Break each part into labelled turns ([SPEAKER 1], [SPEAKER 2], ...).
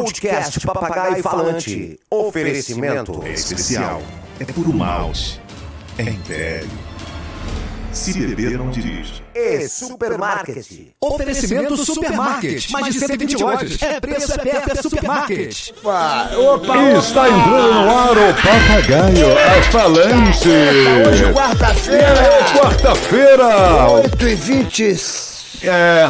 [SPEAKER 1] Podcast Papagaio Falante. Oferecimento.
[SPEAKER 2] especial. É puro mouse. É império. Se beber, não dirija.
[SPEAKER 1] E é Supermarket.
[SPEAKER 3] Oferecimento Supermarket. Mais de 120 lojas. É preço, é perto, é Supermarket.
[SPEAKER 4] Está entrando no ar o Papagaio a Falante. Hoje, quarta-feira. É, quarta-feira.
[SPEAKER 5] 8 e 25.
[SPEAKER 4] É,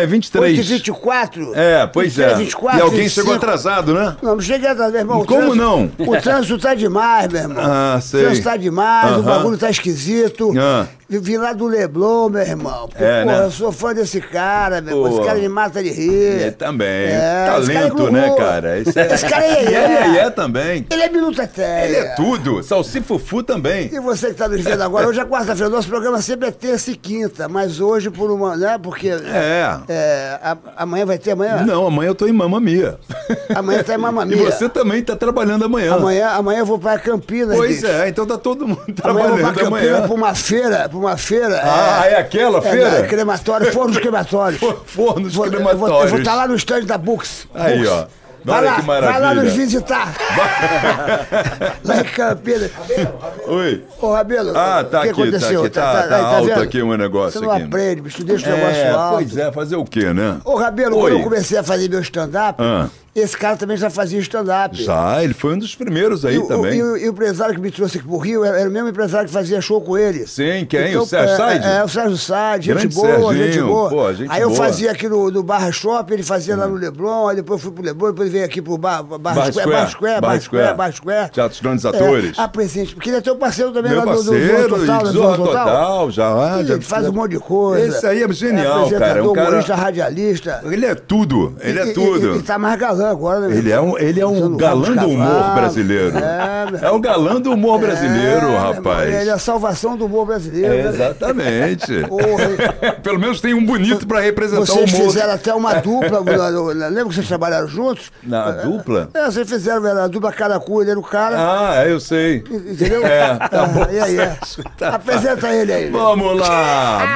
[SPEAKER 4] é, 23.
[SPEAKER 5] 8 e 24.
[SPEAKER 4] É, pois é.
[SPEAKER 5] 24,
[SPEAKER 4] E alguém
[SPEAKER 5] 25.
[SPEAKER 4] chegou atrasado, né?
[SPEAKER 5] Não, não chega atrás, meu irmão. O
[SPEAKER 4] Como
[SPEAKER 5] trânsito-
[SPEAKER 4] não?
[SPEAKER 5] O trânsito tá demais, meu irmão.
[SPEAKER 4] Ah, sei.
[SPEAKER 5] O trânsito tá demais,
[SPEAKER 4] Aham.
[SPEAKER 5] o bagulho tá esquisito.
[SPEAKER 4] Ah.
[SPEAKER 5] Vi- Vim lá do Leblon, meu irmão. Pô,
[SPEAKER 4] É,
[SPEAKER 5] porra,
[SPEAKER 4] né?
[SPEAKER 5] eu sou fã desse cara, meu irmão.
[SPEAKER 4] Pô.
[SPEAKER 5] Esse cara me mata de rir.
[SPEAKER 4] É, também.
[SPEAKER 5] É, esse cara é
[SPEAKER 4] Talento,
[SPEAKER 5] gugu.
[SPEAKER 4] né, cara? Esse,
[SPEAKER 5] Esse cara é
[SPEAKER 4] E
[SPEAKER 5] iê-iê.
[SPEAKER 4] é, iê-iê também.
[SPEAKER 5] Ele é minuto até.
[SPEAKER 4] Ele é tudo. Salsifufu também.
[SPEAKER 5] E você que está nos vendo agora, hoje é quarta-feira, nosso programa sempre é terça e quinta, mas hoje por uma, né, porque...
[SPEAKER 4] É.
[SPEAKER 5] é, a- amanhã vai ter, amanhã?
[SPEAKER 4] Não, amanhã eu tô em Mamma Mia.
[SPEAKER 5] Amanhã tá em É. Mamma
[SPEAKER 4] E
[SPEAKER 5] Mia.
[SPEAKER 4] você também tá trabalhando amanhã.
[SPEAKER 5] Amanhã, amanhã eu vou pra Campinas,
[SPEAKER 4] Pois
[SPEAKER 5] bicho.
[SPEAKER 4] é, então tá todo mundo
[SPEAKER 5] Amanhã eu vou pra
[SPEAKER 4] trabalhando
[SPEAKER 5] Campinas
[SPEAKER 4] amanhã.
[SPEAKER 5] pra uma feira, pra uma feira.
[SPEAKER 4] Ah, é aquela feira?
[SPEAKER 5] na- crematório, fornos crematórios.
[SPEAKER 4] For- Fornos
[SPEAKER 5] Vou- eu vou- Eu
[SPEAKER 4] crematórios.
[SPEAKER 5] vou estar lá no estande da Bux.
[SPEAKER 4] Aí,
[SPEAKER 5] Bux.
[SPEAKER 4] ó.
[SPEAKER 5] Vai
[SPEAKER 4] Olha
[SPEAKER 5] lá,
[SPEAKER 4] que
[SPEAKER 5] vai lá
[SPEAKER 4] maravilha.
[SPEAKER 5] nos visitar. lá em Campinas.
[SPEAKER 4] Oi.
[SPEAKER 5] Ô, Rabelo,
[SPEAKER 4] Ah, tá
[SPEAKER 5] o que
[SPEAKER 4] aqui, tá
[SPEAKER 5] aconteceu?
[SPEAKER 4] aqui, tá- tá
[SPEAKER 5] aí,
[SPEAKER 4] alto
[SPEAKER 5] vendo?
[SPEAKER 4] aqui o negócio
[SPEAKER 5] Você não
[SPEAKER 4] aqui.
[SPEAKER 5] aprende, bicho, tu deixa o negócio
[SPEAKER 4] É,
[SPEAKER 5] alto.
[SPEAKER 4] pois é, fazer o quê, né?
[SPEAKER 5] Ô, Rabelo, quando
[SPEAKER 4] Oi.
[SPEAKER 5] eu comecei a fazer meu stand-up,
[SPEAKER 4] Ah.
[SPEAKER 5] esse cara também já fazia stand-up.
[SPEAKER 4] Já, ele foi um dos primeiros aí
[SPEAKER 5] E o-
[SPEAKER 4] também.
[SPEAKER 5] E o, e o empresário que me trouxe aqui pro Rio era, era o mesmo empresário que fazia show com ele.
[SPEAKER 4] Sim, quem? O Sérgio
[SPEAKER 5] é,
[SPEAKER 4] Said?
[SPEAKER 5] É, o Sérgio Said, gente
[SPEAKER 4] Grande
[SPEAKER 5] boa, gente
[SPEAKER 4] Serginho,
[SPEAKER 5] boa.
[SPEAKER 4] pô, gente
[SPEAKER 5] aí eu
[SPEAKER 4] boa. Hum.
[SPEAKER 5] fazia aqui no, no Barra Shopping, ele fazia lá no Leblon, aí depois eu fui pro Leblon, depois veio aqui pro Bar, Barra,
[SPEAKER 4] Barra
[SPEAKER 5] Barra
[SPEAKER 4] Square,
[SPEAKER 5] Square, Barra Square,
[SPEAKER 4] Barra
[SPEAKER 5] Barra Square, Barra Square.
[SPEAKER 4] Teatro dos Grandes Atores.
[SPEAKER 5] É, ah, presente, porque ele é teu parceiro também
[SPEAKER 4] Meu
[SPEAKER 5] lá do- do, do
[SPEAKER 4] parceiro,
[SPEAKER 5] Total, né,
[SPEAKER 4] Zorra
[SPEAKER 5] Zorra Total.
[SPEAKER 4] Total, já, ah,
[SPEAKER 5] Ih,
[SPEAKER 4] já-
[SPEAKER 5] Ele faz um monte de coisa.
[SPEAKER 4] Esse aí é genial,
[SPEAKER 5] apresentador,
[SPEAKER 4] cara, um cara-
[SPEAKER 5] humorista, radialista.
[SPEAKER 4] Ele é tudo, ele
[SPEAKER 5] E-
[SPEAKER 4] é
[SPEAKER 5] e-
[SPEAKER 4] tudo.
[SPEAKER 5] E, e tá mais galã agora, né? meu
[SPEAKER 4] Ele é um, ele é um
[SPEAKER 5] Usando
[SPEAKER 4] galã
[SPEAKER 5] roupa
[SPEAKER 4] do
[SPEAKER 5] de
[SPEAKER 4] humor
[SPEAKER 5] cavalo.
[SPEAKER 4] brasileiro.
[SPEAKER 5] É, meu
[SPEAKER 4] É um galã do humor brasileiro,
[SPEAKER 5] É,
[SPEAKER 4] rapaz.
[SPEAKER 5] Ele é a salvação do humor brasileiro.
[SPEAKER 4] É,
[SPEAKER 5] né?
[SPEAKER 4] Exatamente.
[SPEAKER 5] Porra.
[SPEAKER 4] Pelo menos tem um bonito pra representar
[SPEAKER 5] Vocês
[SPEAKER 4] o humor.
[SPEAKER 5] fizeram até uma dupla, na- na- na- lembra que vocês trabalharam juntos?
[SPEAKER 4] Na dupla?
[SPEAKER 5] É, vocês fizeram era, a dupla cara cu, ele era o cara,
[SPEAKER 4] Ah, eu sei.
[SPEAKER 5] entendeu?
[SPEAKER 4] É, tá
[SPEAKER 5] Ah,
[SPEAKER 4] bom.
[SPEAKER 5] e aí, é.
[SPEAKER 4] Sérgio, tá.
[SPEAKER 5] Apresenta ele aí.
[SPEAKER 4] Vamos
[SPEAKER 5] Ah!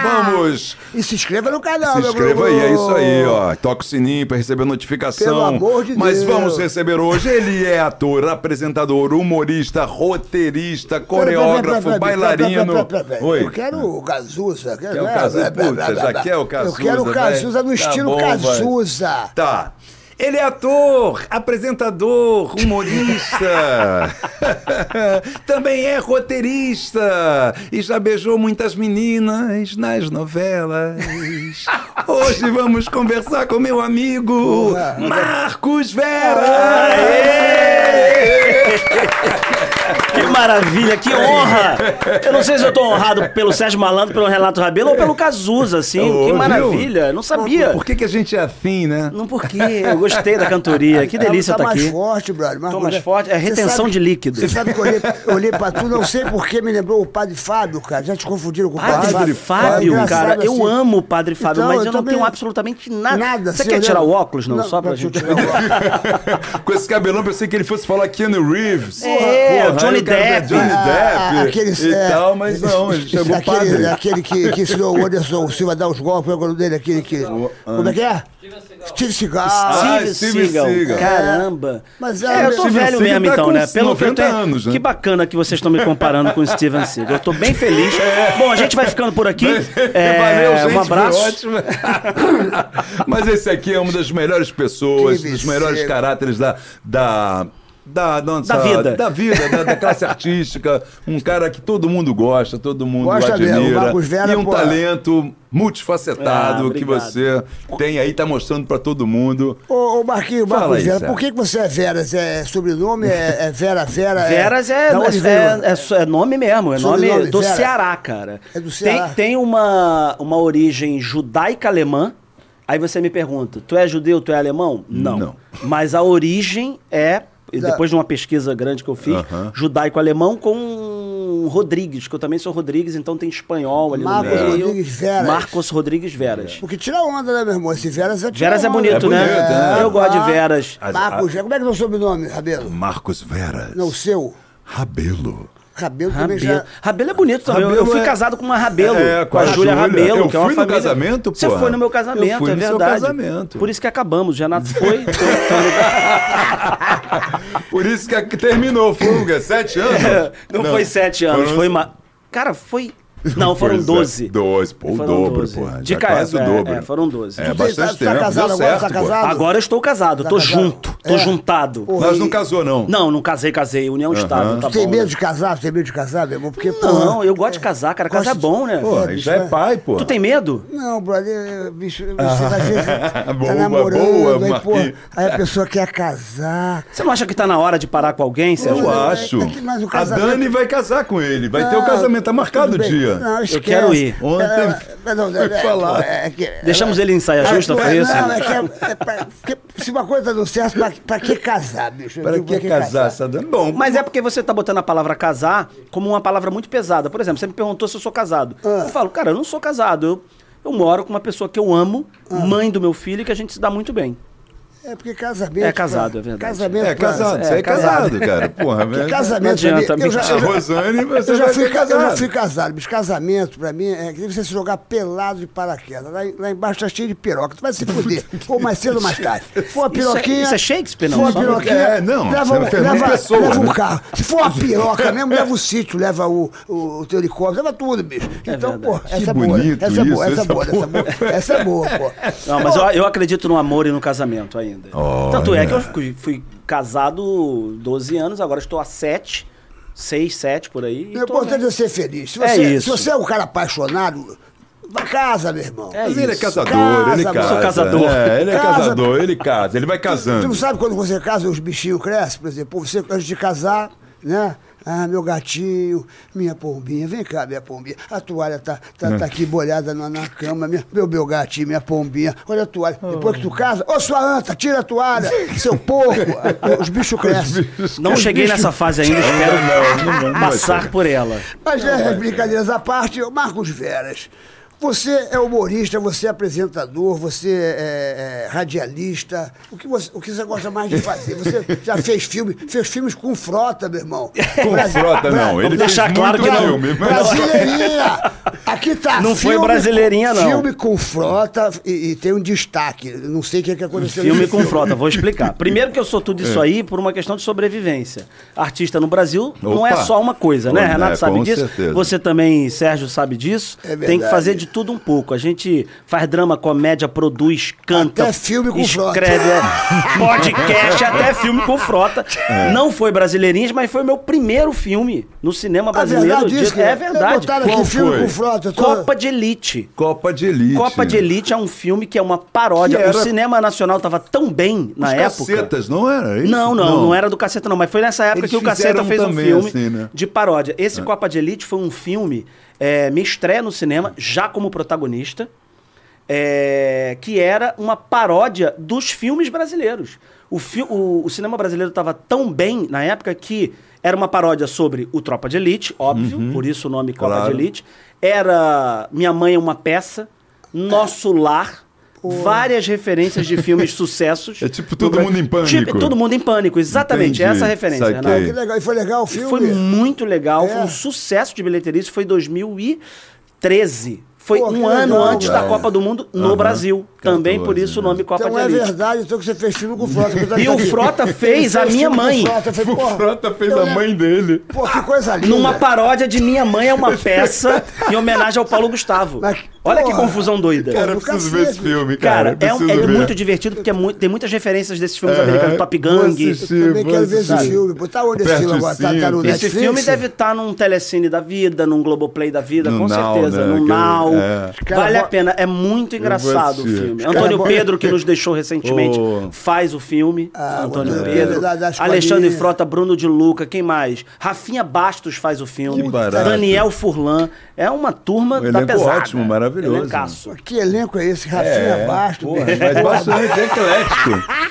[SPEAKER 4] lá, vamos.
[SPEAKER 5] E se inscreva no canal,
[SPEAKER 4] Se
[SPEAKER 5] meu
[SPEAKER 4] inscreva
[SPEAKER 5] Bruno.
[SPEAKER 4] aí, é isso aí, ó. Toca o sininho pra receber notificação.
[SPEAKER 5] Pelo amor de
[SPEAKER 4] Mas
[SPEAKER 5] Deus.
[SPEAKER 4] vamos receber hoje. Ele é ator, apresentador, humorista, roteirista, coreógrafo,
[SPEAKER 5] Pera, pera, pera, pera, pera, pera,
[SPEAKER 4] bailarino.
[SPEAKER 5] pera, pera, pera.
[SPEAKER 4] Oi.
[SPEAKER 5] Eu quero o Cazuza. É, Quero,
[SPEAKER 4] Quer o Cazuza? Puta, já quer é o
[SPEAKER 5] Eu quero
[SPEAKER 4] Cazuza,
[SPEAKER 5] o Cazuza no
[SPEAKER 4] vai. Tá
[SPEAKER 5] estilo
[SPEAKER 4] bom, vai.
[SPEAKER 5] Cazuza.
[SPEAKER 4] Tá. Ele é ator, apresentador, humorista. Também é roteirista. E já beijou muitas meninas nas novelas. Hoje vamos conversar com meu amigo Marcos Vera.
[SPEAKER 6] Que maravilha, que honra! Eu não sei se eu tô honrado pelo Sérgio Malandro, pelo Renato Rabelo ou pelo Cazuza, assim.
[SPEAKER 4] Ô,
[SPEAKER 6] que
[SPEAKER 4] viu?
[SPEAKER 6] maravilha! Não sabia.
[SPEAKER 4] Por que, que a gente é assim, né?
[SPEAKER 6] Não por quê? Eu gostei da cantoria. É, Que delícia
[SPEAKER 5] tá
[SPEAKER 6] estar
[SPEAKER 5] mais
[SPEAKER 6] aqui.
[SPEAKER 5] forte, brother. Mas
[SPEAKER 6] Tô mais
[SPEAKER 5] mulher-
[SPEAKER 6] forte. É
[SPEAKER 5] Você
[SPEAKER 6] retenção
[SPEAKER 5] sabe-
[SPEAKER 6] de líquido.
[SPEAKER 5] Você sabe que eu olhei, eu olhei pra tu, não sei por que me lembrou o padre Fábio, cara. Já te confundiram com o padre,
[SPEAKER 6] Padre Fábio,
[SPEAKER 5] Engraçado,
[SPEAKER 6] cara, eu
[SPEAKER 5] assim.
[SPEAKER 6] amo o Padre Fábio,
[SPEAKER 5] Então,
[SPEAKER 6] mas eu,
[SPEAKER 5] eu
[SPEAKER 6] não
[SPEAKER 5] também-
[SPEAKER 6] tenho absolutamente nada.
[SPEAKER 5] Nada,
[SPEAKER 6] Você
[SPEAKER 5] assim,
[SPEAKER 6] quer
[SPEAKER 5] eu
[SPEAKER 6] tirar
[SPEAKER 5] lembro-
[SPEAKER 6] o óculos, não? só pra
[SPEAKER 5] deixa eu
[SPEAKER 6] gente.
[SPEAKER 5] tirar o óculos.
[SPEAKER 4] Com esse cabelão, eu pensei que ele fosse falar Keanu Reeves.
[SPEAKER 6] É,
[SPEAKER 4] Porra,
[SPEAKER 6] Johnny
[SPEAKER 4] aí o cara
[SPEAKER 6] Depp.
[SPEAKER 4] Johnny Depp
[SPEAKER 5] Ah, aqueles,
[SPEAKER 4] É, e
[SPEAKER 5] é, né?
[SPEAKER 4] tal, mas não, ele
[SPEAKER 5] esse-
[SPEAKER 4] chegou
[SPEAKER 5] aquele,
[SPEAKER 4] padre.
[SPEAKER 5] Aquele que, que ensinou o Anderson Silva a dar os golpes, eu gosto dele, aquele que... Como é que é? Steve Seagal.
[SPEAKER 4] Ah,
[SPEAKER 6] Steve
[SPEAKER 4] Steve
[SPEAKER 6] Seagal.
[SPEAKER 4] Seagal.
[SPEAKER 6] Caramba.
[SPEAKER 5] Mas
[SPEAKER 6] é,
[SPEAKER 5] é,
[SPEAKER 6] eu tô
[SPEAKER 4] Steven
[SPEAKER 6] velho
[SPEAKER 4] Seagal
[SPEAKER 6] mesmo,
[SPEAKER 4] tá
[SPEAKER 6] então,
[SPEAKER 4] com
[SPEAKER 6] né? Pelo que eu
[SPEAKER 4] 90
[SPEAKER 6] tenho.
[SPEAKER 4] anos, né?
[SPEAKER 6] Que bacana que vocês estão me comparando com o Steven Seagal. Eu tô bem feliz. Bom, a gente vai ficando por aqui. É,
[SPEAKER 4] Valeu, gente,
[SPEAKER 6] um
[SPEAKER 4] foi
[SPEAKER 6] abraço.
[SPEAKER 4] ótimo. Mas esse aqui é uma das melhores pessoas,
[SPEAKER 5] Que
[SPEAKER 4] dos melhores
[SPEAKER 5] becerro.
[SPEAKER 4] caráteres da. da da, nossa-
[SPEAKER 6] Da vida.
[SPEAKER 4] Da vida, da, da classe artística. Um cara que todo mundo gosta, todo mundo
[SPEAKER 5] Gosta mesmo,
[SPEAKER 4] admira.
[SPEAKER 5] Marcos Vera,
[SPEAKER 4] e um
[SPEAKER 5] pô.
[SPEAKER 4] talento multifacetado
[SPEAKER 6] Ah,
[SPEAKER 4] que
[SPEAKER 6] obrigado.
[SPEAKER 4] você tem aí, tá mostrando pra todo mundo.
[SPEAKER 5] Ô, ô Marquinhos,
[SPEAKER 4] Fala
[SPEAKER 5] Marcos
[SPEAKER 4] aí,
[SPEAKER 5] Vera,
[SPEAKER 4] Sérgio.
[SPEAKER 5] por que, que você é Veras? É sobrenome? É, é Vera, Vera?
[SPEAKER 6] Veras é,
[SPEAKER 5] Da onde
[SPEAKER 6] é,
[SPEAKER 5] veio?
[SPEAKER 6] é so- é nome mesmo, é nome,
[SPEAKER 5] Sobrenome,
[SPEAKER 6] do
[SPEAKER 5] Vera.
[SPEAKER 6] Ceará, cara.
[SPEAKER 5] É do Ceará.
[SPEAKER 6] Tem, tem uma, uma origem judaica-alemã. Aí você me pergunta, tu é judeu, tu é alemão? Não.
[SPEAKER 4] Não.
[SPEAKER 6] Mas a origem é, e
[SPEAKER 5] Da-
[SPEAKER 6] depois de uma pesquisa grande que eu fiz,
[SPEAKER 4] Aham.
[SPEAKER 6] judaico-alemão com Rodrigues, que eu também sou Rodrigues, então tem espanhol ali
[SPEAKER 5] Marcos
[SPEAKER 6] no meio.
[SPEAKER 5] Rodrigues Veras.
[SPEAKER 6] Marcos Rodrigues Veras.
[SPEAKER 5] Porque tira onda, né, meu irmão? Esse Veras é tira
[SPEAKER 6] Veras é
[SPEAKER 5] onda. Ah,
[SPEAKER 6] bonito,
[SPEAKER 4] É
[SPEAKER 6] né?
[SPEAKER 4] bonito, né?
[SPEAKER 6] Eu gosto de Veras.
[SPEAKER 5] Marcos, como é que é o seu sobrenome, Rabelo?
[SPEAKER 4] Marcos Veras.
[SPEAKER 5] Não, o seu.
[SPEAKER 4] Rabelo.
[SPEAKER 5] Rabelo também
[SPEAKER 6] Rabelo.
[SPEAKER 5] já.
[SPEAKER 6] Rabelo é bonito também.
[SPEAKER 4] Rabelo
[SPEAKER 6] eu fui
[SPEAKER 4] é-
[SPEAKER 6] casado com uma Rabelo.
[SPEAKER 4] É,
[SPEAKER 6] com a, Júlia Rabelo.
[SPEAKER 4] Eu
[SPEAKER 6] que é uma
[SPEAKER 4] fui no
[SPEAKER 6] família-
[SPEAKER 4] casamento,
[SPEAKER 6] Você
[SPEAKER 4] porra.
[SPEAKER 6] foi no meu casamento,
[SPEAKER 4] Eu fui
[SPEAKER 6] é
[SPEAKER 4] no seu
[SPEAKER 6] verdade.
[SPEAKER 4] casamento.
[SPEAKER 6] Por isso que acabamos. Renato foi.
[SPEAKER 4] Por isso que a- que terminou Fuga, sete anos.
[SPEAKER 6] não, foi sete anos. Foi ma... Cara, foi. Não, foram
[SPEAKER 4] Pois é,
[SPEAKER 6] doze.
[SPEAKER 4] Doze, pô, o
[SPEAKER 6] Foram
[SPEAKER 4] dobro,
[SPEAKER 6] 12.
[SPEAKER 4] porra. já
[SPEAKER 6] De cara,
[SPEAKER 4] quase
[SPEAKER 6] é,
[SPEAKER 4] o dobro.
[SPEAKER 6] é, foram 12.
[SPEAKER 4] É,
[SPEAKER 6] Tu
[SPEAKER 4] bastante
[SPEAKER 5] tá- tá
[SPEAKER 4] tempo.
[SPEAKER 5] casado
[SPEAKER 4] deu
[SPEAKER 5] agora?
[SPEAKER 4] certo,
[SPEAKER 5] Tá
[SPEAKER 4] pô.
[SPEAKER 5] casado?
[SPEAKER 6] Agora eu estou casado,
[SPEAKER 5] Tá
[SPEAKER 6] tô
[SPEAKER 5] casado?
[SPEAKER 6] junto, tô
[SPEAKER 5] É.
[SPEAKER 6] juntado.
[SPEAKER 5] Porra.
[SPEAKER 4] Mas não casou, não.
[SPEAKER 6] Não, não casei, casei. União estável, tá
[SPEAKER 5] Tu tem
[SPEAKER 6] bom.
[SPEAKER 5] medo de casar? Tu tem medo de casar, meu irmão? Porque,
[SPEAKER 6] Não,
[SPEAKER 5] porra,
[SPEAKER 6] eu gosto de casar, cara. Casar é
[SPEAKER 5] Gosto de-
[SPEAKER 6] bom, né?
[SPEAKER 4] Pô,
[SPEAKER 5] É,
[SPEAKER 4] aí
[SPEAKER 5] bicho,
[SPEAKER 4] já é
[SPEAKER 5] vai.
[SPEAKER 4] pai, pô.
[SPEAKER 6] Tu tem medo?
[SPEAKER 5] Não, brother, bicho, você às vezes tá
[SPEAKER 4] Ah. Boa,
[SPEAKER 5] namorando,
[SPEAKER 4] boa,
[SPEAKER 5] aí, pô,
[SPEAKER 4] Marquinhos.
[SPEAKER 5] aí a pessoa quer casar.
[SPEAKER 6] Você não acha que tá na hora de parar com alguém, Sérgio?
[SPEAKER 4] Eu
[SPEAKER 5] Não, é-
[SPEAKER 4] acho.
[SPEAKER 5] é que- mas o
[SPEAKER 4] a
[SPEAKER 5] casamento-
[SPEAKER 4] Dani vai casar com ele. Vai ter o
[SPEAKER 5] Não,
[SPEAKER 4] casamento. Tá marcado o
[SPEAKER 5] tudo bem.
[SPEAKER 4] dia.
[SPEAKER 5] Não, esquece.
[SPEAKER 6] quero ir.
[SPEAKER 4] Ontem
[SPEAKER 5] Ela- não,
[SPEAKER 4] fui
[SPEAKER 5] é-
[SPEAKER 4] falar.
[SPEAKER 5] é que- ela-
[SPEAKER 6] Deixamos ele em saia justa,
[SPEAKER 5] não,
[SPEAKER 6] foi isso?
[SPEAKER 5] Não, é que é- é pra- porque se uma coisa não serve, pra, pra que casar, bicho? Eu
[SPEAKER 4] Para
[SPEAKER 5] digo,
[SPEAKER 4] que casar? Essa Dani? Bom,
[SPEAKER 6] Mas é porque você tá botando a palavra casar como uma palavra muito pesada. Por exemplo, você me perguntou se eu sou casado.
[SPEAKER 5] Ah.
[SPEAKER 6] Eu falo, cara, eu não sou casado. Eu, eu moro com uma pessoa que eu amo,
[SPEAKER 5] Ah.
[SPEAKER 6] mãe do meu filho, e que a gente se dá muito bem.
[SPEAKER 5] É porque casamento...
[SPEAKER 6] É casado, é verdade.
[SPEAKER 5] Casamento...
[SPEAKER 4] é casado.
[SPEAKER 5] pra-
[SPEAKER 4] Você é,
[SPEAKER 6] é,
[SPEAKER 4] casado, cara. Porra,
[SPEAKER 5] Porque
[SPEAKER 4] velho.
[SPEAKER 5] casamento...
[SPEAKER 6] Não adianta,
[SPEAKER 5] pra mim, eu já,
[SPEAKER 4] A
[SPEAKER 5] eu já-
[SPEAKER 4] Rosane, você
[SPEAKER 5] eu já,
[SPEAKER 4] vai
[SPEAKER 5] fui,
[SPEAKER 4] ser
[SPEAKER 5] ca- eu
[SPEAKER 4] casado.
[SPEAKER 5] já fui casado, bicho. Casamento, pra mim, é que nem você se jogar pelado de paraquedas. Lá, em- lá embaixo tá cheio de piroca. Tu vai se fuder. ou mais cedo ou mais tarde. Se for uma
[SPEAKER 6] Isso é-
[SPEAKER 5] piroquinha.
[SPEAKER 6] isso é Shakespeare,
[SPEAKER 5] Se
[SPEAKER 6] não?
[SPEAKER 5] for uma
[SPEAKER 6] Só no-
[SPEAKER 5] piroquinha.
[SPEAKER 4] É, não,
[SPEAKER 5] Leva,
[SPEAKER 4] você
[SPEAKER 5] um,
[SPEAKER 4] é Fernando
[SPEAKER 5] leva,
[SPEAKER 4] Pessoa,
[SPEAKER 5] leva um
[SPEAKER 4] né?
[SPEAKER 5] carro. Se for uma piroca mesmo, leva o sítio, leva o, o, o teu helicóptero, leva tudo, bicho. Então,
[SPEAKER 6] verdade.
[SPEAKER 5] pô, essa é boa.
[SPEAKER 4] bonito
[SPEAKER 5] Essa é boa,
[SPEAKER 4] isso,
[SPEAKER 5] essa é boa,
[SPEAKER 4] essa
[SPEAKER 5] essa é boa. Essa é boa, pô.
[SPEAKER 6] Não, mas eu, eu acredito no amor e no casamento ainda. Tanto é que eu fui, fui casado 12 anos, agora estou há 7, 6, 7 por aí. e
[SPEAKER 5] O
[SPEAKER 6] tô-
[SPEAKER 5] importante é ser feliz. Se você,
[SPEAKER 6] É isso.
[SPEAKER 5] se você é um cara apaixonado, vai casa, meu irmão.
[SPEAKER 6] É
[SPEAKER 4] Mas ele é
[SPEAKER 6] isso.
[SPEAKER 4] casador,
[SPEAKER 5] Casa,
[SPEAKER 4] ele
[SPEAKER 5] eu sou
[SPEAKER 4] casa.
[SPEAKER 6] casador.
[SPEAKER 4] É, ele é
[SPEAKER 5] Casa.
[SPEAKER 4] casador, ele casa, ele vai
[SPEAKER 5] Tu
[SPEAKER 4] casando.
[SPEAKER 5] não sabe quando você casa, os bichinhos crescem, por exemplo, pô, você antes de casar, né? Ah, meu gatinho, minha pombinha, vem cá, minha pombinha. A toalha tá, tá, tá aqui molhada na, na cama, minha- meu, meu gatinho, minha pombinha. Olha a toalha. Depois que tu casa, ô sua anta, tira a toalha, seu porco. Ah, Os bichos crescem.
[SPEAKER 6] Não cheguei nessa fase ainda, espero
[SPEAKER 4] Não, não, não, não vai
[SPEAKER 6] passar
[SPEAKER 4] chegar.
[SPEAKER 6] por ela.
[SPEAKER 5] Mas né,
[SPEAKER 6] é.
[SPEAKER 5] brincadeiras à parte, ô, Marcos Veras, você é humorista, você é apresentador, você é, é, radialista. O que, você, o que você gosta mais de fazer? Você já fez filme, fez filmes com frota, meu irmão.
[SPEAKER 4] Com frota, não. Ele fez
[SPEAKER 6] deixar claro
[SPEAKER 4] muito
[SPEAKER 6] que não.
[SPEAKER 4] filme. mas-
[SPEAKER 5] Brasileirinha! Aqui tá.
[SPEAKER 6] Não foi Brasileirinha, não.
[SPEAKER 5] Filme com frota e, e tem um destaque. Não sei o que, É. que aconteceu.
[SPEAKER 6] Filme
[SPEAKER 5] nesse
[SPEAKER 6] com frota, vou explicar. Primeiro que eu sou tudo isso aí por uma questão de sobrevivência. Artista no Brasil não é
[SPEAKER 4] Opa.
[SPEAKER 6] só uma coisa, né?
[SPEAKER 4] É,
[SPEAKER 6] Renato sabe
[SPEAKER 4] com
[SPEAKER 6] disso.
[SPEAKER 4] certeza.
[SPEAKER 6] Você também, Sérgio, sabe disso.
[SPEAKER 5] É verdade.
[SPEAKER 6] Tem que fazer de tudo um pouco. A gente faz drama, comédia, produz, canta.
[SPEAKER 5] Até filme com frota.
[SPEAKER 6] escreve, é, podcast, até filme com frota.
[SPEAKER 5] É.
[SPEAKER 6] Não foi Brasileirinhas, mas foi meu primeiro filme no cinema
[SPEAKER 5] A
[SPEAKER 6] brasileiro.
[SPEAKER 5] verdade
[SPEAKER 6] de-
[SPEAKER 5] isso,
[SPEAKER 6] é
[SPEAKER 5] Eu
[SPEAKER 6] verdade.
[SPEAKER 5] botaram
[SPEAKER 4] Qual
[SPEAKER 5] aqui filme
[SPEAKER 4] foi?
[SPEAKER 5] com frota. eu tô-
[SPEAKER 6] Copa de Elite.
[SPEAKER 4] Copa de Elite.
[SPEAKER 6] Copa de Elite é um filme que é uma paródia.
[SPEAKER 4] Que era-
[SPEAKER 6] O cinema nacional tava tão bem na
[SPEAKER 4] Os
[SPEAKER 6] época.
[SPEAKER 4] cacetas, não era É isso?
[SPEAKER 6] Não, não, não, era do Caceta, não. Mas foi nessa época
[SPEAKER 4] Eles
[SPEAKER 6] que o
[SPEAKER 4] fizeram
[SPEAKER 6] Caceta fez um
[SPEAKER 4] também,
[SPEAKER 6] filme
[SPEAKER 4] assim, né?
[SPEAKER 6] de paródia. Esse Copa de Elite foi um filme, é, minha estreia no cinema, já como protagonista, é, que era uma paródia dos filmes brasileiros. O, fi- o- o cinema brasileiro estava tão bem na época que era uma paródia sobre o Tropa de Elite, óbvio, por isso o nome Copa
[SPEAKER 4] Uhum. Claro.
[SPEAKER 6] de Elite. Era Minha Mãe é uma Peça, Nosso Lar, várias referências de filmes sucessos.
[SPEAKER 4] É tipo Todo
[SPEAKER 6] No-
[SPEAKER 4] Mundo em Pânico.
[SPEAKER 6] Tipo, todo mundo em pânico,
[SPEAKER 4] Entendi,
[SPEAKER 6] exatamente. Essa é a referência,
[SPEAKER 4] saquei.
[SPEAKER 5] Pô,
[SPEAKER 6] Renato.
[SPEAKER 5] Ah, que legal. E foi legal o
[SPEAKER 6] E
[SPEAKER 5] filme.
[SPEAKER 6] foi muito legal, foi
[SPEAKER 5] É.
[SPEAKER 6] um sucesso de bilheteria. Isso foi em 2013. Foi
[SPEAKER 5] Pô, que
[SPEAKER 6] um ano
[SPEAKER 5] legal,
[SPEAKER 6] antes da
[SPEAKER 5] cara.
[SPEAKER 6] Copa do Mundo no
[SPEAKER 4] Aham. né.
[SPEAKER 6] Brasil. Também por isso o nome Copa
[SPEAKER 5] Então
[SPEAKER 6] de
[SPEAKER 5] é
[SPEAKER 6] Elite.
[SPEAKER 5] verdade, então que você fez filme com o Frota. que eu tava
[SPEAKER 6] E o
[SPEAKER 5] aqui.
[SPEAKER 6] Frota
[SPEAKER 5] Ele
[SPEAKER 6] fez a
[SPEAKER 5] filme
[SPEAKER 6] minha
[SPEAKER 5] com o
[SPEAKER 6] mãe.
[SPEAKER 5] Frota, eu falei,
[SPEAKER 4] O
[SPEAKER 5] pô,
[SPEAKER 4] Frota fez
[SPEAKER 5] eu
[SPEAKER 4] a
[SPEAKER 6] Então é
[SPEAKER 5] lembro-
[SPEAKER 4] mãe dele.
[SPEAKER 5] Pô, que coisa linda.
[SPEAKER 6] Numa paródia de Minha Mãe é uma peça em homenagem ao Paulo Gustavo.
[SPEAKER 5] Mas,
[SPEAKER 6] Olha que
[SPEAKER 5] porra.
[SPEAKER 6] confusão doida.
[SPEAKER 4] Cara, eu
[SPEAKER 5] do
[SPEAKER 4] preciso
[SPEAKER 5] cacete.
[SPEAKER 4] ver esse filme, cara.
[SPEAKER 6] Cara, é, um-
[SPEAKER 4] preciso
[SPEAKER 6] é
[SPEAKER 4] ver.
[SPEAKER 6] muito divertido porque é muito- tem muitas referências desses filmes
[SPEAKER 4] Aham,
[SPEAKER 6] americanos, Top
[SPEAKER 4] vou
[SPEAKER 6] Gang.
[SPEAKER 4] assistir,
[SPEAKER 5] Eu também
[SPEAKER 4] vou
[SPEAKER 5] quero ver esse
[SPEAKER 4] assistir.
[SPEAKER 5] filme. Pô, tá onde esse
[SPEAKER 4] Aperte
[SPEAKER 5] filme
[SPEAKER 4] o
[SPEAKER 5] agora? Tá, tá no
[SPEAKER 4] cinto.
[SPEAKER 6] Esse
[SPEAKER 5] Netflix?
[SPEAKER 6] filme deve estar num Telecine da vida, num Globoplay da vida,
[SPEAKER 4] No
[SPEAKER 6] com
[SPEAKER 4] Now,
[SPEAKER 6] certeza,
[SPEAKER 4] né?
[SPEAKER 6] num
[SPEAKER 4] Aquele-
[SPEAKER 6] Now.
[SPEAKER 4] é.
[SPEAKER 5] Cara,
[SPEAKER 6] Vale a
[SPEAKER 5] bo-
[SPEAKER 6] pena, é muito engraçado o
[SPEAKER 4] assistir.
[SPEAKER 6] filme.
[SPEAKER 5] Cara,
[SPEAKER 6] Antônio
[SPEAKER 5] bo-
[SPEAKER 6] Pedro, que nos deixou recentemente,
[SPEAKER 4] Oh.
[SPEAKER 6] faz o filme.
[SPEAKER 5] Ah,
[SPEAKER 6] Antônio
[SPEAKER 5] Antônio
[SPEAKER 6] Pedro.
[SPEAKER 5] Pedro, da- da escolinha.
[SPEAKER 6] Alexandre Frota, Bruno de Luca, quem mais? Rafinha Bastos faz o filme.
[SPEAKER 4] Que barato.
[SPEAKER 6] Daniel Furlan. É uma turma
[SPEAKER 4] Um
[SPEAKER 6] da
[SPEAKER 4] elenco
[SPEAKER 6] pesada.
[SPEAKER 4] ótimo, maravilhoso.
[SPEAKER 6] Elencaço.
[SPEAKER 4] É,
[SPEAKER 5] Que elenco é esse? Rafinha Basto.
[SPEAKER 4] Porra, mas bastante é eclético.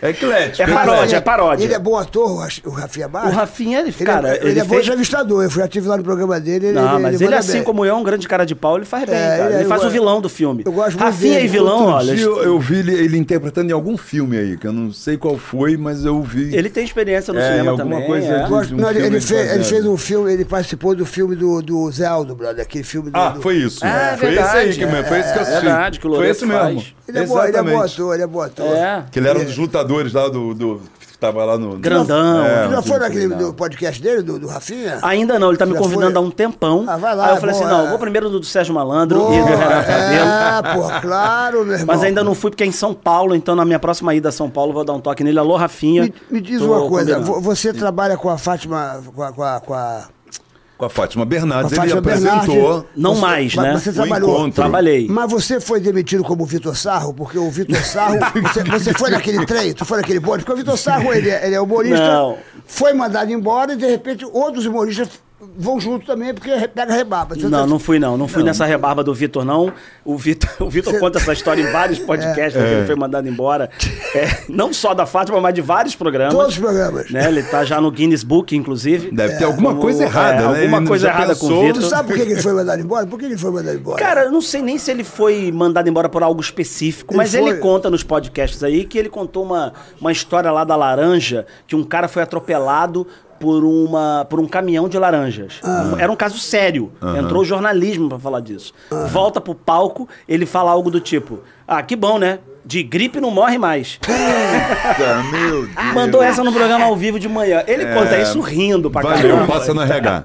[SPEAKER 4] É eclético.
[SPEAKER 6] É paródia, é paródia.
[SPEAKER 5] Ele é bom ator, o Ra- o Rafinha Barra.
[SPEAKER 6] O Rafinha, ele-
[SPEAKER 5] ele,
[SPEAKER 6] cara,
[SPEAKER 5] ele,
[SPEAKER 6] ele
[SPEAKER 5] é bom
[SPEAKER 6] fez-
[SPEAKER 5] entrevistador. Eu já estive lá no programa dele. Ele,
[SPEAKER 6] Não, mas ele,
[SPEAKER 5] manda
[SPEAKER 6] assim
[SPEAKER 5] bem.
[SPEAKER 6] como eu, é um grande cara de pau, ele faz bem, cara. Ele,
[SPEAKER 5] ele é-
[SPEAKER 6] faz
[SPEAKER 5] eu-
[SPEAKER 6] o vilão do filme.
[SPEAKER 5] eu gosto muito
[SPEAKER 6] Rafinha
[SPEAKER 5] dele.
[SPEAKER 6] e vilão,
[SPEAKER 4] Outro
[SPEAKER 6] olha.
[SPEAKER 4] dia eu, eu vi ele, ele interpretando em algum filme aí, que eu não sei qual foi, mas eu vi.
[SPEAKER 6] Ele tem experiência no
[SPEAKER 4] É,
[SPEAKER 6] cinema
[SPEAKER 4] alguma
[SPEAKER 6] também.
[SPEAKER 4] coisa
[SPEAKER 6] é.
[SPEAKER 5] Eu gosto-
[SPEAKER 4] de um
[SPEAKER 5] não, ele,
[SPEAKER 4] filme
[SPEAKER 5] ele fez, ele
[SPEAKER 4] baseado.
[SPEAKER 5] fez um filme, ele participou do filme do, do Zé Aldo, brother. Aquele filme do.
[SPEAKER 4] Ah,
[SPEAKER 5] do-
[SPEAKER 4] foi isso.
[SPEAKER 6] É,
[SPEAKER 4] foi
[SPEAKER 6] verdade,
[SPEAKER 4] esse aí, que,
[SPEAKER 6] é,
[SPEAKER 4] foi esse que eu
[SPEAKER 6] é
[SPEAKER 4] assisti.
[SPEAKER 6] verdade, que o
[SPEAKER 4] foi
[SPEAKER 6] Loreto
[SPEAKER 4] esse mesmo.
[SPEAKER 6] faz.
[SPEAKER 5] Ele é, bom, ele é bom
[SPEAKER 4] Exatamente.
[SPEAKER 5] ator, ele é bom ator.
[SPEAKER 6] É.
[SPEAKER 4] Que ele era um dos lutadores lá do. do que tava lá no. no-
[SPEAKER 6] Grandão. né?
[SPEAKER 4] É,
[SPEAKER 5] Tu já
[SPEAKER 4] um
[SPEAKER 5] foi
[SPEAKER 4] filme
[SPEAKER 5] naquele
[SPEAKER 4] legal.
[SPEAKER 5] do podcast dele, do, do Rafinha?
[SPEAKER 6] Ainda não, ele tá me
[SPEAKER 5] Já
[SPEAKER 6] convidando
[SPEAKER 5] foi?
[SPEAKER 6] há um tempão.
[SPEAKER 5] Ah, vai lá,
[SPEAKER 6] Aí eu
[SPEAKER 5] é
[SPEAKER 6] falei
[SPEAKER 5] bom,
[SPEAKER 6] assim: não,
[SPEAKER 5] é.
[SPEAKER 6] eu vou primeiro do do Sérgio Malandro
[SPEAKER 5] Pô,
[SPEAKER 6] e do Renato Rabelo.
[SPEAKER 5] é, pô, claro, meu irmão.
[SPEAKER 6] Mas ainda não fui porque é em São Paulo, então na minha próxima ida a São Paulo eu vou dar um toque nele. Alô, Rafinha.
[SPEAKER 5] Me, me diz
[SPEAKER 6] Tô
[SPEAKER 5] uma coisa, vo-
[SPEAKER 6] combinando.
[SPEAKER 5] você trabalha com a Fátima. Com a, com a, com a-
[SPEAKER 4] Com a Fátima Bernardes,
[SPEAKER 5] Com a
[SPEAKER 4] ele
[SPEAKER 5] Fátima
[SPEAKER 4] apresentou.
[SPEAKER 5] Bernardes.
[SPEAKER 6] Não
[SPEAKER 5] Você-
[SPEAKER 6] mais,
[SPEAKER 5] mas
[SPEAKER 6] né?
[SPEAKER 5] você
[SPEAKER 6] O
[SPEAKER 5] trabalhou.
[SPEAKER 4] encontro.
[SPEAKER 6] Trabalhei.
[SPEAKER 5] Mas você foi demitido como Vitor Sarro, porque o Vitor Sarro. você, você foi naquele trem, tu foi naquele bonde, porque o Vitor Sarro ele, é- ele é humorista,
[SPEAKER 6] Não.
[SPEAKER 5] foi mandado embora e de repente outros humoristas vão junto também, porque re- pega rebaba. Você
[SPEAKER 6] Não,
[SPEAKER 5] tá-
[SPEAKER 6] não fui não. Não fui nessa rebarba do Vitor, não. O Vitor, o Vitor
[SPEAKER 5] Você- É.
[SPEAKER 6] conta essa história em vários podcasts, né, que ele foi mandado embora. É, não só da Fátima, mas de vários programas.
[SPEAKER 5] Todos os programas.
[SPEAKER 6] Né, ele tá já no Guinness Book, inclusive.
[SPEAKER 4] Deve ter alguma
[SPEAKER 6] Como-
[SPEAKER 4] coisa
[SPEAKER 6] é,
[SPEAKER 4] errada, né?
[SPEAKER 6] Alguma
[SPEAKER 4] Ele
[SPEAKER 6] coisa
[SPEAKER 4] já
[SPEAKER 6] errada com
[SPEAKER 4] pensou-
[SPEAKER 6] o
[SPEAKER 5] Tu
[SPEAKER 6] Vitor.
[SPEAKER 5] sabe por que que ele foi mandado embora? Por que que ele foi mandado embora?
[SPEAKER 6] Cara, eu não sei nem se ele foi mandado embora por algo específico, mas
[SPEAKER 5] Ele
[SPEAKER 6] ele,
[SPEAKER 5] foi.
[SPEAKER 6] conta nos podcasts aí que ele contou uma, uma história lá da laranja, que um cara foi atropelado por, uma, por um caminhão de laranjas.
[SPEAKER 4] Ah.
[SPEAKER 6] Era um caso sério. Entrou o jornalismo pra falar disso.
[SPEAKER 4] Ah.
[SPEAKER 6] Volta pro palco, ele fala algo do tipo: Ah, que bom, né? De gripe não morre mais.
[SPEAKER 4] Puta, Ah, meu Deus.
[SPEAKER 6] Mandou essa no programa ao vivo de manhã. Ele conta isso rindo pra
[SPEAKER 4] É. Valeu,
[SPEAKER 6] caramba.
[SPEAKER 4] passa no RH.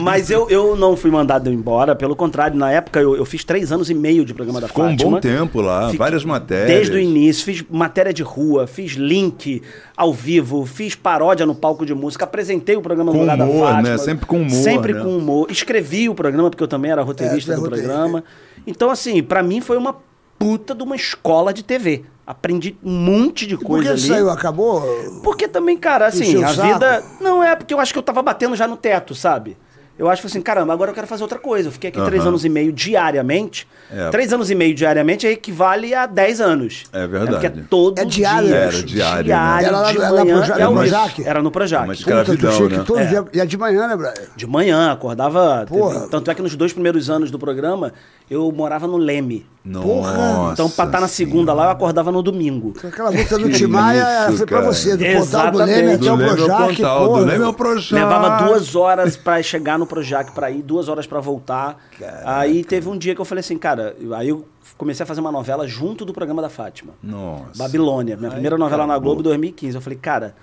[SPEAKER 6] Mas eu, eu não fui mandado embora, pelo contrário, na época eu, eu fiz três anos e meio de programa da
[SPEAKER 4] Ficou um
[SPEAKER 6] Fátima.
[SPEAKER 4] bom tempo lá, várias matérias.
[SPEAKER 6] Desde o início, fiz matéria de rua, fiz link ao vivo, fiz paródia no palco de música, apresentei o programa
[SPEAKER 4] Com
[SPEAKER 6] no lugar
[SPEAKER 4] humor,
[SPEAKER 6] da Fátima.
[SPEAKER 4] né? Sempre com humor,
[SPEAKER 6] Sempre
[SPEAKER 4] né?
[SPEAKER 6] com humor. Escrevi o programa, porque eu também era roteirista
[SPEAKER 5] É, tu é
[SPEAKER 6] do
[SPEAKER 5] roteirista.
[SPEAKER 6] programa. Então, assim, pra mim foi uma puta de uma escola de TV. Aprendi um monte de
[SPEAKER 5] por que
[SPEAKER 6] coisa
[SPEAKER 5] ele
[SPEAKER 6] ali.
[SPEAKER 5] saiu? Acabou?
[SPEAKER 6] Porque também, cara, assim,
[SPEAKER 5] Encheu o
[SPEAKER 6] a
[SPEAKER 5] saco?
[SPEAKER 6] vida. Não é porque eu acho que eu tava batendo já no teto, sabe? Eu acho que assim, caramba, agora eu quero fazer outra coisa. Eu fiquei aqui três
[SPEAKER 4] Aham.
[SPEAKER 6] anos e meio diariamente.
[SPEAKER 4] É.
[SPEAKER 6] Três anos e meio diariamente é equivale a dez anos.
[SPEAKER 4] É verdade.
[SPEAKER 6] É porque é todo
[SPEAKER 5] É diário,
[SPEAKER 6] dia.
[SPEAKER 5] né?
[SPEAKER 4] Era diário,
[SPEAKER 6] diário
[SPEAKER 5] né? Era lá-
[SPEAKER 6] de
[SPEAKER 5] era lá
[SPEAKER 6] manhã,
[SPEAKER 5] pro Ja-
[SPEAKER 6] é ao
[SPEAKER 5] no
[SPEAKER 6] vivo.
[SPEAKER 5] Projac?
[SPEAKER 6] Era no Projac.
[SPEAKER 4] Mas-
[SPEAKER 5] Puta, tu
[SPEAKER 4] Escravidão,
[SPEAKER 5] tinha que
[SPEAKER 4] né?
[SPEAKER 5] todo
[SPEAKER 6] É.
[SPEAKER 5] dia. E é de manhã, né, brother?
[SPEAKER 6] De manhã, acordava.
[SPEAKER 5] Porra.
[SPEAKER 6] Tanto é que nos dois primeiros anos do programa, eu morava no Leme.
[SPEAKER 4] Porra.
[SPEAKER 6] então, pra estar na segunda lá, eu acordava no domingo.
[SPEAKER 5] Aquela música do
[SPEAKER 4] Que
[SPEAKER 5] Timaya
[SPEAKER 4] isso,
[SPEAKER 5] foi pra
[SPEAKER 4] cara.
[SPEAKER 5] você, do portal do
[SPEAKER 6] Exatamente.
[SPEAKER 5] Leme até
[SPEAKER 4] Do
[SPEAKER 5] o
[SPEAKER 4] Leme ao
[SPEAKER 5] Projac,
[SPEAKER 4] Pontal, do Leme é ao
[SPEAKER 5] porra.
[SPEAKER 4] Projac.
[SPEAKER 6] Levava duas horas pra chegar no Projac pra ir, duas horas pra voltar. Aí teve um dia que eu falei assim, cara, aí eu comecei a fazer uma novela junto do programa da Fátima.
[SPEAKER 4] Nossa.
[SPEAKER 6] Babilônia, minha primeira novela na
[SPEAKER 4] acabou.
[SPEAKER 6] Globo 2015. Eu falei, cara,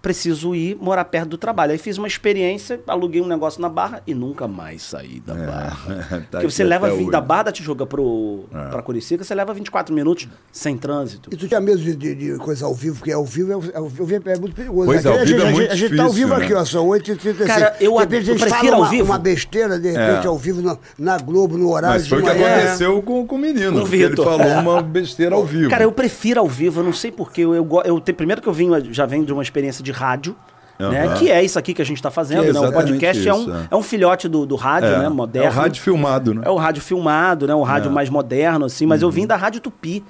[SPEAKER 6] preciso ir morar perto do trabalho. Aí fiz uma experiência, aluguei um negócio na Barra e nunca mais saí da Barra.
[SPEAKER 4] É, Tá
[SPEAKER 6] Porque você
[SPEAKER 4] aqui
[SPEAKER 6] leva
[SPEAKER 4] até
[SPEAKER 6] vi-
[SPEAKER 4] hoje. É.
[SPEAKER 6] da Barra da Tijuca pro, pra Curicica, você leva 24 minutos sem trânsito.
[SPEAKER 5] E tu tinha medo de, de- de coisa ao vivo, porque ao vivo é, ao vivo é- é muito perigoso.
[SPEAKER 4] Pois é, ao
[SPEAKER 5] a gente,
[SPEAKER 4] vivo é
[SPEAKER 5] a gente-
[SPEAKER 4] muito
[SPEAKER 5] a gente tá ao vivo
[SPEAKER 4] difícil,
[SPEAKER 5] aqui,
[SPEAKER 4] né?
[SPEAKER 5] ó, são 8h36.
[SPEAKER 6] Cara, eu
[SPEAKER 5] de repente a gente
[SPEAKER 6] prefiro
[SPEAKER 5] fala
[SPEAKER 6] ao
[SPEAKER 5] uma,
[SPEAKER 6] vivo.
[SPEAKER 5] uma besteira, de repente,
[SPEAKER 4] É.
[SPEAKER 5] ao vivo, na, na Globo, no horário
[SPEAKER 4] Mas foi o
[SPEAKER 5] de
[SPEAKER 4] que
[SPEAKER 5] manhã.
[SPEAKER 4] aconteceu com, com o
[SPEAKER 6] Com
[SPEAKER 4] menino.
[SPEAKER 6] o
[SPEAKER 4] porque ele
[SPEAKER 6] Vitor.
[SPEAKER 4] falou uma besteira ao vivo.
[SPEAKER 6] Cara, é eu prefiro ao vivo, eu não sei porquê. Eu, eu, go- eu te- primeiro que eu vim, já venho de uma experiência de rádio, né?
[SPEAKER 4] Aham.
[SPEAKER 6] Que é isso aqui que a gente tá fazendo,
[SPEAKER 4] Que é
[SPEAKER 6] né? O
[SPEAKER 4] exatamente
[SPEAKER 6] podcast é,
[SPEAKER 4] isso,
[SPEAKER 6] um,
[SPEAKER 4] é.
[SPEAKER 6] é um filhote do, do rádio, né? Moderno.
[SPEAKER 4] É o rádio filmado, né? É. Uhum.
[SPEAKER 6] É o rádio filmado, né? O rádio mais moderno, assim. Mas eu vim da Rádio Tupi.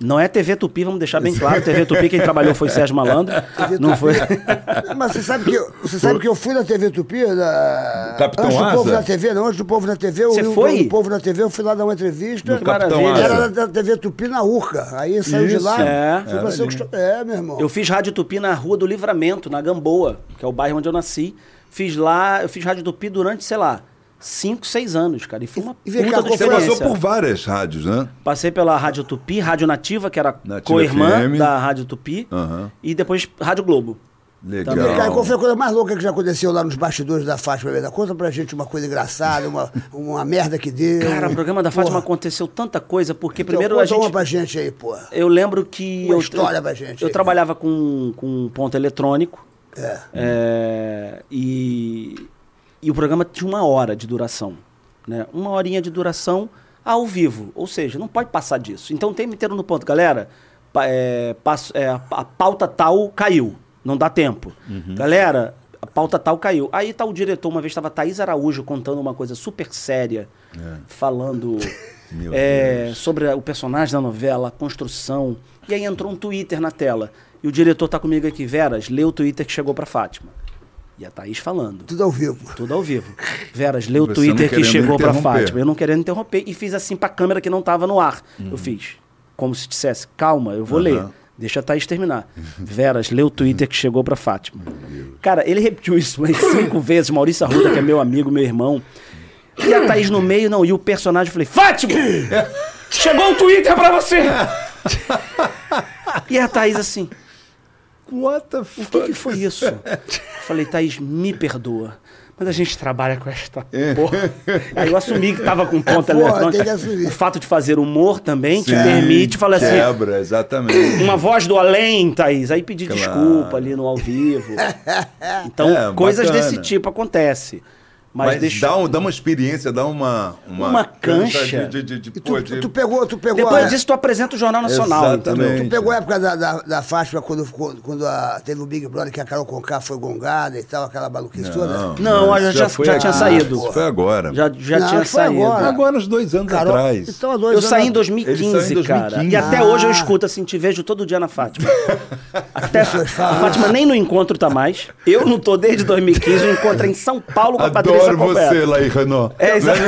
[SPEAKER 6] Não é TV Tupi, vamos deixar bem claro. TV Tupi, quem trabalhou foi Sérgio Malandro. não foi...
[SPEAKER 5] Mas você sabe, que eu, você sabe que eu fui na TV Tupi, na...
[SPEAKER 4] Capitão
[SPEAKER 5] antes do
[SPEAKER 4] Asa?
[SPEAKER 5] Povo na TV, não, antes do Povo na TV, eu
[SPEAKER 6] Você
[SPEAKER 5] vi o
[SPEAKER 6] foi?
[SPEAKER 5] do Povo na TV, eu fui lá dar uma entrevista.
[SPEAKER 4] No Capitão
[SPEAKER 6] maravilha.
[SPEAKER 4] Asa.
[SPEAKER 5] Era da da TV Tupi na Urca. Aí saiu de
[SPEAKER 4] Isso,
[SPEAKER 5] lá.
[SPEAKER 6] é.
[SPEAKER 5] fui pra
[SPEAKER 4] Era
[SPEAKER 5] São
[SPEAKER 4] ali.
[SPEAKER 5] Cristóvão. É, meu irmão.
[SPEAKER 6] Eu fiz Rádio Tupi na Rua do Livramento, na Gamboa, que é o bairro onde eu nasci. Fiz lá, eu fiz Rádio Tupi durante, sei lá, 5, 6 anos, cara. E foi uma
[SPEAKER 5] E vem cá, qual
[SPEAKER 6] puta de
[SPEAKER 4] Você
[SPEAKER 5] foi a-
[SPEAKER 6] experiência.
[SPEAKER 4] passou por várias rádios, né?
[SPEAKER 6] Passei pela Rádio Tupi, Rádio Nativa, que era
[SPEAKER 4] Nativa
[SPEAKER 6] co-irmã
[SPEAKER 4] FM.
[SPEAKER 6] da Rádio Tupi,
[SPEAKER 4] Aham.
[SPEAKER 6] e depois Rádio Globo.
[SPEAKER 4] Legal.
[SPEAKER 5] Vem cá, e qual foi a coisa mais louca que já aconteceu lá nos bastidores da Fátima? Beda? Conta pra gente uma coisa engraçada, uma, uma merda que deu.
[SPEAKER 6] Cara, o programa da
[SPEAKER 5] Porra.
[SPEAKER 6] Fátima aconteceu tanta coisa, porque
[SPEAKER 5] Então,
[SPEAKER 6] primeiro a
[SPEAKER 5] conta
[SPEAKER 6] gente.
[SPEAKER 5] uma pra gente aí, porra.
[SPEAKER 6] Eu lembro que.
[SPEAKER 5] Uma
[SPEAKER 6] eu,
[SPEAKER 5] história
[SPEAKER 6] eu,
[SPEAKER 5] pra gente
[SPEAKER 6] Eu
[SPEAKER 5] aí.
[SPEAKER 6] trabalhava com, com ponto eletrônico.
[SPEAKER 5] É.
[SPEAKER 6] É, e, e o programa tinha uma hora de duração. Né? Uma horinha de duração ao vivo. Ou seja, não pode passar disso. Então tem inteiro no ponto, galera. pa- é, passo- é, a a pauta tal caiu. Não dá tempo. Galera, A pauta tal caiu. Aí tá o diretor, uma vez estava Thaís Araújo contando uma coisa super séria, falando
[SPEAKER 4] Meu
[SPEAKER 6] é, sobre a- o personagem da novela, a construção. E aí entrou um Twitter na tela. E o diretor tá comigo aqui, Veras, lê o Twitter que chegou pra Fátima. E a Thaís falando.
[SPEAKER 5] Tudo ao vivo.
[SPEAKER 6] Tudo ao vivo. Veras, lê o
[SPEAKER 4] Você não
[SPEAKER 6] Twitter que
[SPEAKER 4] querendo
[SPEAKER 6] chegou pra
[SPEAKER 4] interromper.
[SPEAKER 6] Fátima. Eu não querendo interromper. E fiz assim pra câmera que não tava no ar.
[SPEAKER 4] Uhum.
[SPEAKER 6] Eu fiz. Como se dissesse, calma, eu vou ler. Deixa a Thaís terminar. Veras, lê o Twitter que chegou pra Fátima. Cara, ele repetiu isso umas cinco vezes. Maurício Arruda, que é meu amigo, meu irmão. E a Thaís no meio, não. E o personagem, eu falei, Fátima! Chegou o Twitter pra você! e a Thaís assim...
[SPEAKER 4] What the
[SPEAKER 6] O que, que foi isso? Falei, Thaís, me perdoa. Mas a gente trabalha com esta porra. Aí eu assumi que tava com ponta
[SPEAKER 4] É,
[SPEAKER 5] Porra,
[SPEAKER 6] eletrônica.
[SPEAKER 5] tem que assumir.
[SPEAKER 6] O fato de fazer humor também te
[SPEAKER 4] Sim,
[SPEAKER 6] permite falar assim.
[SPEAKER 4] Quebra, exatamente.
[SPEAKER 6] Uma voz do além, Thaís. Aí pedir
[SPEAKER 4] Claro.
[SPEAKER 6] desculpa ali no ao vivo. Então,
[SPEAKER 4] É,
[SPEAKER 6] coisas
[SPEAKER 4] bacana.
[SPEAKER 6] desse tipo acontece. Mas,
[SPEAKER 4] Mas,
[SPEAKER 6] deixa.
[SPEAKER 4] dá, um- dá uma experiência, dá uma. Uma,
[SPEAKER 6] Uma cancha.
[SPEAKER 4] De, de, de,
[SPEAKER 5] E
[SPEAKER 4] de, pô,
[SPEAKER 5] tu,
[SPEAKER 4] de-
[SPEAKER 5] tu pegou, tu pegou.
[SPEAKER 6] Depois
[SPEAKER 5] a-
[SPEAKER 6] disso, tu apresenta o Jornal Nacional,
[SPEAKER 4] Exatamente.
[SPEAKER 6] entendeu?
[SPEAKER 5] Tu pegou a época da, da, da Fátima, quando, quando, quando a- teve o Big Brother, que a Carol Conká foi gongada e tal, aquela maluquice toda.
[SPEAKER 6] Não,
[SPEAKER 4] Não,
[SPEAKER 6] eu
[SPEAKER 4] isso
[SPEAKER 6] já,
[SPEAKER 4] já foi
[SPEAKER 6] já tinha
[SPEAKER 4] aqui.
[SPEAKER 6] saído.
[SPEAKER 4] Isso foi agora.
[SPEAKER 6] Já, já
[SPEAKER 5] Não,
[SPEAKER 6] tinha
[SPEAKER 5] foi
[SPEAKER 6] saído.
[SPEAKER 5] agora.
[SPEAKER 4] Agora, uns dois anos
[SPEAKER 5] Carol,
[SPEAKER 4] atrás.
[SPEAKER 5] Então, há dois
[SPEAKER 6] Eu
[SPEAKER 5] anos
[SPEAKER 6] saí em
[SPEAKER 5] atrás,
[SPEAKER 6] 2015,
[SPEAKER 4] Ele saiu em 2015.
[SPEAKER 6] cara. E até
[SPEAKER 5] Ah.
[SPEAKER 6] hoje eu escuto assim, te vejo todo dia na Fátima. até a Fátima nem no encontro tá mais. Eu não tô desde 2015, eu encontro é em São Paulo com a Patrícia
[SPEAKER 4] Adoro você,
[SPEAKER 6] Colbert.
[SPEAKER 4] Laí Renault.
[SPEAKER 6] É, exato.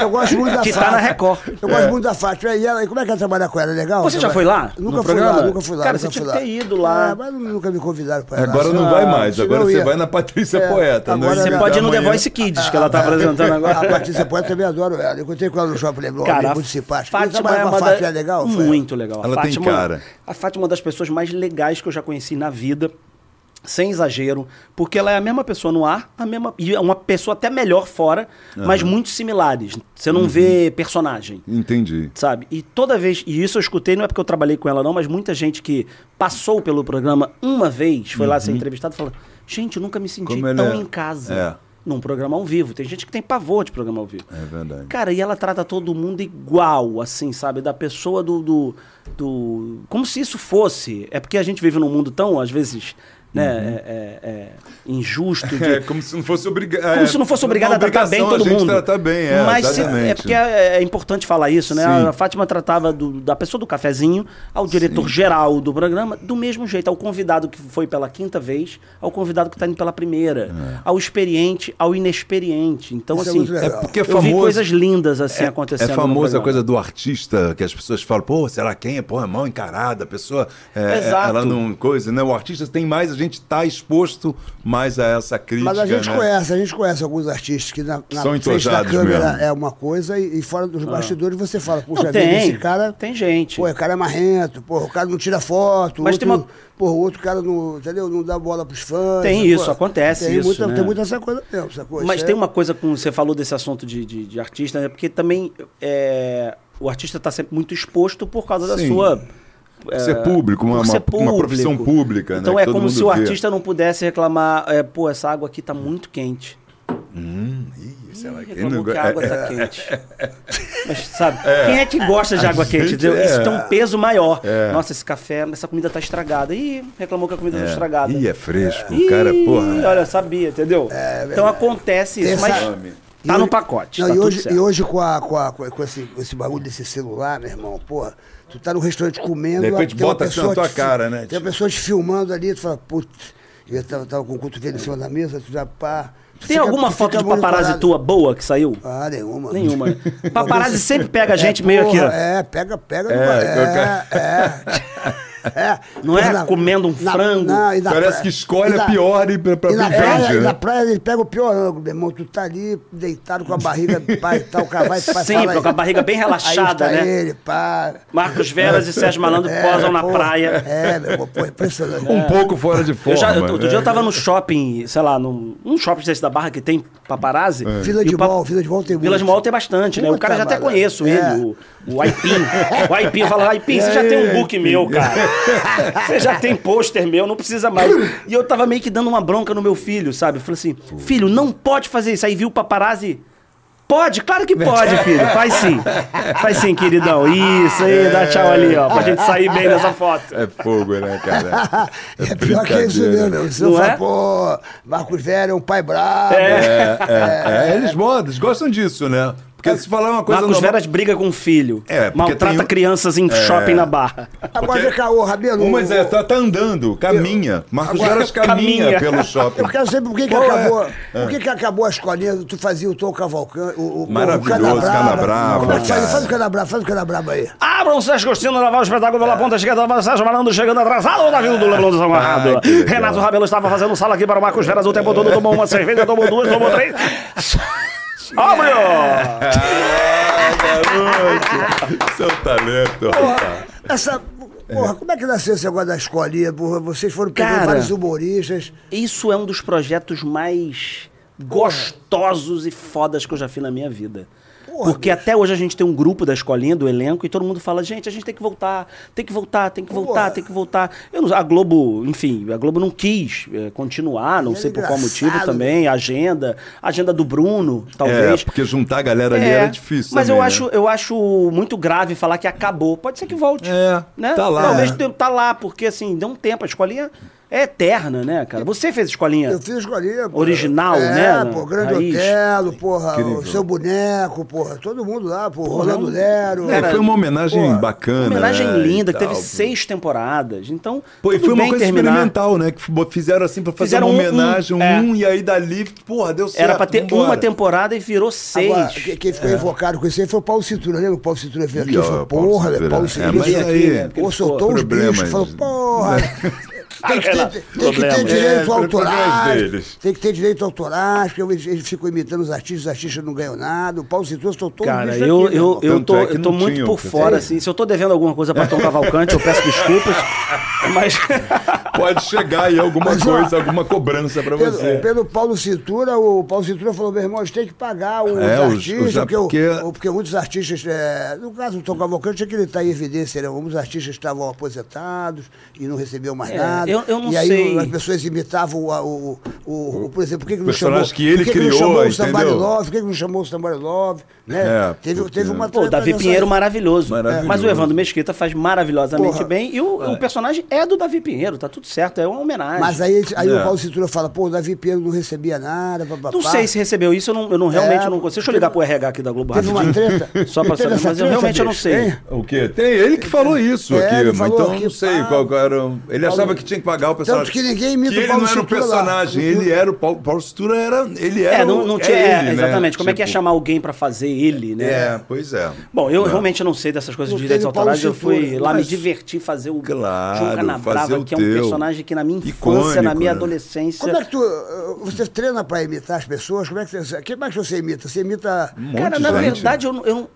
[SPEAKER 5] Eu gosto muito da
[SPEAKER 6] Que tá
[SPEAKER 5] Fátima.
[SPEAKER 6] na Record.
[SPEAKER 5] Eu gosto muito da Fátima. E ela, e como é que é trabalhar com ela? É legal?
[SPEAKER 6] Você já
[SPEAKER 5] Trabalhar-
[SPEAKER 6] foi lá no
[SPEAKER 5] Nunca fui
[SPEAKER 6] programa?
[SPEAKER 5] lá, nunca fui lá.
[SPEAKER 6] Cara,
[SPEAKER 5] nunca
[SPEAKER 6] você tinha
[SPEAKER 5] fui
[SPEAKER 6] que ter ido lá.
[SPEAKER 5] Ah, mas nunca me convidaram pra ir lá.
[SPEAKER 4] Agora não
[SPEAKER 5] Ah,
[SPEAKER 4] vai mais,
[SPEAKER 5] senão
[SPEAKER 4] agora
[SPEAKER 5] eu
[SPEAKER 4] você
[SPEAKER 5] ia.
[SPEAKER 4] vai na Patrícia
[SPEAKER 5] É,
[SPEAKER 4] Poeta.
[SPEAKER 5] agora
[SPEAKER 4] né?
[SPEAKER 5] Você
[SPEAKER 4] Da
[SPEAKER 6] Pode ir no The
[SPEAKER 4] manhã.
[SPEAKER 6] Voice Kids, que ela tá apresentando
[SPEAKER 5] A
[SPEAKER 6] agora.
[SPEAKER 5] Patrícia Poeta também adoro ela. Eu encontrei com ela no Shopping Leblon,
[SPEAKER 6] Cara,
[SPEAKER 5] Cara,
[SPEAKER 6] a
[SPEAKER 5] muito simpática. E
[SPEAKER 6] Fátima
[SPEAKER 5] trabalhar
[SPEAKER 6] é
[SPEAKER 5] com
[SPEAKER 6] uma
[SPEAKER 5] a
[SPEAKER 6] da-
[SPEAKER 5] Fátima é legal? foi?
[SPEAKER 6] muito legal.
[SPEAKER 4] Ela tem cara.
[SPEAKER 6] A Fátima é uma das pessoas mais legais que eu já conheci na vida, sem exagero, porque ela é a mesma pessoa no ar, a mesma e é uma pessoa até melhor fora, mas muito similares. Você não vê
[SPEAKER 4] Uhum.
[SPEAKER 6] personagem
[SPEAKER 4] Entendi.
[SPEAKER 6] sabe? E toda vez, e isso eu escutei, não é porque eu trabalhei com ela não, mas muita gente que passou pelo programa uma vez, foi lá ser entrevistado, falou, gente, eu nunca me senti
[SPEAKER 4] Uhum. Como ela
[SPEAKER 6] tão
[SPEAKER 4] é."
[SPEAKER 6] em casa
[SPEAKER 4] É.
[SPEAKER 6] num programa ao vivo. Tem gente que tem pavor de programa ao vivo.
[SPEAKER 4] É verdade.
[SPEAKER 6] Cara, e ela trata todo mundo igual, assim, sabe? Da pessoa do, do, do- Como se isso fosse. É porque a gente vive num mundo tão, às vezes, né, é- é- é injusto. de-
[SPEAKER 4] Uhum. É, como se não fosse obrigado.
[SPEAKER 6] como se não fosse obrigado a tratar bem
[SPEAKER 4] É,
[SPEAKER 6] todo
[SPEAKER 4] a gente
[SPEAKER 6] mundo.
[SPEAKER 4] tratar bem, é,
[SPEAKER 6] Mas se-
[SPEAKER 4] exatamente.
[SPEAKER 6] é porque é, é importante falar isso, né?
[SPEAKER 4] Sim.
[SPEAKER 6] A Fátima tratava do- da pessoa do cafezinho ao diretor-geral do programa do mesmo jeito. Ao convidado que foi pela quinta vez, ao convidado que está indo pela primeira,
[SPEAKER 4] É.
[SPEAKER 6] ao experiente, ao inexperiente. Então,
[SPEAKER 5] Isso é
[SPEAKER 6] assim,
[SPEAKER 5] muito legal.
[SPEAKER 4] É porque é
[SPEAKER 6] eu vi
[SPEAKER 4] famoso-
[SPEAKER 6] coisas lindas assim acontecendo.
[SPEAKER 4] É
[SPEAKER 6] no
[SPEAKER 4] famosa a
[SPEAKER 6] programa.
[SPEAKER 4] coisa do artista, que as pessoas falam, pô, será quem? Pô, é mal encarada, a pessoa. é, é,
[SPEAKER 6] Exato.
[SPEAKER 4] Ela não. Coisa, né? O artista tem mais, a gente tá exposto mais a essa crítica.
[SPEAKER 5] Mas a gente
[SPEAKER 4] né?
[SPEAKER 6] é,
[SPEAKER 5] conhece, a gente conhece alguns artistas que na, na
[SPEAKER 4] São
[SPEAKER 5] frente da
[SPEAKER 4] entojados
[SPEAKER 5] câmera
[SPEAKER 4] mesmo.
[SPEAKER 5] é uma coisa e, e fora dos bastidores você fala, puxa
[SPEAKER 6] Ah. Não,
[SPEAKER 5] vida,
[SPEAKER 6] tem.
[SPEAKER 5] esse cara.
[SPEAKER 6] Tem gente.
[SPEAKER 5] Pô, o cara é marrento, pô, o cara não tira foto,
[SPEAKER 6] Mas
[SPEAKER 5] outro,
[SPEAKER 6] tem uma-
[SPEAKER 5] pô, o outro cara não, entendeu? Não dá bola pros fãs.
[SPEAKER 6] Tem
[SPEAKER 5] pô,
[SPEAKER 6] isso, acontece
[SPEAKER 5] tem
[SPEAKER 6] isso,
[SPEAKER 5] Muita,
[SPEAKER 6] né?
[SPEAKER 5] Tem muita essa coisa mesmo, é essa coisa.
[SPEAKER 6] Mas tem uma coisa com você falou desse assunto de, de, de artista, né? Porque também é, o artista está sempre muito exposto por causa da
[SPEAKER 4] Sim.
[SPEAKER 6] sua é,
[SPEAKER 4] ser público, uma-
[SPEAKER 6] por
[SPEAKER 4] uma- uma profissão pública, né,
[SPEAKER 6] Então
[SPEAKER 4] que
[SPEAKER 6] é
[SPEAKER 4] todo
[SPEAKER 6] como
[SPEAKER 4] mundo
[SPEAKER 6] se o
[SPEAKER 4] vê.
[SPEAKER 6] artista não pudesse reclamar, é, pô, essa água aqui tá muito quente.
[SPEAKER 4] Ih, sei lá, quem
[SPEAKER 6] Reclamou
[SPEAKER 4] não...
[SPEAKER 6] que a água
[SPEAKER 4] é,
[SPEAKER 6] tá quente. Mas sabe, quem é que gosta de
[SPEAKER 4] A
[SPEAKER 6] água quente?
[SPEAKER 4] gente
[SPEAKER 6] entendeu? Isso
[SPEAKER 4] é.
[SPEAKER 6] tem um peso maior.
[SPEAKER 4] É.
[SPEAKER 6] Nossa, esse café, essa comida tá estragada. Ih, reclamou que a comida tá
[SPEAKER 4] é.
[SPEAKER 6] estragada.
[SPEAKER 4] Ih, é fresco, o cara,
[SPEAKER 6] Ih,
[SPEAKER 4] porra. É,
[SPEAKER 6] Olha, sabia, entendeu? então acontece isso,
[SPEAKER 5] Essa-
[SPEAKER 6] mas
[SPEAKER 5] E
[SPEAKER 6] tá
[SPEAKER 5] hoje-
[SPEAKER 6] no pacote.
[SPEAKER 5] Não,
[SPEAKER 6] tá
[SPEAKER 5] e,
[SPEAKER 6] tudo
[SPEAKER 5] hoje,
[SPEAKER 6] certo.
[SPEAKER 5] e hoje com, a, com, a, com, a- com esse, com esse bagulho desse celular, meu irmão, porra, tu tá no restaurante comendo.
[SPEAKER 4] De repente
[SPEAKER 5] tem uma
[SPEAKER 4] bota assim
[SPEAKER 5] pessoa
[SPEAKER 4] na tua
[SPEAKER 5] te-
[SPEAKER 4] cara, né?
[SPEAKER 5] Tem uma pessoa te filmando ali, tu fala, putz, eu tava, tava com o cotovelo em cima da mesa, tu já pá. tu
[SPEAKER 6] Tem
[SPEAKER 5] fica-
[SPEAKER 6] alguma
[SPEAKER 5] tu
[SPEAKER 6] foto
[SPEAKER 5] fica
[SPEAKER 6] de paparazzi
[SPEAKER 5] monitorado.
[SPEAKER 6] tua boa que saiu?
[SPEAKER 5] Ah, nenhuma.
[SPEAKER 6] Nenhuma. né? Paparazzi sempre pega a gente meio aqui,
[SPEAKER 5] porra,
[SPEAKER 6] ó.
[SPEAKER 5] É, pega, pega. É,
[SPEAKER 4] eu
[SPEAKER 5] é, é,
[SPEAKER 6] Não é comendo um frango?
[SPEAKER 5] e na
[SPEAKER 4] Parece
[SPEAKER 5] praia-
[SPEAKER 4] que escolhe
[SPEAKER 5] e
[SPEAKER 4] a
[SPEAKER 5] na-
[SPEAKER 4] pior e pra, pra
[SPEAKER 5] E na,
[SPEAKER 4] pra
[SPEAKER 5] praia,
[SPEAKER 4] vende,
[SPEAKER 5] e na
[SPEAKER 4] né?
[SPEAKER 5] praia ele pega o pior ângulo, meu irmão. Tu tá ali deitado com a barriga, pai, tal, o cara vai, pai, fala
[SPEAKER 6] Sempre,
[SPEAKER 5] aí. tá
[SPEAKER 6] com a barriga bem
[SPEAKER 5] Aí
[SPEAKER 6] relaxada,
[SPEAKER 5] está
[SPEAKER 6] né?
[SPEAKER 5] ele, pá.
[SPEAKER 6] Marcos Veras e Sérgio Malandro
[SPEAKER 5] É,
[SPEAKER 6] posam na
[SPEAKER 5] pô,
[SPEAKER 6] praia.
[SPEAKER 5] É, meu irmão, pô, impressionante.
[SPEAKER 4] Um pouco fora de forma.
[SPEAKER 6] Eu já, eu- outro dia eu
[SPEAKER 4] né?
[SPEAKER 6] tava no shopping, sei lá, num um shopping desse da Barra que tem paparazzi.
[SPEAKER 5] É. Vila
[SPEAKER 6] E
[SPEAKER 5] de
[SPEAKER 6] o pa-
[SPEAKER 5] Mall, Vila de Mall tem
[SPEAKER 6] Vila de
[SPEAKER 5] muito.
[SPEAKER 6] Mall tem bastante, né? O
[SPEAKER 5] Puta
[SPEAKER 6] cara já até
[SPEAKER 5] malandro.
[SPEAKER 6] conheço
[SPEAKER 5] É.
[SPEAKER 6] ele, o, o Aipim. O Aipim fala, Aipim, você já tem um book meu, cara. Você já tem pôster meu, não precisa mais. E eu tava meio que dando uma bronca no meu filho, sabe? Eu falei assim, filho, não pode fazer isso. Aí viu o paparazzi... Pode, claro que pode, filho. Faz sim. Faz sim, queridão. Isso aí, dá tchau ali, ó. Pra gente sair bem nessa foto.
[SPEAKER 4] É fogo, né, cara?
[SPEAKER 5] É pior que isso
[SPEAKER 4] brincadeira.
[SPEAKER 5] mesmo. Você
[SPEAKER 6] Não
[SPEAKER 5] fala,
[SPEAKER 6] é?
[SPEAKER 5] pô, Marcos Velho é um pai bravo.
[SPEAKER 4] É, é, é, eles bo- eles gostam disso, né? Porque se falar uma coisa.
[SPEAKER 6] Marcos
[SPEAKER 4] normal-
[SPEAKER 6] Veras briga com o filho.
[SPEAKER 4] É, porque
[SPEAKER 6] maltrata
[SPEAKER 4] tem um-
[SPEAKER 6] crianças em shopping na barra.
[SPEAKER 5] Agora
[SPEAKER 4] Porque-
[SPEAKER 5] vem cá, ô Rabelo.
[SPEAKER 4] Umas é, tá, tá andando, caminha. Marcos
[SPEAKER 5] Agora-
[SPEAKER 4] Veras caminha,
[SPEAKER 6] Caminha.
[SPEAKER 4] pelo shopping.
[SPEAKER 5] Eu quero saber por que, que
[SPEAKER 4] Qual é?
[SPEAKER 5] acabou. Por que, que acabou a escolinha? Tu fazia o Tom Cavalcante, o, o
[SPEAKER 4] Maravilhoso,
[SPEAKER 5] o
[SPEAKER 4] Canabrava,
[SPEAKER 5] Como é que faz?
[SPEAKER 4] cara.
[SPEAKER 5] Faz o Canabrava, faz o Canabrava aí.
[SPEAKER 6] Abram Sérgio Agostinho, lavar o espetáculo pela ponta esquerda, avança Sérgio Marando chegando atrasado na vida do Leblon do São Conrado.
[SPEAKER 4] Ah, que legal.
[SPEAKER 6] Renato Rabelo estava fazendo sala aqui para o Marcos Veras o tempo todo, tomou uma cerveja, tomou duas, tomou três. Óbvio!
[SPEAKER 4] É, Seu talento. É,
[SPEAKER 5] Porra, essa. Porra, como é que nasceu esse negócio da escolinha? Porra, vocês foram pegando
[SPEAKER 6] Cara.
[SPEAKER 5] vários humoristas.
[SPEAKER 6] Isso é um dos projetos mais gostosos e fodas que eu já fiz na minha vida.
[SPEAKER 5] Porra,
[SPEAKER 6] Porque até hoje a gente tem um grupo da escolinha, do elenco, e todo mundo fala, gente, a gente tem que voltar, tem que voltar, tem que voltar,
[SPEAKER 5] Porra.
[SPEAKER 6] tem que voltar. Eu não- a Globo, enfim, a Globo não quis eh, continuar, não
[SPEAKER 5] Era
[SPEAKER 6] sei por qual
[SPEAKER 5] é engraçado.
[SPEAKER 6] motivo também, a agenda, a agenda do Bruno, talvez.
[SPEAKER 4] É, porque juntar a galera ali
[SPEAKER 6] É,
[SPEAKER 4] era difícil.
[SPEAKER 6] Mas
[SPEAKER 4] também,
[SPEAKER 6] eu,
[SPEAKER 4] né?
[SPEAKER 6] acho, eu acho muito grave falar que acabou. Pode ser que volte.
[SPEAKER 4] É,
[SPEAKER 6] né?
[SPEAKER 4] tá lá,
[SPEAKER 6] Talvez
[SPEAKER 4] né?
[SPEAKER 6] tenha- tá lá, porque assim, deu um tempo. A escolinha é eterna, né, cara? Você fez escolinha.
[SPEAKER 5] Eu fiz escolinha. porra.
[SPEAKER 6] Original,
[SPEAKER 5] é,
[SPEAKER 6] né?
[SPEAKER 5] Pô, Grande
[SPEAKER 6] Raiz.
[SPEAKER 5] Otelo, porra,
[SPEAKER 4] Incrível.
[SPEAKER 5] o seu boneco, porra, todo mundo lá, porra, Rolando Lero.
[SPEAKER 4] É, foi uma homenagem
[SPEAKER 5] Porra,
[SPEAKER 4] bacana.
[SPEAKER 6] homenagem
[SPEAKER 4] né,
[SPEAKER 6] linda,
[SPEAKER 4] e
[SPEAKER 6] que teve
[SPEAKER 4] tal.
[SPEAKER 6] seis temporadas. Então,
[SPEAKER 4] Pô, e
[SPEAKER 6] tudo
[SPEAKER 4] foi uma
[SPEAKER 6] bem
[SPEAKER 4] coisa
[SPEAKER 6] terminar.
[SPEAKER 4] experimental, né? Que f- fizeram assim pra fazer
[SPEAKER 6] Fizeram
[SPEAKER 4] uma
[SPEAKER 6] um, um,
[SPEAKER 4] homenagem, um,
[SPEAKER 6] é.
[SPEAKER 4] e aí dali, porra, deu certo.
[SPEAKER 6] Era pra ter
[SPEAKER 4] vambora.
[SPEAKER 6] uma temporada e virou seis.
[SPEAKER 5] Agora, que- quem ficou invocado com isso aí foi o Paulo Cintura, lembra? O Paulo Cintura veio aqui
[SPEAKER 4] É. Ih, ó,
[SPEAKER 5] e falou,
[SPEAKER 4] Paulo
[SPEAKER 5] porra,
[SPEAKER 4] Cintura.
[SPEAKER 5] velho, Paulo
[SPEAKER 4] É,
[SPEAKER 5] Cintura
[SPEAKER 4] mas
[SPEAKER 5] veio
[SPEAKER 4] aí-
[SPEAKER 5] aqui, né? Pô, soltou uns bichos,
[SPEAKER 4] Problemas. né?"
[SPEAKER 5] falou, porra, tem que
[SPEAKER 6] Aquela-
[SPEAKER 5] ter, tem que ter
[SPEAKER 6] problemas.
[SPEAKER 4] É,
[SPEAKER 5] direito
[SPEAKER 4] problemas
[SPEAKER 5] autorais,
[SPEAKER 4] deles.
[SPEAKER 5] tem que ter direito autorais, porque eles, eles ficam imitando os artistas, os artistas não ganham nada, o Paulo Cintura soltou uns
[SPEAKER 6] Cara,
[SPEAKER 5] bichos
[SPEAKER 6] eu,
[SPEAKER 5] aqui,
[SPEAKER 6] eu,
[SPEAKER 5] meu
[SPEAKER 6] eu
[SPEAKER 4] Tanto
[SPEAKER 6] tô,
[SPEAKER 4] é que
[SPEAKER 6] eu tô
[SPEAKER 4] não
[SPEAKER 6] muito
[SPEAKER 4] tinha o
[SPEAKER 6] por
[SPEAKER 4] que
[SPEAKER 6] fora,
[SPEAKER 4] fazer.
[SPEAKER 6] assim. Se eu tô devendo alguma coisa pra Tom Cavalcante, eu peço desculpas. Mas.
[SPEAKER 4] Pode chegar aí alguma
[SPEAKER 5] Mas, ó,
[SPEAKER 4] coisa, alguma cobrança pra
[SPEAKER 5] Pelo,
[SPEAKER 4] você.
[SPEAKER 5] pelo é, Paulo Cintura, o Paulo Cintura falou, meu irmão, a gente tem que pagar os
[SPEAKER 4] É, os-
[SPEAKER 5] artistas,
[SPEAKER 4] os-
[SPEAKER 5] porque, o-
[SPEAKER 4] porque- é-
[SPEAKER 5] o- porque muitos artistas, é, no caso do Tom Cavalcante, é que ele está em evidência, né? Alguns artistas estavam aposentados e não recebiam mais
[SPEAKER 6] É,
[SPEAKER 5] nada.
[SPEAKER 6] eu- eu não
[SPEAKER 5] e aí
[SPEAKER 6] sei.
[SPEAKER 5] as pessoas imitavam a- o, o, o- o- por exemplo, por que, que não chamou,
[SPEAKER 4] personagem que ele
[SPEAKER 5] por que
[SPEAKER 4] criou,
[SPEAKER 5] que não chamou o Somebody
[SPEAKER 4] entendeu?
[SPEAKER 5] Love, por que, que não chamou o Somebody Love, né?
[SPEAKER 4] É,
[SPEAKER 5] teve,
[SPEAKER 4] porque-
[SPEAKER 5] teve uma
[SPEAKER 6] Pô, o
[SPEAKER 5] treta
[SPEAKER 6] Davi
[SPEAKER 5] nessa
[SPEAKER 6] Pinheiro
[SPEAKER 5] aí.
[SPEAKER 6] maravilhoso.
[SPEAKER 4] Maravilhoso.
[SPEAKER 6] Mas o Evandro Mesquita faz maravilhosamente
[SPEAKER 5] Porra.
[SPEAKER 6] bem. E o, o personagem é do Davi Pinheiro, tá tudo certo. É uma homenagem.
[SPEAKER 5] Mas aí, aí
[SPEAKER 4] É.
[SPEAKER 5] o Paulo Cintura fala, pô, o Davi Pinheiro não recebia nada, papapá.
[SPEAKER 6] Não sei se recebeu isso, eu, não, eu não, realmente não consigo. Deixa eu ligar pro RH aqui da Globo
[SPEAKER 5] É, Teve uma
[SPEAKER 6] rapidinho.
[SPEAKER 5] treta.
[SPEAKER 6] Só pra
[SPEAKER 5] Teve
[SPEAKER 6] saber,
[SPEAKER 5] essa
[SPEAKER 6] mas eu
[SPEAKER 5] treta,
[SPEAKER 6] realmente eu não
[SPEAKER 5] bicho,
[SPEAKER 6] sei.
[SPEAKER 5] hein?
[SPEAKER 4] O quê? Tem ele que falou isso
[SPEAKER 5] É,
[SPEAKER 4] aqui,
[SPEAKER 5] ele
[SPEAKER 4] mas
[SPEAKER 5] falou
[SPEAKER 4] então
[SPEAKER 5] aqui,
[SPEAKER 4] não sei
[SPEAKER 5] pá.
[SPEAKER 4] qual era. o- Ele achava que tinha que pagar o
[SPEAKER 5] Tanto
[SPEAKER 4] personagem.
[SPEAKER 5] que ninguém imita
[SPEAKER 4] que
[SPEAKER 5] o
[SPEAKER 4] ele
[SPEAKER 5] Paulo
[SPEAKER 4] não era o
[SPEAKER 5] Cintura lá.
[SPEAKER 4] personagem, ele era o Paulo, Paulo Cintura era, ele era
[SPEAKER 6] É, não,
[SPEAKER 4] o-
[SPEAKER 6] não
[SPEAKER 4] é
[SPEAKER 6] tinha. é,
[SPEAKER 4] ele, né?
[SPEAKER 6] exatamente. Como é que ia
[SPEAKER 4] Tipo,
[SPEAKER 6] chamar alguém pra fazer ele, né?
[SPEAKER 4] É, pois é.
[SPEAKER 6] Bom, eu realmente não sei dessas coisas
[SPEAKER 5] Não
[SPEAKER 6] de direitos
[SPEAKER 5] teve Paulo
[SPEAKER 6] autorais. Eu fui
[SPEAKER 5] Cintura,
[SPEAKER 6] lá me
[SPEAKER 4] mas-
[SPEAKER 6] divertir fazer o
[SPEAKER 4] Claro,
[SPEAKER 6] João
[SPEAKER 4] fazer
[SPEAKER 6] Canabrava,
[SPEAKER 4] o
[SPEAKER 6] que é um
[SPEAKER 4] teu.
[SPEAKER 6] personagem que na minha infância, na
[SPEAKER 4] Icônico,
[SPEAKER 6] minha
[SPEAKER 4] né?
[SPEAKER 6] adolescência.
[SPEAKER 5] Como é que tu. eh, Você treina pra imitar as pessoas? Como é que você. O que mais que você imita? Você imita.
[SPEAKER 4] Um monte
[SPEAKER 6] Cara,
[SPEAKER 4] de
[SPEAKER 6] na
[SPEAKER 4] gente.
[SPEAKER 6] verdade, eu, não- eu não-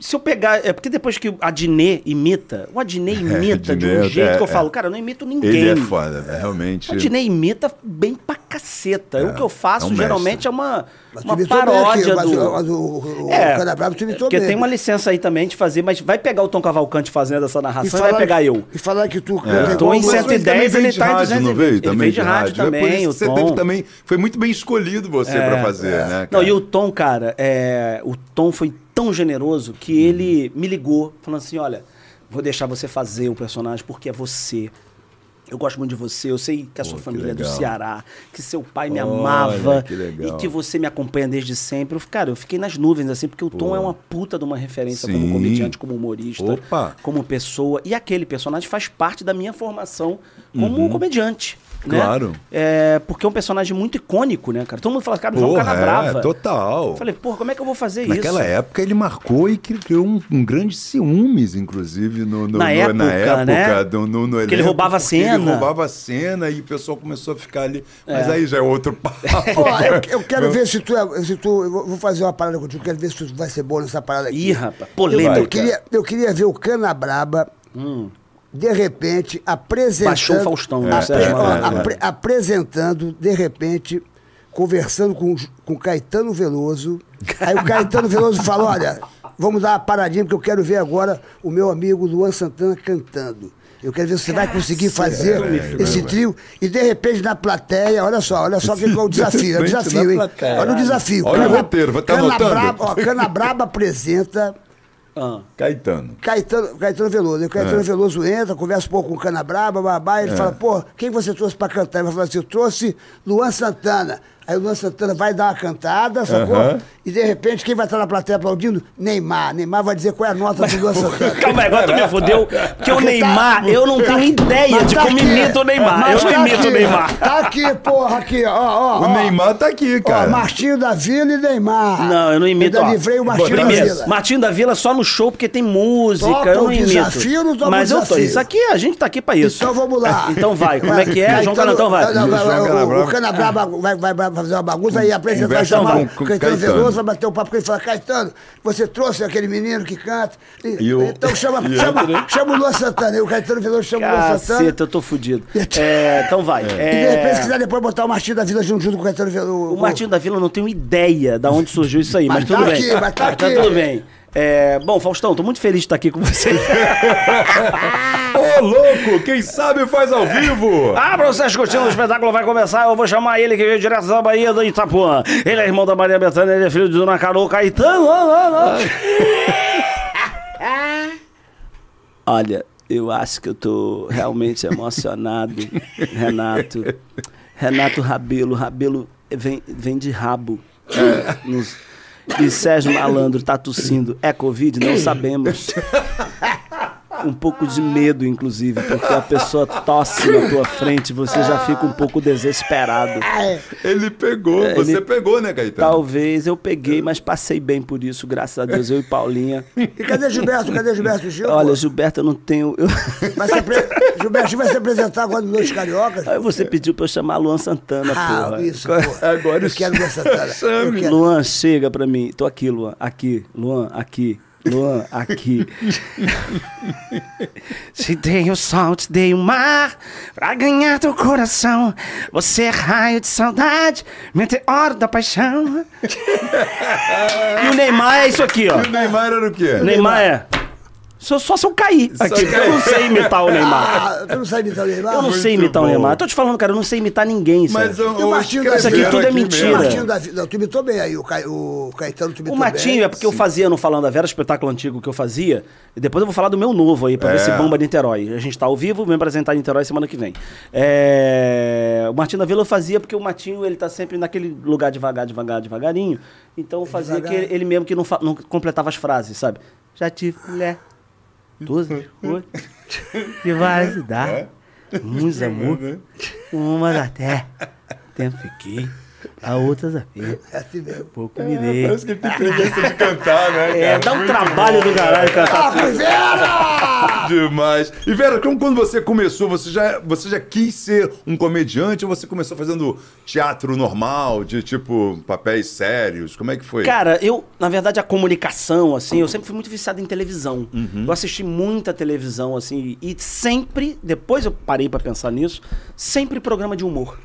[SPEAKER 6] Se eu pegar. É porque depois que a Diné imita, o Adnet imita de um
[SPEAKER 4] Adnet,
[SPEAKER 6] jeito
[SPEAKER 4] é,
[SPEAKER 6] que eu
[SPEAKER 4] é.
[SPEAKER 6] falo, cara, eu não imito ninguém.
[SPEAKER 4] Ele é foda, né? realmente.
[SPEAKER 6] O Adnet imita bem pra caceta. o que eu faço
[SPEAKER 4] é um
[SPEAKER 6] geralmente
[SPEAKER 4] mestre.
[SPEAKER 6] é uma,
[SPEAKER 5] Mas tu
[SPEAKER 6] uma
[SPEAKER 5] imitou bem é aqui,
[SPEAKER 6] paródia
[SPEAKER 5] mas
[SPEAKER 6] do. É,
[SPEAKER 5] o- mas o- o Canabrava tu imitou
[SPEAKER 6] porque
[SPEAKER 5] bem.
[SPEAKER 6] tem uma licença aí também de fazer, mas vai pegar o Tom Cavalcante fazendo essa
[SPEAKER 5] E
[SPEAKER 6] narração e
[SPEAKER 5] falar-
[SPEAKER 6] vai pegar eu.
[SPEAKER 5] E falar que tu.
[SPEAKER 4] É.
[SPEAKER 5] canta
[SPEAKER 6] Tô
[SPEAKER 5] igual
[SPEAKER 6] em
[SPEAKER 5] o Lula.
[SPEAKER 6] cento e- 110, ele
[SPEAKER 4] de
[SPEAKER 6] tá em
[SPEAKER 4] rádio, não
[SPEAKER 6] 220.
[SPEAKER 4] veio?
[SPEAKER 6] Ele
[SPEAKER 4] também
[SPEAKER 6] veio de rádio
[SPEAKER 4] É por isso
[SPEAKER 6] também,
[SPEAKER 4] que
[SPEAKER 6] o
[SPEAKER 4] você
[SPEAKER 6] Tom. É,
[SPEAKER 4] teve também. Foi muito bem escolhido você pra fazer, né? Cara?
[SPEAKER 6] Não, e o Tom, cara, é, o Tom foi tão generoso que ele me ligou, falando assim: olha, vou deixar você fazer o personagem porque é você. Eu gosto muito de você, eu sei que a sua
[SPEAKER 4] que
[SPEAKER 6] família é do
[SPEAKER 4] legal.
[SPEAKER 6] Ceará, que seu pai me
[SPEAKER 4] Olha,
[SPEAKER 6] amava
[SPEAKER 4] que legal.
[SPEAKER 6] e que você me acompanha desde sempre. Eu, cara, eu fiquei nas nuvens, assim, porque o Tom é uma puta de uma referência como
[SPEAKER 4] Sim.
[SPEAKER 6] comediante, como humorista,
[SPEAKER 4] Opa.
[SPEAKER 6] como pessoa. E aquele personagem faz parte da minha formação como comediante.
[SPEAKER 4] Uhum.
[SPEAKER 6] né?
[SPEAKER 4] Claro.
[SPEAKER 6] É, porque é um personagem muito icônico, né, cara? Todo mundo fala, cara, João
[SPEAKER 4] Porra,
[SPEAKER 6] Canabrava.
[SPEAKER 4] é, total.
[SPEAKER 6] Eu Falei, porra, como é que eu vou fazer
[SPEAKER 4] Naquela
[SPEAKER 6] isso?
[SPEAKER 4] época ele marcou e cri- criou um, um grande ciúmes, inclusive, no, no-
[SPEAKER 6] Na
[SPEAKER 4] no-
[SPEAKER 6] época, né?
[SPEAKER 4] do- no, no
[SPEAKER 6] Porque ele
[SPEAKER 4] elenco,
[SPEAKER 6] roubava a
[SPEAKER 4] porque Ele
[SPEAKER 6] cena.
[SPEAKER 4] roubava a cena e o pessoal começou a ficar ali. Mas aí já é outro papo.
[SPEAKER 5] Ó, eu, eu quero ver se tu. é- Se tu eu vou vou fazer uma parada contigo, quero ver se tu vai ser bom nessa parada aqui.
[SPEAKER 6] Ih, rapaz,
[SPEAKER 5] eu,
[SPEAKER 6] polêmica. Hum.
[SPEAKER 5] eu queria, eu queria ver o Canabraba. De repente, apresentando.
[SPEAKER 6] Baixou o Faustão, né,
[SPEAKER 5] apre-
[SPEAKER 6] Sérgio
[SPEAKER 5] ó,
[SPEAKER 6] Malandro,
[SPEAKER 5] apre- apresentando, de repente, conversando com, os- com Caetano Veloso. Aí o Caetano Veloso falou: olha, vamos dar uma paradinha, porque eu quero ver agora o meu amigo Luan Santana cantando. Eu quero ver se você vai conseguir fazer esse trio. E de repente na plateia, olha só, olha só que é o desafio. É o
[SPEAKER 4] De repente,
[SPEAKER 5] desafio,
[SPEAKER 4] na
[SPEAKER 5] hein?
[SPEAKER 4] plateia.
[SPEAKER 5] Olha o desafio.
[SPEAKER 4] Olha o roteiro, vai tá
[SPEAKER 5] Cana
[SPEAKER 4] anotando?
[SPEAKER 5] Braba, ó, Cana Braba apresenta
[SPEAKER 6] Ah.
[SPEAKER 4] Caetano.
[SPEAKER 5] Caetano, Caetano Veloso. O Caetano
[SPEAKER 4] É.
[SPEAKER 5] Veloso entra, conversa um pouco com o Canabraba, babá, ele fala, pô, quem você trouxe pra cantar? Ele vai falar assim, eu trouxe Luan Santana. Aí o Luan Santana vai dar uma cantada, sacou?
[SPEAKER 4] Aham.
[SPEAKER 5] E de repente, quem vai estar na plateia aplaudindo? Neymar. Neymar vai dizer qual é a nota do Luan Santana.
[SPEAKER 6] Calma aí, agora tu me fodeu. Porque o Neymar, eu não tenho ideia
[SPEAKER 5] tá- Mas
[SPEAKER 6] de
[SPEAKER 5] tá
[SPEAKER 6] como
[SPEAKER 5] aqui.
[SPEAKER 6] imita o Neymar.
[SPEAKER 5] Mas
[SPEAKER 6] Eu
[SPEAKER 5] tá
[SPEAKER 6] não imito
[SPEAKER 5] aqui.
[SPEAKER 6] o Neymar.
[SPEAKER 5] Tá aqui, porra, aqui, ó, ó.
[SPEAKER 4] O
[SPEAKER 5] ó.
[SPEAKER 4] Neymar tá aqui,
[SPEAKER 5] Ó,
[SPEAKER 4] cara.
[SPEAKER 5] Martinho da Vila e Neymar.
[SPEAKER 6] Não, eu não imito.
[SPEAKER 5] Ainda
[SPEAKER 6] ó.
[SPEAKER 5] livrei o Martinho
[SPEAKER 6] Primeiro,
[SPEAKER 5] da Vila.
[SPEAKER 6] Martinho da Vila só no show porque tem música.
[SPEAKER 5] Topa
[SPEAKER 6] eu
[SPEAKER 5] o
[SPEAKER 6] não imito.
[SPEAKER 5] desafio, não topa o
[SPEAKER 6] Mas eu tô.
[SPEAKER 5] desafio.
[SPEAKER 6] Isso aqui, a gente tá aqui pra isso.
[SPEAKER 5] Então vamos lá.
[SPEAKER 6] Então vai, como é que é? João Canatão vai.
[SPEAKER 5] Não, não, vai, vai,
[SPEAKER 4] João
[SPEAKER 5] o-
[SPEAKER 4] Canabrava.
[SPEAKER 5] o Canabrava vai, vai, vai fazer uma bagunça aí apresentar
[SPEAKER 4] Conversa
[SPEAKER 5] chamar
[SPEAKER 4] com-
[SPEAKER 5] o
[SPEAKER 4] com
[SPEAKER 5] Caetano,
[SPEAKER 4] Caetano.
[SPEAKER 5] Veloso, vai bater o papo com ele e falar, Caetano, você trouxe aquele menino que canta. E-
[SPEAKER 4] E o-
[SPEAKER 5] Então chama,
[SPEAKER 4] e né?
[SPEAKER 5] chama, chama o Luan Santana. E o Caetano Veloso chama o Luan Santana.
[SPEAKER 6] Caceta, eu tô fudido. É, então vai.
[SPEAKER 5] tá? E de repente,
[SPEAKER 6] É,
[SPEAKER 5] se quiser depois botar o Martinho da Vila junto, junto com o Caetano Veloso.
[SPEAKER 6] o Martinho da Vila eu não tenho ideia de onde surgiu isso aí, mas,
[SPEAKER 5] Mas tá
[SPEAKER 6] tudo
[SPEAKER 5] aqui,
[SPEAKER 6] bem.
[SPEAKER 5] mas tá aqui.
[SPEAKER 6] tudo bem. É, bom, Faustão, tô muito feliz de estar aqui com você.
[SPEAKER 4] Ô, louco, quem sabe faz ao vivo.
[SPEAKER 6] Ah, pra vocês curtindo o espetáculo vai começar, eu vou chamar ele que veio direto da Bahia do Itapuã. Ele é irmão da Maria Bethânia, ele é filho de Dona Carol Caetano. Ah, ah, ah. Olha, eu acho que eu tô realmente emocionado, Renato. Renato Rabelo, Rabelo vem, vem de rabo. Nos- E Sérgio Malandro tá tossindo. É Covid? Não sabemos um pouco de medo, inclusive, porque a pessoa tosse na tua frente, e você já fica um pouco desesperado.
[SPEAKER 4] Ele pegou,
[SPEAKER 6] É,
[SPEAKER 4] você
[SPEAKER 6] ele-
[SPEAKER 4] pegou, né, Caetano?
[SPEAKER 6] Talvez eu peguei, mas passei bem por isso, graças a Deus, eu e Paulinha.
[SPEAKER 5] E cadê Gilberto? Cadê Gilberto Gil?
[SPEAKER 6] Olha,
[SPEAKER 5] Então, pô?
[SPEAKER 6] Gilberto, eu não tenho. eu-
[SPEAKER 5] Vai se apre- Gilberto Gil vai se apresentar agora no Noite Cariocas.
[SPEAKER 6] Aí você pediu pra eu chamar Luan Santana,
[SPEAKER 5] Ah,
[SPEAKER 6] porra.
[SPEAKER 5] isso, pô.
[SPEAKER 4] Agora
[SPEAKER 5] eu
[SPEAKER 4] isso-
[SPEAKER 5] quero Luan Santana. Eu quero.
[SPEAKER 6] Luan, chega pra mim. Tô aqui, Luan. Aqui. Luan, aqui. Luan, aqui. Se dei o sol, te dei o mar Pra ganhar teu coração Você é raio de saudade Meteoro da paixão E o Neymar é isso aqui, ó
[SPEAKER 4] E o Neymar era o quê?
[SPEAKER 6] O Neymar é só, só se eu cair
[SPEAKER 4] Só
[SPEAKER 6] aqui, porque eu não
[SPEAKER 4] cair. Ah,
[SPEAKER 6] sei imitar o Neymar
[SPEAKER 5] Ah, tu não sabe imitar o Neymar?
[SPEAKER 6] Eu não sei
[SPEAKER 4] muito
[SPEAKER 6] imitar o
[SPEAKER 4] bom.
[SPEAKER 6] Neymar Eu tô te falando, cara, eu não sei imitar ninguém,
[SPEAKER 4] Mas
[SPEAKER 6] sério.
[SPEAKER 4] eu,
[SPEAKER 5] E o Martinho
[SPEAKER 4] eu
[SPEAKER 5] da
[SPEAKER 6] Isso aqui
[SPEAKER 4] escreveram
[SPEAKER 6] tudo é
[SPEAKER 4] aqui
[SPEAKER 6] mentira.
[SPEAKER 4] mesmo.
[SPEAKER 5] O Martinho da Vila. Não, tu imitou bem aí. O, Ca... o Caetano tu imitou
[SPEAKER 6] O
[SPEAKER 5] bem.
[SPEAKER 6] Matinho é porque eu fazia no Falando a Vera, espetáculo antigo que eu fazia. E depois eu vou falar do meu novo aí, pra
[SPEAKER 4] É.
[SPEAKER 6] ver se bomba Niterói. A gente tá ao vivo, vem apresentar em Niterói semana que vem. É, O Martinho da Vila eu fazia porque o Matinho, ele tá sempre naquele lugar devagar, devagar, devagarinho. Então eu fazia
[SPEAKER 5] Devagar.
[SPEAKER 6] que ele, ele mesmo que não, fa- não completava as frases, sabe? Já tive mulher. Duas, oito. De várias
[SPEAKER 4] É?
[SPEAKER 6] idades. Uns
[SPEAKER 4] Hum?
[SPEAKER 6] amor. Uma até. Tempo fiquei. A outras apenas.
[SPEAKER 5] É assim mesmo.
[SPEAKER 6] Pouco me dei.
[SPEAKER 4] Parece que ele tem preguiça de cantar, né, cara?
[SPEAKER 6] É, dá um trabalho do caralho cantar.
[SPEAKER 5] Ah, Vera!
[SPEAKER 4] Demais. E Vera, como quando você começou, você já, você já quis ser um comediante ou você começou fazendo teatro normal, de tipo papéis sérios? Como é que foi?
[SPEAKER 6] Cara, eu, na verdade, a comunicação, assim, eu sempre fui muito viciado em televisão.
[SPEAKER 4] Uhum.
[SPEAKER 6] Eu assisti muita televisão, assim, e sempre, depois eu parei pra pensar nisso, sempre programa de humor.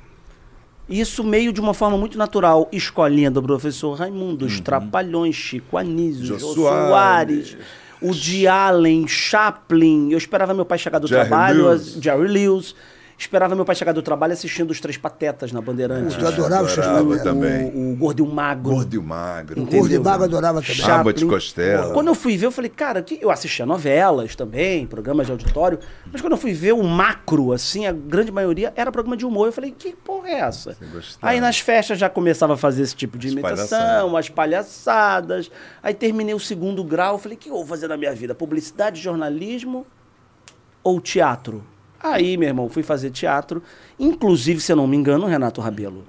[SPEAKER 6] E Isso meio de uma forma muito natural. Escolinha do professor Raimundo, os Trapalhões, Chico Anísio,
[SPEAKER 4] Uhum. Jô
[SPEAKER 6] Jô
[SPEAKER 4] Soares.
[SPEAKER 6] Soares, o de Allen, Chaplin. Eu esperava meu pai chegar do
[SPEAKER 4] Jerry
[SPEAKER 6] trabalho,
[SPEAKER 4] Lewis.
[SPEAKER 6] as- Jerry Lewis. Esperava meu pai chegar do trabalho assistindo os Três Patetas na Bandeirantes.
[SPEAKER 5] Eu adorava o Chico
[SPEAKER 4] Adorava
[SPEAKER 5] Anísio.
[SPEAKER 4] também.
[SPEAKER 6] o, o Gordo e o Magro.
[SPEAKER 4] Gordo e magro.
[SPEAKER 5] O Gordo e Mago adorava também.
[SPEAKER 4] Chaplin. Chapa de costela.
[SPEAKER 6] Quando eu fui ver, eu falei, cara, que eu assistia novelas também, programas de auditório, mas quando eu fui ver o macro, assim, a grande maioria era programa de humor. Eu falei, que porra é essa?
[SPEAKER 4] gostava.
[SPEAKER 6] Aí nas festas já começava a fazer esse tipo de imitação,
[SPEAKER 4] Espalhaçada.
[SPEAKER 6] as palhaçadas. Aí terminei o segundo grau, eu falei, o que eu vou fazer na minha vida? Publicidade, jornalismo ou teatro? Aí, meu irmão, fui fazer teatro. Inclusive, se eu não me engano, Renato Rabelo,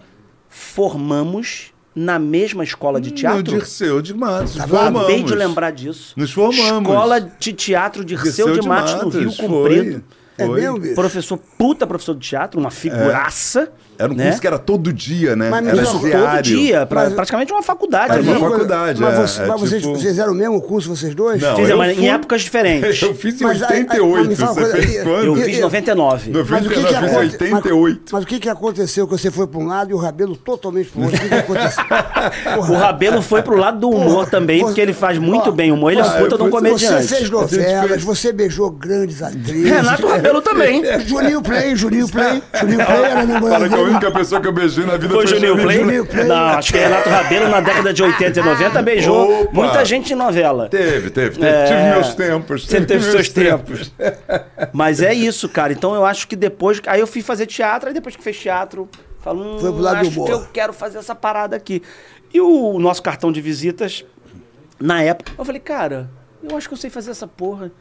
[SPEAKER 6] formamos na mesma escola de
[SPEAKER 4] Não,
[SPEAKER 6] teatro.
[SPEAKER 4] Dirceu de Matos. formamos.
[SPEAKER 6] Acabei de lembrar disso.
[SPEAKER 4] Nos formamos.
[SPEAKER 6] Escola de Teatro de Dirceu de Matos, no Rio
[SPEAKER 4] foi,
[SPEAKER 6] Comprido.
[SPEAKER 5] É
[SPEAKER 4] foi.
[SPEAKER 5] meu, bicho?
[SPEAKER 6] Professor, puta professor de teatro, uma figuraça.
[SPEAKER 4] É. Era um
[SPEAKER 6] né?
[SPEAKER 4] curso que era todo dia, né?
[SPEAKER 5] Mas,
[SPEAKER 4] era
[SPEAKER 5] meu, todo
[SPEAKER 6] Todo
[SPEAKER 4] diário.
[SPEAKER 6] dia, pra-
[SPEAKER 5] Mas-
[SPEAKER 6] praticamente uma faculdade. né?
[SPEAKER 4] Mas
[SPEAKER 6] ali.
[SPEAKER 4] uma faculdade,
[SPEAKER 5] Mas,
[SPEAKER 4] é,
[SPEAKER 5] você-
[SPEAKER 4] é
[SPEAKER 5] mas vocês
[SPEAKER 4] tipo-
[SPEAKER 5] fizeram o mesmo curso, vocês dois?
[SPEAKER 4] Não,
[SPEAKER 6] Fiz,
[SPEAKER 4] eu
[SPEAKER 6] mas
[SPEAKER 4] fui-
[SPEAKER 6] em épocas diferentes.
[SPEAKER 4] Eu fiz em
[SPEAKER 5] Mas aí- aí- mas
[SPEAKER 4] 88,
[SPEAKER 5] me fala uma
[SPEAKER 4] você
[SPEAKER 5] coisa,
[SPEAKER 4] fez
[SPEAKER 5] eu-
[SPEAKER 4] quando?
[SPEAKER 6] Eu
[SPEAKER 5] e-
[SPEAKER 6] fiz
[SPEAKER 5] e-
[SPEAKER 6] 99.
[SPEAKER 4] No
[SPEAKER 5] Mas o que, que
[SPEAKER 4] Fiz
[SPEAKER 5] aconte-
[SPEAKER 4] 88.
[SPEAKER 5] Mas o que, que aconteceu que você foi para um lado e o Rabelo totalmente para o outro? O que, que aconteceu?
[SPEAKER 6] O Rabelo foi pro lado do humor também, porque ele faz muito bem humor. Ele é um
[SPEAKER 4] Ah,
[SPEAKER 6] puta de um
[SPEAKER 4] eu fui-
[SPEAKER 5] Você
[SPEAKER 6] comediante.
[SPEAKER 5] fez
[SPEAKER 4] A gente
[SPEAKER 5] novelas,
[SPEAKER 4] fez-
[SPEAKER 5] você beijou grandes atrizes.
[SPEAKER 6] Renato cabelo também.
[SPEAKER 4] É.
[SPEAKER 5] Juninho Play, Juninho Play, Juninho Play era
[SPEAKER 4] Fala
[SPEAKER 5] namorado
[SPEAKER 4] que é a
[SPEAKER 5] dele.
[SPEAKER 4] única pessoa que eu beijei na vida
[SPEAKER 6] Foi
[SPEAKER 4] foi,
[SPEAKER 6] o Juninho Play?
[SPEAKER 5] Juninho Play.
[SPEAKER 6] Não, acho que Renato Rabelo na década de 80 e 90 beijou
[SPEAKER 4] Opa.
[SPEAKER 6] muita gente em novela.
[SPEAKER 4] Teve, teve, teve.
[SPEAKER 6] É.
[SPEAKER 4] Tive meus tempos.
[SPEAKER 6] Você teve
[SPEAKER 4] meus
[SPEAKER 6] seus tempos. Mas é isso, cara. Então eu acho que depois. Aí eu fui fazer teatro, aí depois que fez teatro, falo, hum,
[SPEAKER 5] Foi pro lado do
[SPEAKER 6] acho
[SPEAKER 5] humor.
[SPEAKER 6] que eu quero fazer essa parada aqui. E o nosso cartão de visitas, na época, eu falei, cara, eu acho que eu sei fazer essa porra.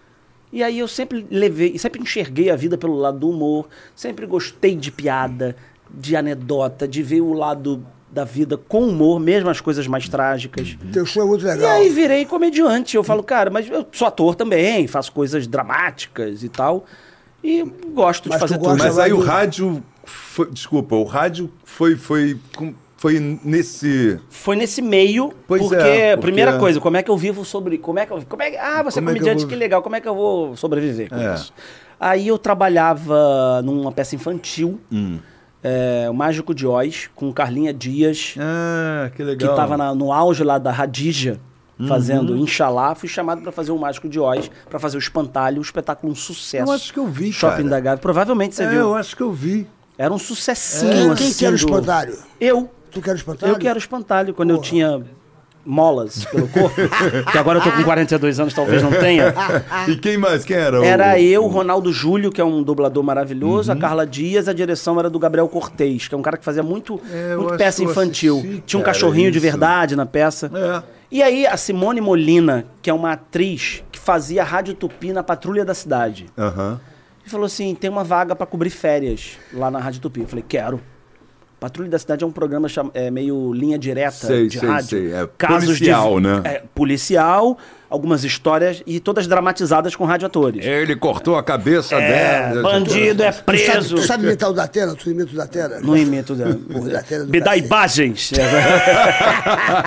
[SPEAKER 6] E aí eu sempre levei, sempre enxerguei a vida pelo lado do humor, sempre gostei de piada, de anedota, de ver o lado da vida com humor, mesmo as coisas mais trágicas.
[SPEAKER 5] Teu show é muito
[SPEAKER 6] E
[SPEAKER 5] legal.
[SPEAKER 6] aí virei comediante. Eu falo, cara, mas eu sou ator também, faço coisas dramáticas e tal. E gosto
[SPEAKER 5] Mas
[SPEAKER 6] de fazer
[SPEAKER 5] tu gosta
[SPEAKER 6] tudo.
[SPEAKER 4] Mas aí o
[SPEAKER 5] Vai-
[SPEAKER 4] rádio. foi- desculpa, o rádio foi, foi, com- foi nesse.
[SPEAKER 6] Foi nesse meio,
[SPEAKER 4] Pois
[SPEAKER 6] porque,
[SPEAKER 4] é, porque-
[SPEAKER 6] primeira coisa, como é que eu vivo sobre. Como é que eu. Como é, que- ah, você
[SPEAKER 4] Como
[SPEAKER 6] é
[SPEAKER 4] é que eu
[SPEAKER 6] comediante,
[SPEAKER 4] vou-
[SPEAKER 6] que legal, como é que eu vou sobreviver com
[SPEAKER 4] É.
[SPEAKER 6] isso? Aí eu trabalhava numa peça infantil,
[SPEAKER 4] Hum.
[SPEAKER 6] é, o Mágico de Oz, com Carlinha Dias.
[SPEAKER 4] Ah, que
[SPEAKER 6] que
[SPEAKER 4] legal. Uhum.
[SPEAKER 6] estava no auge lá da Radija, fazendo Inxalá, fui chamado para fazer o Mágico de Oz, para fazer o Espantalho, um espetáculo um sucesso.
[SPEAKER 4] Eu acho que eu vi,
[SPEAKER 6] Shopping
[SPEAKER 4] cara.
[SPEAKER 6] da Gávea, provavelmente você
[SPEAKER 4] É,
[SPEAKER 6] viu.
[SPEAKER 4] eu acho É. que eu vi.
[SPEAKER 6] Era um sucessinho,
[SPEAKER 5] Quem,
[SPEAKER 6] assim.
[SPEAKER 5] quem quer o
[SPEAKER 6] do-
[SPEAKER 5] espantalho?
[SPEAKER 6] Eu.
[SPEAKER 5] Tu quer o espantalho?
[SPEAKER 6] Eu quero o Espantalho, quando eu tinha molas pelo corpo, que agora eu tô com 42 anos, talvez não tenha.
[SPEAKER 4] E quem mais? Quem era? Então, o- Uhum.
[SPEAKER 6] Era eu, Ronaldo Júlio, que é um dublador maravilhoso, a Carla Dias, a direção era do Gabriel Cortez, que é um cara que fazia muito,
[SPEAKER 4] É, eu
[SPEAKER 6] muito
[SPEAKER 4] acho
[SPEAKER 6] peça
[SPEAKER 4] que eu
[SPEAKER 6] infantil.
[SPEAKER 4] assisti,
[SPEAKER 6] Tinha um
[SPEAKER 4] cara,
[SPEAKER 6] cachorrinho de
[SPEAKER 4] isso.
[SPEAKER 6] verdade na peça.
[SPEAKER 4] É.
[SPEAKER 6] E aí a Simone Molina, que é uma atriz que fazia Rádio Tupi na Patrulha da Cidade,
[SPEAKER 4] Aham.
[SPEAKER 6] e falou assim: tem uma vaga pra cobrir férias lá na Rádio Tupi. Eu falei, quero. Patrulha da Cidade é um programa chama- é, meio linha direta
[SPEAKER 4] Sei,
[SPEAKER 6] de
[SPEAKER 4] sei,
[SPEAKER 6] rádio.
[SPEAKER 4] sei. É
[SPEAKER 6] Casos
[SPEAKER 4] policial,
[SPEAKER 6] de,
[SPEAKER 4] né?
[SPEAKER 6] é, policial, algumas histórias e todas dramatizadas com radioatores.
[SPEAKER 4] Ele cortou a cabeça
[SPEAKER 6] É,
[SPEAKER 4] dela.
[SPEAKER 6] bandido é
[SPEAKER 5] Tu sabe,
[SPEAKER 6] preso.
[SPEAKER 5] tu sabe imitar o Datena? Tu imita o Datena?
[SPEAKER 6] Não imito. né?
[SPEAKER 5] Porra, da tela do
[SPEAKER 6] Me dá
[SPEAKER 5] cacete.
[SPEAKER 6] imagens.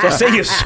[SPEAKER 6] Só sei isso.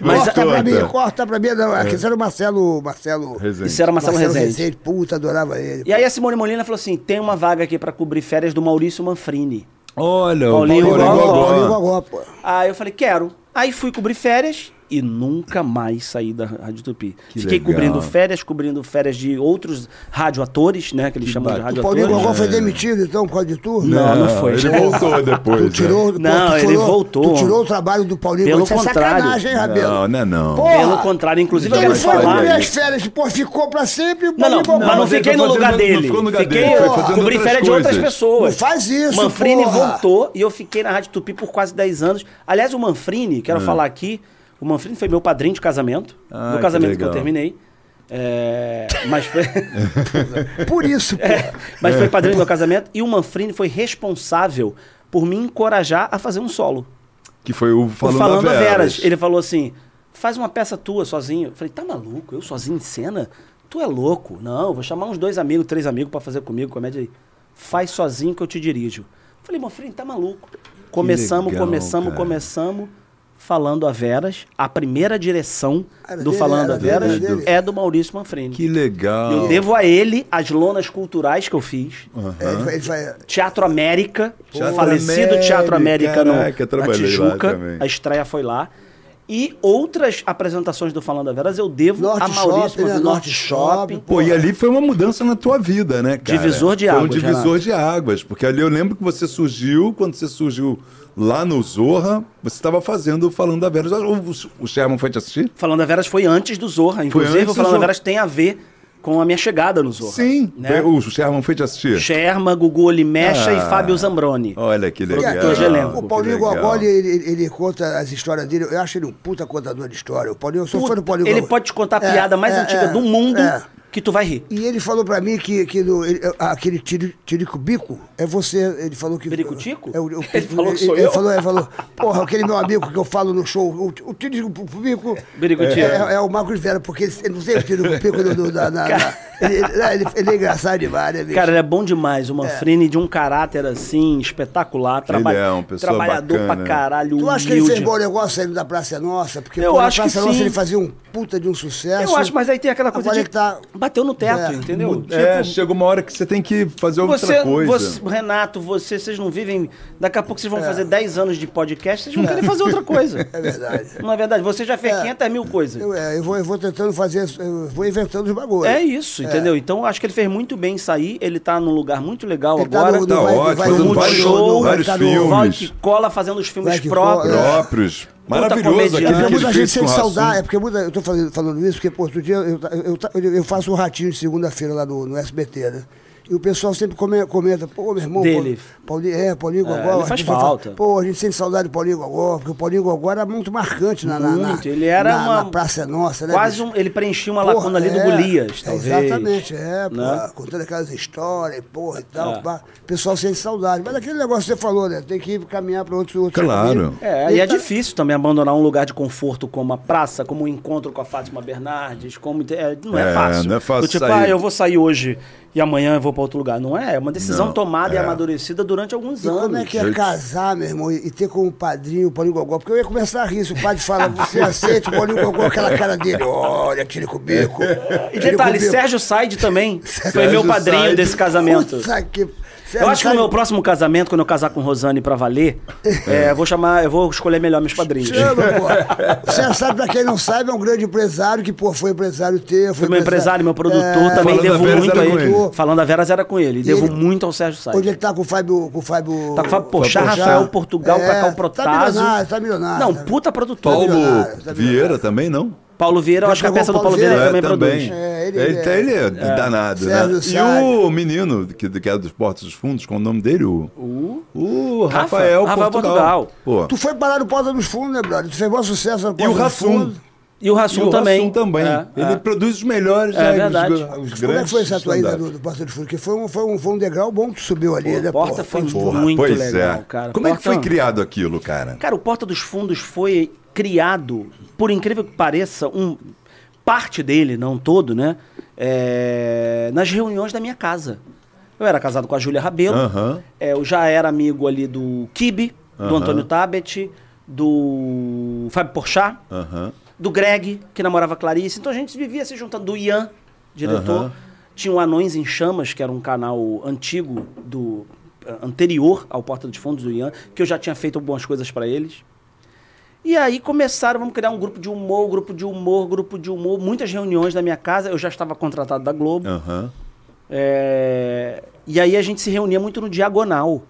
[SPEAKER 6] Mas é
[SPEAKER 5] corta pra
[SPEAKER 4] Antônio.
[SPEAKER 5] mim, corta pra mim. Não, aqui era o Marcelo. Marcelo.
[SPEAKER 4] Rezende.
[SPEAKER 6] isso era Marcelo, Rezende.
[SPEAKER 5] Puta, adorava ele.
[SPEAKER 6] E aí a Simone Molina falou assim: tem uma vaga aqui pra cobrir férias do Maurício Manfrini.
[SPEAKER 4] Olha, o
[SPEAKER 6] é Paulinho
[SPEAKER 4] Paulinho
[SPEAKER 6] Gogó.
[SPEAKER 4] Gogó.
[SPEAKER 5] Paulinho Gogó, pô.
[SPEAKER 6] Aí eu falei, quero. Aí fui cobrir férias e nunca mais saí da Rádio Tupi. Fiquei
[SPEAKER 4] legal.
[SPEAKER 6] cobrindo férias, cobrindo férias de outros radioatores, né? Que eles chamam de
[SPEAKER 4] bacana.
[SPEAKER 5] O Paulinho Gogó
[SPEAKER 6] radioatores.
[SPEAKER 5] foi demitido, então, por causa de tu?
[SPEAKER 6] Não, não foi. é.
[SPEAKER 4] Ele voltou depois.
[SPEAKER 5] Tu
[SPEAKER 4] né?
[SPEAKER 5] tirou,
[SPEAKER 6] Não,
[SPEAKER 5] tu
[SPEAKER 6] ele
[SPEAKER 5] tirou-
[SPEAKER 6] voltou.
[SPEAKER 5] Tu tirou o trabalho do Paulinho
[SPEAKER 6] Pelo
[SPEAKER 5] Gogó. Isso é
[SPEAKER 6] contrário.
[SPEAKER 5] sacanagem, hein,
[SPEAKER 4] Não,
[SPEAKER 5] Rabelo?
[SPEAKER 4] não é não.
[SPEAKER 5] Porra! Então
[SPEAKER 6] Pelo contrário, inclusive eu
[SPEAKER 5] Ele
[SPEAKER 6] quero
[SPEAKER 5] foi
[SPEAKER 4] falar
[SPEAKER 5] para
[SPEAKER 6] falar.
[SPEAKER 5] minhas férias, pô, ficou pra sempre.
[SPEAKER 6] Não, não,
[SPEAKER 5] Paulinho Gogó.
[SPEAKER 6] mas não
[SPEAKER 4] mas ele
[SPEAKER 6] fiquei
[SPEAKER 4] foi fazendo-
[SPEAKER 6] no lugar
[SPEAKER 4] não
[SPEAKER 6] dele.
[SPEAKER 4] ficou no lugar
[SPEAKER 6] Fiquei,
[SPEAKER 4] dele, foi
[SPEAKER 6] ó,
[SPEAKER 4] fazendo
[SPEAKER 6] cobri
[SPEAKER 4] outras
[SPEAKER 6] férias de
[SPEAKER 4] coisas.
[SPEAKER 6] outras pessoas.
[SPEAKER 5] Não faz isso,
[SPEAKER 6] Manfrini
[SPEAKER 5] porra.
[SPEAKER 6] voltou e eu fiquei na Rádio Tupi por quase 10 anos. Aliás, o Manfrini, quero falar aqui, o Manfrini foi meu padrinho de casamento,
[SPEAKER 4] É. Ah,
[SPEAKER 6] do
[SPEAKER 4] que
[SPEAKER 6] casamento que, eu
[SPEAKER 4] legal.
[SPEAKER 6] terminei. É, mas foi,
[SPEAKER 5] Por isso, pô.
[SPEAKER 6] mas foi padrinho do meu casamento e o Manfrini foi responsável por me encorajar a fazer um solo.
[SPEAKER 4] Que foi o
[SPEAKER 6] Por
[SPEAKER 4] Falando,
[SPEAKER 6] falando a
[SPEAKER 4] a
[SPEAKER 6] Veras. Ele falou assim: faz uma peça tua sozinho. Eu falei, tá maluco? Eu sozinho em cena? Tu é louco. Não, vou chamar uns dois amigos, três amigos pra fazer comigo comédia aí. Faz sozinho que eu te dirijo. Eu falei, Manfrim, tá maluco. Começamos,
[SPEAKER 4] legal,
[SPEAKER 6] começamos,
[SPEAKER 4] cara.
[SPEAKER 6] começamos. Falando a Veras, a primeira direção
[SPEAKER 5] Era
[SPEAKER 6] do
[SPEAKER 5] dele,
[SPEAKER 6] Falando
[SPEAKER 5] era
[SPEAKER 6] a Veras
[SPEAKER 5] dele, era dele.
[SPEAKER 6] é do Maurício Manfrini.
[SPEAKER 4] Que legal.
[SPEAKER 6] Eu devo a ele as lonas culturais que eu fiz.
[SPEAKER 5] É, Ele, foi- ele foi-
[SPEAKER 6] Teatro América,
[SPEAKER 4] Teatro
[SPEAKER 6] falecido
[SPEAKER 4] América,
[SPEAKER 6] Teatro América
[SPEAKER 4] caraca, eu
[SPEAKER 6] no, na
[SPEAKER 4] trabalhei lá
[SPEAKER 6] Tijuca,
[SPEAKER 4] também.
[SPEAKER 6] a estreia foi lá. E outras apresentações do Falando a Veras eu devo
[SPEAKER 5] Norte
[SPEAKER 6] a Maurício
[SPEAKER 5] Shopping, né?
[SPEAKER 6] Norte,
[SPEAKER 5] Norte
[SPEAKER 6] Shopping.
[SPEAKER 5] Shopping,
[SPEAKER 4] Pô, e ali foi uma mudança na tua vida, né, cara?
[SPEAKER 6] Divisor de águas,
[SPEAKER 4] Foi um divisor de águas, porque ali eu lembro que você surgiu, quando você surgiu lá no Zorra, você estava fazendo o Falando da Veras. O, o Sherman foi te assistir?
[SPEAKER 6] Falando a Veras foi antes do Zorra, inclusive
[SPEAKER 4] antes
[SPEAKER 6] o
[SPEAKER 4] do
[SPEAKER 6] Falando a
[SPEAKER 4] Zorra.
[SPEAKER 6] Veras tem a ver com a minha chegada no Zorra.
[SPEAKER 4] Sim.
[SPEAKER 6] Né?
[SPEAKER 4] O Sherman foi te assistir?
[SPEAKER 6] Sherma, Gugu Olimecha e
[SPEAKER 4] Ah.
[SPEAKER 6] Fábio Zambroni.
[SPEAKER 4] Olha que
[SPEAKER 5] E
[SPEAKER 4] legal.
[SPEAKER 5] aqui,
[SPEAKER 6] Dois de elenco.
[SPEAKER 5] o Paulinho
[SPEAKER 4] Que legal.
[SPEAKER 5] Gogó, ele, ele- ele conta as histórias dele. Eu acho ele um puta contador de história. O Paulinho, eu sou fã do Paulinho
[SPEAKER 6] Ele
[SPEAKER 5] Gogó.
[SPEAKER 6] pode te contar a
[SPEAKER 5] É,
[SPEAKER 6] piada mais
[SPEAKER 5] é,
[SPEAKER 6] antiga
[SPEAKER 5] é,
[SPEAKER 6] do mundo
[SPEAKER 5] é.
[SPEAKER 6] que tu vai rir.
[SPEAKER 5] E ele falou pra mim que, que no- ele- aquele tiri- tirico-bico é você. Ele falou que.
[SPEAKER 6] Pericutico?
[SPEAKER 5] É, o- o-
[SPEAKER 6] Ele falou que sou
[SPEAKER 5] ele
[SPEAKER 6] eu?
[SPEAKER 5] Falou, ele falou, porra, aquele meu amigo que eu falo no show, o, o tirico-bico.
[SPEAKER 6] Pericutico.
[SPEAKER 5] É, é o Marcos Vera, porque ele, ele não sei o tirico-bico do- do- da- na- na- ele, ele- ele é engraçado demais, né, bicho?
[SPEAKER 6] Cara, ele é bom demais, o Manfrini de um caráter assim, espetacular, traba
[SPEAKER 4] é uma pessoa
[SPEAKER 6] trabalhador pra
[SPEAKER 4] bacana.
[SPEAKER 6] caralho,
[SPEAKER 5] Tu acha que ele
[SPEAKER 6] humilde.
[SPEAKER 5] fez bom negócio saindo da Praça é Nossa? Porque
[SPEAKER 6] Eu
[SPEAKER 5] pô,
[SPEAKER 6] acho
[SPEAKER 5] na
[SPEAKER 6] que
[SPEAKER 5] Praça é Nossa
[SPEAKER 6] sim.
[SPEAKER 5] ele fazia um puta de um sucesso.
[SPEAKER 6] Eu acho, mas aí tem aquela coisa
[SPEAKER 5] Agora
[SPEAKER 6] de,
[SPEAKER 5] ele tá-
[SPEAKER 6] bateu no teto,
[SPEAKER 5] É,
[SPEAKER 6] entendeu?
[SPEAKER 4] é,
[SPEAKER 6] Tipo,
[SPEAKER 4] chega uma hora que você tem que fazer outra
[SPEAKER 6] você,
[SPEAKER 4] coisa.
[SPEAKER 6] você- Renato, você, vocês não vivem. Daqui a pouco vocês vão fazer 10 anos de podcast, vocês vão querer fazer outra coisa.
[SPEAKER 5] É verdade.
[SPEAKER 6] Não é verdade? Você já fez
[SPEAKER 5] É.
[SPEAKER 6] 500 mil coisas.
[SPEAKER 5] Eu, é, eu vou, eu vou tentando fazer, eu vou inventando os bagulhos.
[SPEAKER 6] É isso, entendeu? Então acho que ele fez muito bem em sair. Ele tá num lugar muito legal
[SPEAKER 5] Ele tá
[SPEAKER 6] agora.
[SPEAKER 5] no- no
[SPEAKER 4] Tá
[SPEAKER 5] Vai-
[SPEAKER 4] ótimo,
[SPEAKER 5] vai
[SPEAKER 4] fazendo
[SPEAKER 6] no
[SPEAKER 4] vários,
[SPEAKER 6] show,
[SPEAKER 4] shows,
[SPEAKER 5] vai
[SPEAKER 4] vários
[SPEAKER 5] ficar no-
[SPEAKER 4] filmes
[SPEAKER 6] Vai que cola fazendo os filmes
[SPEAKER 5] Vai que
[SPEAKER 6] próprios.
[SPEAKER 5] cola,
[SPEAKER 4] próprios. Maravilhoso
[SPEAKER 6] comédia.
[SPEAKER 5] É
[SPEAKER 4] aquilo
[SPEAKER 5] porque
[SPEAKER 4] que
[SPEAKER 5] muita gente
[SPEAKER 4] ele fez com
[SPEAKER 5] sente
[SPEAKER 4] o
[SPEAKER 5] saudade. É
[SPEAKER 4] Rassum.
[SPEAKER 5] porque muita, eu tô falando, falando isso porque, pô, outro dia eu, ta- eu, ta- eu, eu faço um ratinho de segunda-feira lá no, no SBT, né? E o pessoal sempre come- comenta, pô, meu irmão,
[SPEAKER 6] Dele.
[SPEAKER 5] Paulinho, é, Paulinho Gogó.
[SPEAKER 6] ele
[SPEAKER 5] a
[SPEAKER 6] faz
[SPEAKER 5] gente fala,
[SPEAKER 6] falta.
[SPEAKER 5] pô, a gente sente saudade do Paulinho Gogó, porque o Paulinho Gogó era muito marcante na, na, na-
[SPEAKER 6] Muito, ele era
[SPEAKER 5] na,
[SPEAKER 6] uma-
[SPEAKER 5] na Praça Nossa, né?
[SPEAKER 6] Quase
[SPEAKER 5] bicho?
[SPEAKER 6] um, ele preenchia uma
[SPEAKER 5] Porra,
[SPEAKER 6] lacuna ali do
[SPEAKER 5] é,
[SPEAKER 6] Golias,
[SPEAKER 5] é,
[SPEAKER 6] talvez.
[SPEAKER 5] Exatamente, é, pô,
[SPEAKER 6] Né?
[SPEAKER 5] contando aquelas histórias, porra, e tal,
[SPEAKER 6] É.
[SPEAKER 5] pá. o pessoal sente saudade. Mas aquele negócio que você falou, né? Tem que caminhar para outros outros
[SPEAKER 4] Claro.
[SPEAKER 5] caminhos.
[SPEAKER 6] É, e é
[SPEAKER 5] tá-
[SPEAKER 6] difícil também abandonar um lugar de conforto como a praça, como o encontro com a Fátima Bernardes, como é, não é,
[SPEAKER 4] É,
[SPEAKER 6] fácil.
[SPEAKER 4] não é fácil
[SPEAKER 6] Do tipo,
[SPEAKER 4] sair.
[SPEAKER 6] ah, eu vou sair hoje e amanhã eu vou para outro lugar. Não é, é uma decisão
[SPEAKER 4] Não,
[SPEAKER 6] tomada e
[SPEAKER 4] é.
[SPEAKER 6] amadurecida durante alguns
[SPEAKER 5] E
[SPEAKER 6] anos.
[SPEAKER 5] como é que é
[SPEAKER 4] gente.
[SPEAKER 5] casar, meu irmão, e e ter como padrinho o Paulinho Gogó? Porque eu ia começar a rir se o padre fala, você aceita o Paulinho Gogó, aquela cara dele, olha, tire com o bico.
[SPEAKER 6] E
[SPEAKER 5] tire
[SPEAKER 6] detalhe,
[SPEAKER 5] com o bico.
[SPEAKER 6] Sérgio Said também foi meu
[SPEAKER 4] Sérgio
[SPEAKER 6] padrinho
[SPEAKER 4] Said.
[SPEAKER 6] desse casamento.
[SPEAKER 5] Puta que- Sérgio
[SPEAKER 6] Eu acho que no
[SPEAKER 5] Said-
[SPEAKER 6] meu próximo casamento, quando eu casar com Rosane pra valer, é, eu vou chamar, eu vou escolher melhor meus padrinhos.
[SPEAKER 5] Chama, pô. O Sérgio sabe, pra quem não sabe, é um grande empresário que, pô, foi empresário teu.
[SPEAKER 6] Foi meu empresário, meu produtor,
[SPEAKER 5] É,
[SPEAKER 6] também
[SPEAKER 4] Falando a
[SPEAKER 6] devo
[SPEAKER 4] Veras
[SPEAKER 6] muito a
[SPEAKER 4] era
[SPEAKER 6] ele.
[SPEAKER 5] com ele.
[SPEAKER 6] Falando a Veras era com ele. E devo
[SPEAKER 5] ele-
[SPEAKER 6] muito ao Sérgio Said.
[SPEAKER 5] Onde ele tá com o Fábio. Com o Fábio
[SPEAKER 6] Tá com o Fábio Pochá,
[SPEAKER 5] Pochá.
[SPEAKER 6] Rafael Portugal,
[SPEAKER 5] É,
[SPEAKER 6] Cacau
[SPEAKER 5] Tá
[SPEAKER 6] Protásio.
[SPEAKER 5] milionário, tá milionário.
[SPEAKER 6] Não,
[SPEAKER 5] tá-
[SPEAKER 6] puta produtor.
[SPEAKER 4] Paulo
[SPEAKER 5] milionário, tá
[SPEAKER 4] Vieira também, não?
[SPEAKER 6] Paulo Vieira, eu
[SPEAKER 5] Já
[SPEAKER 6] acho que a
[SPEAKER 5] pegou
[SPEAKER 6] peça
[SPEAKER 5] o
[SPEAKER 6] do Paulo
[SPEAKER 5] Paulo
[SPEAKER 6] Vieira
[SPEAKER 5] Vieira?
[SPEAKER 6] também,
[SPEAKER 4] Né, também.
[SPEAKER 6] produz.
[SPEAKER 5] É,
[SPEAKER 4] ele,
[SPEAKER 5] ele-
[SPEAKER 4] tá- ele é, danado,
[SPEAKER 5] Sérgio
[SPEAKER 4] né?
[SPEAKER 5] Saad.
[SPEAKER 4] E o menino que, que é dos Portos dos Fundos, com o nome dele? O, o
[SPEAKER 6] Rafa.
[SPEAKER 4] Rafael,
[SPEAKER 6] Rafael
[SPEAKER 4] Portugal.
[SPEAKER 6] Portugal.
[SPEAKER 5] Tu um foi parar no Porta dos Fundos, né, brother? Tu fez bom sucesso no
[SPEAKER 4] Pô. E
[SPEAKER 5] Porta
[SPEAKER 4] o
[SPEAKER 5] dos
[SPEAKER 4] Rassum.
[SPEAKER 5] Fundos.
[SPEAKER 6] E o
[SPEAKER 4] E
[SPEAKER 6] Rassum
[SPEAKER 4] o
[SPEAKER 6] também.
[SPEAKER 4] Rassum também.
[SPEAKER 6] É,
[SPEAKER 4] ele
[SPEAKER 6] é.
[SPEAKER 4] produz os melhores,
[SPEAKER 6] É
[SPEAKER 4] né, os-
[SPEAKER 6] verdade.
[SPEAKER 4] Os,
[SPEAKER 5] Mas
[SPEAKER 4] grandes.
[SPEAKER 5] Como é que foi essa tua ida
[SPEAKER 4] stand-up.
[SPEAKER 5] do, do Porta dos Fundos? Porque foi um, foi, um, foi um degrau bom que tu subiu ali, né?
[SPEAKER 6] Porta
[SPEAKER 5] porra?
[SPEAKER 6] foi
[SPEAKER 5] Porra.
[SPEAKER 4] Porra,
[SPEAKER 6] Muito
[SPEAKER 4] pois
[SPEAKER 6] legal,
[SPEAKER 4] é.
[SPEAKER 6] cara.
[SPEAKER 4] Como é que
[SPEAKER 6] Porta-
[SPEAKER 4] foi criado aquilo, cara?
[SPEAKER 6] Cara, o Porta dos Fundos foi criado, por incrível que pareça, um parte dele, não todo, né? é, nas reuniões da minha casa. Eu era casado com a Júlia Rabelo,
[SPEAKER 4] Aham.
[SPEAKER 6] é, eu já era amigo ali do Kibe, do Antônio Tabet, do Fábio Porchat,
[SPEAKER 4] Aham.
[SPEAKER 6] do Greg, que namorava a Clarice. Então a gente vivia se juntando, do Ian, diretor.
[SPEAKER 4] Aham.
[SPEAKER 6] Tinha o Anões em Chamas, que era um canal antigo, do eh, anterior ao Porta dos Fundos do Ian, que eu já tinha feito algumas coisas pra eles. E aí começaram, vamos criar um grupo de humor, grupo de humor, grupo de humor. Muitas reuniões na minha casa, eu já estava contratado da Globo.
[SPEAKER 4] Aham.
[SPEAKER 6] É, E aí a gente se reunia muito no Diagonal.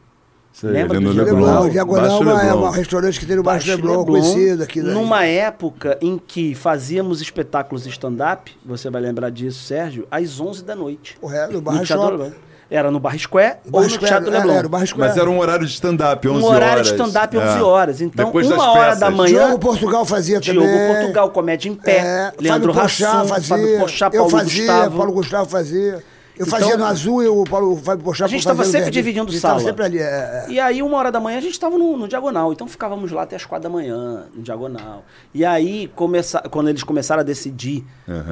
[SPEAKER 4] Sei,
[SPEAKER 6] Lembra
[SPEAKER 4] ele é no
[SPEAKER 6] do Diagonal?
[SPEAKER 5] Leblon,
[SPEAKER 4] Leblon.
[SPEAKER 5] o Diagonal
[SPEAKER 4] Baixo
[SPEAKER 5] é uma- é
[SPEAKER 4] Leblon.
[SPEAKER 5] um restaurante que tem no Baixo
[SPEAKER 6] Baixo
[SPEAKER 5] Leblon,
[SPEAKER 6] Leblon,
[SPEAKER 5] é conhecido aqui. né?
[SPEAKER 6] é Numa época em que fazíamos espetáculos stand-up, você vai lembrar disso, Sérgio, às 11 da noite.
[SPEAKER 5] Porra, era no Barra
[SPEAKER 6] Teatro
[SPEAKER 5] Shopping.
[SPEAKER 6] Leblon. Era no Barra Square
[SPEAKER 5] O
[SPEAKER 6] ou
[SPEAKER 5] Barra
[SPEAKER 6] no
[SPEAKER 5] Square,
[SPEAKER 6] Teatro
[SPEAKER 5] era,
[SPEAKER 6] Leblon.
[SPEAKER 5] era o Barra Square.
[SPEAKER 4] Mas era um horário de stand-up, 11
[SPEAKER 6] Um
[SPEAKER 4] horas. É.
[SPEAKER 6] horário de stand-up, 11 horas. Então,
[SPEAKER 4] Depois das
[SPEAKER 6] uma hora
[SPEAKER 4] peças.
[SPEAKER 6] da manhã-
[SPEAKER 5] Diogo Portugal fazia
[SPEAKER 6] Diogo
[SPEAKER 5] também.
[SPEAKER 6] Portugal, Comédia em Pé,
[SPEAKER 5] É,
[SPEAKER 6] Leandro
[SPEAKER 5] Fábio Pochá
[SPEAKER 6] Rassum,
[SPEAKER 5] fazia,
[SPEAKER 6] Fábio Pochá,
[SPEAKER 5] eu
[SPEAKER 6] Paulo
[SPEAKER 5] fazia,
[SPEAKER 6] Gustavo.
[SPEAKER 5] Paulo Gustavo fazia. Eu fazia
[SPEAKER 6] Então-
[SPEAKER 5] no Azul e o Paulo o Fábio Pochá
[SPEAKER 6] A gente
[SPEAKER 5] fazia
[SPEAKER 6] tava
[SPEAKER 5] no
[SPEAKER 6] sempre
[SPEAKER 5] Vermelho.
[SPEAKER 6] dividindo
[SPEAKER 5] A gente tava
[SPEAKER 6] sala.
[SPEAKER 5] sempre ali, é, é.
[SPEAKER 6] E aí, uma hora da manhã, a gente estava no, no Diagonal. Então, ficávamos lá até as quatro da manhã, no Diagonal. E aí, começa, quando eles começaram a decidir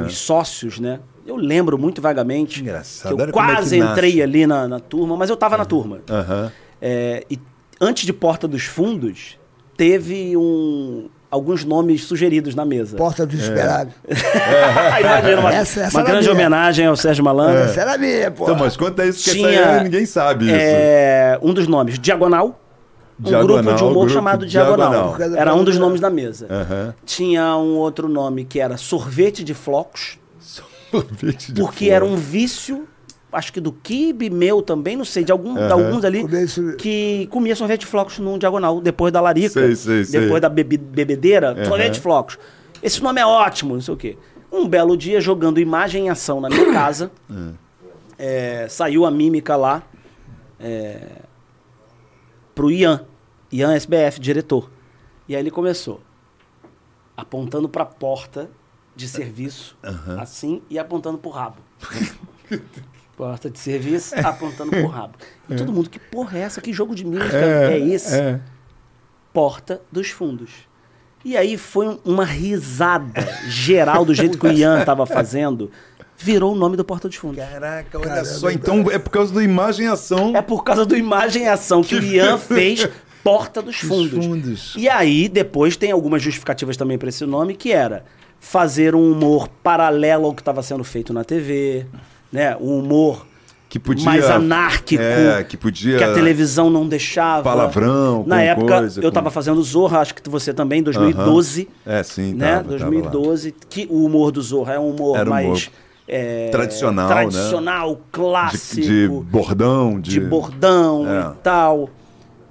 [SPEAKER 6] os sócios, né? Eu lembro muito vagamente
[SPEAKER 4] Engraçado,
[SPEAKER 6] que eu
[SPEAKER 4] olha como é que
[SPEAKER 6] quase
[SPEAKER 4] nasce. Ah.
[SPEAKER 6] entrei ali na, na turma, mas eu estava na turma.
[SPEAKER 4] Aham.
[SPEAKER 6] É, e antes de Porta dos Fundos, teve um, alguns nomes sugeridos na mesa.
[SPEAKER 5] Porta do Desesperado.
[SPEAKER 4] É,
[SPEAKER 6] Imagina, uma,
[SPEAKER 5] Essa- essa
[SPEAKER 6] uma
[SPEAKER 5] era
[SPEAKER 6] grande
[SPEAKER 5] minha. É.
[SPEAKER 6] homenagem ao Sérgio Malandro.
[SPEAKER 5] Essa era minha, pô.
[SPEAKER 4] Então, mas conta isso, que
[SPEAKER 6] Tinha,
[SPEAKER 4] essa aí ninguém sabe isso.
[SPEAKER 6] É, um dos nomes, Diagonal. Um
[SPEAKER 4] Diagonal,
[SPEAKER 6] grupo de humor
[SPEAKER 4] grupo
[SPEAKER 6] chamado
[SPEAKER 4] Diagonal.
[SPEAKER 6] Diagonal. Era um dos nomes da mesa.
[SPEAKER 4] Aham.
[SPEAKER 6] Tinha um outro nome que era Sorvete de Flocos,
[SPEAKER 4] Sorvete de
[SPEAKER 6] porque
[SPEAKER 4] flor.
[SPEAKER 6] era um vício, acho que do Kibe, meu também, não sei, de, algum, de alguns ali,
[SPEAKER 5] Comia isso-
[SPEAKER 6] que comia sorvete de flocos num Diagonal, depois da larica,
[SPEAKER 4] Sei, sei, sei.
[SPEAKER 6] depois da bebi- bebedeira, sorvete de flocos. Esse nome é ótimo, não sei o quê. Um belo dia, jogando imagem em ação na minha casa, é, saiu a mímica lá é, pro Ian, Ian SBF, diretor. E aí ele começou apontando pra porta de serviço, assim, e apontando pro rabo. porta de serviço, apontando pro rabo. E todo mundo, que porra é essa? Que jogo de mímica é, esse?
[SPEAKER 4] é.
[SPEAKER 6] Porta dos Fundos. E aí foi um- uma risada geral do jeito que o Ian tava fazendo, virou o nome do Porta dos Fundos.
[SPEAKER 4] Caraca, olha só. Então é por causa do imagem e ação.
[SPEAKER 6] É por causa do imagem e ação que o Ian fez Porta dos Fundos.
[SPEAKER 4] Fundos.
[SPEAKER 6] E aí, depois tem algumas justificativas também para esse nome, que era fazer um humor paralelo ao que estava sendo feito na TV, né? Um humor
[SPEAKER 4] Que podia-
[SPEAKER 6] mais anárquico.
[SPEAKER 4] É, que podia-
[SPEAKER 6] Que a televisão não deixava.
[SPEAKER 4] Palavrão,
[SPEAKER 6] Na
[SPEAKER 4] com
[SPEAKER 6] época,
[SPEAKER 4] coisa,
[SPEAKER 6] eu
[SPEAKER 4] com-
[SPEAKER 6] estava fazendo Zorra, acho que você também, em 2012.
[SPEAKER 4] Aham. É, sim,
[SPEAKER 6] Né?
[SPEAKER 4] tava, tava lá.
[SPEAKER 6] 2012. que o humor do Zorra é um humor
[SPEAKER 4] Era um humor
[SPEAKER 6] mais... é,
[SPEAKER 4] tradicional, né?
[SPEAKER 6] Tradicional, clássico
[SPEAKER 4] De, de bordão, de.
[SPEAKER 6] de bordão
[SPEAKER 4] É.
[SPEAKER 6] e tal.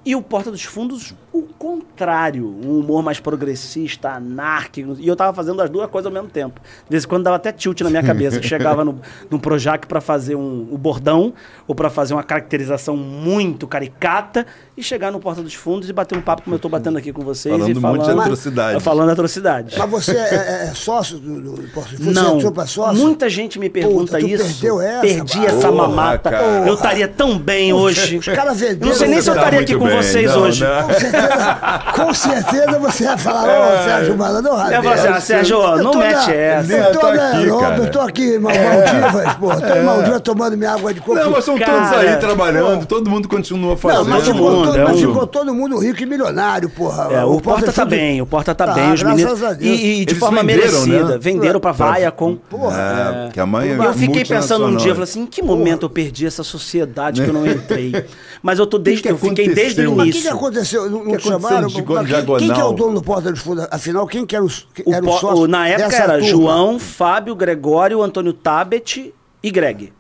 [SPEAKER 6] E o Porta dos Fundos, o contrário. Um humor mais progressista, anárquico. E eu tava fazendo as duas coisas ao mesmo tempo. De vez em quando dava até tilt na minha cabeça. que chegava no, num Projac pra fazer um, o bordão ou pra fazer uma caracterização muito caricata e chegar no Porta dos Fundos e bater um papo como eu tô batendo aqui com vocês.
[SPEAKER 4] Falando um
[SPEAKER 6] e
[SPEAKER 4] monte
[SPEAKER 6] falando,
[SPEAKER 4] de atrocidades.
[SPEAKER 6] Falando atrocidades.
[SPEAKER 5] Mas você é, é- é sócio do, do, do Porto de Fundos? Você
[SPEAKER 6] Não,
[SPEAKER 5] entrou pra sócio?
[SPEAKER 6] muita gente me pergunta
[SPEAKER 5] Puta, tu
[SPEAKER 6] isso.
[SPEAKER 5] perdeu essa,
[SPEAKER 6] Perdi
[SPEAKER 5] Bárbara.
[SPEAKER 6] essa
[SPEAKER 4] Porra,
[SPEAKER 6] mamata.
[SPEAKER 4] cara.
[SPEAKER 6] Eu estaria tão bem hoje.
[SPEAKER 5] Os caras venderam-
[SPEAKER 6] Não sei nem se eu
[SPEAKER 5] Tá
[SPEAKER 6] estaria aqui
[SPEAKER 4] muito
[SPEAKER 6] com
[SPEAKER 4] bem,
[SPEAKER 6] vocês
[SPEAKER 4] não,
[SPEAKER 6] hoje.
[SPEAKER 4] né?
[SPEAKER 5] Com certeza, com certeza você vai falar, ô
[SPEAKER 4] É.
[SPEAKER 5] Sérgio Malandro, ô
[SPEAKER 6] Eu ia falar assim, ah, Sérgio, não mete essa.
[SPEAKER 5] Eu tô
[SPEAKER 4] Tá
[SPEAKER 5] na
[SPEAKER 4] aqui,
[SPEAKER 5] Europa,
[SPEAKER 4] cara. É.
[SPEAKER 5] eu tô aqui, mal- Maldivas, pô. Tô em Maldivas tomando minha água de coco.
[SPEAKER 4] Não, mas são
[SPEAKER 6] Cara. tipo,
[SPEAKER 4] todos aí trabalhando, todo mundo continua
[SPEAKER 5] Não,
[SPEAKER 4] fazendo.
[SPEAKER 5] mas
[SPEAKER 6] todo
[SPEAKER 5] ficou,
[SPEAKER 6] mundo,
[SPEAKER 5] todo,
[SPEAKER 6] é
[SPEAKER 5] mas
[SPEAKER 6] um-
[SPEAKER 5] ficou todo mundo rico e milionário, porra.
[SPEAKER 6] É, o,
[SPEAKER 5] Porta
[SPEAKER 6] Porta tá
[SPEAKER 5] Fundo-
[SPEAKER 6] bem, o Porta tá
[SPEAKER 5] Tá,
[SPEAKER 6] bem, os
[SPEAKER 5] graças
[SPEAKER 6] meninos.
[SPEAKER 5] a Deus.
[SPEAKER 6] E, e de
[SPEAKER 4] Eles
[SPEAKER 6] forma
[SPEAKER 4] venderam,
[SPEAKER 6] merecida.
[SPEAKER 4] né?
[SPEAKER 6] Venderam pra Viacom.
[SPEAKER 4] Porra. É, que a mãe é
[SPEAKER 6] E eu fiquei
[SPEAKER 4] multinacional. né?
[SPEAKER 6] pensando um dia, eu falei assim, em que momento eu perdi essa sociedade que eu não entrei? Mas eu tô desde
[SPEAKER 4] que
[SPEAKER 6] eu fiquei desde
[SPEAKER 4] aconteceu?
[SPEAKER 6] o
[SPEAKER 5] Mas o que, que
[SPEAKER 6] início.
[SPEAKER 5] aconteceu? Não, não
[SPEAKER 4] aconteceu
[SPEAKER 5] chamaram?
[SPEAKER 4] de
[SPEAKER 5] Mas
[SPEAKER 4] Gomes
[SPEAKER 5] quem, quem que é
[SPEAKER 4] Diagonal?
[SPEAKER 5] o dono do Porta dos Fundos? Afinal, quem que era o, que
[SPEAKER 6] O
[SPEAKER 5] era
[SPEAKER 6] po-
[SPEAKER 5] o sócio?
[SPEAKER 6] o- na época
[SPEAKER 5] dessa
[SPEAKER 6] era
[SPEAKER 5] turma?
[SPEAKER 6] João, Fábio, Gregório, Antônio Tabet e Greg.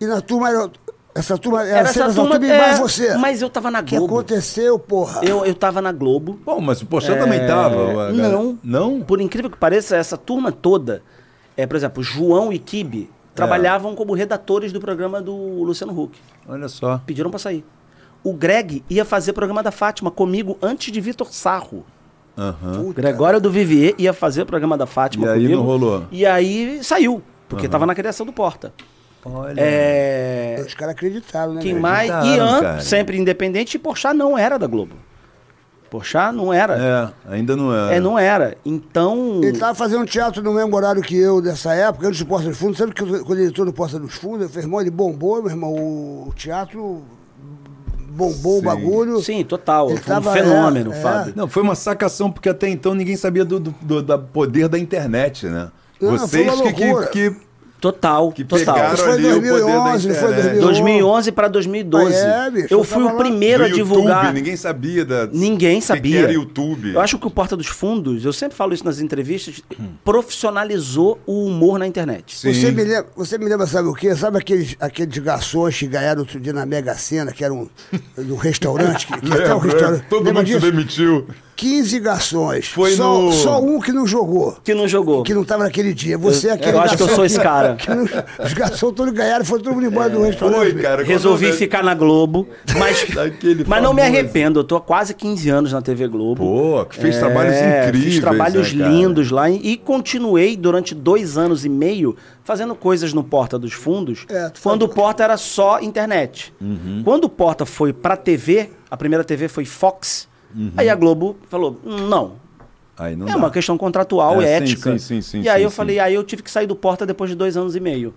[SPEAKER 5] E na turma era. Essa turma era,
[SPEAKER 6] Era
[SPEAKER 5] essa
[SPEAKER 6] essa
[SPEAKER 5] turma,
[SPEAKER 6] turma,
[SPEAKER 5] e mais
[SPEAKER 6] é,
[SPEAKER 5] você.
[SPEAKER 6] mas eu tava na
[SPEAKER 5] O que
[SPEAKER 6] Globo.
[SPEAKER 5] aconteceu, porra?
[SPEAKER 6] Eu, eu tava na Globo.
[SPEAKER 4] Bom, mas o Pochá também tava. a
[SPEAKER 6] É,
[SPEAKER 4] galera-
[SPEAKER 6] Não.
[SPEAKER 4] Não?
[SPEAKER 6] Por incrível que pareça, essa turma toda, é, por exemplo, João e Kibe trabalhavam como redatores do programa do Luciano Huck.
[SPEAKER 4] Olha só.
[SPEAKER 6] Pediram pra sair. O Greg ia fazer programa da Fátima comigo antes de Vitor Sarro. O Gregório do Vivier ia fazer o programa da Fátima
[SPEAKER 4] E aí
[SPEAKER 6] comigo.
[SPEAKER 4] não rolou.
[SPEAKER 6] E aí saiu, porque tava na criação do Porta.
[SPEAKER 4] Olha.
[SPEAKER 6] É,
[SPEAKER 5] Os caras acreditaram, né?
[SPEAKER 6] quem
[SPEAKER 5] velho?
[SPEAKER 6] mais?
[SPEAKER 4] Acreditaram,
[SPEAKER 6] Ian,
[SPEAKER 4] é cara.
[SPEAKER 6] sempre independente, e Porchat não era da Globo. Porchat não era.
[SPEAKER 4] É, ainda não é.
[SPEAKER 6] É, não era. Então.
[SPEAKER 5] Ele tava fazendo teatro no mesmo horário que eu dessa época, antes do Porta dos Fundos. Sabe que eu- quando ele entrou no Porta dos Fundos, eu falei, irmão, ele bombou, meu irmão, o teatro bombou o
[SPEAKER 4] Sim.
[SPEAKER 5] bagulho.
[SPEAKER 6] Sim, total.
[SPEAKER 5] Ele
[SPEAKER 6] Foi um
[SPEAKER 5] tava-
[SPEAKER 6] fenômeno,
[SPEAKER 5] é, é.
[SPEAKER 6] Fábio.
[SPEAKER 4] Não, foi uma sacação, porque até então ninguém sabia do, do, do- da poder da internet, né?
[SPEAKER 5] Não, foi
[SPEAKER 4] Vocês
[SPEAKER 5] uma
[SPEAKER 4] que, que,
[SPEAKER 5] loucura.
[SPEAKER 4] que
[SPEAKER 6] Total,
[SPEAKER 4] Que
[SPEAKER 6] total.
[SPEAKER 4] pegaram
[SPEAKER 5] Isso foi
[SPEAKER 4] ali o poder da
[SPEAKER 5] 2011, não foi
[SPEAKER 4] internet.
[SPEAKER 5] 2011.
[SPEAKER 6] 2011 pra 2012.
[SPEAKER 5] Ah, é, bicho,
[SPEAKER 6] eu
[SPEAKER 5] eu
[SPEAKER 6] fui
[SPEAKER 5] tava
[SPEAKER 6] o
[SPEAKER 5] lá.
[SPEAKER 6] primeiro
[SPEAKER 4] do
[SPEAKER 6] a divulgar.
[SPEAKER 4] YouTube, ninguém sabia da.
[SPEAKER 6] Ninguém
[SPEAKER 4] que
[SPEAKER 6] sabia.
[SPEAKER 4] Que era YouTube.
[SPEAKER 6] Eu acho que o Porta dos Fundos, eu sempre falo isso nas entrevistas, profissionalizou o humor na internet.
[SPEAKER 4] Hum. Sim.
[SPEAKER 5] Você me, lembra, você me lembra, sabe o quê? Sabe aqueles, aqueles garçons que ganharam outro dia na Mega Sena, que era um, um restaurante? Que, que
[SPEAKER 6] tá
[SPEAKER 5] até um
[SPEAKER 4] Lembra?
[SPEAKER 5] restaurante.
[SPEAKER 4] É, Todo
[SPEAKER 5] lembra
[SPEAKER 4] mundo se
[SPEAKER 5] disso?
[SPEAKER 4] demitiu.
[SPEAKER 5] 15 garçons.
[SPEAKER 4] Foi
[SPEAKER 5] só,
[SPEAKER 4] no-
[SPEAKER 5] só um que não jogou.
[SPEAKER 6] Que não jogou.
[SPEAKER 5] Que não tava naquele dia. Você é
[SPEAKER 6] Eu-
[SPEAKER 5] aquele
[SPEAKER 6] eu acho que eu
[SPEAKER 5] garçom
[SPEAKER 6] sou esse cara.
[SPEAKER 5] que não- os garçons todos ganharam, foi todo mundo embora do restaurante.
[SPEAKER 4] É. Foi, cara. quando
[SPEAKER 6] Resolvi
[SPEAKER 4] eu-
[SPEAKER 6] ficar na Globo, mas,
[SPEAKER 4] né? Daquele
[SPEAKER 6] mas não me
[SPEAKER 4] famoso.
[SPEAKER 6] arrependo. Eu tô há quase 15 anos na TV Globo.
[SPEAKER 4] Pô, que fez
[SPEAKER 6] É,
[SPEAKER 4] trabalhos incríveis.
[SPEAKER 6] Fiz trabalhos
[SPEAKER 4] né, cara?
[SPEAKER 6] lindos lá e, e continuei durante dois anos e meio fazendo coisas no Porta dos Fundos,
[SPEAKER 5] É, tu
[SPEAKER 6] quando o
[SPEAKER 5] falou.
[SPEAKER 6] Porta era só internet.
[SPEAKER 4] Uhum.
[SPEAKER 6] Quando o Porta foi pra TV, a primeira TV foi Fox,
[SPEAKER 4] Uhum.
[SPEAKER 6] aí a Globo falou: "Hum, não.
[SPEAKER 4] Aí não
[SPEAKER 6] é
[SPEAKER 4] dá.
[SPEAKER 6] uma questão contratual,
[SPEAKER 4] É,
[SPEAKER 6] é,
[SPEAKER 4] sim,
[SPEAKER 6] ética.
[SPEAKER 4] sim, sim, sim,
[SPEAKER 6] e aí
[SPEAKER 4] sim,
[SPEAKER 6] eu
[SPEAKER 4] sim.
[SPEAKER 6] falei, aí eu tive que sair do porta depois de dois anos e meio.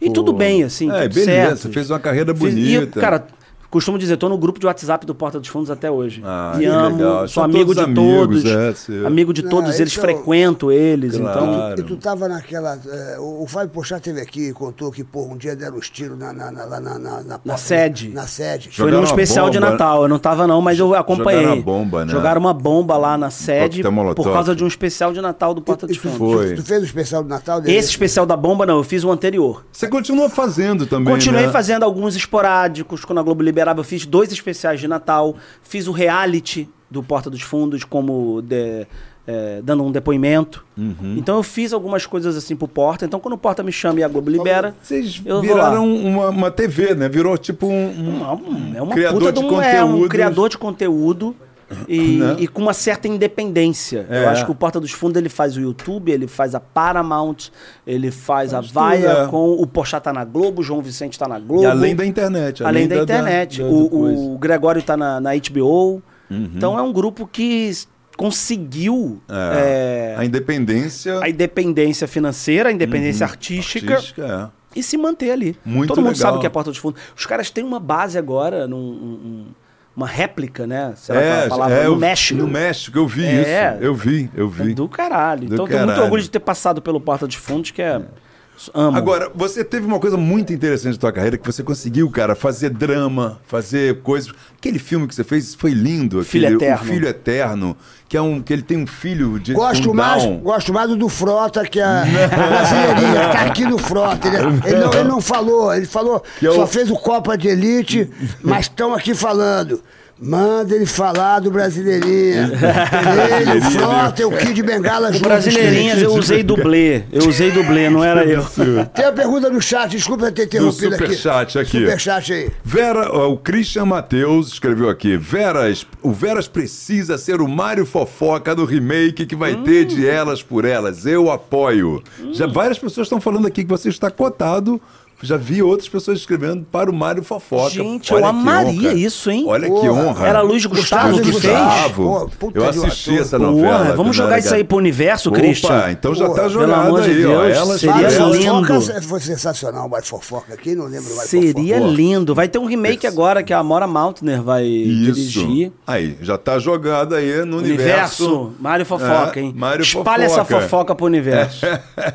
[SPEAKER 6] E tudo bem, assim,
[SPEAKER 4] É,
[SPEAKER 6] tudo
[SPEAKER 4] beleza,
[SPEAKER 6] certo.
[SPEAKER 4] você fez uma carreira
[SPEAKER 6] Fiz-
[SPEAKER 4] bonita.
[SPEAKER 6] E, cara, costumo dizer, tô no grupo de WhatsApp do Porta dos Fundos até hoje.
[SPEAKER 4] Ah,
[SPEAKER 6] e
[SPEAKER 4] que
[SPEAKER 6] amo,
[SPEAKER 4] legal.
[SPEAKER 6] sou
[SPEAKER 4] São
[SPEAKER 6] amigo de
[SPEAKER 4] todos
[SPEAKER 6] todos.
[SPEAKER 4] amigos, é, você-
[SPEAKER 6] Amigo de
[SPEAKER 5] Não,
[SPEAKER 6] todos
[SPEAKER 5] esse
[SPEAKER 6] eles,
[SPEAKER 5] é o-
[SPEAKER 6] frequento eles, então...
[SPEAKER 4] Claro.
[SPEAKER 5] E tu tava naquela. eh, o o Fábio Pochá teve aqui e contou que, pô, um dia deram uns tiros na, na, na, lá na, na, porta-
[SPEAKER 6] sede.
[SPEAKER 5] Na sede.
[SPEAKER 6] Foi
[SPEAKER 4] Jogaram
[SPEAKER 6] num
[SPEAKER 4] uma
[SPEAKER 6] especial de
[SPEAKER 4] bomba. né?
[SPEAKER 6] Natal, eu não tava não, mas eu acompanhei.
[SPEAKER 4] Jogaram uma bomba, né?
[SPEAKER 6] Jogaram uma bomba lá na sede
[SPEAKER 4] coquetel molotov.
[SPEAKER 6] por causa de um especial de Natal do Porta dos
[SPEAKER 5] Tu- tu-
[SPEAKER 6] Fundos.
[SPEAKER 4] Foi.
[SPEAKER 5] Tu, fez o especial do Natal dele?
[SPEAKER 6] Esse especial da bomba não, eu fiz o anterior.
[SPEAKER 4] Você continua fazendo também.
[SPEAKER 6] Continuei
[SPEAKER 4] né?
[SPEAKER 6] fazendo alguns esporádicos quando a Globo liberava. Eu fiz dois especiais de Natal, fiz o reality do Porta dos Fundos, como de- é, dando um depoimento.
[SPEAKER 4] Uhum.
[SPEAKER 6] Então eu fiz algumas coisas assim pro Porta. Então quando o Porta me chama e a Globo libera,
[SPEAKER 4] Vocês
[SPEAKER 6] eu
[SPEAKER 4] viraram um
[SPEAKER 6] vou
[SPEAKER 4] uma,
[SPEAKER 6] lá.
[SPEAKER 4] uma TV, né? Virou tipo um. um-
[SPEAKER 6] É um- é uma
[SPEAKER 4] criador
[SPEAKER 6] puta de
[SPEAKER 4] de
[SPEAKER 6] um, é, um
[SPEAKER 4] conteúdos.
[SPEAKER 6] criador de conteúdo. E,
[SPEAKER 4] Né?
[SPEAKER 6] e com uma certa independência.
[SPEAKER 4] É.
[SPEAKER 6] Eu acho que o Porta dos Fundos ele faz o YouTube, ele faz a Paramount, ele faz, a
[SPEAKER 4] Faz tudo,
[SPEAKER 6] Vaia
[SPEAKER 4] é.
[SPEAKER 6] com o Pochá tá na Globo, o João Vicente tá na Globo.
[SPEAKER 4] E além da internet.
[SPEAKER 6] Além, da, internet.
[SPEAKER 4] da- do coisa.
[SPEAKER 6] o, o Gregório tá na, na HBO.
[SPEAKER 4] Uhum.
[SPEAKER 6] Então é um grupo que s- conseguiu
[SPEAKER 4] É,
[SPEAKER 6] é,
[SPEAKER 4] A independência.
[SPEAKER 6] a independência financeira, a independência artística,
[SPEAKER 4] Uhum. artística, é.
[SPEAKER 6] e se manter ali.
[SPEAKER 4] Muito
[SPEAKER 6] Todo mundo
[SPEAKER 4] legal.
[SPEAKER 6] sabe o que é Porta dos Fundos. Os caras têm uma base agora, num, um- um- uma réplica, né? Será que é
[SPEAKER 4] É,
[SPEAKER 6] a palavra?
[SPEAKER 4] é,
[SPEAKER 6] no
[SPEAKER 4] eu-
[SPEAKER 6] México.
[SPEAKER 4] No México, eu vi
[SPEAKER 6] É.
[SPEAKER 4] isso. Eu vi, eu vi.
[SPEAKER 6] É do caralho.
[SPEAKER 4] Do
[SPEAKER 6] então eu tenho muito
[SPEAKER 4] caralho.
[SPEAKER 6] orgulho de ter passado pelo Porta de Fundos, que é. Amo.
[SPEAKER 4] Agora, você teve uma coisa muito interessante na tua carreira, que você conseguiu, cara, fazer drama, fazer coisas. Aquele filme que você fez foi lindo. Aquele,
[SPEAKER 6] Filho Eterno.
[SPEAKER 4] O Filho Eterno, que, é um, que ele tem um filho de
[SPEAKER 5] Gosto
[SPEAKER 4] um
[SPEAKER 5] mais,
[SPEAKER 4] Down.
[SPEAKER 5] gosto mais do do Frota, que é a brasileirinha. Tá aqui no Frota. Ele, ele não, ele não falou, ele falou,
[SPEAKER 4] Que é
[SPEAKER 5] só
[SPEAKER 4] o-
[SPEAKER 5] fez o Copa de Elite, mas estão aqui falando. Manda ele falar do Brasileirinha. Ele, o Frota e o Kid Bengala juntos.
[SPEAKER 6] Brasileirinhas, eu usei dublê. Eu usei dublê, não era eu.
[SPEAKER 5] Tem a pergunta no chat, desculpa ter interrompido aqui.
[SPEAKER 4] superchat aqui.
[SPEAKER 5] Superchat aí.
[SPEAKER 4] Vera, ó, o Christian Matheus escreveu aqui: Veras, o Veras precisa ser o Mário Fofoca do remake que vai ter
[SPEAKER 6] Hum.
[SPEAKER 4] de Elas por Elas. Eu apoio. Já várias pessoas estão falando aqui que você está cotado. Já vi outras pessoas escrevendo para o Mário Fofoca.
[SPEAKER 6] Gente, eu
[SPEAKER 4] que
[SPEAKER 6] amaria
[SPEAKER 4] honra.
[SPEAKER 6] isso, hein?
[SPEAKER 4] Olha que
[SPEAKER 5] Porra.
[SPEAKER 4] honra.
[SPEAKER 6] Era Luiz Gustavo
[SPEAKER 4] Luiz
[SPEAKER 6] que
[SPEAKER 4] Gustavo.
[SPEAKER 5] fez? Pô, puta
[SPEAKER 4] eu
[SPEAKER 5] de um
[SPEAKER 4] assisti
[SPEAKER 5] ator.
[SPEAKER 4] essa
[SPEAKER 6] Porra,
[SPEAKER 4] novela.
[SPEAKER 6] vamos
[SPEAKER 4] quando
[SPEAKER 6] jogar
[SPEAKER 4] era
[SPEAKER 6] isso aí
[SPEAKER 4] garoto.
[SPEAKER 6] pro universo,
[SPEAKER 4] Opa,
[SPEAKER 6] Christian?
[SPEAKER 4] então já
[SPEAKER 5] Porra,
[SPEAKER 4] tá
[SPEAKER 5] pelo
[SPEAKER 4] jogado
[SPEAKER 6] amor de
[SPEAKER 4] aí, ó.
[SPEAKER 6] Deus,
[SPEAKER 4] Elas
[SPEAKER 6] seria
[SPEAKER 4] por
[SPEAKER 5] Mas
[SPEAKER 4] Elas.
[SPEAKER 6] lindo.
[SPEAKER 5] fofoca é, foi sensacional, o Mário Fofoca. Quem não lembra do Mário
[SPEAKER 6] Seria
[SPEAKER 5] Fofoca?
[SPEAKER 6] lindo. Vai ter um remake agora que a Amora Mountner vai
[SPEAKER 4] Isso.
[SPEAKER 6] dirigir.
[SPEAKER 4] Aí, já tá jogado aí no universo.
[SPEAKER 6] Universo, Mário Fofoca,
[SPEAKER 4] É,
[SPEAKER 6] hein?
[SPEAKER 4] Mário
[SPEAKER 6] Espalha essa fofoca pro universo.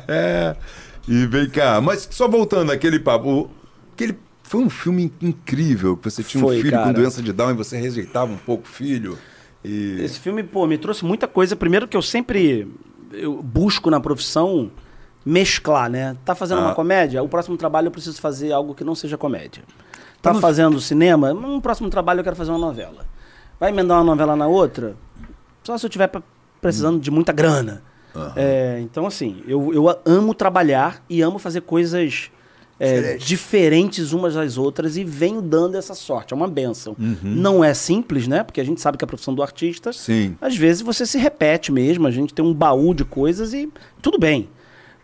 [SPEAKER 4] e vem cá, mas só voltando àquele papo. o- Aquele, foi um filme incrível, que você tinha
[SPEAKER 6] Foi,
[SPEAKER 4] um filho
[SPEAKER 6] cara.
[SPEAKER 4] com doença de Down e você rejeitava um pouco o filho. E...
[SPEAKER 6] Esse filme, pô, me trouxe muita coisa. Primeiro que eu sempre eu busco na profissão mesclar, né? Tá fazendo uma comédia? O próximo trabalho eu preciso fazer algo que não seja comédia. Tá fazendo cinema? Um próximo trabalho eu quero fazer uma novela. Vai emendar uma novela na outra? Só se eu tiver pra- precisando de muita grana. É, então, assim, eu, eu a- amo trabalhar e amo fazer coisas é, diferentes umas das outras e venho dando essa sorte. É uma benção. Não é simples, né? Porque a gente sabe que a profissão do artista,
[SPEAKER 4] Sim.
[SPEAKER 6] às vezes você se repete mesmo, a gente tem um baú de coisas e tudo bem.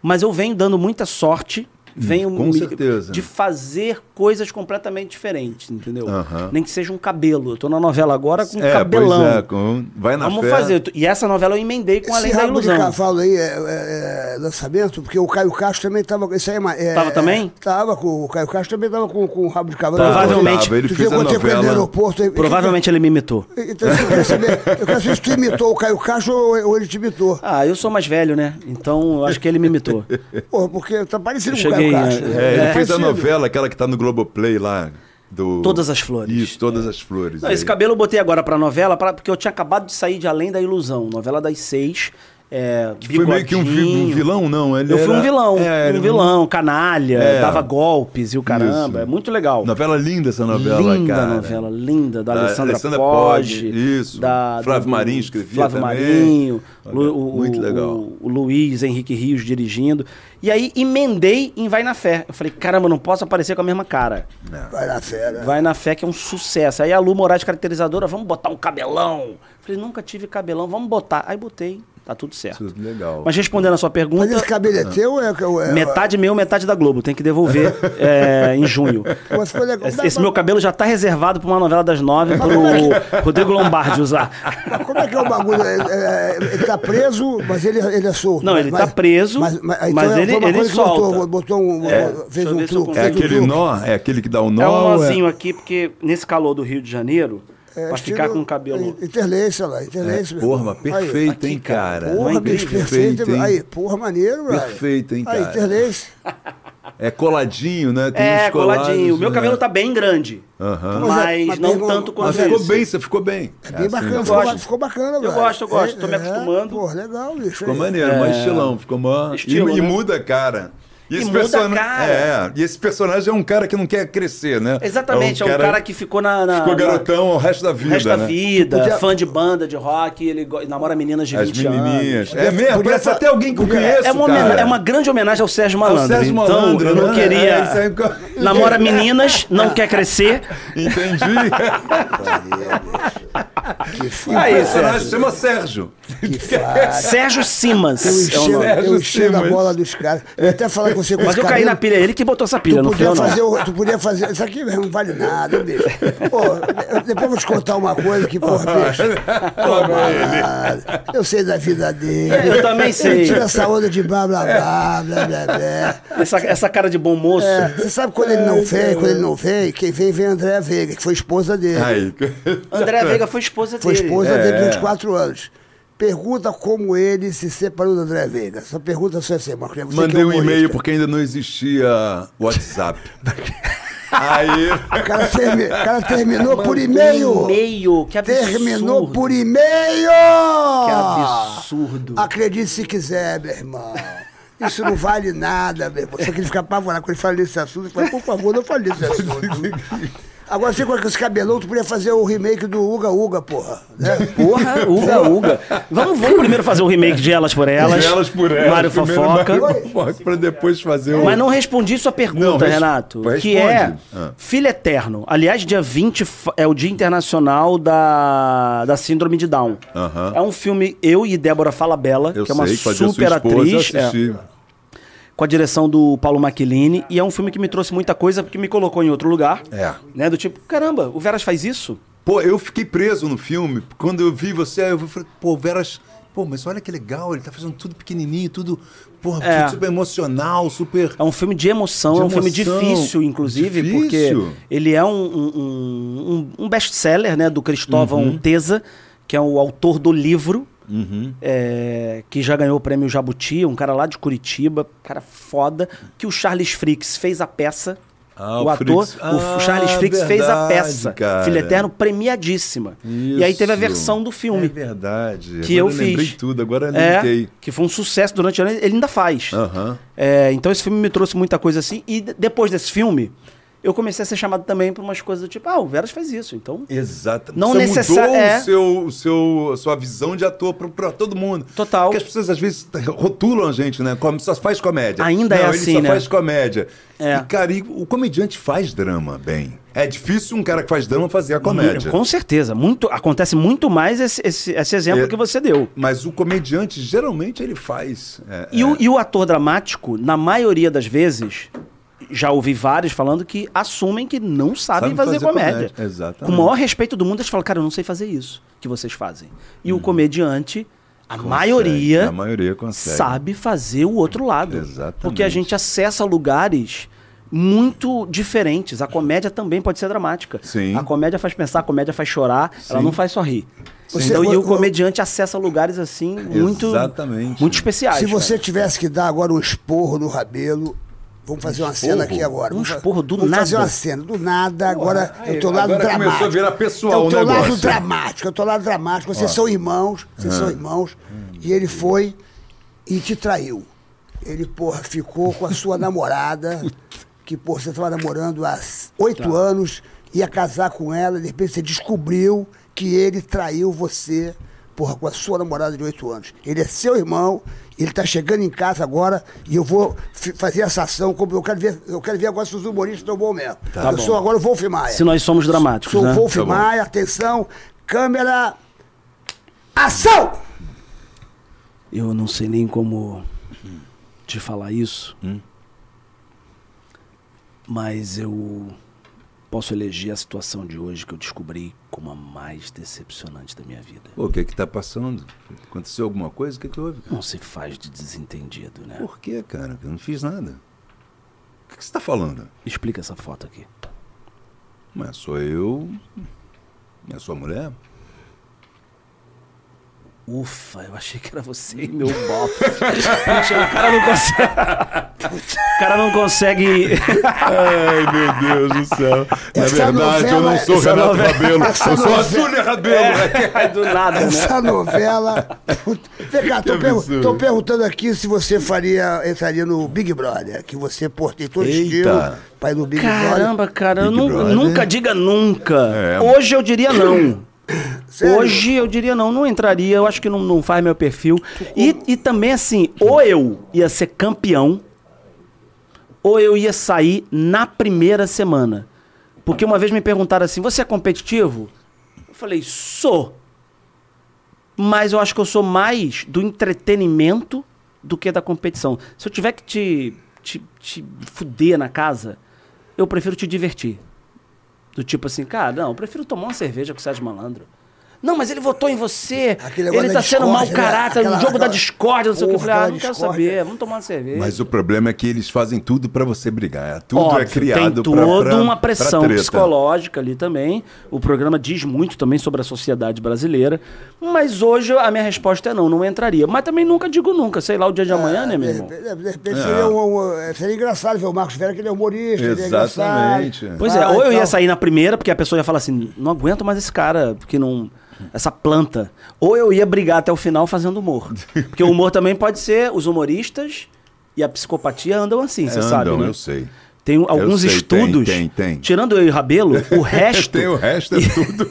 [SPEAKER 6] Mas eu venho dando muita sorte. Venho
[SPEAKER 4] Hum, com certeza.
[SPEAKER 6] de fazer coisas completamente diferentes, entendeu?
[SPEAKER 4] Aham.
[SPEAKER 6] Nem que seja um cabelo. Eu tô na novela agora com um
[SPEAKER 4] É,
[SPEAKER 6] cabelão.
[SPEAKER 4] pois é, com- vai na
[SPEAKER 6] Vamos
[SPEAKER 4] fé.
[SPEAKER 6] fazer. Tu- E essa novela eu emendei com
[SPEAKER 5] Esse
[SPEAKER 6] Além da
[SPEAKER 5] rabo de
[SPEAKER 6] Ilusão.
[SPEAKER 5] cavalo aí é, é- é lançamento, porque o Caio Castro também tava. com- Isso aí é, ma- é,
[SPEAKER 6] Tava também?
[SPEAKER 5] Tava com o Caio Castro também tava com, com o rabo de cavalo.
[SPEAKER 6] Provavelmente.
[SPEAKER 4] Tava, Ah, ele
[SPEAKER 5] tu
[SPEAKER 4] fez
[SPEAKER 5] viu
[SPEAKER 4] a
[SPEAKER 5] quanto tempo ele no
[SPEAKER 4] novela.
[SPEAKER 5] aeroporto? aí-
[SPEAKER 6] Provavelmente ele me imitou.
[SPEAKER 5] Então, eu quero saber, eu quero saber se tu imitou o Caio Castro ou, ou ele te imitou.
[SPEAKER 6] Ah, eu sou mais velho, né? Então eu acho que ele me imitou.
[SPEAKER 5] Porra, porque tá parecido
[SPEAKER 6] Eu
[SPEAKER 5] com o Caio
[SPEAKER 6] cheguei,
[SPEAKER 5] Castro.
[SPEAKER 6] é,
[SPEAKER 4] É, ele
[SPEAKER 5] Tá
[SPEAKER 4] fez a
[SPEAKER 5] parecido.
[SPEAKER 4] novela, aquela que tá no Globoplay lá. Do...
[SPEAKER 6] Todas as Flores.
[SPEAKER 4] Isso, Todas as Flores.
[SPEAKER 6] Não,
[SPEAKER 4] aí.
[SPEAKER 6] esse cabelo eu botei agora pra novela, pra- porque eu tinha acabado de sair de Além da Ilusão, novela das seis. É,
[SPEAKER 4] Foi meio que um, vi- um
[SPEAKER 6] bigodinho.
[SPEAKER 4] vilão, não? Ele
[SPEAKER 6] Eu fui
[SPEAKER 4] era-
[SPEAKER 6] um vilão,
[SPEAKER 4] É, ele-
[SPEAKER 6] um vilão, canalha,
[SPEAKER 4] É.
[SPEAKER 6] dava golpes e o caramba,
[SPEAKER 4] Isso.
[SPEAKER 6] é muito legal.
[SPEAKER 4] um- Novela linda essa novela,
[SPEAKER 6] linda
[SPEAKER 4] cara.
[SPEAKER 6] novela, linda, da,
[SPEAKER 4] Da
[SPEAKER 6] Alessandra,
[SPEAKER 4] Alessandra
[SPEAKER 6] Poggi.
[SPEAKER 4] Poggi, isso. Flávio Marinho escrevia
[SPEAKER 6] Flávio
[SPEAKER 4] também.
[SPEAKER 6] Marinho,
[SPEAKER 4] Olha,
[SPEAKER 6] Lu- o,
[SPEAKER 4] muito
[SPEAKER 6] o-
[SPEAKER 4] legal.
[SPEAKER 6] o- o Luiz Henrique Rios dirigindo. E aí emendei em Vai na Fé. Eu falei, caramba, não posso aparecer com a mesma cara.
[SPEAKER 5] Vai na fera.
[SPEAKER 6] Vai na Fé que é um sucesso. Aí a Lu Moraes, caracterizadora, vamos botar um cabelão. Eu Falei, nunca tive cabelão, vamos botar. Aí botei, tá tudo certo.
[SPEAKER 4] Isso, é legal.
[SPEAKER 6] Mas respondendo a sua pergunta...
[SPEAKER 5] Mas esse cabelo é teu ou é. ou é
[SPEAKER 6] Metade meu, metade da Globo. Tem que devolver é, em junho.
[SPEAKER 5] Pô, ficou legal.
[SPEAKER 6] Esse, esse meu cabelo já tá reservado pra uma novela das nove pro Rodrigo Lombardi usar.
[SPEAKER 5] Como é que é o bagulho? É, é, ele tá preso, mas ele, ele é solto.
[SPEAKER 6] Não, ele tá preso, mas
[SPEAKER 5] então é, foi
[SPEAKER 6] ele-
[SPEAKER 5] uma
[SPEAKER 6] ele
[SPEAKER 5] coisa que botou-
[SPEAKER 6] solta. É.
[SPEAKER 5] Botou, um,
[SPEAKER 6] deixa
[SPEAKER 5] fez
[SPEAKER 6] eu
[SPEAKER 5] um
[SPEAKER 6] ver se eu
[SPEAKER 5] truque.
[SPEAKER 6] consigo.
[SPEAKER 4] É
[SPEAKER 5] fez um
[SPEAKER 4] aquele
[SPEAKER 5] truque.
[SPEAKER 4] nó? É aquele que dá o nó?
[SPEAKER 6] É um
[SPEAKER 4] é-
[SPEAKER 6] nozinho aqui, porque nesse calor do Rio de Janeiro, pra
[SPEAKER 5] É, estilo-
[SPEAKER 6] ficar com o cabelo.
[SPEAKER 5] Interlace, olha lá,
[SPEAKER 6] É
[SPEAKER 5] interlace. meu
[SPEAKER 4] É, Porra,
[SPEAKER 5] irmão.
[SPEAKER 4] mas perfeito,
[SPEAKER 6] aqui,
[SPEAKER 4] hein,
[SPEAKER 6] cara.
[SPEAKER 4] cara?
[SPEAKER 5] Aí, porra,
[SPEAKER 6] Não é
[SPEAKER 5] bicho,
[SPEAKER 6] incrível?
[SPEAKER 5] perfeito.
[SPEAKER 4] hein?
[SPEAKER 5] Aí, porra, maneiro, velho.
[SPEAKER 4] Perfeito, hein,
[SPEAKER 5] Aí,
[SPEAKER 4] cara?
[SPEAKER 5] interlace.
[SPEAKER 4] É coladinho, né? Tem
[SPEAKER 6] É,
[SPEAKER 4] uns colados,
[SPEAKER 6] coladinho. O meu
[SPEAKER 4] né?
[SPEAKER 6] cabelo tá bem grande.
[SPEAKER 4] Aham.
[SPEAKER 6] Mas,
[SPEAKER 5] Mas é- mas
[SPEAKER 6] não
[SPEAKER 5] pegou-
[SPEAKER 6] tanto quanto
[SPEAKER 4] Mas ficou
[SPEAKER 6] esse.
[SPEAKER 4] bem, você ficou bem.
[SPEAKER 5] É bem bacana,
[SPEAKER 4] assim,
[SPEAKER 5] ficou,
[SPEAKER 6] gosto.
[SPEAKER 5] ba- ficou bacana, velho.
[SPEAKER 6] gosto, eu gosto, tô me
[SPEAKER 5] É,
[SPEAKER 6] acostumando.
[SPEAKER 5] Porra, legal, bicho.
[SPEAKER 4] Ficou maneiro, mas estilão, ficou mó...
[SPEAKER 6] Estilo,
[SPEAKER 4] e, e
[SPEAKER 6] É. né?
[SPEAKER 4] muda a cara.
[SPEAKER 6] E muda a
[SPEAKER 4] persona-
[SPEAKER 6] cara.
[SPEAKER 4] É, e esse personagem é um cara que não quer crescer, né?
[SPEAKER 6] Exatamente, é um, cara... que ficou na. na
[SPEAKER 4] Ficou
[SPEAKER 6] na-
[SPEAKER 4] garotão o resto da
[SPEAKER 6] o
[SPEAKER 4] vida,
[SPEAKER 6] resto da
[SPEAKER 4] né?
[SPEAKER 6] vida,
[SPEAKER 5] Podia-
[SPEAKER 6] fã de banda de rock, ele go- namora meninas de
[SPEAKER 4] As
[SPEAKER 6] 20 anos.
[SPEAKER 4] menininhas. É mesmo,
[SPEAKER 5] podia
[SPEAKER 4] parece
[SPEAKER 5] fa-
[SPEAKER 4] até alguém que eu conheço,
[SPEAKER 6] É uma, homena-
[SPEAKER 4] cara.
[SPEAKER 6] é uma grande homenagem ao
[SPEAKER 4] É
[SPEAKER 6] Sérgio
[SPEAKER 4] o
[SPEAKER 6] Malandro.
[SPEAKER 4] Sérgio
[SPEAKER 6] então,
[SPEAKER 4] Malandro,
[SPEAKER 6] eu não
[SPEAKER 4] né?
[SPEAKER 6] queria.
[SPEAKER 4] É, isso aí que eu-
[SPEAKER 6] Namora meninas, não quer crescer.
[SPEAKER 4] Entendi.
[SPEAKER 5] Que fácil.
[SPEAKER 4] O
[SPEAKER 6] Aí, é
[SPEAKER 4] personagem
[SPEAKER 6] Sérgio.
[SPEAKER 4] chama Sérgio.
[SPEAKER 5] Que fácil.
[SPEAKER 6] Sérgio
[SPEAKER 5] Eu
[SPEAKER 6] Simas. é o
[SPEAKER 5] enchendo,
[SPEAKER 6] nome.
[SPEAKER 5] eu enchendo a
[SPEAKER 4] Simas.
[SPEAKER 5] bola dos caras. Eu ia até falar com você com
[SPEAKER 6] Mas
[SPEAKER 5] esse
[SPEAKER 6] eu caí
[SPEAKER 5] cabelo,
[SPEAKER 6] na pilha, ele que botou essa
[SPEAKER 5] Tu
[SPEAKER 6] pilha, não foi
[SPEAKER 5] podia,
[SPEAKER 6] eu não.
[SPEAKER 5] fazer, o- tu podia fazer. Isso aqui não vale nada, bicho. Pô, eu- depois eu vou te contar uma coisa que, pô, bicho. Pô, mano, eu sei da vida dele.
[SPEAKER 6] É, Eu também sei.
[SPEAKER 5] Tira essa onda de blá blá blá, blá blá blá.
[SPEAKER 6] Essa, essa cara de bom moço.
[SPEAKER 5] É, você sabe quando ele não vem, quando ele não vem, quem vem vem a Andréa Veiga, que foi esposa dele.
[SPEAKER 4] Aí.
[SPEAKER 6] Andréa Veiga foi esposa
[SPEAKER 5] Foi
[SPEAKER 6] dele.
[SPEAKER 5] esposa
[SPEAKER 4] Ah, É.
[SPEAKER 5] dele durante quatro anos. Pergunta como ele se separou da André Veiga. Só pergunta só assim, Marco. Você que é
[SPEAKER 4] Mandei um
[SPEAKER 5] humorista.
[SPEAKER 4] e-mail porque ainda não existia WhatsApp. Aí.
[SPEAKER 5] O cara, termi- o cara terminou por e-mail.
[SPEAKER 6] um E-mail, que absurdo.
[SPEAKER 5] Terminou por e-mail!
[SPEAKER 6] Que absurdo.
[SPEAKER 5] Acredite se quiser, meu irmão. Isso não vale nada, meu irmão. Só que ele fica apavorado quando ele fala desse assunto. Ele fala, por favor, não fale desse assunto. Agora você com esse cabelão, tu podia fazer o remake do Uga Uga, porra. Né?
[SPEAKER 6] Porra, Uga Uga. Vamos, vamos primeiro fazer o remake de Elas por Elas.
[SPEAKER 4] Elas, por elas.
[SPEAKER 6] Mário
[SPEAKER 4] primeiro
[SPEAKER 6] Fofoca.
[SPEAKER 4] Mário Fofoca, pra depois fazer o.
[SPEAKER 6] Mas não respondi sua pergunta,
[SPEAKER 4] Não, res-
[SPEAKER 6] Renato.
[SPEAKER 4] responde.
[SPEAKER 6] Que é
[SPEAKER 4] Ah.
[SPEAKER 6] Filho Eterno. Aliás, dia 20 fa- é o Dia Internacional da, da Síndrome de Down.
[SPEAKER 4] Aham.
[SPEAKER 6] É um filme, eu e Débora Falabella,
[SPEAKER 4] Eu
[SPEAKER 6] que é uma
[SPEAKER 4] sei que fazia
[SPEAKER 6] super
[SPEAKER 4] sua esposa, eu
[SPEAKER 6] atriz. é,
[SPEAKER 4] assisti.
[SPEAKER 6] com a direção do Paulo Macchilini. E é um filme que me trouxe muita coisa, porque me colocou em outro lugar.
[SPEAKER 4] É.
[SPEAKER 6] Né, do tipo, caramba, o Veras faz isso?
[SPEAKER 4] Pô, eu fiquei preso no filme. Quando eu vi você, aí eu falei, pô, Veras. Pô, mas olha que legal, ele tá fazendo tudo pequenininho, tudo, porra,
[SPEAKER 6] É.
[SPEAKER 4] tudo super emocional, super.
[SPEAKER 6] É um filme de emoção,
[SPEAKER 4] De
[SPEAKER 6] é um filme
[SPEAKER 4] emoção.
[SPEAKER 6] difícil, inclusive,
[SPEAKER 4] Difícil.
[SPEAKER 6] porque ele é um, um, um- um best-seller né, do Cristóvão
[SPEAKER 4] Uhum.
[SPEAKER 6] Teza, que é o autor do livro, é, que já ganhou o prêmio Jabuti, um cara lá de Curitiba, cara foda, que o Charles Fricks fez a peça.
[SPEAKER 4] Ah,
[SPEAKER 6] o,
[SPEAKER 4] o
[SPEAKER 6] ator,
[SPEAKER 4] Fricks.
[SPEAKER 6] o
[SPEAKER 4] Ah,
[SPEAKER 6] Charles Fricks fez a
[SPEAKER 4] verdade,
[SPEAKER 6] peça.
[SPEAKER 4] cara.
[SPEAKER 6] Filho Eterno premiadíssima. E aí teve a
[SPEAKER 4] Isso.
[SPEAKER 6] versão do filme
[SPEAKER 4] É verdade.
[SPEAKER 6] que eu,
[SPEAKER 4] Agora
[SPEAKER 6] fiz.
[SPEAKER 4] lembrei tudo, agora eu
[SPEAKER 6] É,
[SPEAKER 4] linkei.
[SPEAKER 6] que foi um sucesso durante o ano, ele ainda faz.
[SPEAKER 4] Aham.
[SPEAKER 6] É, então esse filme me trouxe muita coisa assim. E de- depois desse filme, eu comecei a ser chamado também pra umas coisas do tipo, ah, o Veras faz isso, então.
[SPEAKER 4] Exato.
[SPEAKER 6] Não
[SPEAKER 4] Você
[SPEAKER 6] necessa-
[SPEAKER 4] mudou
[SPEAKER 6] é.
[SPEAKER 4] o seu, o seu, a sua visão de ator pra, pra todo mundo.
[SPEAKER 6] Total.
[SPEAKER 4] Porque as pessoas às vezes rotulam a gente, né? Como só faz comédia.
[SPEAKER 6] Ainda é
[SPEAKER 4] Não,
[SPEAKER 6] assim,
[SPEAKER 4] ele só
[SPEAKER 6] né?
[SPEAKER 4] faz comédia.
[SPEAKER 6] É.
[SPEAKER 4] E, cara, e o comediante faz drama bem. É difícil um cara que faz drama fazer a comédia.
[SPEAKER 6] Com certeza. Muito, acontece muito mais esse, esse- esse exemplo
[SPEAKER 4] É.
[SPEAKER 6] que você deu.
[SPEAKER 4] Mas o comediante, geralmente, ele faz. É,
[SPEAKER 6] E, o, e o ator dramático, na maioria das vezes, já ouvi vários falando que assumem que não sabem
[SPEAKER 4] Sabe
[SPEAKER 6] fazer,
[SPEAKER 4] fazer
[SPEAKER 6] comédia.
[SPEAKER 4] comédia, exatamente.
[SPEAKER 6] Com o maior respeito do mundo, eles falam, cara, eu não sei fazer isso que vocês fazem. E o comediante, a maioria,
[SPEAKER 4] Hum. a maioria consegue.
[SPEAKER 6] sabe fazer o outro lado.
[SPEAKER 4] Exatamente.
[SPEAKER 6] Porque a gente acessa lugares muito diferentes. A comédia também pode ser dramática.
[SPEAKER 4] Sim.
[SPEAKER 6] A comédia faz pensar, a comédia faz chorar, ela
[SPEAKER 4] Sim.
[SPEAKER 6] não faz só rir.
[SPEAKER 5] Você-
[SPEAKER 6] então, e o
[SPEAKER 5] o-
[SPEAKER 6] comediante acessa lugares assim muito,
[SPEAKER 4] Exatamente.
[SPEAKER 6] muito especiais.
[SPEAKER 5] Se
[SPEAKER 6] cara.
[SPEAKER 5] você tivesse que dar agora um esporro no Rabelo,
[SPEAKER 4] Um
[SPEAKER 5] vamos fazer uma cena aqui agora.
[SPEAKER 6] Um
[SPEAKER 5] Vamos fa-
[SPEAKER 6] esporro do
[SPEAKER 5] vamos fazer
[SPEAKER 6] nada?
[SPEAKER 5] uma cena do nada. Agora
[SPEAKER 4] aí,
[SPEAKER 5] eu tô lado
[SPEAKER 4] agora
[SPEAKER 5] dramático.
[SPEAKER 4] começou a virar pessoal
[SPEAKER 5] Eu tô
[SPEAKER 4] o
[SPEAKER 5] lado
[SPEAKER 4] negócio. Ah.
[SPEAKER 5] dramático. Eu tô lado dramático. Vocês são irmãos. Vocês são irmãos. E ele foi e te traiu. Ele, porra, ficou com a sua namorada, que, porra, você tava namorando há oito anos, ia casar com ela, de repente você descobriu que ele traiu você, porra, com a sua namorada de oito anos. Ele é seu irmão, ele tá chegando em casa agora e eu vou fi- fazer essa ação. como Eu quero ver, eu quero ver agora se os humoristas estão bons mesmo. eu sou agora o Wolf Maia.
[SPEAKER 6] É. Se nós somos dramáticos,
[SPEAKER 5] sou
[SPEAKER 6] né?
[SPEAKER 5] o Wolf Maia, atenção, câmera, ação!
[SPEAKER 6] Eu não sei nem como te falar isso. Mas eu posso eleger a situação de hoje que eu descobri como a mais decepcionante da minha vida.
[SPEAKER 4] Pô, o que que tá passando? Aconteceu alguma coisa? O que que houve?
[SPEAKER 6] Não se faz de desentendido, né?
[SPEAKER 4] Por que, cara? Eu não fiz nada. O que que você tá falando?
[SPEAKER 6] Explica essa foto aqui.
[SPEAKER 4] Mas sou eu e a sua mulher?
[SPEAKER 6] Ufa, eu achei que era você, meu bofe. Gente, o cara não consegue. O cara não consegue.
[SPEAKER 4] Ai, meu Deus do céu. Na
[SPEAKER 5] Essa
[SPEAKER 4] verdade, eu
[SPEAKER 5] novela-
[SPEAKER 4] não sou o
[SPEAKER 5] essa
[SPEAKER 4] Renato
[SPEAKER 5] novela-
[SPEAKER 4] Rabelo.
[SPEAKER 5] essa
[SPEAKER 4] Eu sou a
[SPEAKER 5] novela-
[SPEAKER 4] Júlia Rabelo.
[SPEAKER 6] Cai do nada, né?
[SPEAKER 5] Essa novela. Vem cá, tô,
[SPEAKER 4] Que
[SPEAKER 5] pergu-
[SPEAKER 4] absurdo.
[SPEAKER 5] tô perguntando aqui se você faria, entraria no Big Brother, que você pô, tem todo
[SPEAKER 4] Eita.
[SPEAKER 5] estilo pra ir no Big Brother.
[SPEAKER 6] Caramba, cara, eu
[SPEAKER 4] Big
[SPEAKER 6] nu-
[SPEAKER 4] Brother.
[SPEAKER 6] nunca diga nunca.
[SPEAKER 4] É.
[SPEAKER 6] Hoje eu diria não.
[SPEAKER 5] Sério?
[SPEAKER 6] Hoje eu diria não, não entraria, eu acho que não, não faz meu perfil. E, e também assim, ou eu ia ser campeão, ou eu ia sair na primeira semana. Porque uma vez me perguntaram assim: você é competitivo? Eu falei, sou. Mas eu acho que eu sou mais do entretenimento do que da competição. Se eu tiver que te te, te fuder na casa, eu prefiro te divertir. Do tipo assim, cara, não, eu prefiro tomar uma cerveja com o Sérgio Malandro. Não, mas ele votou em você.
[SPEAKER 5] Aquele negócio
[SPEAKER 6] Ele
[SPEAKER 5] da
[SPEAKER 6] tá sendo mau
[SPEAKER 5] discórdia, né?
[SPEAKER 6] caráter, um
[SPEAKER 5] Aquela-
[SPEAKER 6] jogo da
[SPEAKER 5] aquela-
[SPEAKER 6] discórdia, não sei o que. Eu
[SPEAKER 5] Porra,
[SPEAKER 6] falei, ah,
[SPEAKER 5] aquela
[SPEAKER 6] não quero
[SPEAKER 5] discórdia.
[SPEAKER 6] saber, vamos tomar uma cerveja.
[SPEAKER 4] Mas o problema é que eles fazem tudo pra você brigar. Tudo é criado
[SPEAKER 6] tem
[SPEAKER 4] pra-
[SPEAKER 6] toda
[SPEAKER 4] pra- pra
[SPEAKER 6] uma pressão
[SPEAKER 4] treta.
[SPEAKER 6] psicológica ali também. O programa diz muito também sobre a sociedade brasileira. Mas hoje a minha resposta é não, não entraria. Mas também nunca digo nunca, sei lá o dia de amanhã, né, meu
[SPEAKER 5] De
[SPEAKER 6] irmão?
[SPEAKER 5] repente, de repente
[SPEAKER 4] É.
[SPEAKER 5] seria, um- um- seria engraçado ver o Marcos Vera, que ele é humorista, ele é
[SPEAKER 4] Exatamente.
[SPEAKER 5] engraçado.
[SPEAKER 6] Pois é,
[SPEAKER 5] Ah,
[SPEAKER 6] ou eu
[SPEAKER 5] então.
[SPEAKER 6] ia sair na primeira, porque a pessoa ia falar assim, não aguento mais esse cara, porque não. Essa planta. Ou eu ia brigar até o final fazendo humor. Porque o humor também pode ser, os humoristas e a psicopatia andam assim, você
[SPEAKER 4] Andam,
[SPEAKER 6] sabe. Né?
[SPEAKER 4] eu sei.
[SPEAKER 6] Tem alguns
[SPEAKER 4] sei, tem,
[SPEAKER 6] estudos.
[SPEAKER 4] tem, tem.
[SPEAKER 6] Tirando eu e o Rabelo, o resto.
[SPEAKER 4] Tem o resto, é tudo.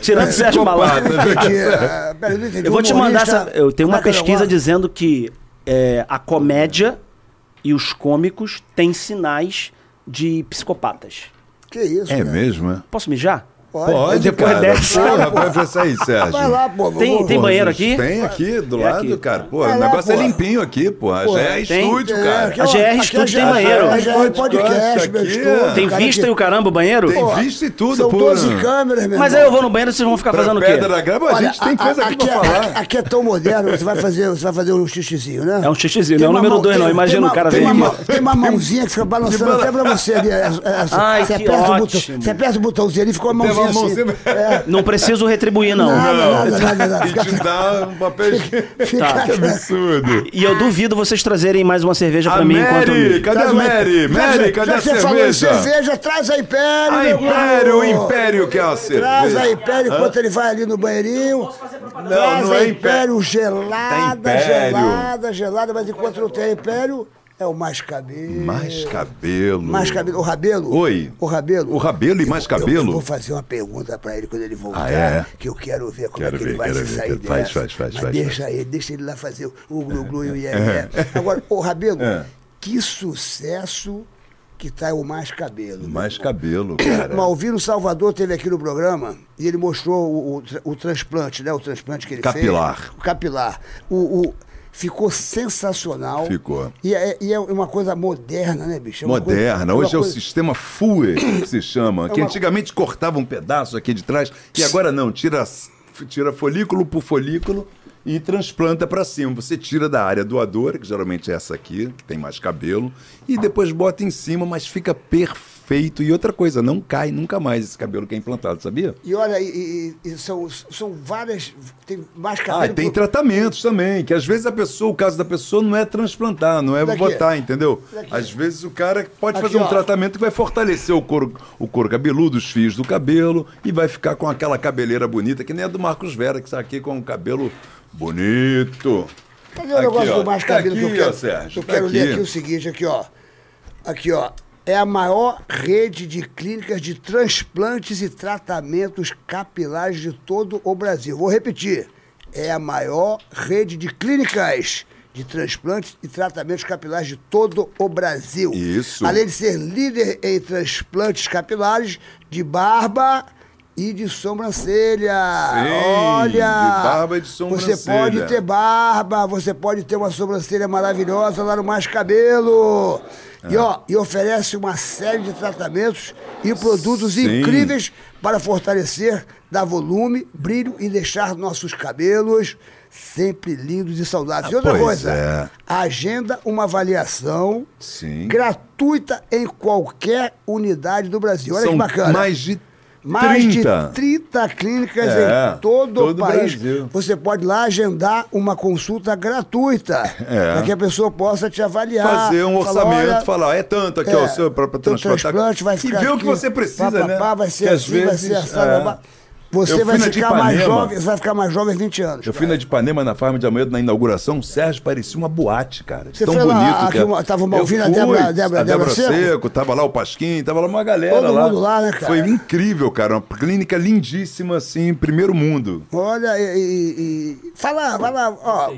[SPEAKER 6] Tirando
[SPEAKER 5] É,
[SPEAKER 6] o Sérgio
[SPEAKER 4] Psicopata.
[SPEAKER 6] Malandro.
[SPEAKER 5] Entendi, ah, peraí, não entendi.
[SPEAKER 6] Eu vou te mandar
[SPEAKER 5] Humorista-
[SPEAKER 6] essa. Eu tenho
[SPEAKER 5] Como
[SPEAKER 6] uma
[SPEAKER 5] é que é o
[SPEAKER 6] pesquisa
[SPEAKER 5] negócio?
[SPEAKER 6] dizendo que é, a comédia e os cômicos têm sinais de psicopatas.
[SPEAKER 5] Que isso?
[SPEAKER 4] É
[SPEAKER 5] cara?
[SPEAKER 4] mesmo, é?
[SPEAKER 6] Porra, Posso mijar?
[SPEAKER 4] Pode,
[SPEAKER 6] depois
[SPEAKER 4] cara.
[SPEAKER 6] dessa.
[SPEAKER 4] Porra, vai pra sair, Sérgio.
[SPEAKER 5] Vai lá, pô.
[SPEAKER 6] Tem-
[SPEAKER 5] vamos-
[SPEAKER 6] tem
[SPEAKER 5] vamos.
[SPEAKER 6] banheiro aqui?
[SPEAKER 4] Tem aqui, do
[SPEAKER 6] É
[SPEAKER 4] lado,
[SPEAKER 6] aqui.
[SPEAKER 4] cara. Pô,
[SPEAKER 5] Vai
[SPEAKER 4] o
[SPEAKER 5] lá,
[SPEAKER 4] negócio
[SPEAKER 5] pô.
[SPEAKER 4] é limpinho aqui, pô. Já é
[SPEAKER 6] tem.
[SPEAKER 4] estúdio,
[SPEAKER 5] É,
[SPEAKER 4] cara.
[SPEAKER 5] aquela-
[SPEAKER 6] A GR
[SPEAKER 5] aquela-
[SPEAKER 6] Estúdio tem
[SPEAKER 5] a-
[SPEAKER 6] banheiro.
[SPEAKER 5] A GR
[SPEAKER 4] Podcast
[SPEAKER 5] Podcast, meu
[SPEAKER 4] aqui,
[SPEAKER 5] estúdio.
[SPEAKER 4] é.
[SPEAKER 6] Tem
[SPEAKER 5] cara,
[SPEAKER 6] vista
[SPEAKER 5] que-
[SPEAKER 6] e o caramba, o banheiro?
[SPEAKER 4] Tem
[SPEAKER 6] Pô,
[SPEAKER 4] visto e tudo,
[SPEAKER 5] São
[SPEAKER 4] pô.
[SPEAKER 5] 12 câmeras, meu
[SPEAKER 6] Mas aí
[SPEAKER 5] irmão.
[SPEAKER 6] eu vou no banheiro, vocês vão ficar
[SPEAKER 4] Pra
[SPEAKER 6] fazendo o quê?
[SPEAKER 4] pedra da grama, a
[SPEAKER 5] Olha,
[SPEAKER 4] gente tem coisa aqui pra
[SPEAKER 5] é-
[SPEAKER 4] falar.
[SPEAKER 5] Aqui é tão moderno, você vai fazer, você vai fazer um xixizinho, né?
[SPEAKER 6] É um xixizinho,
[SPEAKER 5] Tem
[SPEAKER 6] não é o
[SPEAKER 5] uma
[SPEAKER 6] número
[SPEAKER 5] mão-
[SPEAKER 6] dois, não.
[SPEAKER 5] tem-
[SPEAKER 6] Imagina
[SPEAKER 5] tem
[SPEAKER 6] o cara
[SPEAKER 5] uma- tem
[SPEAKER 6] vem
[SPEAKER 5] uma
[SPEAKER 6] aqui.
[SPEAKER 5] mão- Tem uma mãozinha que fica balançando até pra você ali. é- é-
[SPEAKER 6] Ai,
[SPEAKER 5] Você
[SPEAKER 6] que
[SPEAKER 5] aperta o botão-
[SPEAKER 6] ótimo.
[SPEAKER 5] você aperta o botãozinho ali, ficou a mãozinha
[SPEAKER 4] uma
[SPEAKER 5] assim.
[SPEAKER 4] mãozinha-
[SPEAKER 5] É.
[SPEAKER 6] Não preciso retribuir, não.
[SPEAKER 5] Nada, nada, nada, nada.
[SPEAKER 4] E te
[SPEAKER 5] Fica-
[SPEAKER 4] dá um papel de...
[SPEAKER 5] Fica,
[SPEAKER 4] Que
[SPEAKER 6] Tá.
[SPEAKER 4] absurdo.
[SPEAKER 6] E eu duvido vocês trazerem mais uma cerveja pra
[SPEAKER 4] A
[SPEAKER 6] mim enquanto. eu
[SPEAKER 4] Mary,
[SPEAKER 6] mijo.
[SPEAKER 4] cadê a
[SPEAKER 5] Traz mais-
[SPEAKER 4] Mary?
[SPEAKER 5] traz-
[SPEAKER 4] Mary, cadê
[SPEAKER 5] já
[SPEAKER 4] a
[SPEAKER 5] que você falou em
[SPEAKER 4] cerveja?
[SPEAKER 5] cerveja, traz a Império.
[SPEAKER 4] A
[SPEAKER 5] meu
[SPEAKER 4] Império, o
[SPEAKER 5] garoto.
[SPEAKER 4] Império que é a cerveja.
[SPEAKER 5] Traz a Império enquanto ele vai ali no banheirinho. Traz
[SPEAKER 4] não é
[SPEAKER 5] a
[SPEAKER 4] Império.
[SPEAKER 5] Império gelada,
[SPEAKER 4] É Império.
[SPEAKER 5] gelada, gelada. Mas enquanto não tem Império, é o mais cabelo.
[SPEAKER 4] Mais cabelo.
[SPEAKER 5] Mais cabelo. O Rabelo?
[SPEAKER 4] Oi.
[SPEAKER 5] O Rabelo?
[SPEAKER 4] O Rabelo e
[SPEAKER 5] Eu-
[SPEAKER 4] mais
[SPEAKER 5] Eu,
[SPEAKER 4] cabelo?
[SPEAKER 5] eu vou fazer uma pergunta pra ele quando ele voltar.
[SPEAKER 4] Ah, é?
[SPEAKER 5] Que eu quero ver como
[SPEAKER 4] Quero
[SPEAKER 5] é que ele
[SPEAKER 4] ver,
[SPEAKER 5] vai
[SPEAKER 4] quero
[SPEAKER 5] se
[SPEAKER 4] ver,
[SPEAKER 5] sair
[SPEAKER 4] quero-
[SPEAKER 5] dessa.
[SPEAKER 4] faz, faz, faz,
[SPEAKER 5] Mas
[SPEAKER 4] faz,
[SPEAKER 5] deixa ele, deixa ele lá fazer o glu-glu e o ié Agora, o Rabelo,
[SPEAKER 4] É.
[SPEAKER 5] que sucesso que tá o mais cabelo. meu
[SPEAKER 4] Mais
[SPEAKER 5] irmão.
[SPEAKER 4] cabelo, cara.
[SPEAKER 5] Malvino Salvador teve aqui no programa e ele mostrou o, o tra- o transplante, né? O transplante que ele
[SPEAKER 4] Capilar.
[SPEAKER 5] fez. O capilar. O o- Ficou sensacional.
[SPEAKER 4] Ficou.
[SPEAKER 5] E é, e é uma coisa moderna, né, bicho? É uma coisa-
[SPEAKER 4] Moderna.
[SPEAKER 5] é uma
[SPEAKER 4] Hoje é o
[SPEAKER 5] coisa- É
[SPEAKER 4] sistema FUE que se chama, que
[SPEAKER 5] uma-
[SPEAKER 4] antigamente cortava um pedaço aqui de trás e agora não, tira, tira folículo por folículo e transplanta para cima. Você tira da área doadora, que geralmente é essa aqui, que tem mais cabelo, e depois bota em cima, mas fica perfeito. E outra coisa, não cai nunca mais esse cabelo que é implantado, sabia?
[SPEAKER 5] E olha, e, e- e são, são várias. Tem mais
[SPEAKER 4] Ah,
[SPEAKER 5] cabelo.
[SPEAKER 4] e tem
[SPEAKER 5] Tá pro-
[SPEAKER 4] tratamentos também, que às vezes a pessoa, o caso da pessoa não é transplantar, não é
[SPEAKER 5] Daqui.
[SPEAKER 4] botar, entendeu?
[SPEAKER 5] Daqui. é.
[SPEAKER 4] Às vezes o cara pode
[SPEAKER 5] Aqui,
[SPEAKER 4] fazer um
[SPEAKER 5] ó.
[SPEAKER 4] tratamento que vai fortalecer o couro, o couro cabeludo, os fios do cabelo e vai ficar com aquela cabeleira bonita, que nem a do Marcos Vera, que está aqui com um cabelo bonito.
[SPEAKER 5] Cadê o é um negócio
[SPEAKER 4] ó,
[SPEAKER 5] do mais
[SPEAKER 4] tá
[SPEAKER 5] cabelo
[SPEAKER 4] aqui,
[SPEAKER 5] que eu quero?
[SPEAKER 4] ó, Sérgio,
[SPEAKER 5] eu
[SPEAKER 4] tá
[SPEAKER 5] quero
[SPEAKER 4] aqui.
[SPEAKER 5] ler aqui o seguinte, aqui, ó. Aqui, ó. É a maior rede de clínicas de transplantes e tratamentos capilares de todo o Brasil. Vou repetir. É a maior rede de clínicas de transplantes e tratamentos capilares de todo o Brasil.
[SPEAKER 4] Isso.
[SPEAKER 5] Além de ser líder em transplantes capilares de barba e de sobrancelha.
[SPEAKER 4] Sim,
[SPEAKER 5] Olha!
[SPEAKER 4] de barba e de
[SPEAKER 5] Você pode
[SPEAKER 4] sobrancelha.
[SPEAKER 5] ter barba, você pode ter uma sobrancelha maravilhosa lá no Mais Cabelo. E, ó, e oferece uma série de tratamentos e produtos
[SPEAKER 4] Sim.
[SPEAKER 5] incríveis para fortalecer, dar volume, brilho e deixar nossos cabelos sempre lindos e saudáveis. e outra
[SPEAKER 4] Ah, pois
[SPEAKER 5] coisa,
[SPEAKER 4] é.
[SPEAKER 5] agenda uma avaliação
[SPEAKER 4] Sim.
[SPEAKER 5] gratuita em qualquer unidade do Brasil. Olha
[SPEAKER 4] São
[SPEAKER 5] que bacana.
[SPEAKER 4] mais de 30.
[SPEAKER 5] Mais de 30 clínicas
[SPEAKER 4] É,
[SPEAKER 5] em todo,
[SPEAKER 4] todo o
[SPEAKER 5] o país.
[SPEAKER 4] Brasil.
[SPEAKER 5] Você pode lá agendar uma consulta gratuita
[SPEAKER 4] É.
[SPEAKER 5] para que a pessoa possa te avaliar.
[SPEAKER 4] Fazer um
[SPEAKER 5] Falar,
[SPEAKER 4] orçamento,
[SPEAKER 5] Ah, olha,
[SPEAKER 4] falar, é tanto aqui, ó, o seu próprio
[SPEAKER 5] teu
[SPEAKER 4] transplante, tá
[SPEAKER 5] transplante vai
[SPEAKER 4] e
[SPEAKER 5] ficar
[SPEAKER 4] ver o
[SPEAKER 5] aqui,
[SPEAKER 4] que você precisa,
[SPEAKER 5] pá, pá,
[SPEAKER 4] né?
[SPEAKER 5] pá, vai ser
[SPEAKER 4] Que às
[SPEAKER 5] assim, vai
[SPEAKER 4] vezes,
[SPEAKER 5] ser assado.
[SPEAKER 4] é.
[SPEAKER 5] pá, pá. Você
[SPEAKER 4] Eu
[SPEAKER 5] vai
[SPEAKER 4] fui na
[SPEAKER 5] ficar, mais
[SPEAKER 4] Ipanema.
[SPEAKER 5] jovem, você vai ficar mais jovem 20 anos.
[SPEAKER 4] Eu fui na de Ipanema, na Farm de Amoedo, na inauguração, o Sérgio parecia uma boate, cara.
[SPEAKER 5] Você
[SPEAKER 4] Tão
[SPEAKER 5] foi lá,
[SPEAKER 4] bonito,
[SPEAKER 5] aqui
[SPEAKER 4] cara.
[SPEAKER 5] uma- tava uma-
[SPEAKER 4] Eu
[SPEAKER 5] ouvindo a
[SPEAKER 4] fui,
[SPEAKER 5] Débora- Débora-
[SPEAKER 4] a Débora
[SPEAKER 5] Débora
[SPEAKER 4] Seco,
[SPEAKER 5] Seco.
[SPEAKER 4] tava lá o Pasquim, tava lá uma galera
[SPEAKER 5] Todo
[SPEAKER 4] lá.
[SPEAKER 5] mundo lá, né, cara?
[SPEAKER 4] Foi incrível, cara, uma clínica lindíssima, assim, primeiro mundo.
[SPEAKER 5] Olha, e, e- e- Fala, fala, ó.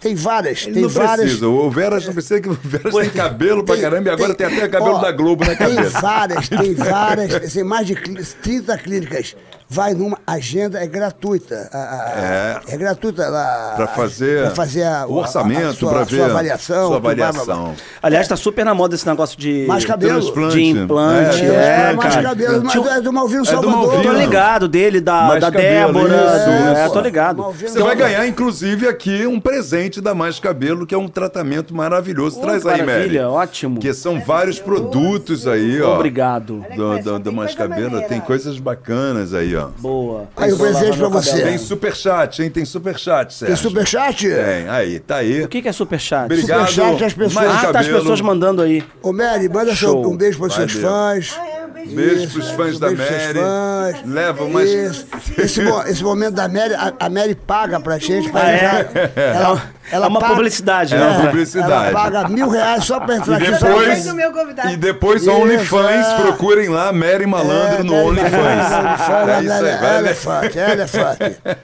[SPEAKER 5] Tem várias,
[SPEAKER 4] Ele
[SPEAKER 5] tem
[SPEAKER 4] não
[SPEAKER 5] várias.
[SPEAKER 4] precisa, o Veras não precisa, que o Veras tem cabelo pra
[SPEAKER 5] Tem-
[SPEAKER 4] caramba e agora tem, até o cabelo
[SPEAKER 5] ó,
[SPEAKER 4] da Globo na
[SPEAKER 5] Tem assim,
[SPEAKER 4] cabeça.
[SPEAKER 5] várias, tem várias, tem mais de clí- 30 clínicas vai numa agenda, é gratuita. A- a- a-
[SPEAKER 4] É.
[SPEAKER 5] é gratuita lá.
[SPEAKER 4] Pra fazer
[SPEAKER 5] Ah, pra fazer a-
[SPEAKER 4] o orçamento,
[SPEAKER 5] a- a sua,
[SPEAKER 4] pra
[SPEAKER 5] a
[SPEAKER 4] ver
[SPEAKER 5] sua avaliação.
[SPEAKER 4] Sua
[SPEAKER 5] tudo, blá, blá, blá.
[SPEAKER 4] avaliação.
[SPEAKER 6] Aliás, tá super na moda esse negócio de.
[SPEAKER 5] Mais cabelo.
[SPEAKER 6] De implante.
[SPEAKER 4] É,
[SPEAKER 6] É,
[SPEAKER 5] É,
[SPEAKER 6] cara.
[SPEAKER 5] mais cabelo, mas
[SPEAKER 6] Tinha-
[SPEAKER 5] é do Malvino
[SPEAKER 4] do
[SPEAKER 5] Salvador.
[SPEAKER 6] Tô
[SPEAKER 4] Malvino.
[SPEAKER 6] ligado dele, da,
[SPEAKER 4] Mais
[SPEAKER 6] da
[SPEAKER 4] cabelo,
[SPEAKER 6] Débora.
[SPEAKER 4] isso,
[SPEAKER 6] é,
[SPEAKER 4] isso.
[SPEAKER 6] tô ligado.
[SPEAKER 5] Malvino
[SPEAKER 4] Você vai ganhar, inclusive, aqui um presente da Mais Cabelo, que é um tratamento maravilhoso.
[SPEAKER 6] Ô,
[SPEAKER 4] Traz
[SPEAKER 6] que
[SPEAKER 4] aí,
[SPEAKER 6] maravilha,
[SPEAKER 4] Mary.
[SPEAKER 6] ótimo.
[SPEAKER 4] Que são vários produtos aí, ó.
[SPEAKER 6] Obrigado.
[SPEAKER 4] Do, do, do Mais Cabelo. Tem coisas bacanas aí, ó.
[SPEAKER 6] Boa.
[SPEAKER 5] Aí o presente pra você.
[SPEAKER 4] Tem superchat, hein? Tem superchat,
[SPEAKER 5] Tem
[SPEAKER 4] Sérgio.
[SPEAKER 5] superchat?
[SPEAKER 4] Tem, aí, tá aí.
[SPEAKER 6] O que, que é superchat?
[SPEAKER 4] Obrigado.
[SPEAKER 5] Superchat, as pessoas-
[SPEAKER 4] Mais
[SPEAKER 6] Ah, tá as
[SPEAKER 4] Cabelo.
[SPEAKER 6] pessoas mandando aí.
[SPEAKER 5] Ô, Mary, manda seu-
[SPEAKER 6] Show.
[SPEAKER 5] um beijo para seus
[SPEAKER 4] Valeu.
[SPEAKER 5] fãs.
[SPEAKER 4] Beijo pros fãs
[SPEAKER 5] Isso,
[SPEAKER 4] da
[SPEAKER 5] beijo pros seus
[SPEAKER 4] Mary.
[SPEAKER 5] fãs.
[SPEAKER 4] Leva mais.
[SPEAKER 5] Isso. Esse, mo- esse momento da Mary, a, a Mary paga pra gente. Pra
[SPEAKER 6] Ah, é?
[SPEAKER 5] entrar. Ela, ela
[SPEAKER 6] é uma
[SPEAKER 5] paga-
[SPEAKER 6] publicidade,
[SPEAKER 4] É
[SPEAKER 6] né?
[SPEAKER 4] uma publicidade.
[SPEAKER 5] Ela paga mil reais só pra entrar
[SPEAKER 4] E
[SPEAKER 5] aqui.
[SPEAKER 4] depois,
[SPEAKER 7] do meu convidado.
[SPEAKER 4] e depois
[SPEAKER 5] Isso,
[SPEAKER 4] OnlyFans,
[SPEAKER 5] é.
[SPEAKER 4] procurem lá Mary Malandro
[SPEAKER 5] É,
[SPEAKER 4] no
[SPEAKER 5] Mary
[SPEAKER 4] OnlyFans.
[SPEAKER 5] Malandro,
[SPEAKER 4] É isso aí, vai
[SPEAKER 5] Elefante, elefante.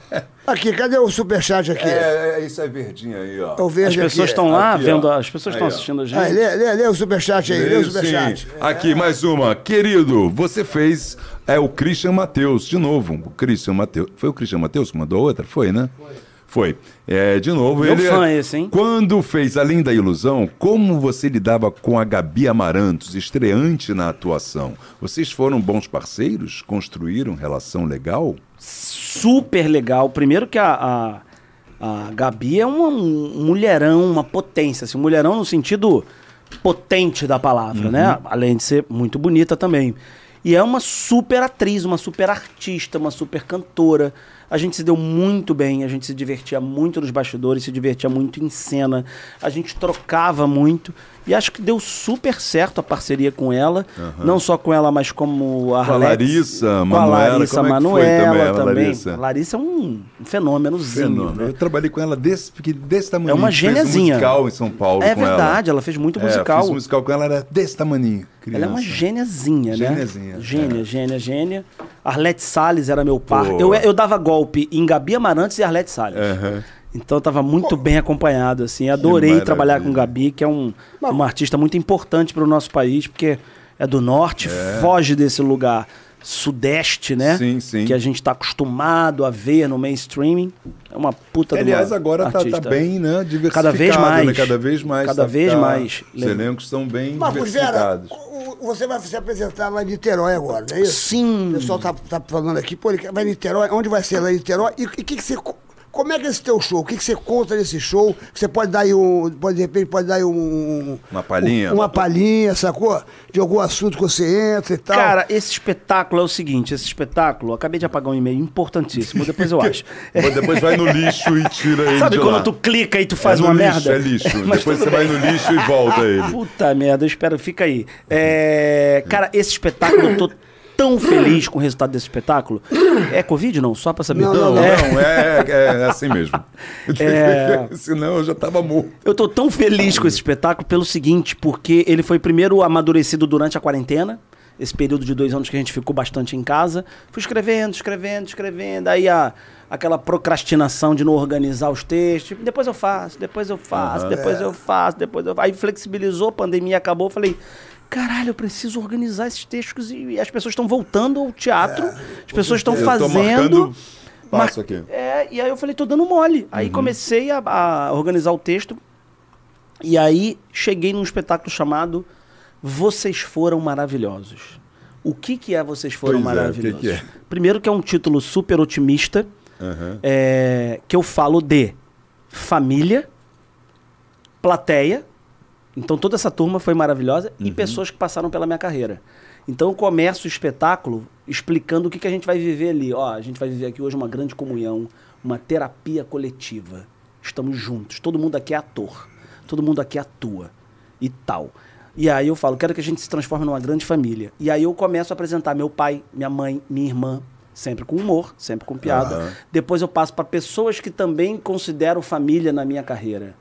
[SPEAKER 5] Aqui, cadê o superchat aqui?
[SPEAKER 4] É, é, isso aí, verdinho aí, ó.
[SPEAKER 5] Eu
[SPEAKER 6] As
[SPEAKER 5] vejo
[SPEAKER 6] pessoas
[SPEAKER 5] aqui.
[SPEAKER 6] estão lá
[SPEAKER 4] Aqui, ó.
[SPEAKER 6] vendo, as pessoas
[SPEAKER 4] Aí,
[SPEAKER 6] estão
[SPEAKER 4] ó.
[SPEAKER 6] assistindo a gente.
[SPEAKER 5] Aí, lê, lê, lê o superchat aí, lê o
[SPEAKER 4] Sim.
[SPEAKER 5] superchat.
[SPEAKER 4] Aqui, mais uma. Querido, você fez. É o Christian Matheus, de novo. O Christian Matheus. Foi o Christian Matheus que mandou a outra? Foi, né? Foi. É, de novo,
[SPEAKER 6] Meu
[SPEAKER 4] ele.
[SPEAKER 6] fã esse, hein?
[SPEAKER 4] Quando fez Além da Ilusão, como você lidava com a Gabi Amarantos, estreante na atuação? Vocês foram bons parceiros? Construíram relação legal?
[SPEAKER 6] super legal. Primeiro que a, a, a Gabi é uma- um mulherão, uma potência. Assim, um mulherão no sentido potente da palavra, né? Além de ser muito bonita também. E é uma super atriz, uma super artista, uma super cantora. A gente se deu muito bem, a gente se divertia muito nos bastidores, se divertia muito em cena, a gente trocava muito. E acho que deu super certo a parceria com ela. Não só com ela, mas como a
[SPEAKER 4] Com a
[SPEAKER 6] Alex,
[SPEAKER 4] Larissa
[SPEAKER 6] com a
[SPEAKER 4] Manoela,
[SPEAKER 6] Larissa
[SPEAKER 4] como é que foi
[SPEAKER 6] Manoela
[SPEAKER 4] também, a
[SPEAKER 6] também.
[SPEAKER 4] Larissa?
[SPEAKER 6] Larissa. é um fenômenozinho.
[SPEAKER 4] Fenômeno. Eu trabalhei com ela desse, pequ- desse tamanho.
[SPEAKER 6] né? É uma
[SPEAKER 4] Fez
[SPEAKER 6] geniazinha.
[SPEAKER 4] um musical em São Paulo
[SPEAKER 6] É
[SPEAKER 4] com ela.
[SPEAKER 6] verdade, ela fez muito
[SPEAKER 4] É,
[SPEAKER 6] musical.
[SPEAKER 4] fiz um musical com ela, era desse tamanho.
[SPEAKER 6] Ela é uma gêniazinha, né?
[SPEAKER 4] Gêniazinha,
[SPEAKER 6] Gênia,
[SPEAKER 4] é.
[SPEAKER 6] gênia, gênia. Arlete Salles era meu par.
[SPEAKER 4] Pô.
[SPEAKER 6] Eu, eu dava golpe em Gabi Amarantes e Arlete Salles. Então eu tava muito bem acompanhado, assim. Adorei
[SPEAKER 4] maravilha.
[SPEAKER 6] trabalhar com Gabi, que é um, uma artista muito importante para o nosso país, porque é do norte, foge desse lugar sudeste, né?
[SPEAKER 4] Sim, sim.
[SPEAKER 6] Que a gente tá acostumado a ver no mainstreaming. É uma puta de uma
[SPEAKER 4] Aliás, agora tá, tá
[SPEAKER 6] artista.
[SPEAKER 4] bem, né? Diversificado.
[SPEAKER 6] vez mais.
[SPEAKER 4] Né? Cada vez mais.
[SPEAKER 6] Cada
[SPEAKER 4] tá-
[SPEAKER 6] vez
[SPEAKER 4] tá-
[SPEAKER 6] mais.
[SPEAKER 4] Os elencos são bem
[SPEAKER 5] Marcos Vera,
[SPEAKER 4] diversificados.
[SPEAKER 5] o- o- você vai se apresentar lá em Niterói agora, não é isso?
[SPEAKER 6] Sim.
[SPEAKER 5] O pessoal tá, tá falando aqui, pô, ele quer- vai em Niterói, onde vai ser lá em Niterói? E o que, que você. co- Como é que é esse teu show? O que, que você conta nesse show? Você pode dar aí um. Pode, de repente, pode dar aí um.
[SPEAKER 4] Uma palhinha?
[SPEAKER 5] um- Uma palhinha, sacou? De algum assunto que você entra e tal.
[SPEAKER 6] Cara, esse espetáculo é o seguinte, esse espetáculo, acabei de apagar um e-mail importantíssimo, depois eu acho. É,
[SPEAKER 4] Mas depois vai no lixo e tira ele
[SPEAKER 6] sabe
[SPEAKER 4] de
[SPEAKER 6] quando
[SPEAKER 4] lá.
[SPEAKER 6] tu clica e tu faz
[SPEAKER 4] é no
[SPEAKER 6] uma
[SPEAKER 4] lixo,
[SPEAKER 6] merda?
[SPEAKER 4] É lixo.
[SPEAKER 6] Mas
[SPEAKER 4] depois
[SPEAKER 6] tudo
[SPEAKER 4] você
[SPEAKER 6] Ah,
[SPEAKER 4] vai no lixo e volta ele.
[SPEAKER 6] Puta merda, eu espero, fica aí. É, cara, esse espetáculo, eu tô tão feliz com o resultado desse espetáculo. É Covid não? Só pra saber.
[SPEAKER 5] Não, não,
[SPEAKER 6] É,
[SPEAKER 4] Não, é, é assim mesmo.
[SPEAKER 6] É.
[SPEAKER 4] Senão eu já tava morto.
[SPEAKER 6] Eu tô tão feliz com esse espetáculo pelo seguinte, porque ele foi primeiro amadurecido durante a quarentena, esse período de dois anos que a gente ficou bastante em casa. Fui escrevendo, escrevendo, escrevendo, aí a, aquela procrastinação de não organizar os textos. Depois eu faço, depois eu faço, depois
[SPEAKER 4] É.
[SPEAKER 6] eu faço, depois eu faço. Aí flexibilizou, a pandemia acabou, eu falei... Caralho, eu preciso organizar esses textos e, e as pessoas estão voltando ao teatro, as pessoas estão
[SPEAKER 4] É, Eu tô
[SPEAKER 6] fazendo.
[SPEAKER 4] marcando passo aqui. Uhum.
[SPEAKER 6] É, e aí eu falei, tô dando mole. Aí comecei a, a organizar o texto. E aí cheguei num espetáculo chamado Vocês Foram Maravilhosos. O que, que é Vocês Foram
[SPEAKER 4] Pois é, o que que é?
[SPEAKER 6] Maravilhosos? Primeiro que é um título super otimista,
[SPEAKER 4] Aham.
[SPEAKER 6] é, que eu falo de família, plateia, então toda essa turma foi maravilhosa e pessoas que passaram pela minha carreira. Então eu começo o espetáculo explicando o que, que a gente vai viver ali. Ó, a gente vai viver aqui hoje uma grande comunhão, uma terapia coletiva. Estamos juntos. Todo mundo aqui é ator. Todo mundo aqui atua. E tal. E aí eu falo, quero que a gente se transforme numa grande família. E aí eu começo a apresentar meu pai, minha mãe, minha irmã, sempre com humor, sempre com piada. Depois eu passo para pessoas que também considero família na minha carreira.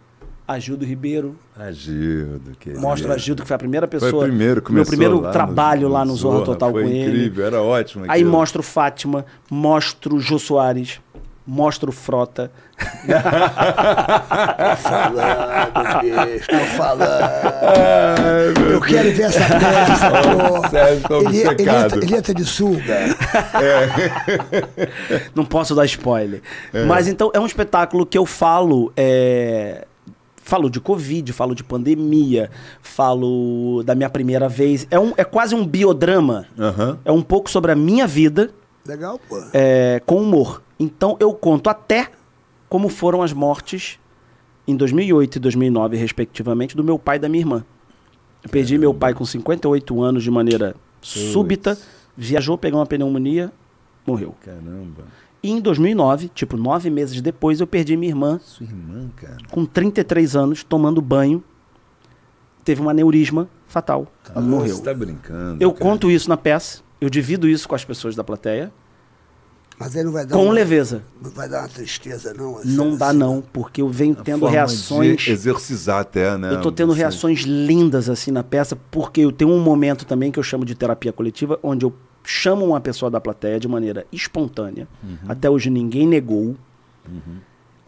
[SPEAKER 6] Agildo Ribeiro,
[SPEAKER 4] Agildo, querido.
[SPEAKER 6] Mostra a Gildo, que foi a primeira pessoa.
[SPEAKER 4] Foi o primeiro,
[SPEAKER 6] Meu
[SPEAKER 4] começou
[SPEAKER 6] primeiro
[SPEAKER 4] lá no-
[SPEAKER 6] trabalho lá no Zorra Total
[SPEAKER 4] foi
[SPEAKER 6] com ele.
[SPEAKER 4] incrível, era ótimo
[SPEAKER 6] Aí
[SPEAKER 4] aquilo.
[SPEAKER 6] mostro Fátima, mostro Jô Soares, mostra o frota.
[SPEAKER 5] Tá falando, bicho, tô falando.
[SPEAKER 4] Ai, meu
[SPEAKER 5] Eu quero ver essa peça,
[SPEAKER 4] Ô, Sérgio, tô
[SPEAKER 5] pô. Ele, ele,
[SPEAKER 4] obcecado.
[SPEAKER 5] entra, ele entra de sunga.
[SPEAKER 6] Não posso dar spoiler. Mas então é um espetáculo que eu falo. é, Falo de Covid, falo de pandemia, falo da minha primeira vez. É, um, é quase um biodrama.
[SPEAKER 4] Aham.
[SPEAKER 6] É um pouco sobre a minha vida
[SPEAKER 5] Legal, pô.
[SPEAKER 6] é, com humor. Então eu conto até como foram as mortes em 2008 e 2009, respectivamente, do meu pai e da minha irmã. Eu perdi meu pai com 58 anos de maneira súbita, viajou, pegou uma pneumonia, morreu.
[SPEAKER 4] Caramba.
[SPEAKER 6] E em 2009, tipo nove meses depois, eu perdi minha irmã
[SPEAKER 4] Sua irmã, cara.
[SPEAKER 6] com 33 anos, tomando banho. Teve um aneurisma fatal. Ela morreu.
[SPEAKER 4] Você tá brincando.
[SPEAKER 6] Eu
[SPEAKER 4] cara.
[SPEAKER 6] conto isso na peça, eu divido isso com as pessoas da plateia,
[SPEAKER 5] Mas ele não vai dar. um-
[SPEAKER 6] com
[SPEAKER 5] uma,
[SPEAKER 6] leveza.
[SPEAKER 5] Não vai dar uma tristeza, não. assim,
[SPEAKER 6] Não dá
[SPEAKER 5] assim.
[SPEAKER 6] não, porque eu venho
[SPEAKER 4] Uma
[SPEAKER 6] tendo
[SPEAKER 4] forma
[SPEAKER 6] reações...
[SPEAKER 4] de exercizar até, né?
[SPEAKER 6] Eu tô tendo
[SPEAKER 4] Você-
[SPEAKER 6] reações lindas assim na peça, porque eu tenho um momento também que eu chamo de terapia coletiva, onde eu chamo uma pessoa da plateia de maneira espontânea.
[SPEAKER 4] Uhum.
[SPEAKER 6] Até hoje ninguém negou.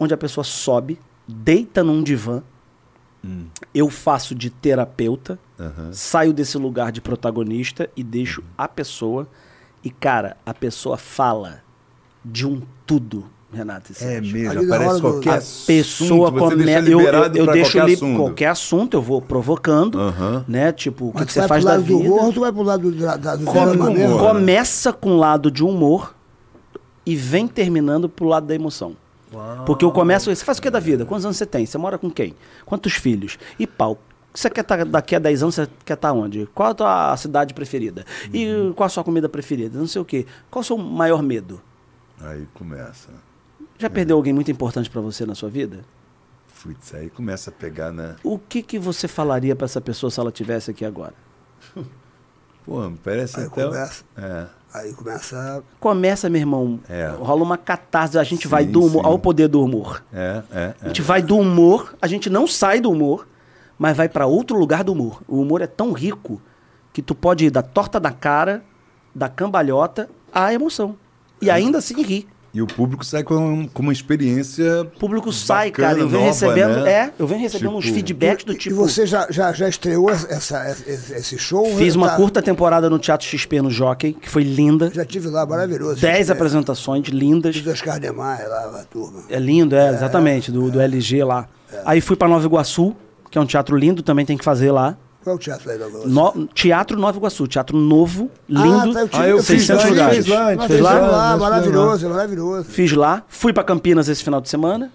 [SPEAKER 6] Onde a pessoa sobe, deita num divã.
[SPEAKER 4] Hum.
[SPEAKER 6] Eu faço de terapeuta, saio desse lugar de protagonista e deixo
[SPEAKER 4] Uhum.
[SPEAKER 6] a pessoa. E, cara, a pessoa fala de um tudo, Renato. e
[SPEAKER 4] É
[SPEAKER 6] Sérgio.
[SPEAKER 5] Ali
[SPEAKER 4] mesmo,
[SPEAKER 5] na hora
[SPEAKER 4] aparece
[SPEAKER 5] do-
[SPEAKER 4] qualquer
[SPEAKER 5] A
[SPEAKER 4] assunto,
[SPEAKER 6] pessoa
[SPEAKER 4] você deixa
[SPEAKER 6] começa. Eu, eu,
[SPEAKER 4] liberado
[SPEAKER 6] eu
[SPEAKER 4] pra
[SPEAKER 6] deixo
[SPEAKER 4] qualquer
[SPEAKER 6] li-
[SPEAKER 4] assunto.
[SPEAKER 6] qualquer assunto, eu vou provocando,
[SPEAKER 4] Aham.
[SPEAKER 6] né? Tipo, o que,
[SPEAKER 5] Mas
[SPEAKER 6] que
[SPEAKER 5] tu
[SPEAKER 6] você
[SPEAKER 5] vai
[SPEAKER 6] faz
[SPEAKER 5] pro
[SPEAKER 6] da
[SPEAKER 5] lado do
[SPEAKER 6] vida.
[SPEAKER 5] humor, ou tu vai pro lado do, da, da, do
[SPEAKER 6] Come-
[SPEAKER 5] drama
[SPEAKER 4] com-
[SPEAKER 5] mesmo?
[SPEAKER 4] com-
[SPEAKER 6] começa com o lado de humor e vem terminando pro lado da emoção. Porque eu começo. Você faz o que da vida? Quantos anos você tem? Você mora com quem? Quantos filhos? E pau. Você quer estar daqui a 10 anos, você quer estar onde? Qual a tua cidade preferida?
[SPEAKER 4] Uhum.
[SPEAKER 6] E qual a sua comida preferida? Não sei o quê. Qual o seu maior medo?
[SPEAKER 4] Aí começa.
[SPEAKER 6] Já perdeu alguém muito importante pra você na sua vida?
[SPEAKER 4] Putz, aí começa a pegar, né?
[SPEAKER 6] O que, que você falaria pra essa pessoa se ela tivesse aqui agora?
[SPEAKER 4] Pô, me parece
[SPEAKER 5] Aí
[SPEAKER 4] até.
[SPEAKER 5] começa.
[SPEAKER 4] É.
[SPEAKER 5] Aí começa.
[SPEAKER 6] Começa, meu irmão.
[SPEAKER 4] É.
[SPEAKER 6] Rola uma catarse. A gente
[SPEAKER 4] Sim,
[SPEAKER 6] vai do humor
[SPEAKER 4] sim.
[SPEAKER 6] ao poder do humor.
[SPEAKER 4] É, é,
[SPEAKER 6] A
[SPEAKER 4] é.
[SPEAKER 6] gente vai do humor, a gente não sai do humor, mas vai pra outro lugar do humor. O humor é tão rico que tu pode ir da torta da cara, da cambalhota à emoção.
[SPEAKER 4] É.
[SPEAKER 6] E ainda assim rir.
[SPEAKER 4] E o público sai com, com uma experiência.
[SPEAKER 6] O público sai,
[SPEAKER 4] Bacana,
[SPEAKER 6] cara. Eu venho
[SPEAKER 4] nova,
[SPEAKER 6] recebendo.
[SPEAKER 4] né?
[SPEAKER 6] É, eu venho recebendo uns
[SPEAKER 4] Tipo-
[SPEAKER 6] feedbacks do
[SPEAKER 5] E-
[SPEAKER 6] tipo.
[SPEAKER 5] E você já, já, já estreou essa, essa- esse, esse show?
[SPEAKER 6] Fiz uma
[SPEAKER 5] Tá-
[SPEAKER 6] curta temporada no Teatro XP no Jockey, que foi linda.
[SPEAKER 5] Já tive lá, maravilhoso. É,
[SPEAKER 6] Dez
[SPEAKER 5] Tive-
[SPEAKER 6] apresentações lindas.
[SPEAKER 5] Dos Oscar Niemeyer lá, a turma.
[SPEAKER 6] É lindo, é, exatamente, do, do LG lá.
[SPEAKER 5] É.
[SPEAKER 6] Aí fui pra Nova Iguaçu, que é um teatro lindo, também tem que fazer lá.
[SPEAKER 5] Qual é o teatro aí da Globo?
[SPEAKER 6] No- teatro Nova Iguaçu, teatro novo,
[SPEAKER 5] Ah,
[SPEAKER 6] lindo.
[SPEAKER 5] tá, eu tive,
[SPEAKER 4] Ah, eu
[SPEAKER 5] eu
[SPEAKER 4] fiz
[SPEAKER 5] fiz
[SPEAKER 4] lá, a
[SPEAKER 6] 600
[SPEAKER 4] gente
[SPEAKER 6] lugares.
[SPEAKER 4] fez lá, a gente
[SPEAKER 5] Nós
[SPEAKER 4] fez
[SPEAKER 5] fizemos
[SPEAKER 4] lá,
[SPEAKER 5] lá,
[SPEAKER 4] nós fizemos
[SPEAKER 5] maravilhoso, é maravilhoso.
[SPEAKER 6] Fiz lá, fui pra Campinas esse final de semana.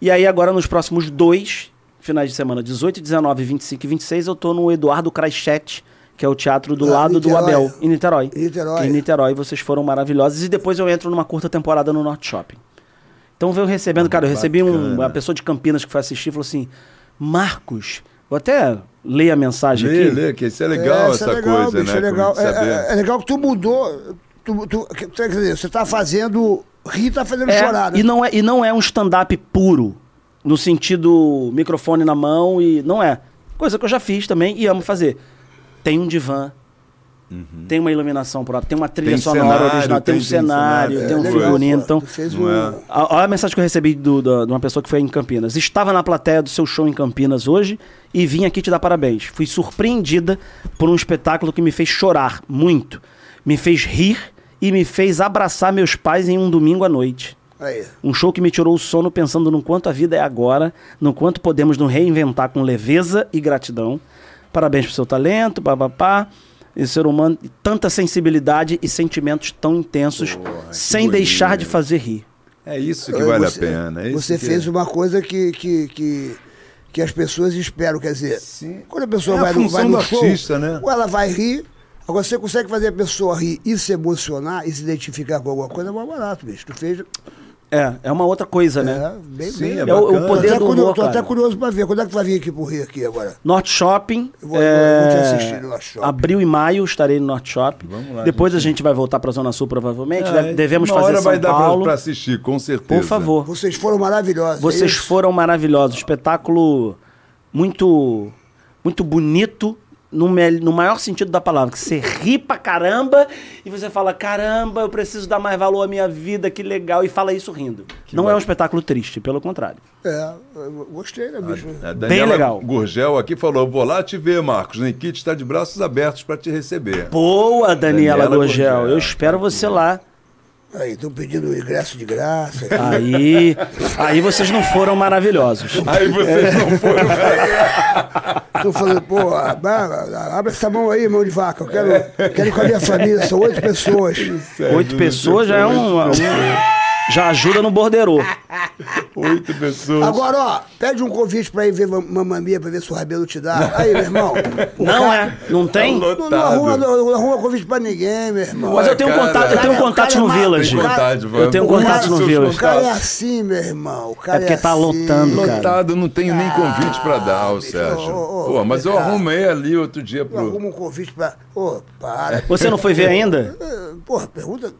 [SPEAKER 6] E aí agora nos próximos dois finais de semana, 18, 19, 25 e 26, eu tô no Eduardo Craichete, que é o teatro do
[SPEAKER 5] Lá em
[SPEAKER 6] lado do
[SPEAKER 5] Ah, Niterói.
[SPEAKER 6] Abel, em Niterói.
[SPEAKER 5] Em Niterói.
[SPEAKER 6] Em Niterói, vocês foram maravilhosos. E depois eu entro numa curta temporada no Norte Shopping. Então veio
[SPEAKER 5] Ah,
[SPEAKER 6] recebendo, cara, eu recebi um- uma pessoa de Campinas que foi assistir e falou assim, Marcos, vou até ler a mensagem
[SPEAKER 4] Lê,
[SPEAKER 6] aqui.
[SPEAKER 4] lê, que isso é legal,
[SPEAKER 5] É, isso
[SPEAKER 4] essa
[SPEAKER 5] é legal,
[SPEAKER 4] coisa,
[SPEAKER 5] bicho,
[SPEAKER 4] né?
[SPEAKER 5] É legal,
[SPEAKER 4] Como
[SPEAKER 5] é,
[SPEAKER 4] saber.
[SPEAKER 5] é- é legal que tu mudou. Tu, tu, que- quer dizer, você tá fazendo rir, tá fazendo
[SPEAKER 6] É,
[SPEAKER 5] chorar. né?
[SPEAKER 6] E não é, e não é um stand-up puro, no sentido microfone na mão e. Não é. Coisa que eu já fiz também e amo fazer. Tem um divã. Tem uma iluminação própria, tem uma trilha
[SPEAKER 4] Uhum. Tem
[SPEAKER 6] sonora
[SPEAKER 4] cenário,
[SPEAKER 6] original, tem, um
[SPEAKER 4] tem- tem
[SPEAKER 6] cenário,
[SPEAKER 4] cenário,
[SPEAKER 6] tem
[SPEAKER 4] é,
[SPEAKER 6] um
[SPEAKER 4] legal,
[SPEAKER 6] figurino.
[SPEAKER 5] pô,
[SPEAKER 6] Então,
[SPEAKER 5] tu fez
[SPEAKER 4] Não
[SPEAKER 5] um-
[SPEAKER 4] é?
[SPEAKER 6] a- Olha a mensagem que eu recebi do- da- de uma pessoa que foi em Campinas. Estava na plateia do seu show em Campinas hoje e vim aqui te dar parabéns. Fui surpreendida por um espetáculo que me fez chorar muito, me fez rir e me fez abraçar meus pais em um domingo à noite.
[SPEAKER 5] Aí.
[SPEAKER 6] Um show que me tirou o sono pensando no quanto a vida é agora, no quanto podemos nos reinventar com leveza e gratidão. Parabéns pro seu talento, papapá. Esse ser humano, e tanta sensibilidade e sentimentos tão intensos, sem
[SPEAKER 4] bonito.
[SPEAKER 6] deixar de fazer rir.
[SPEAKER 4] É isso que vale
[SPEAKER 5] Você-
[SPEAKER 4] a pena. é isso
[SPEAKER 5] Você
[SPEAKER 4] que-
[SPEAKER 5] fez uma coisa que, que, que, que as pessoas esperam, quer dizer,
[SPEAKER 4] Sim.
[SPEAKER 5] quando a pessoa
[SPEAKER 4] É a
[SPEAKER 5] vai, no,
[SPEAKER 4] função
[SPEAKER 5] vai no
[SPEAKER 4] do
[SPEAKER 5] show,
[SPEAKER 4] artista, né?
[SPEAKER 5] ou ela vai rir, agora você consegue fazer a pessoa rir e se emocionar e se identificar com alguma coisa, é mais barato, bicho. Tu fez,
[SPEAKER 6] É, é uma outra coisa,
[SPEAKER 5] é,
[SPEAKER 6] né?
[SPEAKER 5] bem,
[SPEAKER 4] Sim,
[SPEAKER 5] bem.
[SPEAKER 4] é
[SPEAKER 5] Eu
[SPEAKER 6] É o, o
[SPEAKER 4] bacana.
[SPEAKER 5] tô,
[SPEAKER 6] poder
[SPEAKER 5] até
[SPEAKER 6] do
[SPEAKER 5] curioso,
[SPEAKER 6] humor,
[SPEAKER 5] tô até
[SPEAKER 6] cara.
[SPEAKER 5] curioso pra ver, quando é que vai vir aqui pro Rio aqui agora?
[SPEAKER 6] Norte Shopping.
[SPEAKER 5] Eu vou- eu
[SPEAKER 6] é,
[SPEAKER 5] vou te assistir no Norte Shopping.
[SPEAKER 6] Abril e maio estarei no Norte Shopping.
[SPEAKER 4] Vamos lá,
[SPEAKER 6] Depois a gente vai voltar pra Zona Sul, provavelmente.
[SPEAKER 4] Ah,
[SPEAKER 6] Deve- Devemos
[SPEAKER 4] uma
[SPEAKER 6] fazer
[SPEAKER 4] hora
[SPEAKER 6] São
[SPEAKER 4] vai dar pra-
[SPEAKER 6] Paulo.
[SPEAKER 4] pra assistir, com certeza. né?
[SPEAKER 6] Por favor.
[SPEAKER 5] Vocês foram maravilhosos. é
[SPEAKER 6] Vocês
[SPEAKER 5] isso?
[SPEAKER 6] foram maravilhosos. Espetáculo muito muito bonito no, me- no maior sentido da palavra, que você ri pra caramba e você fala, caramba, eu preciso dar mais valor à minha vida, que legal, e fala isso rindo. Não é um espetáculo triste, pelo contrário.
[SPEAKER 5] É, eu gostei, né, bicho?
[SPEAKER 4] A Daniela
[SPEAKER 6] legal.
[SPEAKER 4] Gurgel aqui falou: vou lá te ver, Marcos. Nikit está de braços abertos para te receber.
[SPEAKER 6] Boa, Daniela,
[SPEAKER 4] Daniela
[SPEAKER 6] Gurgel.
[SPEAKER 4] Gurgel.
[SPEAKER 6] Eu espero você lá.
[SPEAKER 5] Aí, estão pedindo ingresso de graça.
[SPEAKER 6] Aí, aí vocês não foram maravilhosos.
[SPEAKER 4] Aí vocês não foram.
[SPEAKER 5] Estão falando, pô, abra, abre essa mão aí, mão de vaca. Eu quero, quero ir com a minha família, são oito pessoas.
[SPEAKER 6] Oito pessoas já é um, um- já ajuda no borderô.
[SPEAKER 4] Oito pessoas.
[SPEAKER 5] Agora, ó, pede um convite pra ir ver mam- Mamamia, pra ver se o Rabelo te dá. Aí, meu irmão. o
[SPEAKER 6] Não
[SPEAKER 5] cara-
[SPEAKER 6] é? Não tem?
[SPEAKER 5] Não, não arruma, não, não arruma convite pra ninguém, meu irmão.
[SPEAKER 6] Mas eu tenho um
[SPEAKER 4] Cara,
[SPEAKER 6] contato, eu tenho
[SPEAKER 5] cara,
[SPEAKER 6] contatos
[SPEAKER 5] cara, é
[SPEAKER 6] no
[SPEAKER 5] cara,
[SPEAKER 6] Village.
[SPEAKER 5] tem
[SPEAKER 4] contato,
[SPEAKER 6] Eu tenho
[SPEAKER 4] vamos.
[SPEAKER 6] contatos no
[SPEAKER 4] Seus
[SPEAKER 5] o
[SPEAKER 6] Village.
[SPEAKER 5] cara é assim, meu irmão. O cara
[SPEAKER 6] É porque tá
[SPEAKER 5] assim.
[SPEAKER 6] lotando, cara.
[SPEAKER 4] Lotado, não tenho nem convite para dar, o
[SPEAKER 5] bicho,
[SPEAKER 4] Sérgio.
[SPEAKER 5] ô, ô,
[SPEAKER 4] Pô, mas Ah, eu
[SPEAKER 5] cara.
[SPEAKER 4] arrumei ali outro dia
[SPEAKER 5] Não
[SPEAKER 4] pro.
[SPEAKER 5] Arruma um convite pra. Ô, para.
[SPEAKER 6] Você não foi ver ainda?
[SPEAKER 5] Eh, Porra, pergunta.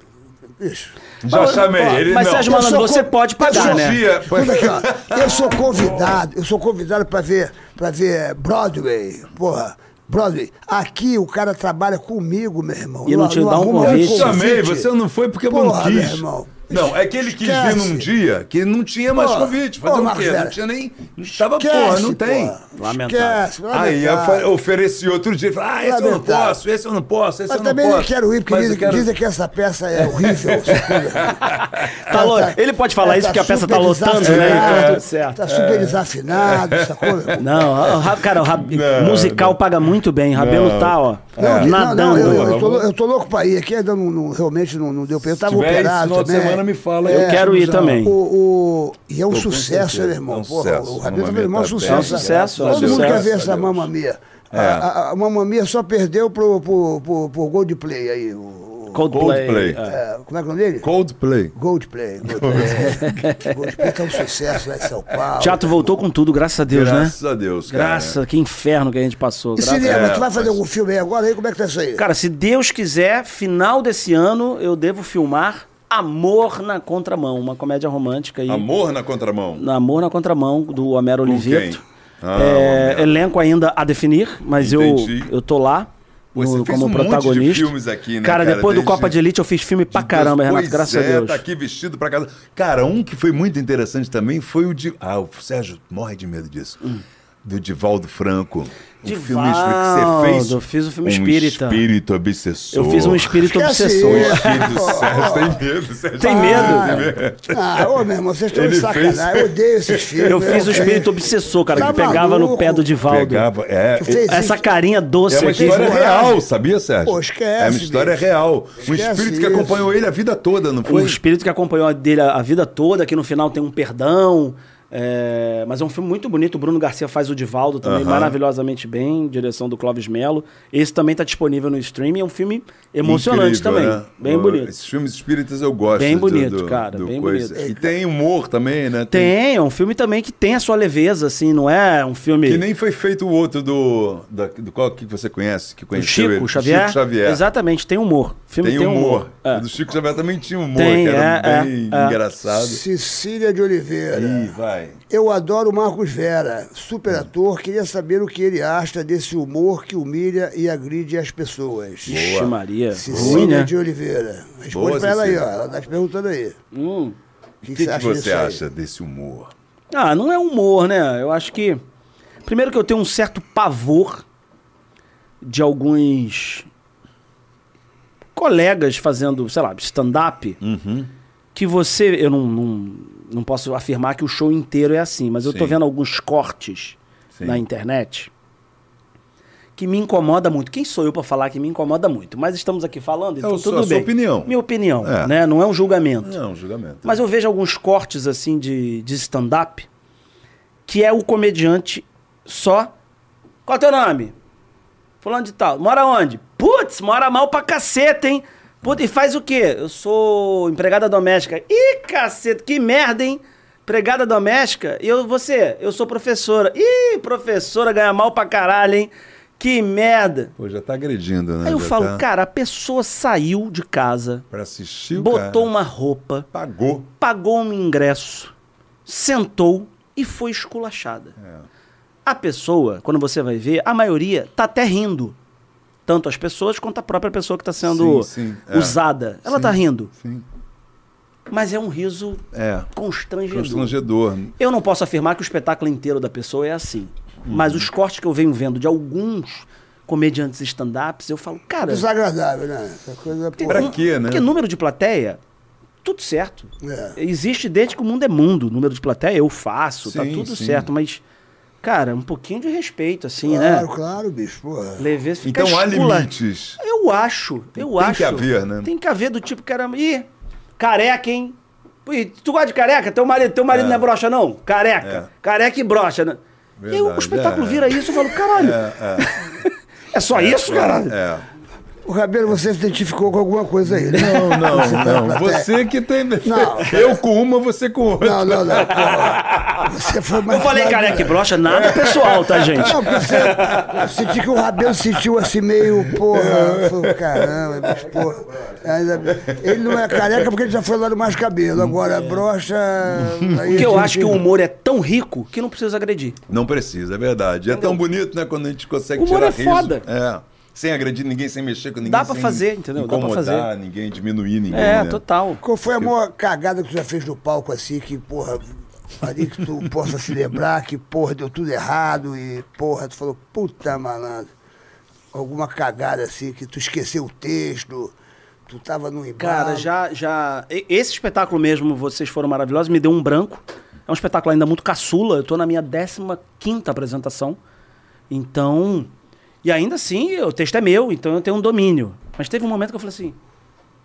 [SPEAKER 5] Bicho.
[SPEAKER 4] Já chamei ele,
[SPEAKER 6] Mas
[SPEAKER 4] não.
[SPEAKER 6] Sérgio
[SPEAKER 5] Eu
[SPEAKER 6] Malandro,
[SPEAKER 5] sou
[SPEAKER 6] você
[SPEAKER 5] co-
[SPEAKER 6] pode
[SPEAKER 5] eu
[SPEAKER 6] pagar,
[SPEAKER 5] sou
[SPEAKER 6] né?
[SPEAKER 4] Dia, foi-
[SPEAKER 5] Escuta aqui, ó. Eu sou convidado, eu sou convidado pra ver, pra ver Broadway, porra. Broadway. Aqui o cara trabalha comigo, meu irmão.
[SPEAKER 6] E não te dá um
[SPEAKER 5] arruma
[SPEAKER 4] Eu te
[SPEAKER 6] convite.
[SPEAKER 4] chamei, você não foi porque eu não
[SPEAKER 5] Porra,
[SPEAKER 4] quis.
[SPEAKER 5] meu irmão.
[SPEAKER 4] Não, é que ele quis vir
[SPEAKER 5] Esquece.
[SPEAKER 4] num dia que não tinha mais
[SPEAKER 5] Porra.
[SPEAKER 4] convite.
[SPEAKER 5] Ô,
[SPEAKER 4] Fazer o
[SPEAKER 5] Marcos
[SPEAKER 4] quê? Não
[SPEAKER 5] Vera.
[SPEAKER 4] tinha nem. Não tava,
[SPEAKER 5] Esquece,
[SPEAKER 4] é. porra, não tem.
[SPEAKER 5] porra.
[SPEAKER 6] Lamentável.
[SPEAKER 5] Esquece,
[SPEAKER 4] Aí
[SPEAKER 6] ah.
[SPEAKER 4] eu
[SPEAKER 5] lamentável.
[SPEAKER 4] fa- ofereci outro dia, falei, ah, esse eu não
[SPEAKER 5] Lamentável.
[SPEAKER 4] posso, esse eu não posso, esse
[SPEAKER 5] Mas
[SPEAKER 4] eu não
[SPEAKER 5] também
[SPEAKER 4] posso.
[SPEAKER 5] eu quero ir, porque
[SPEAKER 4] Mas eu
[SPEAKER 5] dizem,
[SPEAKER 4] quero-
[SPEAKER 5] dizem que essa peça é horrível. É,
[SPEAKER 6] Tá lo- Ele pode falar isso porque a peça tá lotando, né? Então, tudo
[SPEAKER 4] É,
[SPEAKER 6] certo.
[SPEAKER 5] Tá super desafinado, sacou? meu irmão?
[SPEAKER 6] Não, ó, o Rab- cara, o Rab- musical paga muito bem. Rabelo tá, ó,
[SPEAKER 5] É. Não, Di- não, não,
[SPEAKER 6] nadando.
[SPEAKER 5] eu, eu tô, lou- eu tô louco pra ir. Aqui ainda não, não- realmente não, não deu pra ir. Eu tava
[SPEAKER 4] tiver esse
[SPEAKER 5] operado
[SPEAKER 4] final de
[SPEAKER 5] também.
[SPEAKER 4] semana, me fala,
[SPEAKER 6] eu quero ir também.
[SPEAKER 5] O, o- e é um
[SPEAKER 4] com
[SPEAKER 5] sucesso, né,
[SPEAKER 4] certeza.
[SPEAKER 5] meu
[SPEAKER 4] É um
[SPEAKER 5] irmão. Porra,
[SPEAKER 4] sucesso.
[SPEAKER 5] o Rabelo tá
[SPEAKER 4] Mamma
[SPEAKER 5] fazendo o maior
[SPEAKER 4] Mia tá
[SPEAKER 5] sucesso.
[SPEAKER 4] É.
[SPEAKER 6] bem. É um sucesso,
[SPEAKER 5] Todo
[SPEAKER 6] é um
[SPEAKER 5] mundo quer
[SPEAKER 6] sucesso,
[SPEAKER 5] ver essa
[SPEAKER 4] Deus.
[SPEAKER 5] mamamia. A, a, a mamamia só perdeu pro, pro, pro, pro Goldplay aí. o-
[SPEAKER 6] Coldplay.
[SPEAKER 4] Coldplay.
[SPEAKER 6] É.
[SPEAKER 5] é, como é que é o nome dele?
[SPEAKER 4] Coldplay.
[SPEAKER 5] Goldplay. Goldplay. Goldplay tá um sucesso lá em São Paulo.
[SPEAKER 6] Teatro voltou com tudo, graças a Deus,
[SPEAKER 4] Graças
[SPEAKER 6] né?
[SPEAKER 4] a Deus, cara.
[SPEAKER 6] Graças, que inferno que a gente passou.
[SPEAKER 5] E
[SPEAKER 6] graças a
[SPEAKER 5] cinema,
[SPEAKER 4] É,
[SPEAKER 5] tu vai fazer
[SPEAKER 4] mas-
[SPEAKER 5] algum filme aí agora? Aí, como é que tá isso aí?
[SPEAKER 6] Cara, se Deus quiser, final desse ano eu devo filmar Amor na Contramão, uma comédia romântica aí.
[SPEAKER 4] Amor na contramão.
[SPEAKER 6] Na Amor na Contramão, do Homero
[SPEAKER 4] quem?
[SPEAKER 6] Oliveto.
[SPEAKER 4] Ah,
[SPEAKER 6] É,
[SPEAKER 4] Homero.
[SPEAKER 6] elenco ainda a definir, mas eu,
[SPEAKER 4] Entendi.
[SPEAKER 6] eu tô lá.
[SPEAKER 4] Pô, você
[SPEAKER 6] no-
[SPEAKER 4] fez
[SPEAKER 6] como
[SPEAKER 4] um monte de
[SPEAKER 6] protagonista.
[SPEAKER 4] filmes aqui, né,
[SPEAKER 6] Cara,
[SPEAKER 4] cara?
[SPEAKER 6] depois do
[SPEAKER 4] Desde-
[SPEAKER 6] Copa de Elite eu fiz filme pra caramba,
[SPEAKER 4] Pois
[SPEAKER 6] Renato, graças
[SPEAKER 4] é,
[SPEAKER 6] a Deus.
[SPEAKER 4] tá aqui vestido pra casa. Cara, um que foi muito interessante também foi o de. Ah, o Sérgio morre de medo disso.
[SPEAKER 6] Hum.
[SPEAKER 4] Do Divaldo Franco. Um filme
[SPEAKER 6] Divaldo,
[SPEAKER 4] que você fez.
[SPEAKER 6] eu fiz um filme
[SPEAKER 4] um
[SPEAKER 6] espírita.
[SPEAKER 4] espírito obsessor.
[SPEAKER 6] Eu fiz um espírito
[SPEAKER 5] Esquece
[SPEAKER 6] obsessor.
[SPEAKER 5] isso.
[SPEAKER 4] Espírito Sérgio tem medo. Sérgio
[SPEAKER 6] Tem medo?
[SPEAKER 4] Tem medo.
[SPEAKER 5] Ah, ô, meu irmão, vocês estão de
[SPEAKER 4] Ele
[SPEAKER 5] sacanagem.
[SPEAKER 4] fez-
[SPEAKER 5] Eu odeio esses filmes.
[SPEAKER 6] Eu fiz o espírito
[SPEAKER 5] fiz.
[SPEAKER 6] obsessor, cara,
[SPEAKER 5] É. Tá
[SPEAKER 6] que pegava no
[SPEAKER 5] maluco?
[SPEAKER 6] pé do Divaldo.
[SPEAKER 4] Pegava. É,
[SPEAKER 5] Tu fez
[SPEAKER 6] Essa carinha doce
[SPEAKER 4] É uma
[SPEAKER 6] aqui.
[SPEAKER 4] história
[SPEAKER 5] Esquece.
[SPEAKER 4] real, sabia, Sérgio?
[SPEAKER 5] Pô, esquece,
[SPEAKER 4] É uma história
[SPEAKER 5] bicho.
[SPEAKER 4] real. Um
[SPEAKER 5] Esquece
[SPEAKER 4] espírito que
[SPEAKER 5] isso.
[SPEAKER 4] acompanhou ele a vida toda, não
[SPEAKER 6] O
[SPEAKER 4] foi?
[SPEAKER 6] Um espírito que acompanhou a dele a a vida toda, que no final tem um perdão. é, mas é um filme muito bonito. O Bruno Garcia faz o Divaldo também
[SPEAKER 4] Aham.
[SPEAKER 6] maravilhosamente bem, direção do Clóvis Melo. Esse também está disponível no streaming. É um filme emocionante
[SPEAKER 4] Incrível,
[SPEAKER 6] também.
[SPEAKER 4] né?
[SPEAKER 6] Bem
[SPEAKER 4] Eu-
[SPEAKER 6] bonito.
[SPEAKER 4] Esses filmes espíritas eu gosto.
[SPEAKER 6] Bem
[SPEAKER 4] do-
[SPEAKER 6] bonito,
[SPEAKER 4] do-
[SPEAKER 6] cara,
[SPEAKER 4] do
[SPEAKER 6] bem bonito.
[SPEAKER 4] E tem humor também, né?
[SPEAKER 6] Tem, é um filme também que tem a sua leveza, assim, não é um filme.
[SPEAKER 4] Que nem foi feito o outro do. da- do qual que você conhece? Que
[SPEAKER 6] do
[SPEAKER 4] conheceu ele?
[SPEAKER 6] Chico
[SPEAKER 4] Do
[SPEAKER 6] Xavier.
[SPEAKER 4] Chico Xavier.
[SPEAKER 6] Exatamente, tem humor. O filme
[SPEAKER 4] Tem,
[SPEAKER 6] tem,
[SPEAKER 4] humor.
[SPEAKER 6] humor. É.
[SPEAKER 4] O do Chico Xavier também tinha humor,
[SPEAKER 6] Tem,
[SPEAKER 4] que era
[SPEAKER 6] é,
[SPEAKER 4] bem
[SPEAKER 6] é, é.
[SPEAKER 4] engraçado.
[SPEAKER 5] Cecília de Oliveira.
[SPEAKER 4] Ih, vai.
[SPEAKER 5] Eu adoro o Marcos Vera, super ator. Queria saber o que ele acha desse humor que humilha e agride as pessoas.
[SPEAKER 6] Ixi, Maria. Ruim,
[SPEAKER 5] Cecília
[SPEAKER 6] né?
[SPEAKER 5] de Oliveira. Responde
[SPEAKER 4] Boa,
[SPEAKER 5] pra ela aí, ó.
[SPEAKER 4] Cecília.
[SPEAKER 5] Ela tá te perguntando aí.
[SPEAKER 6] Hum.
[SPEAKER 5] O que,
[SPEAKER 4] O que, que você
[SPEAKER 5] disso aí?
[SPEAKER 4] acha desse humor?
[SPEAKER 6] Ah, não é humor, né? Eu acho que. Primeiro que eu tenho um certo pavor de alguns colegas fazendo, sei lá, stand-up.
[SPEAKER 4] Uhum.
[SPEAKER 6] Que você. Eu não, não, não posso afirmar que o show inteiro é assim, mas eu tô
[SPEAKER 4] Sim.
[SPEAKER 6] vendo alguns cortes
[SPEAKER 4] Sim.
[SPEAKER 6] na internet que me incomoda muito. Quem sou eu pra falar que me incomoda muito? Mas estamos aqui falando, então
[SPEAKER 4] É o-
[SPEAKER 6] tudo
[SPEAKER 4] a
[SPEAKER 6] bem.
[SPEAKER 4] sua opinião.
[SPEAKER 6] Minha opinião,
[SPEAKER 4] É.
[SPEAKER 6] né? Não é um julgamento.
[SPEAKER 4] Não, julgamento.
[SPEAKER 6] Mas eu vejo alguns cortes assim de, de stand-up que é o comediante só. Qual é teu nome? Fulano de tal. Mora onde? Putz, mora mal pra caceta, hein? Putz, e faz o quê? Eu sou empregada doméstica. Ih, caceta, que merda, hein? Empregada doméstica? E eu, você? Eu sou professora. Ih, professora ganha mal pra caralho, hein? Que merda.
[SPEAKER 4] Pô, já tá agredindo, né?
[SPEAKER 6] Aí eu
[SPEAKER 4] Já
[SPEAKER 6] falo,
[SPEAKER 4] tá-
[SPEAKER 6] cara, a pessoa saiu de casa,
[SPEAKER 4] Pra assistir o cara.
[SPEAKER 6] botou uma roupa,
[SPEAKER 4] Pagou. É.
[SPEAKER 6] pagou um ingresso, sentou e foi esculachada. A pessoa, quando você vai ver, a maioria tá até rindo. Tanto as pessoas quanto a própria pessoa que está sendo
[SPEAKER 4] Sim, sim, é.
[SPEAKER 6] usada. Ela
[SPEAKER 4] Sim,
[SPEAKER 6] tá rindo.
[SPEAKER 4] Sim.
[SPEAKER 6] Mas é um riso
[SPEAKER 4] É.
[SPEAKER 6] constrangedor.
[SPEAKER 4] Constrangedor.
[SPEAKER 6] Eu não posso afirmar que o espetáculo inteiro da pessoa é assim. Mas
[SPEAKER 4] Uhum.
[SPEAKER 6] os cortes que eu venho vendo de alguns comediantes stand-ups, eu falo, cara,
[SPEAKER 5] Desagradável, né? Essa coisa, pô.
[SPEAKER 4] Pra quê, né?
[SPEAKER 6] porque número de plateia, tudo certo.
[SPEAKER 5] É.
[SPEAKER 6] Existe desde que o mundo é mundo. Número de plateia eu faço, tá
[SPEAKER 4] Sim,
[SPEAKER 6] tudo
[SPEAKER 4] sim.
[SPEAKER 6] certo. Mas, cara, um pouquinho de respeito, assim,
[SPEAKER 5] Claro,
[SPEAKER 6] né?
[SPEAKER 5] claro, bicho, porra.
[SPEAKER 6] Leveza fica
[SPEAKER 4] Então há
[SPEAKER 6] escula-
[SPEAKER 4] limites.
[SPEAKER 6] Eu acho, eu
[SPEAKER 4] Tem
[SPEAKER 6] acho.
[SPEAKER 4] que haver, né?
[SPEAKER 6] Tem que haver do tipo, cara, ih, careca, hein? Ih, tu gosta de careca? Teu marido, teu marido não é broxa, não? Careca. Careca e broxa. Né? E aí o
[SPEAKER 4] É. Verdade,
[SPEAKER 6] espetáculo
[SPEAKER 4] é.
[SPEAKER 6] vira isso, eu falo, caralho. É, só isso, caralho?
[SPEAKER 4] É.
[SPEAKER 5] O Rabelo, você se identificou com alguma coisa aí, né?
[SPEAKER 4] Não,
[SPEAKER 6] Ah,
[SPEAKER 4] não, não.
[SPEAKER 5] tá na
[SPEAKER 4] Você que tem.
[SPEAKER 5] Não.
[SPEAKER 4] Eu com uma, você com outra.
[SPEAKER 5] Não, não, não. porra. Você foi mais.
[SPEAKER 6] Eu falei
[SPEAKER 5] nada,
[SPEAKER 6] careca
[SPEAKER 5] né?
[SPEAKER 6] e broxa,
[SPEAKER 4] É.
[SPEAKER 6] nada pessoal, tá, gente?
[SPEAKER 5] Não, porque você, eu senti que o Rabelo se sentiu assim meio, porra, falou, caramba, bicho, porra. Ainda bem. Ele não é careca porque ele já foi lá no mais cabelo. Agora, brocha. aí
[SPEAKER 6] Porque
[SPEAKER 5] a
[SPEAKER 6] eu
[SPEAKER 5] gente-
[SPEAKER 6] acho que o humor é tão rico que não precisa agredir.
[SPEAKER 4] Não precisa, é verdade. É tão bonito, né, quando a gente consegue
[SPEAKER 6] O humor
[SPEAKER 4] tirar
[SPEAKER 6] é
[SPEAKER 4] riso.
[SPEAKER 6] foda.
[SPEAKER 4] É. Sem agredir ninguém, sem mexer com ninguém.
[SPEAKER 6] Dá pra
[SPEAKER 4] sem
[SPEAKER 6] fazer, entendeu? Dá pra
[SPEAKER 4] Incomodar
[SPEAKER 6] fazer.
[SPEAKER 4] ninguém, diminuir ninguém.
[SPEAKER 6] É,
[SPEAKER 4] né?
[SPEAKER 6] total.
[SPEAKER 5] Qual foi a maior cagada que tu já fez no palco assim, que, porra, ali que tu possa se lembrar que, porra, deu tudo errado e, porra, tu falou, puta malandro. Alguma cagada assim, que tu esqueceu o texto, tu tava no embalo.
[SPEAKER 6] Cara, já, já. e- Esse espetáculo mesmo, vocês foram maravilhosos, me deu um branco. É um espetáculo ainda muito caçula. Eu tô na minha 15 apresentação. Então. E ainda assim, o texto é meu, então eu tenho um domínio. Mas teve um momento que eu falei assim: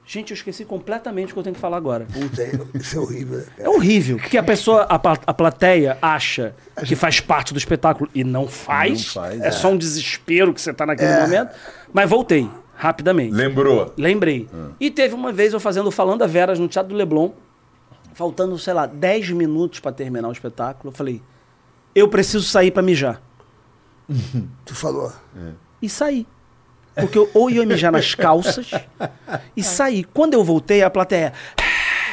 [SPEAKER 6] gente, eu esqueci completamente o que eu tenho que falar agora.
[SPEAKER 5] Puta, isso é horrível, né, cara?
[SPEAKER 6] É horrível, porque a pessoa, a, pla- a plateia acha que faz parte do espetáculo e não faz.
[SPEAKER 4] Não faz,
[SPEAKER 6] é,
[SPEAKER 4] é.
[SPEAKER 6] só um desespero que você tá naquele momento. Mas voltei, rapidamente.
[SPEAKER 4] Lembrou?
[SPEAKER 6] Lembrei.
[SPEAKER 4] Ah.
[SPEAKER 6] E teve uma vez eu fazendo o Falando a Veras no Teatro do Leblon, faltando, sei lá, 10 minutos pra terminar o espetáculo. Eu falei, eu preciso sair pra mijar.
[SPEAKER 5] Tu falou.
[SPEAKER 6] E saí. Porque eu, ou ia mijar nas calças e
[SPEAKER 4] É.
[SPEAKER 6] saí. Quando eu voltei, a plateia.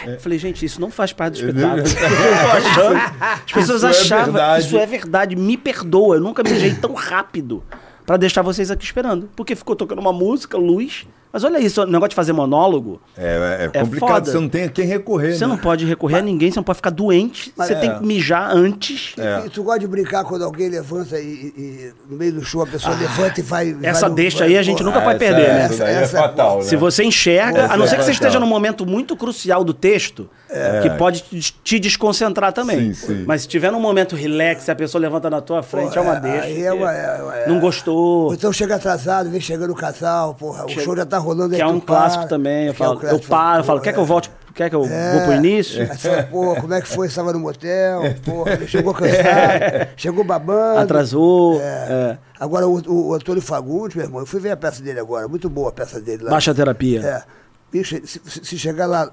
[SPEAKER 6] Eu Falei, gente, isso não faz parte do espetáculo. As pessoas
[SPEAKER 4] é Isso é
[SPEAKER 6] achavam,
[SPEAKER 4] verdade.
[SPEAKER 6] isso é verdade, me perdoa, eu nunca mijei tão rápido pra deixar vocês aqui esperando. Porque ficou tocando uma música, luz. Mas olha isso, o negócio de fazer monólogo,
[SPEAKER 4] É, é complicado,
[SPEAKER 6] foda.
[SPEAKER 4] você não tem a quem recorrer.
[SPEAKER 6] Você
[SPEAKER 4] né?
[SPEAKER 6] não pode recorrer a ninguém, você não pode ficar doente. Você tem
[SPEAKER 4] é.
[SPEAKER 6] que mijar antes.
[SPEAKER 5] E tu gosta de brincar quando alguém levanta e, e- e no meio do show a pessoa levanta e vai.
[SPEAKER 6] Ah, Essa
[SPEAKER 5] vai no-
[SPEAKER 6] deixa
[SPEAKER 5] vai-
[SPEAKER 6] aí a gente nunca
[SPEAKER 4] Ah,
[SPEAKER 6] vai
[SPEAKER 4] essa-
[SPEAKER 6] perder, né?
[SPEAKER 4] Essa, daí
[SPEAKER 5] Essa-
[SPEAKER 4] é fatal, né?
[SPEAKER 6] Se você
[SPEAKER 4] Você
[SPEAKER 6] enxerga,
[SPEAKER 5] é.
[SPEAKER 6] a não ser que você
[SPEAKER 4] vai
[SPEAKER 6] esteja
[SPEAKER 5] Então.
[SPEAKER 4] dar.
[SPEAKER 6] num momento muito crucial do texto, que pode te- te desconcentrar também.
[SPEAKER 4] Sim, sim.
[SPEAKER 6] Mas se tiver num momento relax, a pessoa levanta na tua frente, é uma deixa.
[SPEAKER 5] Aí é uma- é uma- é-
[SPEAKER 6] Não gostou.
[SPEAKER 5] Ou então chega atrasado, vem chegando o casal, porra, o show já tá rolando aí.
[SPEAKER 6] Que é
[SPEAKER 5] tu
[SPEAKER 6] um
[SPEAKER 5] para,
[SPEAKER 6] clássico também. Eu
[SPEAKER 5] que é um
[SPEAKER 6] falo, eu
[SPEAKER 5] clássico,
[SPEAKER 6] paro, eu
[SPEAKER 5] porra,
[SPEAKER 6] falo, quer que eu
[SPEAKER 5] é.
[SPEAKER 6] volte? Quer que eu
[SPEAKER 5] É.
[SPEAKER 6] vou pro início? É.
[SPEAKER 5] Aí tu fala, pô, como é que foi? Estava no motel, porra, ele chegou cansado, chegou babando.
[SPEAKER 6] Atrasou.
[SPEAKER 5] É. Agora, o, o, o Antônio Fagundes, meu irmão, eu fui ver a peça dele agora, muito boa a peça dele lá.
[SPEAKER 6] Baixa terapia.
[SPEAKER 5] É. Bicho, se, se- se chegar lá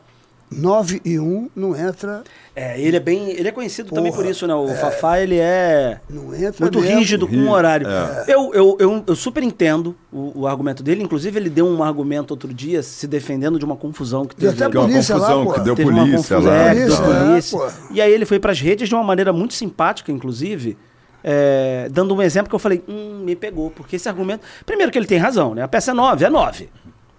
[SPEAKER 5] 9 e 1, não entra,
[SPEAKER 6] É. ele é bem. Ele é conhecido também
[SPEAKER 5] Porra,
[SPEAKER 6] por isso, né? O Fafá, ele é.
[SPEAKER 5] não entra
[SPEAKER 6] Muito
[SPEAKER 5] mesmo.
[SPEAKER 6] rígido com o
[SPEAKER 4] Rígido, é.
[SPEAKER 6] horário. Eu, eu, eu, eu super entendo o, o argumento dele. Inclusive, ele deu um argumento outro dia se defendendo de uma confusão que
[SPEAKER 5] Deu
[SPEAKER 6] teve.
[SPEAKER 5] até
[SPEAKER 4] Que é uma
[SPEAKER 5] Polícia lá,
[SPEAKER 4] confusão
[SPEAKER 5] pô.
[SPEAKER 4] que deu
[SPEAKER 6] Teve uma
[SPEAKER 4] polícia
[SPEAKER 6] confusão,
[SPEAKER 4] lá. né? então.
[SPEAKER 6] é,
[SPEAKER 4] e
[SPEAKER 6] deu
[SPEAKER 5] Isso,
[SPEAKER 4] tal.
[SPEAKER 5] é.
[SPEAKER 6] polícia.
[SPEAKER 5] pô.
[SPEAKER 6] E aí ele foi pras redes de uma maneira muito simpática, inclusive, é, dando um exemplo que eu falei, hum, me pegou, porque esse argumento... Primeiro que ele tem razão, né? A peça é nove, é nove.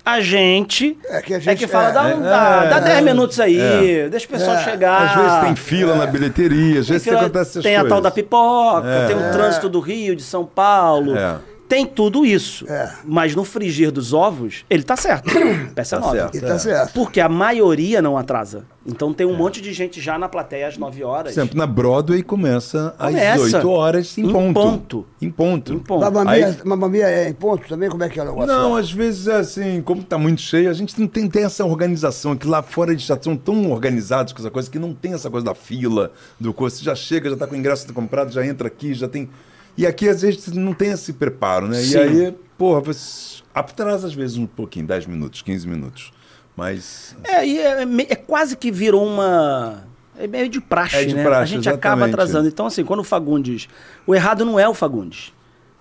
[SPEAKER 6] A gente é que,
[SPEAKER 5] que a gente-
[SPEAKER 6] fala,
[SPEAKER 5] é,
[SPEAKER 6] dá, um, dá, dá 10 minutos aí, deixa o pessoal chegar.
[SPEAKER 4] Às vezes tem fila na bilheteria, às vezes
[SPEAKER 6] Ah, é. Tem fila-
[SPEAKER 4] acontece essas
[SPEAKER 6] tem a
[SPEAKER 4] coisas.
[SPEAKER 6] tal da pipoca,
[SPEAKER 4] É.
[SPEAKER 6] tem o
[SPEAKER 4] É.
[SPEAKER 6] trânsito do Rio, de São Paulo.
[SPEAKER 4] É.
[SPEAKER 6] Tem tudo isso.
[SPEAKER 5] É.
[SPEAKER 6] Mas no frigir dos ovos, ele tá certo. Peça
[SPEAKER 4] Tá
[SPEAKER 6] nova.
[SPEAKER 4] certo. É.
[SPEAKER 5] E tá certo.
[SPEAKER 6] Porque a maioria não atrasa. Então tem um monte de gente já na plateia às 9 horas.
[SPEAKER 4] Sempre na Broadway começa, às
[SPEAKER 6] Começa.
[SPEAKER 4] 18 horas em,
[SPEAKER 6] Em
[SPEAKER 4] ponto.
[SPEAKER 6] ponto.
[SPEAKER 4] Em ponto.
[SPEAKER 6] Em ponto.
[SPEAKER 5] Mamma
[SPEAKER 4] Aí-
[SPEAKER 5] Mia- Mamma Mia é em ponto também? Como é que é o negócio?
[SPEAKER 4] Não,
[SPEAKER 5] lá?
[SPEAKER 4] às vezes é assim, como tá muito cheio, a gente não tem, tem essa organização, que lá fora eles já são tão organizados com essa coisa, que não tem essa coisa da fila, do curso. Você já chega, já tá com o ingresso comprado, já entra aqui, já tem. E aqui, às vezes, não tem esse preparo, né?
[SPEAKER 6] Sim.
[SPEAKER 4] E aí, porra, você atrasa às vezes um pouquinho, 10 minutos, 15 minutos. Mas.
[SPEAKER 6] É, e é, me- é quase que virou uma. É meio de praxe,
[SPEAKER 4] É de
[SPEAKER 6] né? a
[SPEAKER 4] praxe,
[SPEAKER 6] gente acaba
[SPEAKER 4] exatamente.
[SPEAKER 6] atrasando. Então, assim, quando o Fagundes. O errado não é o Fagundes.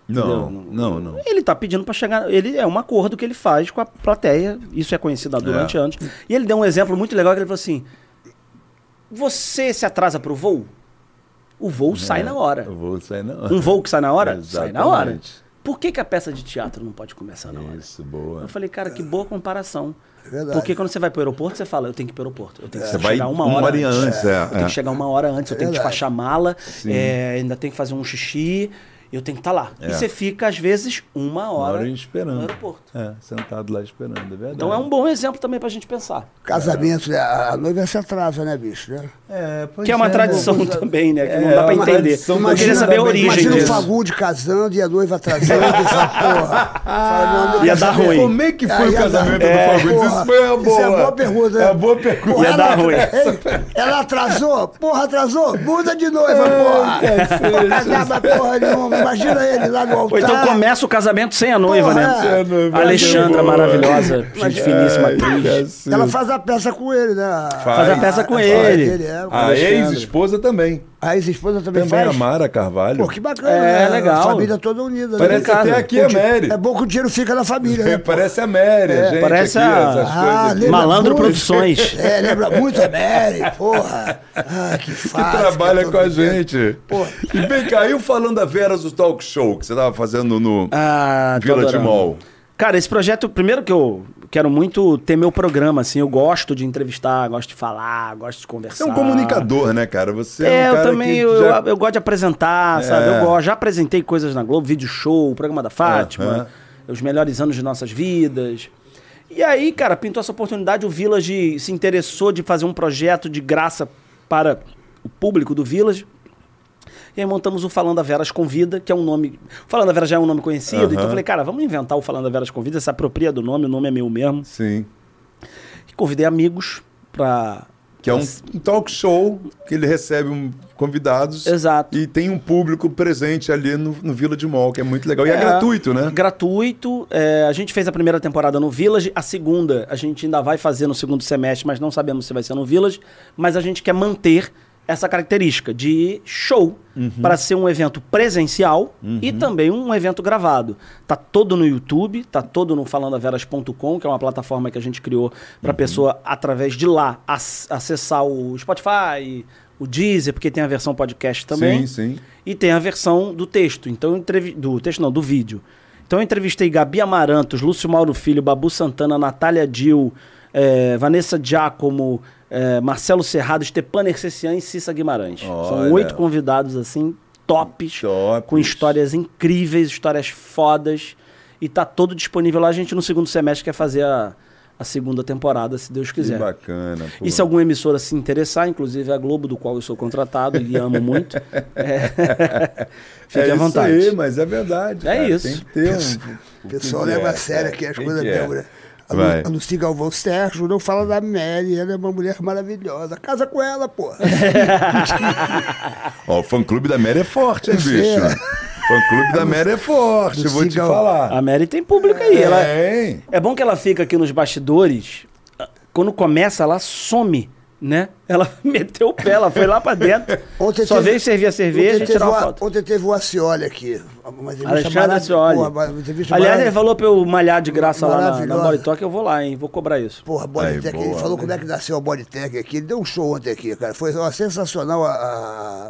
[SPEAKER 4] Não,
[SPEAKER 6] Entendeu?
[SPEAKER 4] não, não.
[SPEAKER 6] Ele tá pedindo pra chegar. Ele é um acordo que ele faz com a plateia. Isso é conhecido há durante
[SPEAKER 4] É.
[SPEAKER 6] anos. E ele deu um exemplo muito legal que ele falou assim: Você se atrasa pro voo? O voo sai na hora.
[SPEAKER 4] É, Eu vou sair na hora.
[SPEAKER 6] Um voo que sai na hora? Sai na hora.
[SPEAKER 4] Exatamente.
[SPEAKER 6] Por que, que a peça de teatro não pode começar na hora?
[SPEAKER 4] Isso, boa. É
[SPEAKER 6] Eu falei, cara, que boa comparação.
[SPEAKER 5] verdade.
[SPEAKER 6] Porque quando você vai pro aeroporto, você fala, eu tenho que ir pro aeroporto. Eu tenho que
[SPEAKER 4] Você
[SPEAKER 6] chegar
[SPEAKER 4] vai
[SPEAKER 6] uma
[SPEAKER 4] uma
[SPEAKER 6] hora
[SPEAKER 4] hora antes, é,
[SPEAKER 6] eu tenho
[SPEAKER 4] é.
[SPEAKER 6] que chegar uma hora antes, eu tenho que despachar mala, é, ainda tenho que fazer um xixi, eu tenho que estar lá.
[SPEAKER 4] É.
[SPEAKER 6] E você fica, às vezes, uma
[SPEAKER 4] Uma
[SPEAKER 6] hora,
[SPEAKER 4] hora esperando.
[SPEAKER 6] no aeroporto.
[SPEAKER 4] É, sentado lá esperando, é verdade.
[SPEAKER 6] Então é um bom exemplo também pra gente pensar.
[SPEAKER 5] Casamento, né? a a noiva se atrasa, né, bicho? Né?
[SPEAKER 4] É, pois
[SPEAKER 6] Que é uma
[SPEAKER 4] é,
[SPEAKER 6] tradição
[SPEAKER 4] pois é.
[SPEAKER 6] também, né? Que
[SPEAKER 4] É,
[SPEAKER 6] não dá pra
[SPEAKER 4] é uma
[SPEAKER 6] entender.
[SPEAKER 4] tradição
[SPEAKER 6] Eu
[SPEAKER 4] também.
[SPEAKER 6] queria saber a
[SPEAKER 4] Imagina-
[SPEAKER 6] origem
[SPEAKER 5] Imagina o
[SPEAKER 6] disso.
[SPEAKER 5] Fagude casando e a noiva atrasando essa porra. Fala, meu,
[SPEAKER 6] Ia
[SPEAKER 5] casamento-
[SPEAKER 6] dar ruim. É.
[SPEAKER 4] Como é que foi
[SPEAKER 5] Aí
[SPEAKER 4] o
[SPEAKER 5] ia
[SPEAKER 4] casamento
[SPEAKER 5] dar-
[SPEAKER 4] do Fagundes?
[SPEAKER 5] porra,
[SPEAKER 4] Isso foi uma boa.
[SPEAKER 5] Isso é uma boa pergunta. né?
[SPEAKER 4] É uma boa pergunta.
[SPEAKER 5] Porra,
[SPEAKER 6] Ia dar
[SPEAKER 5] ela-
[SPEAKER 6] ruim.
[SPEAKER 5] Ei, Ela atrasou? Porra, atrasou? Muda de noiva,
[SPEAKER 4] É,
[SPEAKER 5] porra. Não casava porra nenhuma. Imagina ele lá no
[SPEAKER 6] Ou
[SPEAKER 5] altar.
[SPEAKER 4] Ah.
[SPEAKER 6] então começa o casamento sem a noiva,
[SPEAKER 5] Porra, é.
[SPEAKER 6] né?
[SPEAKER 5] É,
[SPEAKER 4] noiva,
[SPEAKER 6] Alexandra,
[SPEAKER 4] boa. é,
[SPEAKER 6] maravilhosa, gente finíssima, atriz.
[SPEAKER 4] Cacete.
[SPEAKER 5] Ela faz a peça com ele, né?
[SPEAKER 6] Faz a peça com ele.
[SPEAKER 5] é, com
[SPEAKER 4] A
[SPEAKER 5] Alexandre.
[SPEAKER 4] ex-esposa também.
[SPEAKER 5] A ex-esposa também,
[SPEAKER 4] Também é
[SPEAKER 5] faz?
[SPEAKER 4] a Mara Carvalho.
[SPEAKER 5] Pô, que bacana,
[SPEAKER 6] É,
[SPEAKER 5] né?
[SPEAKER 6] legal.
[SPEAKER 5] A família toda unida.
[SPEAKER 4] Parece
[SPEAKER 5] né?
[SPEAKER 4] até aqui a Mary.
[SPEAKER 5] É bom que o dinheiro fica na família, né? pô? É,
[SPEAKER 4] Parece a Mary, a gente.
[SPEAKER 6] parece
[SPEAKER 4] aqui,
[SPEAKER 6] a-
[SPEAKER 4] essas
[SPEAKER 5] Ah,
[SPEAKER 4] coisas aqui.
[SPEAKER 5] lembra
[SPEAKER 6] Malandro
[SPEAKER 5] muito.
[SPEAKER 6] Produções.
[SPEAKER 5] É, lembra muito a Mary, porra. Ah, que
[SPEAKER 4] que
[SPEAKER 5] fácil.
[SPEAKER 4] trabalha com a gente. E vem cá, e o Falando da Veras, o talk show que você tava fazendo no
[SPEAKER 6] Ah, tô
[SPEAKER 4] Vila
[SPEAKER 6] adorando.
[SPEAKER 4] Timol.
[SPEAKER 6] Cara, esse projeto, primeiro que eu quero muito ter meu programa, assim, eu gosto de entrevistar, gosto de falar, gosto de conversar.
[SPEAKER 4] Você é
[SPEAKER 5] Ah.
[SPEAKER 4] um comunicador, né, cara? Você é,
[SPEAKER 6] É,
[SPEAKER 4] um
[SPEAKER 6] eu
[SPEAKER 4] cara
[SPEAKER 6] também,
[SPEAKER 4] que
[SPEAKER 6] eu,
[SPEAKER 4] já- É.
[SPEAKER 6] eu gosto de apresentar, sabe? Eu gosto, já apresentei coisas na Globo, vídeo show, programa da Fátima, os melhores anos de nossas vidas. E aí, cara, pintou essa oportunidade, o Village se interessou de fazer um projeto de graça para o público do Village. E aí montamos o Falando a Veras Convida, que é um nome. O Falando a Veras já é um nome conhecido, então eu falei, cara, vamos inventar o Falando a Veras Convida, se apropria do nome, o nome é meu mesmo.
[SPEAKER 4] Sim.
[SPEAKER 6] E convidei amigos pra.
[SPEAKER 4] Que é um, um talk show que ele recebe um- convidados.
[SPEAKER 6] Exato.
[SPEAKER 4] E tem um público presente ali no, no Vila de Mall, que é muito legal. E é,
[SPEAKER 6] É,
[SPEAKER 4] gratuito, né?
[SPEAKER 6] Gratuito. é, a gente fez a primeira temporada no Village, a segunda a gente ainda vai fazer no segundo semestre, mas não sabemos se vai ser no Village. Mas a gente quer manter essa característica de show
[SPEAKER 4] Uhum.
[SPEAKER 6] para ser um evento presencial e também um evento gravado. Tá todo no YouTube, tá todo no falandaveras.com, que é uma plataforma que a gente criou
[SPEAKER 4] Uhum.
[SPEAKER 6] para a pessoa através de lá ac- acessar o Spotify, o Deezer, porque tem a versão podcast também.
[SPEAKER 4] Sim, sim.
[SPEAKER 6] E tem a versão do texto, então eu entrevi- do texto não, do vídeo. Então eu entrevistei Gabi Amarantos, Lúcio Mauro Filho, Babu Santana, Natália Dil, eh, Vanessa Giacomo, eh, Marcelo Serrado, Stepan Ercecian e Cissa Guimarães.
[SPEAKER 4] Olha.
[SPEAKER 6] São oito convidados assim, tops,
[SPEAKER 4] Tops.
[SPEAKER 6] com histórias incríveis, histórias fodas. E tá todo disponível lá. A gente no segundo semestre quer fazer a, a segunda temporada, se Deus
[SPEAKER 4] Que
[SPEAKER 6] quiser.
[SPEAKER 4] bacana. pô.
[SPEAKER 6] E se alguma emissora se interessar, inclusive é a Globo, do qual eu sou contratado e amo muito, é, fique
[SPEAKER 4] é
[SPEAKER 6] à vontade.
[SPEAKER 4] Isso aí, mas é verdade.
[SPEAKER 6] É
[SPEAKER 4] cara.
[SPEAKER 6] isso.
[SPEAKER 4] Tem que ter um.
[SPEAKER 5] O pessoal
[SPEAKER 4] Quem que
[SPEAKER 5] leva
[SPEAKER 4] é,
[SPEAKER 5] a sério
[SPEAKER 4] cara?
[SPEAKER 5] aqui as
[SPEAKER 4] Quem
[SPEAKER 5] coisas
[SPEAKER 4] que é?
[SPEAKER 5] mesmo, né? A Lu-
[SPEAKER 4] Vai.
[SPEAKER 5] A Lucy Galvão Sérgio não fala da Mary, ela é uma mulher maravilhosa. Casa com ela, porra.
[SPEAKER 4] Ó, o fã-clube da Mary é forte, hein,
[SPEAKER 5] Sim.
[SPEAKER 4] bicho? O fã-clube da Mary é forte, eu vou te
[SPEAKER 5] Sigão.
[SPEAKER 4] falar.
[SPEAKER 6] A Mary tem público aí. Ela, é.
[SPEAKER 4] É, hein?
[SPEAKER 6] bom que ela fica aqui nos bastidores. Quando começa, ela some, né? Ela meteu o pé, ela foi lá pra dentro. só
[SPEAKER 5] teve-
[SPEAKER 6] veio servir a cerveja
[SPEAKER 5] ontem
[SPEAKER 6] e tirar uma
[SPEAKER 5] teve o-
[SPEAKER 6] foto.
[SPEAKER 5] Ontem teve o Acioli aqui. Uma entrevista
[SPEAKER 6] Alexandre
[SPEAKER 5] maravilhosa.
[SPEAKER 6] Ascioli.
[SPEAKER 5] Porra, uma entrevista
[SPEAKER 6] Aliás,
[SPEAKER 5] maravilhosa.
[SPEAKER 6] ele falou pra eu malhar de graça lá na, na
[SPEAKER 5] Maravilhosa.
[SPEAKER 6] Boritoque, eu vou lá, hein? Vou cobrar isso.
[SPEAKER 5] Porra,
[SPEAKER 4] Aí,
[SPEAKER 5] Bodytech, ele
[SPEAKER 4] boa,
[SPEAKER 5] falou
[SPEAKER 4] né?
[SPEAKER 5] como é que nasceu a Bodytech aqui. Ele deu um show ontem aqui, cara. Foi ó, sensacional a-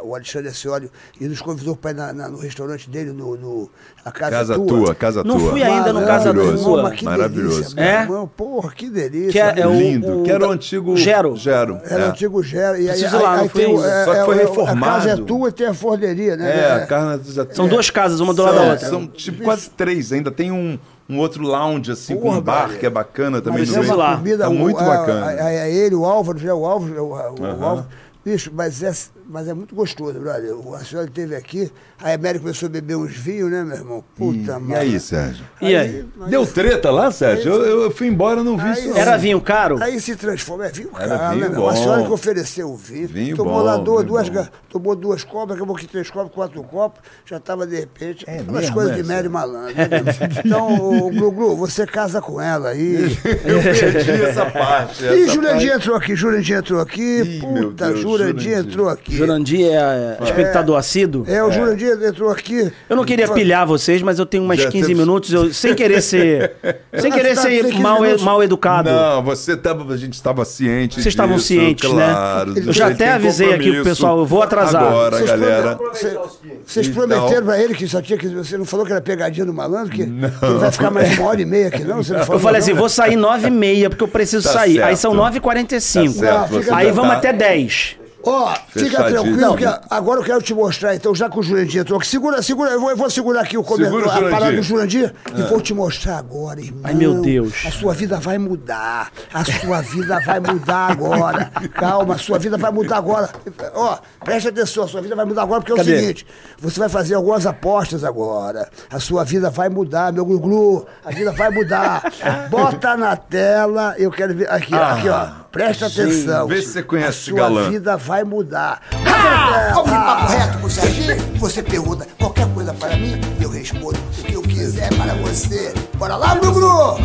[SPEAKER 5] a- o Alexandre Ascioli. E nos convidou para ir na- na- no restaurante dele, no, no- a Casa,
[SPEAKER 4] Casa
[SPEAKER 5] Tua.
[SPEAKER 4] tua, casa
[SPEAKER 6] Não
[SPEAKER 4] tua.
[SPEAKER 6] fui ainda no Casa
[SPEAKER 5] Maravilhoso,
[SPEAKER 6] Tua.
[SPEAKER 5] mas que
[SPEAKER 4] Maravilhoso.
[SPEAKER 5] Delícia,
[SPEAKER 6] É?
[SPEAKER 5] meu irmão. Porra, que delícia.
[SPEAKER 6] Que é- é o-
[SPEAKER 4] Lindo.
[SPEAKER 6] o-
[SPEAKER 4] que era o antigo.
[SPEAKER 6] Gero.
[SPEAKER 4] Gero.
[SPEAKER 5] Era
[SPEAKER 4] é.
[SPEAKER 5] o antigo Gero. E aí,
[SPEAKER 6] Preciso
[SPEAKER 5] aí,
[SPEAKER 6] lá, não
[SPEAKER 5] aí
[SPEAKER 6] fui
[SPEAKER 5] tem o-
[SPEAKER 6] ainda.
[SPEAKER 5] é-
[SPEAKER 4] Só que
[SPEAKER 5] é
[SPEAKER 4] foi
[SPEAKER 5] o- A
[SPEAKER 4] reformado.
[SPEAKER 5] casa é tua e tem a forneria, né?
[SPEAKER 4] É, a
[SPEAKER 5] É.
[SPEAKER 4] carne
[SPEAKER 6] São duas casas, uma do lado
[SPEAKER 4] são,
[SPEAKER 6] da outra.
[SPEAKER 4] São tipo quase três ainda. Tem um, um outro lounge, assim, com
[SPEAKER 5] Porra,
[SPEAKER 4] um bar
[SPEAKER 5] velho.
[SPEAKER 4] que é bacana também.
[SPEAKER 6] Mas
[SPEAKER 4] no
[SPEAKER 5] Fizemos
[SPEAKER 6] vamos
[SPEAKER 4] meio.
[SPEAKER 5] uma
[SPEAKER 6] lá.
[SPEAKER 5] comida, é,
[SPEAKER 4] Tá
[SPEAKER 5] o-
[SPEAKER 4] muito
[SPEAKER 5] a-
[SPEAKER 4] bacana.
[SPEAKER 5] a- a- ele, o Álvaro, né? O Álvaro, o, o- o
[SPEAKER 4] Aham.
[SPEAKER 5] Álvaro. Bicho, mas é, mas é muito gostoso, brother. O- A senhora esteve aqui, a América começou a beber uns vinhos, né, meu irmão? Puta
[SPEAKER 4] E
[SPEAKER 5] merda.
[SPEAKER 4] aí, Sérgio?
[SPEAKER 6] E aí?
[SPEAKER 4] Deu treta lá, Sérgio? Eu, eu- eu fui embora, não vi
[SPEAKER 5] é Aí- é
[SPEAKER 4] isso. não.
[SPEAKER 6] Era vinho caro?
[SPEAKER 5] Aí se transforma, é vinho
[SPEAKER 4] Era
[SPEAKER 5] caro,
[SPEAKER 4] vinho
[SPEAKER 5] né? meu? A
[SPEAKER 4] bom.
[SPEAKER 5] senhora que ofereceu o vinho,
[SPEAKER 4] Vinho
[SPEAKER 5] tomou
[SPEAKER 4] bom,
[SPEAKER 5] lá duas,
[SPEAKER 4] vinho
[SPEAKER 5] duas,
[SPEAKER 4] bom.
[SPEAKER 5] ga- tomou duas cobras, acabou que três cobras, quatro copos, já estava de repente,
[SPEAKER 4] É
[SPEAKER 5] umas
[SPEAKER 4] mesmo,
[SPEAKER 5] coisas
[SPEAKER 4] né,
[SPEAKER 5] de Mary Malandro. né, meu? então, o Glu Glu, você casa com ela aí.
[SPEAKER 4] Eu perdi essa parte.
[SPEAKER 5] Ih,
[SPEAKER 4] essa
[SPEAKER 5] Jurandir
[SPEAKER 4] parte.
[SPEAKER 5] entrou aqui, Jurandir entrou aqui.
[SPEAKER 4] Ih, meu
[SPEAKER 5] Puta,
[SPEAKER 4] Deus,
[SPEAKER 5] Jurandir
[SPEAKER 4] Jurandir.
[SPEAKER 5] entrou aqui.
[SPEAKER 6] Jurandir é, espectador assíduo.
[SPEAKER 5] É, o Jurandir entrou aqui.
[SPEAKER 6] Eu não queria
[SPEAKER 5] Fa-
[SPEAKER 6] pilhar vocês, mas eu tenho mais
[SPEAKER 4] Já
[SPEAKER 6] 15
[SPEAKER 4] temos-
[SPEAKER 6] minutos, eu, sem querer ser. sem querer
[SPEAKER 5] Tá, tem
[SPEAKER 6] ser
[SPEAKER 5] 15
[SPEAKER 6] mal,
[SPEAKER 5] minutos.
[SPEAKER 6] mal educado.
[SPEAKER 4] Não, você tava, a gente estava ciente
[SPEAKER 6] Vocês estavam
[SPEAKER 4] disso,
[SPEAKER 6] cientes, né?
[SPEAKER 4] claro,
[SPEAKER 6] Eu já
[SPEAKER 4] Ele
[SPEAKER 6] até
[SPEAKER 4] tem
[SPEAKER 6] avisei aqui pro
[SPEAKER 4] compromisso
[SPEAKER 6] pessoal, eu vou atrasar.
[SPEAKER 4] Agora,
[SPEAKER 5] Vocês
[SPEAKER 4] galera.
[SPEAKER 5] podem- Vocês
[SPEAKER 4] Então-
[SPEAKER 5] prometeram pra ele que só tinha que. Você não falou que era pegadinha do malandro? Que, que ele vai ficar mais uma hora e meia aqui, não? Você não falou,
[SPEAKER 6] Eu falei
[SPEAKER 5] não,
[SPEAKER 6] assim,
[SPEAKER 5] né?
[SPEAKER 6] vou sair 9h30, porque eu preciso
[SPEAKER 4] Tá
[SPEAKER 6] sair. Aí
[SPEAKER 4] certo.
[SPEAKER 6] são 9h45.
[SPEAKER 4] Tá certo,
[SPEAKER 5] você
[SPEAKER 6] Aí
[SPEAKER 5] já
[SPEAKER 6] vamos
[SPEAKER 4] tá-
[SPEAKER 6] até 10.
[SPEAKER 5] Ó, fica
[SPEAKER 4] Fechadinho.
[SPEAKER 5] tranquilo,
[SPEAKER 4] Não.
[SPEAKER 5] que a- agora eu quero te mostrar, então, já que o Jurandir entrou aqui. Segura, segura, eu vou, eu vou segurar aqui o
[SPEAKER 4] Segura
[SPEAKER 5] comentário,
[SPEAKER 4] o
[SPEAKER 5] a
[SPEAKER 4] Jurandir. É.
[SPEAKER 5] parada do Jurandir e vou te mostrar agora, irmão.
[SPEAKER 6] Ai, meu Deus.
[SPEAKER 5] A sua vida vai mudar. A sua vida vai mudar agora. Calma, a sua vida vai mudar agora. Ó, preste atenção, a sua vida vai mudar agora, porque é
[SPEAKER 6] Cadê?
[SPEAKER 5] o seguinte: você vai fazer algumas apostas agora. A sua vida vai mudar, meu glu-glu. A vida vai mudar. Bota na tela, eu quero ver. Aqui, ó, aqui,
[SPEAKER 4] Ah,
[SPEAKER 5] ó. Presta atenção.
[SPEAKER 4] vê se você conhece esse
[SPEAKER 5] a sua
[SPEAKER 4] galã.
[SPEAKER 5] vida vai mudar. Então, ah,
[SPEAKER 7] Ao vivo um papo reto com o Serginho, você pergunta qualquer coisa para mim, eu respondo o que eu quiser para você. Bora lá, Bruno!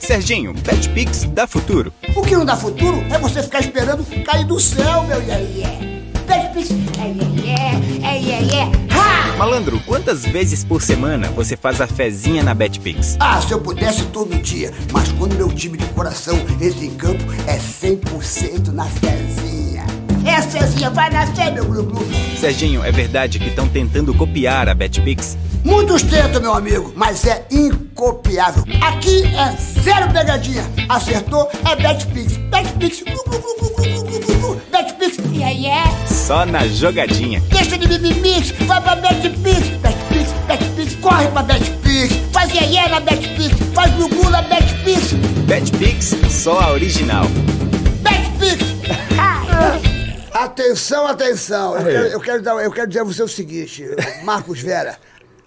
[SPEAKER 8] Serginho, Pet Pix dá futuro.
[SPEAKER 7] O que não dá futuro é você ficar esperando cair do céu, meu iê Pede pix, é iê é iê ha!
[SPEAKER 8] Malandro, quantas vezes por semana você faz a fezinha na Bet Pix?
[SPEAKER 7] Ah, se eu pudesse todo dia, mas quando meu time de coração entra em campo, é 100% na Cezinha. É a Cezinha, vai nascer, meu glu-glu.
[SPEAKER 8] Serginho, é verdade que estão tentando copiar a Bet Pix?
[SPEAKER 7] Muitos tentam, meu amigo, mas é incopiável. Aqui é zero pegadinha. Acertou é Betpix. Betpix. glu, glu, glu, glu, glu, glu, glu, glu. Betpix. E aí é?
[SPEAKER 8] Só na jogadinha.
[SPEAKER 7] Deixa de mimimix. Vai pra Betpix. Betpix. Betpix. Corre pra Betpix. Faz iê na Betpix. Faz gugu na Betpix.
[SPEAKER 8] Bet Pix, só a original.
[SPEAKER 7] Betpix.
[SPEAKER 5] Atenção, atenção. Eu quero, eu quero dar- eu quero dizer a você o seguinte, Marcos Vera.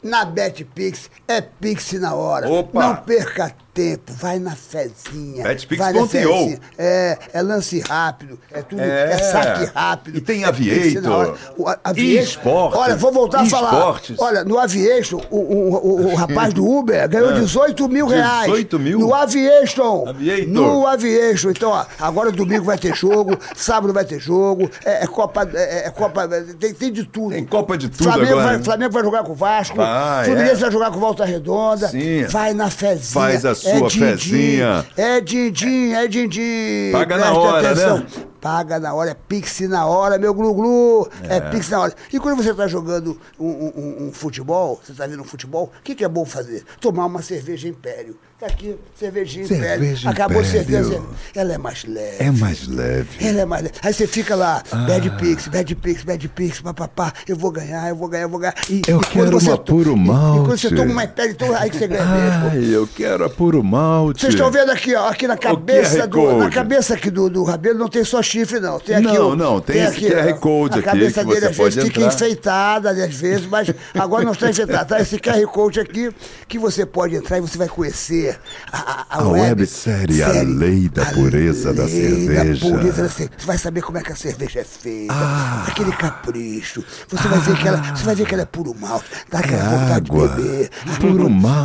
[SPEAKER 5] Na BetPix é Pix na hora.
[SPEAKER 4] Opa!
[SPEAKER 5] Não perca tempo, vai na fezinha.
[SPEAKER 4] BetPix
[SPEAKER 5] vai na
[SPEAKER 4] ponto
[SPEAKER 5] fezinha.
[SPEAKER 4] io.
[SPEAKER 5] É, é lance rápido, é tudo,
[SPEAKER 4] É.
[SPEAKER 5] é, saque rápido.
[SPEAKER 4] E tem
[SPEAKER 5] é Pix na hora.
[SPEAKER 4] Aviator.
[SPEAKER 5] O a- Aviator-
[SPEAKER 4] Esportes.
[SPEAKER 5] Olha, vou voltar a falar.
[SPEAKER 4] Esportes.
[SPEAKER 5] Olha, no Aviation, o, o- o- o rapaz do Uber ganhou 18 mil reais.
[SPEAKER 4] 18 É. mil?
[SPEAKER 5] No Aviation.
[SPEAKER 4] Aviator.
[SPEAKER 5] No Aviation. Então, ó, agora domingo vai ter jogo, sábado vai ter jogo, é, é Copa, é, é Copa, é, tem, tem de tudo.
[SPEAKER 4] Tem Copa de tudo
[SPEAKER 5] Flamengo
[SPEAKER 4] agora,
[SPEAKER 5] Vai,
[SPEAKER 4] né?
[SPEAKER 5] Flamengo vai jogar com o Vasco,
[SPEAKER 4] Vai,
[SPEAKER 5] Fluminense
[SPEAKER 4] é.
[SPEAKER 5] vai jogar com Volta Redonda,
[SPEAKER 4] Sim.
[SPEAKER 5] vai na fezinha.
[SPEAKER 4] Faz a sua fezinha.
[SPEAKER 5] É dindim, é dindim.
[SPEAKER 4] Paga na
[SPEAKER 5] Presta
[SPEAKER 4] hora,
[SPEAKER 5] atenção.
[SPEAKER 4] né?
[SPEAKER 5] Paga na hora, é pix na hora, meu glu-glu. É. pix na hora. E quando você está jogando um, um- um- um futebol, você está vendo um futebol, o que, que é bom fazer? Tomar uma cerveja Império. Tá aqui, cervejinha
[SPEAKER 4] Cerveja
[SPEAKER 5] Império. Acabou de
[SPEAKER 4] Império.
[SPEAKER 5] cerveja. Ela é mais leve.
[SPEAKER 4] É Ah. mais leve.
[SPEAKER 5] Ela é mais leve. Aí você fica lá, bad pix, bad pix, bad pix, papapá, eu vou ganhar, eu vou ganhar, eu vou ganhar. E,
[SPEAKER 4] Eu
[SPEAKER 5] e
[SPEAKER 4] quero
[SPEAKER 5] quando você
[SPEAKER 4] uma
[SPEAKER 5] to-
[SPEAKER 4] puro
[SPEAKER 5] e- E quando
[SPEAKER 4] malte.
[SPEAKER 5] você toma uma Império, então aí que você ganha mesmo.
[SPEAKER 4] Ai, eu quero a puro malte.
[SPEAKER 5] Vocês estão vendo aqui, ó, aqui na
[SPEAKER 4] é
[SPEAKER 5] cabeça
[SPEAKER 4] QR
[SPEAKER 5] do. Na
[SPEAKER 4] Code?
[SPEAKER 5] cabeça aqui do, do Rabelo não tem só chifre, não. Tem aqui,
[SPEAKER 4] Não,
[SPEAKER 5] ó,
[SPEAKER 4] não, tem esse QR Code
[SPEAKER 5] a
[SPEAKER 4] aqui
[SPEAKER 5] cabeça
[SPEAKER 4] que
[SPEAKER 5] dele
[SPEAKER 4] você
[SPEAKER 5] às vezes
[SPEAKER 4] pode
[SPEAKER 5] fica
[SPEAKER 4] entrar.
[SPEAKER 5] enfeitada, às vezes, mas agora não está enfeitada. Tá esse QR Code aqui que você pode entrar e você vai conhecer a, a,
[SPEAKER 4] A websérie, A Lei da Pureza da Cerveja. Ah.
[SPEAKER 5] Da pureza da cerveja. Você vai saber como é que a cerveja é feita. Aquele capricho. Você vai ver que ela. Você vai ver que ela é puro mal. Dá aquela
[SPEAKER 4] É
[SPEAKER 5] vontade
[SPEAKER 4] água, É
[SPEAKER 5] de beber. Ah,
[SPEAKER 4] puro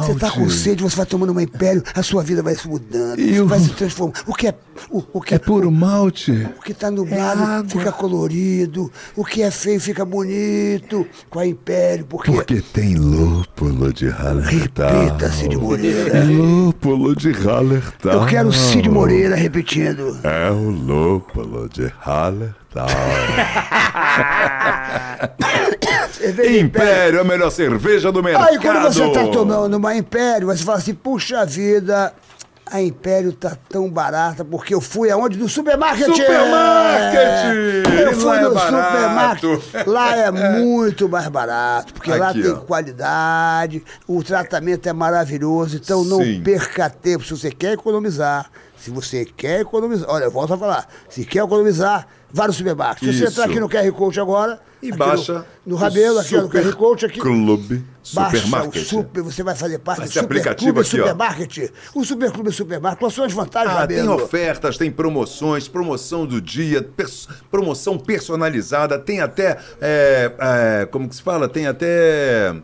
[SPEAKER 5] Você tá com
[SPEAKER 4] malte.
[SPEAKER 5] sede, você vai tomando uma império, a sua vida vai se mudando,
[SPEAKER 4] E o-
[SPEAKER 5] vai se transformando. O que é. O, o que
[SPEAKER 4] É puro malte.
[SPEAKER 5] o que tá nublado
[SPEAKER 4] água.
[SPEAKER 5] fica colorido, o que é feio fica bonito, com a Império, porque.
[SPEAKER 4] Porque tem lúpulo de Hallertau.
[SPEAKER 5] Repita-se de Moreira.
[SPEAKER 4] Lúpulo de Hallertau.
[SPEAKER 5] Eu quero o Cid
[SPEAKER 4] Ah.
[SPEAKER 5] Moreira repetindo.
[SPEAKER 4] É o lúpulo de Hallertau.
[SPEAKER 5] Cerveja
[SPEAKER 4] Império, é a melhor cerveja do mercado.
[SPEAKER 5] Aí quando você tá tomando uma Império, você fala assim, puxa vida, a Império tá tão barata, porque eu fui aonde? No supermarket!
[SPEAKER 4] Supermarket!
[SPEAKER 5] Eu fui
[SPEAKER 4] Lá é
[SPEAKER 5] no
[SPEAKER 4] barato.
[SPEAKER 5] supermarket. Lá é muito mais barato, porque lá
[SPEAKER 4] Aqui,
[SPEAKER 5] tem
[SPEAKER 4] ó.
[SPEAKER 5] qualidade, o tratamento é maravilhoso, então não
[SPEAKER 4] Sim.
[SPEAKER 5] perca tempo se você quer economizar. Se você quer economizar, olha, eu volto a falar, se quer economizar, vá no supermarket. Se você
[SPEAKER 4] Isso.
[SPEAKER 5] entrar aqui no QR Code agora,
[SPEAKER 4] E
[SPEAKER 5] aqui no-
[SPEAKER 4] baixa
[SPEAKER 5] no, Rabelo,
[SPEAKER 4] o
[SPEAKER 5] aqui ó, no
[SPEAKER 4] Super
[SPEAKER 5] QR Code, aqui,
[SPEAKER 4] Clube
[SPEAKER 5] Baixa
[SPEAKER 4] Supermarket.
[SPEAKER 5] o super, você vai fazer parte
[SPEAKER 4] Esse
[SPEAKER 5] do
[SPEAKER 4] aplicativo
[SPEAKER 5] Superclube
[SPEAKER 4] aqui, ó.
[SPEAKER 5] Supermarket. O Superclube Supermarket, quais são as vantagens,
[SPEAKER 4] Ah, tem
[SPEAKER 5] Rabelo?
[SPEAKER 4] ofertas, tem promoções, promoção do dia, pers- promoção personalizada, tem até. é, é, como que se fala? Tem até.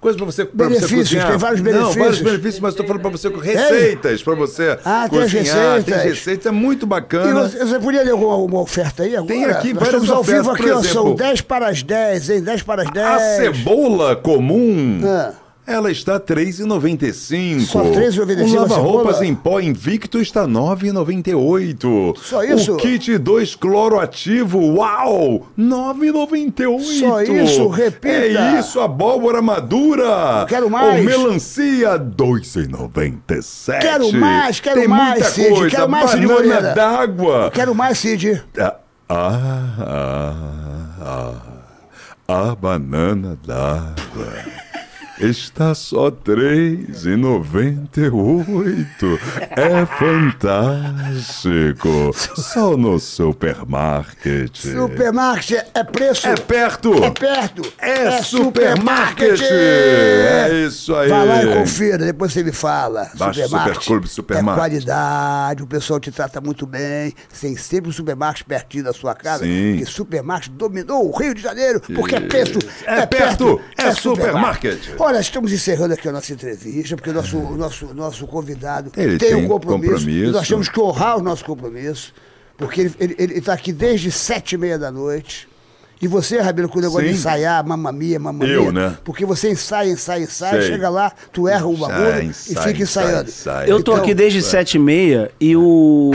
[SPEAKER 4] Coisas pra você, pra você
[SPEAKER 5] Benefícios,
[SPEAKER 4] cozinhar.
[SPEAKER 5] tem vários
[SPEAKER 4] Não, vários
[SPEAKER 5] benefícios.
[SPEAKER 4] benefícios, mas eu tô falando pra você receitas, pra você
[SPEAKER 5] Ah, tem as
[SPEAKER 4] cozinhar. Tem
[SPEAKER 5] receitas.
[SPEAKER 4] receitas, é muito
[SPEAKER 5] E
[SPEAKER 4] bacana.
[SPEAKER 5] você, você podia ler alguma alguma oferta aí agora?
[SPEAKER 4] Tem aqui
[SPEAKER 5] Nós
[SPEAKER 4] várias
[SPEAKER 5] estamos ao
[SPEAKER 4] ofertas,
[SPEAKER 5] vivo aqui,
[SPEAKER 4] por
[SPEAKER 5] ó, são
[SPEAKER 4] exemplo.
[SPEAKER 5] 10 para as 10, hein? 10 para as 10.
[SPEAKER 4] A cebola comum,
[SPEAKER 5] Ah.
[SPEAKER 4] ela está R$ 3,95.
[SPEAKER 5] Só R$ 3,95
[SPEAKER 4] O
[SPEAKER 5] a
[SPEAKER 4] Um lava-roupas
[SPEAKER 5] cebola?
[SPEAKER 4] em pó invicto está R$ 9,98.
[SPEAKER 5] Só isso?
[SPEAKER 4] O kit 2 cloroativo, uau, R$ 9,98.
[SPEAKER 5] Só isso? Repita.
[SPEAKER 4] É isso, abóbora madura.
[SPEAKER 5] quero mais.
[SPEAKER 4] O melancia, R$ 2,97.
[SPEAKER 5] Quero mais, quero
[SPEAKER 4] Tem
[SPEAKER 5] mais,
[SPEAKER 4] muita
[SPEAKER 5] Cid,
[SPEAKER 4] coisa.
[SPEAKER 5] quero mais, Cid
[SPEAKER 4] Banana
[SPEAKER 5] Moreira.
[SPEAKER 4] d'água.
[SPEAKER 5] Quero mais, Cid.
[SPEAKER 4] Ah, ah, ah, a banana d'água está só R$ 3,98. É fantástico. Só no supermarket.
[SPEAKER 5] Supermarket é preço.
[SPEAKER 4] É perto.
[SPEAKER 5] É perto.
[SPEAKER 4] É, supermarket. É isso aí.
[SPEAKER 5] Vai lá e confira, depois você me fala.
[SPEAKER 4] Baixa o Superclube,
[SPEAKER 5] É
[SPEAKER 4] Supermarket.
[SPEAKER 5] qualidade, o pessoal te trata muito bem. Tem sempre um supermarket pertinho da sua casa.
[SPEAKER 4] Sim.
[SPEAKER 5] Porque supermarket dominou o Rio de Janeiro, porque é preço.
[SPEAKER 4] É perto, é supermarket.
[SPEAKER 5] Olha, estamos encerrando aqui a nossa entrevista, porque o nosso, o nosso, nosso convidado
[SPEAKER 4] Ele
[SPEAKER 5] tem,
[SPEAKER 4] tem
[SPEAKER 5] um compromisso.
[SPEAKER 4] compromisso.
[SPEAKER 5] e Nós temos que honrar o nosso compromisso, porque ele está ele, ele tá aqui desde sete e meia da noite. E você, Rabelo, com o negócio de
[SPEAKER 4] Sim.
[SPEAKER 5] ensaiar, mamamia, mamamia.
[SPEAKER 4] Eu, né?
[SPEAKER 5] Porque você ensaia, ensaia, ensaia,
[SPEAKER 4] Sei.
[SPEAKER 5] chega lá, tu erra o bagulho
[SPEAKER 4] Sai,
[SPEAKER 5] e
[SPEAKER 4] sai,
[SPEAKER 5] fica
[SPEAKER 4] sai,
[SPEAKER 5] ensaiando. Então,
[SPEAKER 4] sai.
[SPEAKER 6] Eu tô aqui desde sete e meia e o,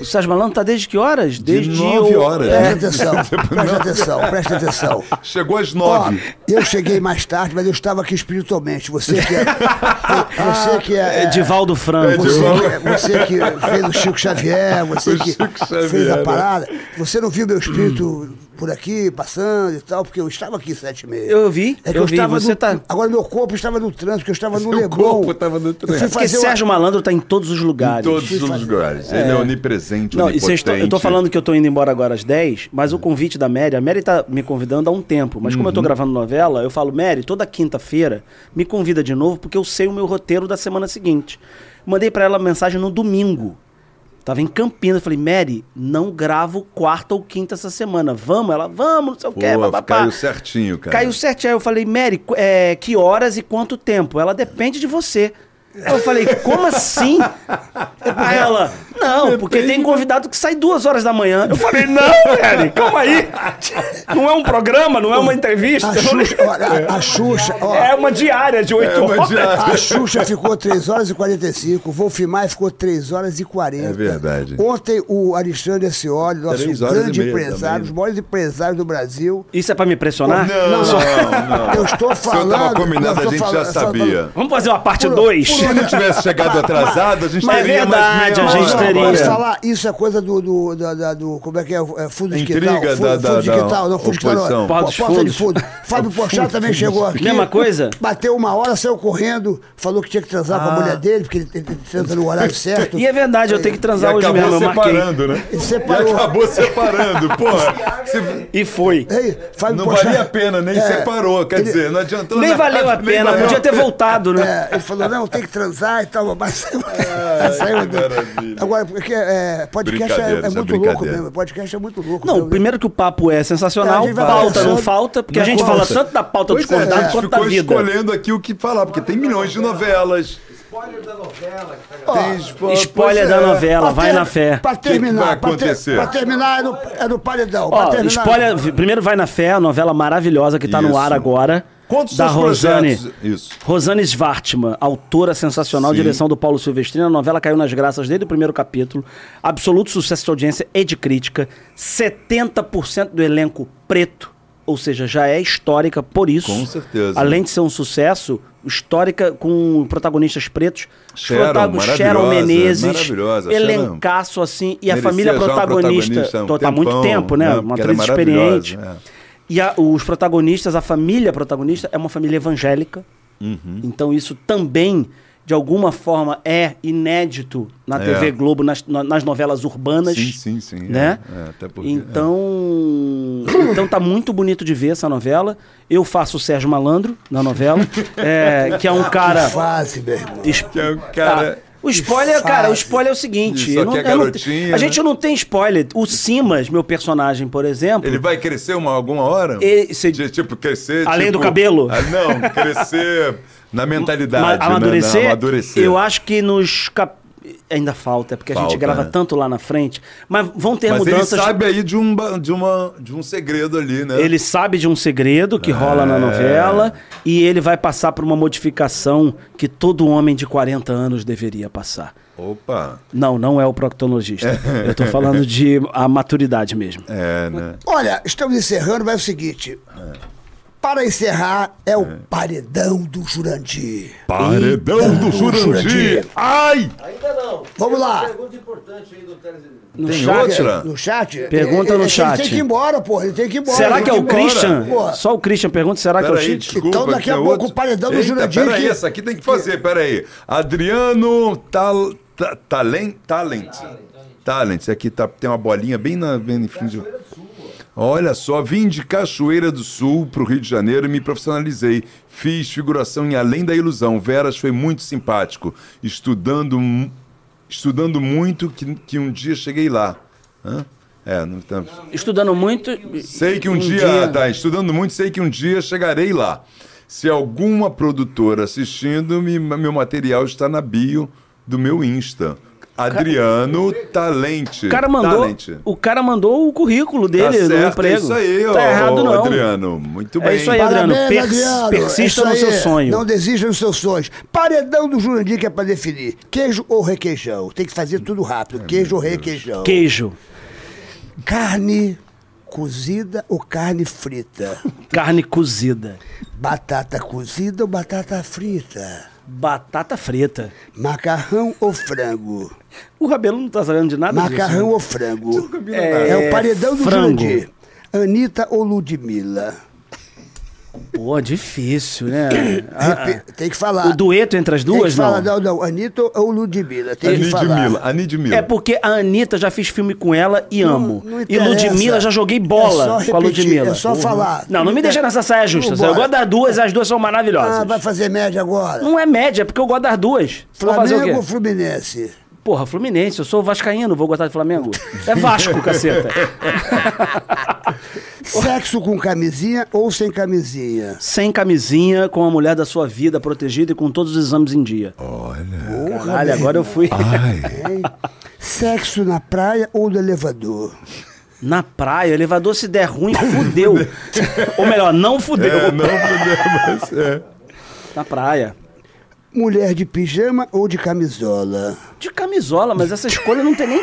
[SPEAKER 6] o Sérgio Malandro tá desde que horas? Desde
[SPEAKER 4] nove
[SPEAKER 6] o-
[SPEAKER 4] horas.
[SPEAKER 6] É,
[SPEAKER 5] Presta atenção, presta atenção, presta atenção.
[SPEAKER 4] Chegou às
[SPEAKER 5] Ó,
[SPEAKER 4] nove.
[SPEAKER 5] eu cheguei mais tarde, mas eu estava aqui espiritualmente. Você que é. Você que é.
[SPEAKER 6] é Divaldo Franco.
[SPEAKER 4] É, Divaldo.
[SPEAKER 5] Você, você que fez o Chico Xavier, você
[SPEAKER 4] O
[SPEAKER 5] que
[SPEAKER 4] Chico
[SPEAKER 5] fez
[SPEAKER 4] Xavier,
[SPEAKER 5] a
[SPEAKER 4] né?
[SPEAKER 5] parada. Você não viu meu espírito por aqui, passando e tal, porque eu estava aqui sete e meia.
[SPEAKER 6] Eu vi,
[SPEAKER 5] É que
[SPEAKER 6] eu vi,
[SPEAKER 5] estava
[SPEAKER 6] você
[SPEAKER 5] no-
[SPEAKER 6] tá-
[SPEAKER 5] Agora meu corpo estava no trânsito, porque eu estava no
[SPEAKER 4] Seu
[SPEAKER 5] Leblon.
[SPEAKER 4] corpo estava no trânsito.
[SPEAKER 5] Eu fui
[SPEAKER 6] Porque
[SPEAKER 5] fazer uma-
[SPEAKER 6] Sérgio Malandro tá em todos os lugares.
[SPEAKER 4] Todos os lugares. Ele é onipresente,
[SPEAKER 6] Não, e
[SPEAKER 4] onipotente.
[SPEAKER 6] vocês tão- eu tô falando que eu tô indo embora agora às 10, mas
[SPEAKER 4] É.
[SPEAKER 6] o convite da Mary, a Mary tá me convidando há um tempo, mas como eu tô
[SPEAKER 4] Uhum.
[SPEAKER 6] gravando novela, eu falo, Mary, toda quinta-feira me convida de novo porque eu sei o meu roteiro da semana seguinte. Mandei pra ela mensagem no domingo. Tava em Campinas, falei, Mary, não gravo quarta ou quinta essa semana. Vamos? Ela, vamos, não sei o
[SPEAKER 4] Pô,
[SPEAKER 6] quê, papapá.
[SPEAKER 4] caiu certinho, cara.
[SPEAKER 6] é Caiu certinho. Aí eu falei, Mary, qu- é, que horas e quanto tempo? Ela depende de você. Aí Eu falei, como assim?
[SPEAKER 4] É
[SPEAKER 6] Aí ela, não, porque tem convidado que sai duas horas da manhã. Eu falei, não, Mary, calma aí. Não é um programa, não é uma entrevista.
[SPEAKER 5] A Xuxa, olha, a, a Xuxa, ó,
[SPEAKER 6] É uma diária de oito
[SPEAKER 4] Tá É uma
[SPEAKER 6] horas.
[SPEAKER 4] diária.
[SPEAKER 5] A Xuxa ficou 3 horas e 45, o Wolf Maia ficou 3 horas e 40.
[SPEAKER 4] É verdade.
[SPEAKER 5] Ontem o Alexandre Ascioli, nosso
[SPEAKER 4] Três horas
[SPEAKER 5] grande
[SPEAKER 4] e meia
[SPEAKER 5] empresário,
[SPEAKER 4] também.
[SPEAKER 5] os maiores empresários do Brasil.
[SPEAKER 6] Isso é pra me pressionar?
[SPEAKER 4] Não, não, não.
[SPEAKER 5] Eu estou
[SPEAKER 4] Se eu
[SPEAKER 5] falando-
[SPEAKER 4] tava combinado,
[SPEAKER 5] eu
[SPEAKER 4] a
[SPEAKER 5] tô
[SPEAKER 4] gente já
[SPEAKER 5] falando- eu tô
[SPEAKER 4] sabia.
[SPEAKER 6] Vamos fazer uma parte
[SPEAKER 5] Por-
[SPEAKER 6] 2.
[SPEAKER 4] Se ele tivesse chegado atrasado, a gente
[SPEAKER 6] Mas é
[SPEAKER 4] teria mais
[SPEAKER 6] verdade,
[SPEAKER 4] meia
[SPEAKER 6] a gente
[SPEAKER 4] hora.
[SPEAKER 6] teria.
[SPEAKER 5] Posso
[SPEAKER 4] Olha,
[SPEAKER 5] falar? Isso é coisa do. do, da- da- do- como é que é? é fundo de
[SPEAKER 4] Intriga
[SPEAKER 5] quintal. Fundo,
[SPEAKER 4] da- da-
[SPEAKER 5] fundo de
[SPEAKER 4] da
[SPEAKER 5] quintal. Não, fundo de quintal. não. é
[SPEAKER 4] oposição.
[SPEAKER 5] Porta
[SPEAKER 6] Porta dos
[SPEAKER 5] de fundo.
[SPEAKER 6] fundos.
[SPEAKER 5] Fábio Pochá também chegou aqui.
[SPEAKER 6] Mesma coisa? Ah.
[SPEAKER 5] Bateu uma hora, saiu correndo, falou que tinha que transar com a mulher dele, porque ele, ele, ele transa no horário certo.
[SPEAKER 6] E é verdade, eu tenho que
[SPEAKER 4] E
[SPEAKER 6] transar hoje mesmo,
[SPEAKER 4] acabou
[SPEAKER 6] eu marquei.
[SPEAKER 4] separando, né?
[SPEAKER 5] Ele
[SPEAKER 4] E
[SPEAKER 5] separou.
[SPEAKER 4] acabou separando, porra. Se-
[SPEAKER 6] E foi.
[SPEAKER 5] Ei, Fábio
[SPEAKER 4] Não
[SPEAKER 5] Pochá-
[SPEAKER 4] valia a pena, nem
[SPEAKER 5] É,
[SPEAKER 4] separou, quer
[SPEAKER 5] ele-
[SPEAKER 4] dizer, não adiantou
[SPEAKER 6] Nem
[SPEAKER 4] nada.
[SPEAKER 6] valeu a
[SPEAKER 4] nem
[SPEAKER 6] pena,
[SPEAKER 4] valeu
[SPEAKER 6] podia
[SPEAKER 4] a
[SPEAKER 6] ter
[SPEAKER 4] pena.
[SPEAKER 6] voltado, né?
[SPEAKER 5] É, ele falou, não, tem que transar e tal, mas saiu. saiu
[SPEAKER 4] que maravilha.
[SPEAKER 5] Agora, porque é, podcast é,
[SPEAKER 4] Brincadeira,
[SPEAKER 5] é
[SPEAKER 4] isso é
[SPEAKER 5] muito louco
[SPEAKER 4] brincadeira.
[SPEAKER 5] mesmo. Podcast é muito louco.
[SPEAKER 6] Não,
[SPEAKER 5] mesmo.
[SPEAKER 6] primeiro que o papo é
[SPEAKER 5] É, a
[SPEAKER 6] sensacional,
[SPEAKER 5] gente vai
[SPEAKER 6] pauta
[SPEAKER 5] conversando.
[SPEAKER 6] não falta, porque a
[SPEAKER 5] Não
[SPEAKER 6] gente
[SPEAKER 5] falta.
[SPEAKER 6] fala tanto da pauta
[SPEAKER 4] Pois
[SPEAKER 6] dos convidados
[SPEAKER 4] é, a gente
[SPEAKER 6] quanto da
[SPEAKER 4] ficou
[SPEAKER 6] vida.
[SPEAKER 4] escolhendo aqui o que falar, porque tem milhões de novelas. Tem spo-
[SPEAKER 6] Spoiler
[SPEAKER 4] pois
[SPEAKER 6] da
[SPEAKER 4] é.
[SPEAKER 6] novela,
[SPEAKER 5] Pra
[SPEAKER 6] vai
[SPEAKER 5] ter-
[SPEAKER 6] na fé.
[SPEAKER 5] Pra terminar,
[SPEAKER 4] vai
[SPEAKER 5] pra ter-
[SPEAKER 4] acontecer?
[SPEAKER 5] Pra, terminar é no, é no paredão. pra
[SPEAKER 6] Ó,
[SPEAKER 5] terminar-
[SPEAKER 6] spoiler, v- primeiro vai na fé, a novela maravilhosa que tá no
[SPEAKER 4] Isso.
[SPEAKER 6] ar agora.
[SPEAKER 4] Quantos
[SPEAKER 6] da
[SPEAKER 4] são os
[SPEAKER 6] Rosane,
[SPEAKER 4] projetos? Isso.
[SPEAKER 6] Rosane Svartman, autora sensacional,
[SPEAKER 4] Sim.
[SPEAKER 6] direção do Paulo Silvestrino. A novela caiu nas graças desde o primeiro capítulo. Absoluto sucesso de audiência e de crítica. 70% do elenco preto, ou seja, já é histórica por isso.
[SPEAKER 4] Com certeza.
[SPEAKER 6] Além de ser um sucesso, histórica com protagonistas pretos. Os
[SPEAKER 4] Sharon,
[SPEAKER 6] protago- Sharon
[SPEAKER 4] maravilhosa,
[SPEAKER 6] Menezes,
[SPEAKER 4] maravilhosa, Sharon.
[SPEAKER 6] elencaço assim, e a
[SPEAKER 4] Merecia
[SPEAKER 6] família
[SPEAKER 4] já uma protagonista há
[SPEAKER 6] protagonista,
[SPEAKER 4] um
[SPEAKER 6] tô- tá há muito
[SPEAKER 4] tempão,
[SPEAKER 6] tempo, né?
[SPEAKER 4] né?
[SPEAKER 6] Uma
[SPEAKER 4] Porque era
[SPEAKER 6] atriz experiente.
[SPEAKER 4] maravilhosa, é.
[SPEAKER 6] E a- os protagonistas, a família protagonista é uma família evangélica.
[SPEAKER 4] Uhum.
[SPEAKER 6] Então isso também, de alguma forma, é inédito na
[SPEAKER 4] É.
[SPEAKER 6] TV Globo, nas, na- nas novelas urbanas.
[SPEAKER 4] Sim, sim, sim, é.
[SPEAKER 6] Né?
[SPEAKER 4] É, até porque-
[SPEAKER 6] então, então tá muito bonito de ver essa novela. Eu faço o Sérgio Malandro na novela, é, que é um cara...
[SPEAKER 5] Fase, meu irmão.
[SPEAKER 6] Es-
[SPEAKER 4] Que é um cara-
[SPEAKER 6] Ah, O spoiler, cara, o spoiler é o seguinte.
[SPEAKER 4] Isso
[SPEAKER 6] eu
[SPEAKER 4] aqui
[SPEAKER 6] não-
[SPEAKER 4] é
[SPEAKER 6] eu não-
[SPEAKER 4] garotinha,
[SPEAKER 6] a
[SPEAKER 4] né?
[SPEAKER 6] gente não tem spoiler. O Simas, meu personagem, por exemplo.
[SPEAKER 4] Ele vai crescer uma, alguma hora?
[SPEAKER 6] E- cê-
[SPEAKER 4] De- tipo, crescer.
[SPEAKER 6] Além
[SPEAKER 4] tipo-
[SPEAKER 6] do cabelo?
[SPEAKER 4] Ah, não, crescer na mentalidade.
[SPEAKER 6] ma-
[SPEAKER 4] né? Na-
[SPEAKER 6] amadurecer,
[SPEAKER 4] amadurecer.
[SPEAKER 6] Eu acho que nos. cap- Ainda falta, é porque a gente
[SPEAKER 4] Falta,
[SPEAKER 6] grava
[SPEAKER 4] né?
[SPEAKER 6] tanto lá na frente. Mas vão ter
[SPEAKER 4] Mas
[SPEAKER 6] mudanças.
[SPEAKER 4] ele sabe aí de um, ba- de, uma, de um segredo ali, né? É.
[SPEAKER 6] Ele sabe de um segredo que rola na novela e ele vai passar por uma modificação que todo homem de 40 anos deveria passar.
[SPEAKER 4] Opa.
[SPEAKER 6] Não, não é o proctologista. Eu tô falando de a maturidade mesmo.
[SPEAKER 4] É, né?
[SPEAKER 5] Olha, estamos encerrando, mas é o seguinte. Para encerrar, é o paredão do Jurandir.
[SPEAKER 4] Paredão
[SPEAKER 6] Então,
[SPEAKER 4] do Jurandir.
[SPEAKER 5] Jurandir.
[SPEAKER 4] Ai!
[SPEAKER 5] Vamos lá.
[SPEAKER 6] No
[SPEAKER 4] Tem
[SPEAKER 6] chat-
[SPEAKER 4] outra?
[SPEAKER 5] No chat?
[SPEAKER 6] Pergunta no
[SPEAKER 5] Ele- ele-
[SPEAKER 6] chat.
[SPEAKER 5] Ele tem que ir embora, porra. Ele tem que ir embora.
[SPEAKER 6] Será
[SPEAKER 5] ele
[SPEAKER 6] que é
[SPEAKER 5] tem
[SPEAKER 6] o
[SPEAKER 5] ir embora.
[SPEAKER 6] Christian?
[SPEAKER 5] Porra.
[SPEAKER 6] Só o Christian pergunta, será que é o
[SPEAKER 4] Peraí,
[SPEAKER 6] Chico?
[SPEAKER 4] desculpa.
[SPEAKER 5] Então, daqui a
[SPEAKER 4] tem
[SPEAKER 5] pouco,
[SPEAKER 4] outro.
[SPEAKER 5] o paredão do
[SPEAKER 4] Eita,
[SPEAKER 5] Jurandir
[SPEAKER 4] Peraí,
[SPEAKER 5] que-
[SPEAKER 4] essa aqui tem que fazer, peraí. Adriano Tal, Ta- Talen- Talent. Talent. Esse aqui tá, tem uma bolinha bem na. Bem em frente. Olha só, vim de Cachoeira do Sul para o Rio de Janeiro e me profissionalizei. Fiz figuração em Além da Ilusão. Veras foi muito simpático. Estudando, mu- estudando muito que, que um dia cheguei lá. Hã? É, não tá...
[SPEAKER 6] Estudando muito.
[SPEAKER 4] Sei que um, dia,
[SPEAKER 6] né?
[SPEAKER 4] tá estudando muito, sei que um dia chegarei lá. Se alguma produtora assistindo, me- meu material está na bio do meu Insta. Adriano Talente.
[SPEAKER 6] O cara mandou,
[SPEAKER 4] Talente.
[SPEAKER 6] o cara mandou o currículo
[SPEAKER 4] Tá
[SPEAKER 6] dele no
[SPEAKER 4] certo,
[SPEAKER 6] emprego.
[SPEAKER 4] é isso aí,
[SPEAKER 6] tá
[SPEAKER 4] ó,
[SPEAKER 6] errado
[SPEAKER 4] ó,
[SPEAKER 6] não.
[SPEAKER 4] Adriano. Muito bem.
[SPEAKER 6] É isso aí, Adriano.
[SPEAKER 5] Parabéns,
[SPEAKER 6] pers-
[SPEAKER 5] Adriano.
[SPEAKER 6] persista
[SPEAKER 5] Isso
[SPEAKER 6] no seu
[SPEAKER 5] aí.
[SPEAKER 6] sonho.
[SPEAKER 5] Não desista dos seus sonhos. Paredão do Jurandir que é pra definir. Queijo ou requeijão? Tem que fazer tudo rápido.
[SPEAKER 4] É
[SPEAKER 5] Queijo ou requeijão?
[SPEAKER 6] Queijo,
[SPEAKER 5] Carne cozida ou carne frita?
[SPEAKER 6] carne cozida,
[SPEAKER 5] Batata cozida ou batata frita?
[SPEAKER 6] batata frita.
[SPEAKER 5] Macarrão ou frango?
[SPEAKER 6] O Rabelo não tá sabendo de nada disso.
[SPEAKER 5] Macarrão
[SPEAKER 6] né?
[SPEAKER 5] ou frango?
[SPEAKER 6] nada.
[SPEAKER 5] É, o paredão do
[SPEAKER 6] frango.
[SPEAKER 5] Jurandir. Anitta ou Ludmilla?
[SPEAKER 6] Pô, difícil, né?
[SPEAKER 5] Repi- Tem que falar.
[SPEAKER 6] O dueto entre as
[SPEAKER 5] Tem
[SPEAKER 6] duas,
[SPEAKER 5] que falar,
[SPEAKER 6] não?
[SPEAKER 5] não, não. Anitta ou Ludmilla? Tem que
[SPEAKER 4] Anidmila.
[SPEAKER 5] falar.
[SPEAKER 4] Anidmila.
[SPEAKER 6] É porque a Anitta já fiz filme com ela e amo.
[SPEAKER 5] não
[SPEAKER 6] e
[SPEAKER 5] interessa.
[SPEAKER 6] Ludmilla já joguei bola
[SPEAKER 5] É só
[SPEAKER 6] com a
[SPEAKER 5] repetir,
[SPEAKER 6] Ludmilla.
[SPEAKER 5] é só
[SPEAKER 6] Porra.
[SPEAKER 5] falar.
[SPEAKER 6] Não, não me deixa nessa saia justa.
[SPEAKER 5] Vambora.
[SPEAKER 6] Eu gosto das duas, as duas são maravilhosas.
[SPEAKER 5] Ah, vai fazer média agora.
[SPEAKER 6] Não é média, porque eu gosto das duas. Vou fazer o
[SPEAKER 5] Flamengo ou
[SPEAKER 6] quê?
[SPEAKER 5] Fluminense?
[SPEAKER 6] Porra, Fluminense, eu sou vascaíno, vou gostar de Flamengo. É Vasco, caceta.
[SPEAKER 5] Sexo com camisinha ou sem camisinha?
[SPEAKER 6] Sem camisinha, com a mulher da sua vida protegida e com todos os exames em dia.
[SPEAKER 4] Olha.
[SPEAKER 6] Caralho, agora eu fui
[SPEAKER 4] Ai.
[SPEAKER 5] Hein? Sexo na praia ou no elevador?
[SPEAKER 6] na praia, o elevador se der ruim, fudeu. Ou melhor, não fudeu.
[SPEAKER 4] É, não podemos. É.
[SPEAKER 6] Na praia.
[SPEAKER 5] Mulher de pijama ou de camisola?
[SPEAKER 6] De camisola, mas essa escolha não tem nem.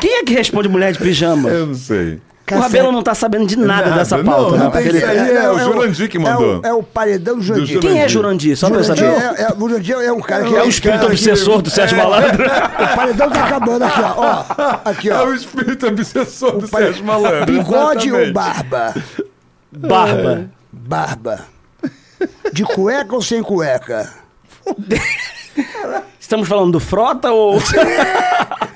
[SPEAKER 6] Quem é que responde mulher de pijama?
[SPEAKER 4] Eu não sei.
[SPEAKER 6] O Rabelo não tá sabendo de nada,
[SPEAKER 4] Nada,
[SPEAKER 6] dessa
[SPEAKER 4] não,
[SPEAKER 6] pauta.
[SPEAKER 4] não
[SPEAKER 6] né?
[SPEAKER 4] tem Esse aí é o Jurandir que mandou.
[SPEAKER 5] É o, é o paredão do Jurandir.
[SPEAKER 4] Jurandir.
[SPEAKER 6] Quem é Jurandir? Só pra eu
[SPEAKER 5] Jurandir
[SPEAKER 6] saber.
[SPEAKER 5] é, é, o Jurandir é um cara que
[SPEAKER 6] É o
[SPEAKER 5] um
[SPEAKER 6] espírito
[SPEAKER 5] cara que-
[SPEAKER 6] obsessor do
[SPEAKER 4] É.
[SPEAKER 6] Sérgio Malandro.
[SPEAKER 5] O paredão tá acabando aqui, ó. ó aqui,
[SPEAKER 4] É o
[SPEAKER 5] ó.
[SPEAKER 4] espírito obsessor do Sérgio Malandro.
[SPEAKER 5] Bigode ou
[SPEAKER 4] exatamente.
[SPEAKER 5] barba?
[SPEAKER 6] Barba.
[SPEAKER 5] Barba. De cueca ou sem cueca?
[SPEAKER 6] Estamos falando do Frota ou.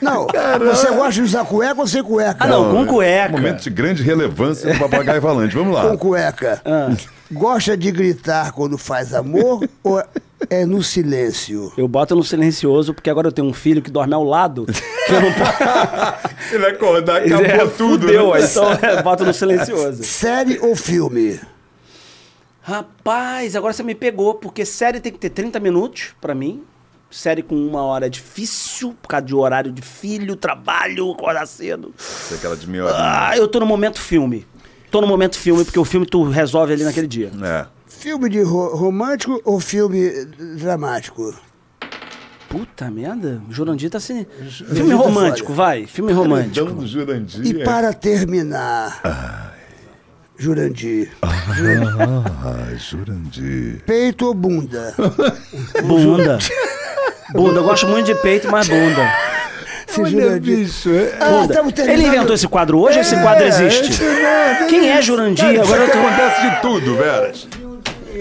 [SPEAKER 5] Não, você gosta de usar cueca ou sem cueca?
[SPEAKER 6] Ah, não, com cueca.
[SPEAKER 4] Momento de grande relevância do papagaio falante. Vamos lá.
[SPEAKER 5] Com cueca.
[SPEAKER 6] Ah.
[SPEAKER 5] Gosta de gritar quando faz amor ou é no silêncio?
[SPEAKER 6] Eu boto no silencioso, porque agora eu tenho um filho que dorme ao lado. Que eu não posso.
[SPEAKER 4] Se ele acordar, acabou
[SPEAKER 6] É,
[SPEAKER 4] tudo.
[SPEAKER 6] Fudeu,
[SPEAKER 4] né?
[SPEAKER 6] aí, então eu boto no silencioso.
[SPEAKER 5] Série ou filme?
[SPEAKER 6] Rapaz, agora você me pegou, porque série tem que ter 30 minutos pra mim. Série com uma hora é difícil, por causa de horário de filho, trabalho, acordar cedo.
[SPEAKER 4] Tem é Aquela de meia horinha.
[SPEAKER 6] Ah, eu tô no momento filme. Tô no momento filme, porque o filme tu resolve ali naquele dia.
[SPEAKER 4] É.
[SPEAKER 5] Filme de ro- romântico ou filme eh, dramático?
[SPEAKER 6] Puta merda, o Jurandir tá assim. Filme romântico, vai. Filme romântico.
[SPEAKER 4] Dão do um Jurandir.
[SPEAKER 5] E para terminar, Jurandir,
[SPEAKER 4] Ai, Jurandir.
[SPEAKER 5] peito ou bunda?
[SPEAKER 6] tá Bunda. Bunda, eu gosto muito de peito, mas bunda.
[SPEAKER 5] Se Jurandir. Ah,
[SPEAKER 6] Bunda.
[SPEAKER 5] estamos terminando. É.
[SPEAKER 6] Ele inventou esse quadro hoje ou esse quadro existe? Quem é Jurandir?
[SPEAKER 4] Isso
[SPEAKER 6] Agora eu
[SPEAKER 4] aqui
[SPEAKER 6] tô...
[SPEAKER 4] acontece de tudo, Veras.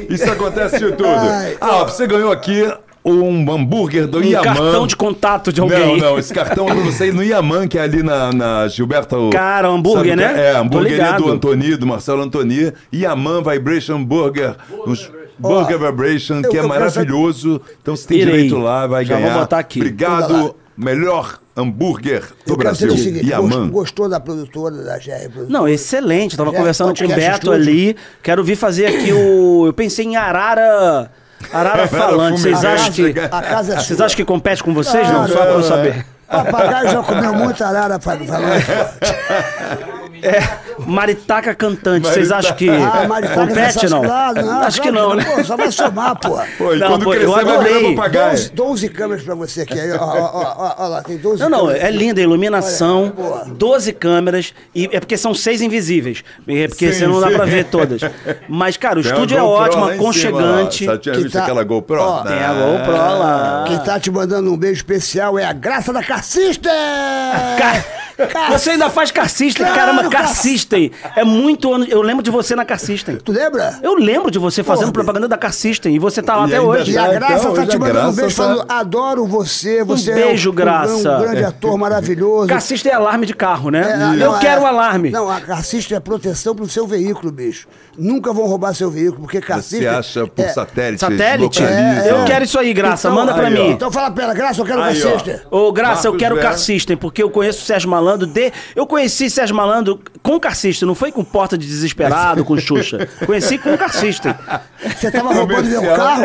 [SPEAKER 4] Isso acontece de tudo.
[SPEAKER 5] Ai.
[SPEAKER 4] Ah, você ganhou aqui um hambúrguer do
[SPEAKER 6] Um
[SPEAKER 4] Iaman.
[SPEAKER 6] cartão de contato de alguém.
[SPEAKER 4] Não, não, esse cartão é pra você ir no Iaman, que é ali na, na Gilberto.
[SPEAKER 6] Cara, hambúrguer,
[SPEAKER 4] sabe,
[SPEAKER 6] né?
[SPEAKER 4] É,
[SPEAKER 6] Tô
[SPEAKER 4] hambúrgueria
[SPEAKER 6] ligado.
[SPEAKER 4] do Antoni, do Marcelo Antoni. Iaman Vibration Burger. Uns- Burger Vibration,
[SPEAKER 5] eu-
[SPEAKER 4] que é
[SPEAKER 5] eu quero
[SPEAKER 4] maravilhoso. Então você tem
[SPEAKER 6] Irei.
[SPEAKER 4] direito lá, vai
[SPEAKER 6] Já vou
[SPEAKER 4] ganhar.
[SPEAKER 6] botar aqui.
[SPEAKER 5] Manda lá.
[SPEAKER 4] Obrigado, melhor hambúrguer do
[SPEAKER 5] Eu quero
[SPEAKER 4] Brasil.
[SPEAKER 5] dizer o seguinte,
[SPEAKER 4] Yaman.
[SPEAKER 5] gost- gostou da produtora, da GR Produtora?
[SPEAKER 6] Não, excelente. Eu tava
[SPEAKER 5] É,
[SPEAKER 6] conversando com o
[SPEAKER 5] podcast
[SPEAKER 6] Beto
[SPEAKER 5] estúdio.
[SPEAKER 6] ali. Quero vir fazer aqui o. Eu pensei em Arara. Arara falante. Vocês
[SPEAKER 4] fumegante.
[SPEAKER 6] acham que.
[SPEAKER 5] A casa é
[SPEAKER 6] Vocês
[SPEAKER 5] sua.
[SPEAKER 6] acham que compete com vocês? Não,
[SPEAKER 5] Ah,
[SPEAKER 6] só pra
[SPEAKER 4] É.
[SPEAKER 6] eu
[SPEAKER 5] não,
[SPEAKER 6] saber.
[SPEAKER 5] Papagaio já comeu muita arara pra falar.
[SPEAKER 6] Maritaca cantante, vocês acham que.
[SPEAKER 5] Ah, Maricota
[SPEAKER 6] compete não?
[SPEAKER 5] Claro, não?
[SPEAKER 6] Acho que
[SPEAKER 5] claro
[SPEAKER 6] não, né?
[SPEAKER 5] Pô, só vai somar, pô.
[SPEAKER 4] Pô, e
[SPEAKER 6] Não,
[SPEAKER 4] quando
[SPEAKER 6] pô, eu
[SPEAKER 4] crescer, vai virar
[SPEAKER 6] adorei.
[SPEAKER 4] papagaio.
[SPEAKER 5] 12, 12 câmeras pra você aqui. Aí, Ó, ó, ó, ó, ó lá, tem 12
[SPEAKER 6] Não, não,
[SPEAKER 5] câmeras.
[SPEAKER 6] é linda a iluminação,
[SPEAKER 5] boa.
[SPEAKER 6] 12 câmeras, e é porque são seis invisíveis, e é porque
[SPEAKER 4] Sim,
[SPEAKER 6] você não dá
[SPEAKER 4] sim.
[SPEAKER 6] pra ver todas. Mas, cara, o
[SPEAKER 4] Tem uma
[SPEAKER 6] estúdio é
[SPEAKER 4] GoPro
[SPEAKER 6] ótimo,
[SPEAKER 4] lá em cima,
[SPEAKER 6] aconchegante.
[SPEAKER 4] ó. Só tinha Ah.
[SPEAKER 5] Que
[SPEAKER 4] visto
[SPEAKER 5] tá-
[SPEAKER 4] aquela GoPro?
[SPEAKER 5] Ó,
[SPEAKER 6] Tem a GoPro lá.
[SPEAKER 5] Quem tá te mandando um beijo especial é a Graça da Carcista!
[SPEAKER 6] Ca- Você ainda faz Car System,
[SPEAKER 5] Claro,
[SPEAKER 6] caramba, Car
[SPEAKER 5] cara.
[SPEAKER 6] System. É muito ano. Eu lembro de você na Car System.
[SPEAKER 5] Tu lembra?
[SPEAKER 6] Eu lembro de você fazendo
[SPEAKER 5] Porra,
[SPEAKER 6] propaganda da Car System e você tá lá
[SPEAKER 4] E
[SPEAKER 6] até
[SPEAKER 4] ainda
[SPEAKER 6] hoje.
[SPEAKER 5] E a
[SPEAKER 4] Ah,
[SPEAKER 5] Graça
[SPEAKER 4] então,
[SPEAKER 5] tá
[SPEAKER 4] hoje
[SPEAKER 5] te
[SPEAKER 4] a
[SPEAKER 5] mandando um
[SPEAKER 4] Graça
[SPEAKER 5] beijo
[SPEAKER 4] tá-
[SPEAKER 5] falando, adoro você, você
[SPEAKER 6] beijo,
[SPEAKER 5] é um,
[SPEAKER 6] Graça.
[SPEAKER 5] um grande ator maravilhoso.
[SPEAKER 6] Car System é alarme de carro, né?
[SPEAKER 5] É,
[SPEAKER 6] eu
[SPEAKER 5] não,
[SPEAKER 6] quero
[SPEAKER 5] é-
[SPEAKER 6] um alarme.
[SPEAKER 5] Não, a carcista é proteção pro seu veículo, bicho. Nunca vão roubar seu veículo, porque carcista...
[SPEAKER 4] Você acha por
[SPEAKER 5] é-
[SPEAKER 4] satélite?
[SPEAKER 6] Satélite?
[SPEAKER 4] localiza.
[SPEAKER 6] Eu quero isso aí, Graça. Manda pra
[SPEAKER 4] aí,
[SPEAKER 6] mim.
[SPEAKER 4] ó.
[SPEAKER 5] Então fala pra ela, Graça, eu quero
[SPEAKER 4] Aí, ó.
[SPEAKER 5] carcista.
[SPEAKER 6] Ô, Graça, eu
[SPEAKER 4] Marcos
[SPEAKER 6] quero o
[SPEAKER 4] Vera.
[SPEAKER 6] Car System, porque eu conheço o Sérgio Malandro de. Eu conheci Sérgio Malandro com o Car System, não foi com Porta de Desesperado, com Xuxa. Conheci com o Car System.
[SPEAKER 5] Você tava roubando meu
[SPEAKER 4] Comercial.
[SPEAKER 5] carro,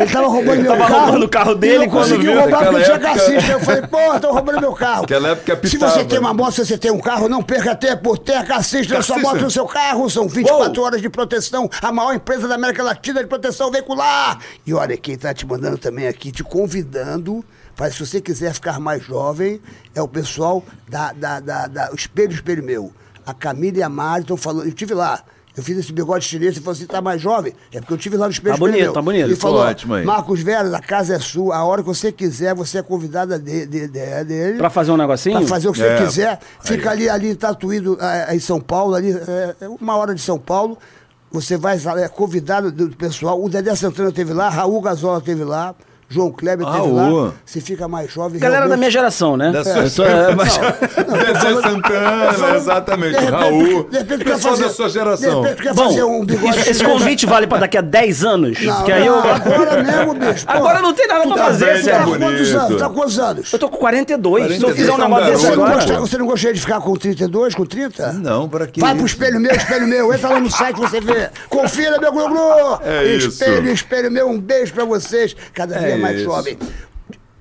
[SPEAKER 5] ele tava roubando meu
[SPEAKER 6] Tava
[SPEAKER 5] carro.
[SPEAKER 6] roubando o carro dele
[SPEAKER 5] e não
[SPEAKER 6] quando
[SPEAKER 5] conseguiu
[SPEAKER 6] viu.
[SPEAKER 5] roubar porque eu
[SPEAKER 4] Naquela
[SPEAKER 5] tinha
[SPEAKER 4] época-
[SPEAKER 5] carcista. Eu falei, pô, estão roubando meu carro.
[SPEAKER 4] Naquela época é
[SPEAKER 5] Se
[SPEAKER 4] pitava.
[SPEAKER 5] você tem uma moto, se você tem um carro, não perca tempo, tenha carcista, eu só
[SPEAKER 4] Carcista.
[SPEAKER 5] boto no seu carro. São 24 horas de proteção, a maior empresa da América Latina de proteção veicular. E olha, quem tá te mandando também aqui, te convidando... Mas se você quiser ficar mais jovem, é o pessoal da, da, da, da o Espelho Espelho Meu. A Camila e a Mari estão falando. Eu tive lá. Eu fiz esse bigode chinês e falou assim: tá mais jovem? É porque eu tive lá no Espelho
[SPEAKER 6] Tá
[SPEAKER 5] Espelho
[SPEAKER 6] bonito,
[SPEAKER 5] Meu.
[SPEAKER 6] tá bonito.
[SPEAKER 5] E falou:
[SPEAKER 4] Ótimo aí.
[SPEAKER 5] Marcos Veras, a casa é sua. A hora que você quiser, você é convidada de, de, de- dele.
[SPEAKER 6] Pra fazer um negocinho?
[SPEAKER 5] Pra fazer o que
[SPEAKER 4] É.
[SPEAKER 5] você quiser. Fica ali, ali em Tatuído, eh, em São Paulo, ali, eh, uma hora de São Paulo. Você vai é, convidado do do pessoal. O Dedé Santana esteve lá, Raul Gazola esteve lá, João Kleber esteve
[SPEAKER 4] Raul.
[SPEAKER 5] lá. Você fica mais jovem.
[SPEAKER 6] um Galera da
[SPEAKER 5] realmente.
[SPEAKER 6] minha geração, né?
[SPEAKER 4] Da sua
[SPEAKER 6] Eu tô- é, mas-
[SPEAKER 4] Dedé Santana, É, exatamente.
[SPEAKER 5] De repente,
[SPEAKER 4] Raul.
[SPEAKER 5] de repente, quer
[SPEAKER 4] Pessoal
[SPEAKER 5] fazer-
[SPEAKER 4] da sua geração.
[SPEAKER 5] De repente, quer
[SPEAKER 6] Bom,
[SPEAKER 5] fazer um bigode
[SPEAKER 6] isso- esse
[SPEAKER 5] chinês.
[SPEAKER 6] convite vale pra daqui a 10 anos?
[SPEAKER 5] Não,
[SPEAKER 6] porque aí
[SPEAKER 5] não,
[SPEAKER 6] eu.
[SPEAKER 5] Agora mesmo, bicho. pô.
[SPEAKER 6] Agora não tem nada
[SPEAKER 5] Tu
[SPEAKER 6] pra
[SPEAKER 5] tá
[SPEAKER 6] fazer,
[SPEAKER 5] velho,
[SPEAKER 6] Sérgio.
[SPEAKER 5] Tá com quantos
[SPEAKER 4] Bonito.
[SPEAKER 5] anos? Tá com quantos anos?
[SPEAKER 6] Eu tô com 42. Se eu
[SPEAKER 4] 42,
[SPEAKER 6] fizer um
[SPEAKER 4] é um
[SPEAKER 6] negócio
[SPEAKER 4] garoto.
[SPEAKER 6] desse
[SPEAKER 5] Você não,
[SPEAKER 6] agora.
[SPEAKER 5] gosta, você não gostaria de ficar com 32, com 30?
[SPEAKER 4] Não, pra que
[SPEAKER 5] Vai pro
[SPEAKER 4] isso?
[SPEAKER 5] espelho meu, espelho meu. Entra lá no site você vê. Confira, meu Glu-Glu.
[SPEAKER 4] É
[SPEAKER 5] espelho,
[SPEAKER 4] isso.
[SPEAKER 5] espelho meu. Um beijo pra vocês. Cada
[SPEAKER 4] É
[SPEAKER 5] dia mais
[SPEAKER 4] isso.
[SPEAKER 5] jovem.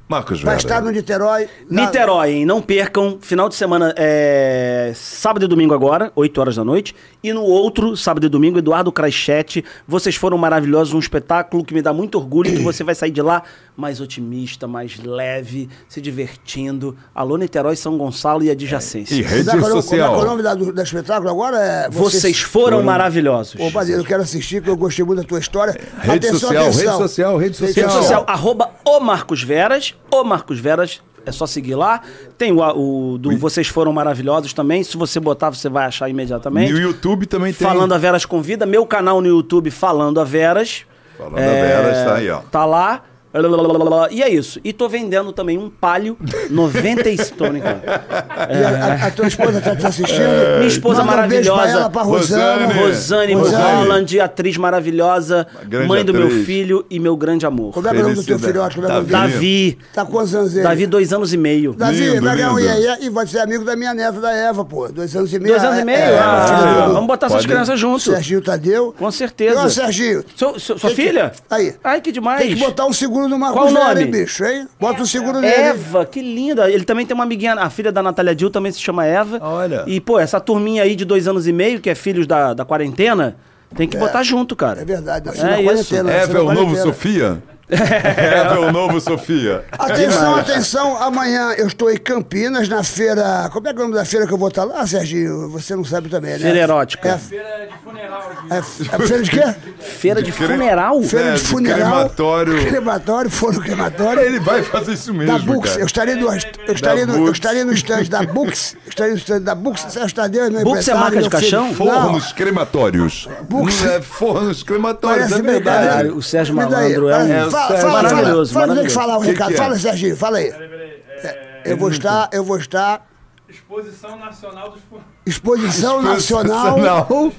[SPEAKER 4] Marcos
[SPEAKER 5] Vai
[SPEAKER 4] Vera.
[SPEAKER 5] estar no Niterói. na-
[SPEAKER 6] Niterói, hein? Não percam. Final de semana é sábado e domingo agora, 8 horas da noite. E no outro, sábado e domingo, Eduardo Craixete. Vocês foram maravilhosos, um espetáculo que me dá muito orgulho que você vai sair de lá mais otimista, mais leve, se divertindo. Alô, Niterói, São Gonçalo e
[SPEAKER 4] E
[SPEAKER 6] adjacência.
[SPEAKER 5] Como é
[SPEAKER 4] rede
[SPEAKER 5] que é o- Como é que é o
[SPEAKER 4] social.
[SPEAKER 5] nome da, do, do espetáculo agora? É,
[SPEAKER 6] Vocês foram maravilhosos.
[SPEAKER 5] Ô, Padre, eu quero assistir, que eu gostei muito da tua história.
[SPEAKER 4] É, Rede
[SPEAKER 5] atenção,
[SPEAKER 4] social,
[SPEAKER 5] atenção.
[SPEAKER 4] rede social, rede social.
[SPEAKER 6] Rede social, arroba o Marcos Veras, o Marcos Veras, é só seguir lá. Tem o, o do Vocês Foram Maravilhosos também, se você botar, você vai achar imediatamente.
[SPEAKER 4] E o YouTube também tem.
[SPEAKER 6] Falando a Veras Convida, meu canal no YouTube Falando a Veras.
[SPEAKER 4] Falando a Veras, tá aí, ó.
[SPEAKER 6] Tá lá. E é isso. E tô vendendo também um palio 90 e... Tô brincando.
[SPEAKER 5] E a, a- a tua esposa está te assistindo.
[SPEAKER 6] É, Minha esposa
[SPEAKER 5] Manda um beijo
[SPEAKER 6] maravilhosa.
[SPEAKER 5] pra ela, pra Rosana.
[SPEAKER 4] É. Rosane.
[SPEAKER 6] Rosane
[SPEAKER 5] Rosane.
[SPEAKER 6] Holland, atriz maravilhosa,
[SPEAKER 4] grande
[SPEAKER 6] mãe do meu
[SPEAKER 4] atriz.
[SPEAKER 6] filho e meu grande amor.
[SPEAKER 5] Como é que é o nome do teu
[SPEAKER 4] Felicidade.
[SPEAKER 5] filhote? Como é que é o nome dele?
[SPEAKER 6] Davi.
[SPEAKER 5] Tá com quantos anos ele?
[SPEAKER 6] Davi, dois anos e meio.
[SPEAKER 5] Davi,
[SPEAKER 4] Lindo,
[SPEAKER 5] vai ganhar um
[SPEAKER 4] lindo.
[SPEAKER 5] iê e vai ser amigo da minha neta, da Eva, pô. Dois anos e meio.
[SPEAKER 6] Dois anos
[SPEAKER 5] é-
[SPEAKER 6] e meio?
[SPEAKER 5] é,
[SPEAKER 6] Ah,
[SPEAKER 5] filho
[SPEAKER 4] filha.
[SPEAKER 6] vamos botar essas
[SPEAKER 4] Pode-
[SPEAKER 6] crianças
[SPEAKER 5] do
[SPEAKER 6] junto.
[SPEAKER 5] Serginho Tadeu.
[SPEAKER 6] Com certeza.
[SPEAKER 5] Não, Serginho.
[SPEAKER 6] Seu- seu- sua
[SPEAKER 5] Tem que-
[SPEAKER 6] filha?
[SPEAKER 5] Aí.
[SPEAKER 6] Ai, que demais.
[SPEAKER 5] Tem que botar um seguro no Marcos
[SPEAKER 6] Qual o
[SPEAKER 5] Vera,
[SPEAKER 6] nome?
[SPEAKER 5] hein, bicho, hein? Bota o seguro nele.
[SPEAKER 6] É, Eva, que linda. Ele também tem uma amiguinha, a filha da Natália Dill também se chama Eva.
[SPEAKER 4] Olha.
[SPEAKER 6] E, pô, essa turminha aí de dois anos e meio, que é filhos da, da quarentena, tem que botar junto, cara.
[SPEAKER 5] É verdade, nasceu na
[SPEAKER 6] É isso.
[SPEAKER 5] quarentena.
[SPEAKER 4] É,
[SPEAKER 5] nasceu na
[SPEAKER 4] o novo
[SPEAKER 5] quarentena.
[SPEAKER 4] Sofia? É, o novo Sofia.
[SPEAKER 5] Ah, Atenção,
[SPEAKER 4] É
[SPEAKER 5] atenção, amanhã eu estou em Campinas, na feira. Como é que é o nome da feira que eu vou estar lá, Serginho? Você não sabe também, né?
[SPEAKER 6] Feira erótica.
[SPEAKER 5] É, é, é feira de quê?
[SPEAKER 6] Feira de funeral?
[SPEAKER 5] Feira
[SPEAKER 4] É,
[SPEAKER 5] de
[SPEAKER 4] de
[SPEAKER 5] funeral.
[SPEAKER 4] crematório.
[SPEAKER 5] Crematório, forno crematório.
[SPEAKER 4] Ele vai fazer isso
[SPEAKER 5] Da
[SPEAKER 4] mesmo,
[SPEAKER 5] Bux, eu
[SPEAKER 4] cara.
[SPEAKER 5] estaria no, eu estaria no, eu
[SPEAKER 4] Bux.
[SPEAKER 5] estaria no stand da Bux, eu estaria no stand da Bux, Sérgio Tadeu, meu
[SPEAKER 6] Bux é marca de caixão?
[SPEAKER 5] Fornos.
[SPEAKER 4] Fornos crematórios.
[SPEAKER 5] Bux-
[SPEAKER 4] Não é fornos crematórios,
[SPEAKER 5] Parece
[SPEAKER 4] é verdade.
[SPEAKER 5] verdade.
[SPEAKER 6] Caralho, o Sérgio
[SPEAKER 5] Me dá aí,
[SPEAKER 6] Malandro é
[SPEAKER 5] fala-
[SPEAKER 6] um-
[SPEAKER 4] É, o
[SPEAKER 5] fala-
[SPEAKER 4] Sérgio
[SPEAKER 5] fala-
[SPEAKER 4] é
[SPEAKER 6] maravilhoso,
[SPEAKER 5] Fala, fala, tem que
[SPEAKER 6] maravilhoso.
[SPEAKER 5] falar o
[SPEAKER 4] Que
[SPEAKER 5] recado.
[SPEAKER 4] que é?
[SPEAKER 5] Fala, Serginho, fala aí. É, Eu vou estar, eu vou estar.
[SPEAKER 9] Exposição Nacional dos Fu-
[SPEAKER 5] Exposição
[SPEAKER 4] Nacional
[SPEAKER 5] Nacional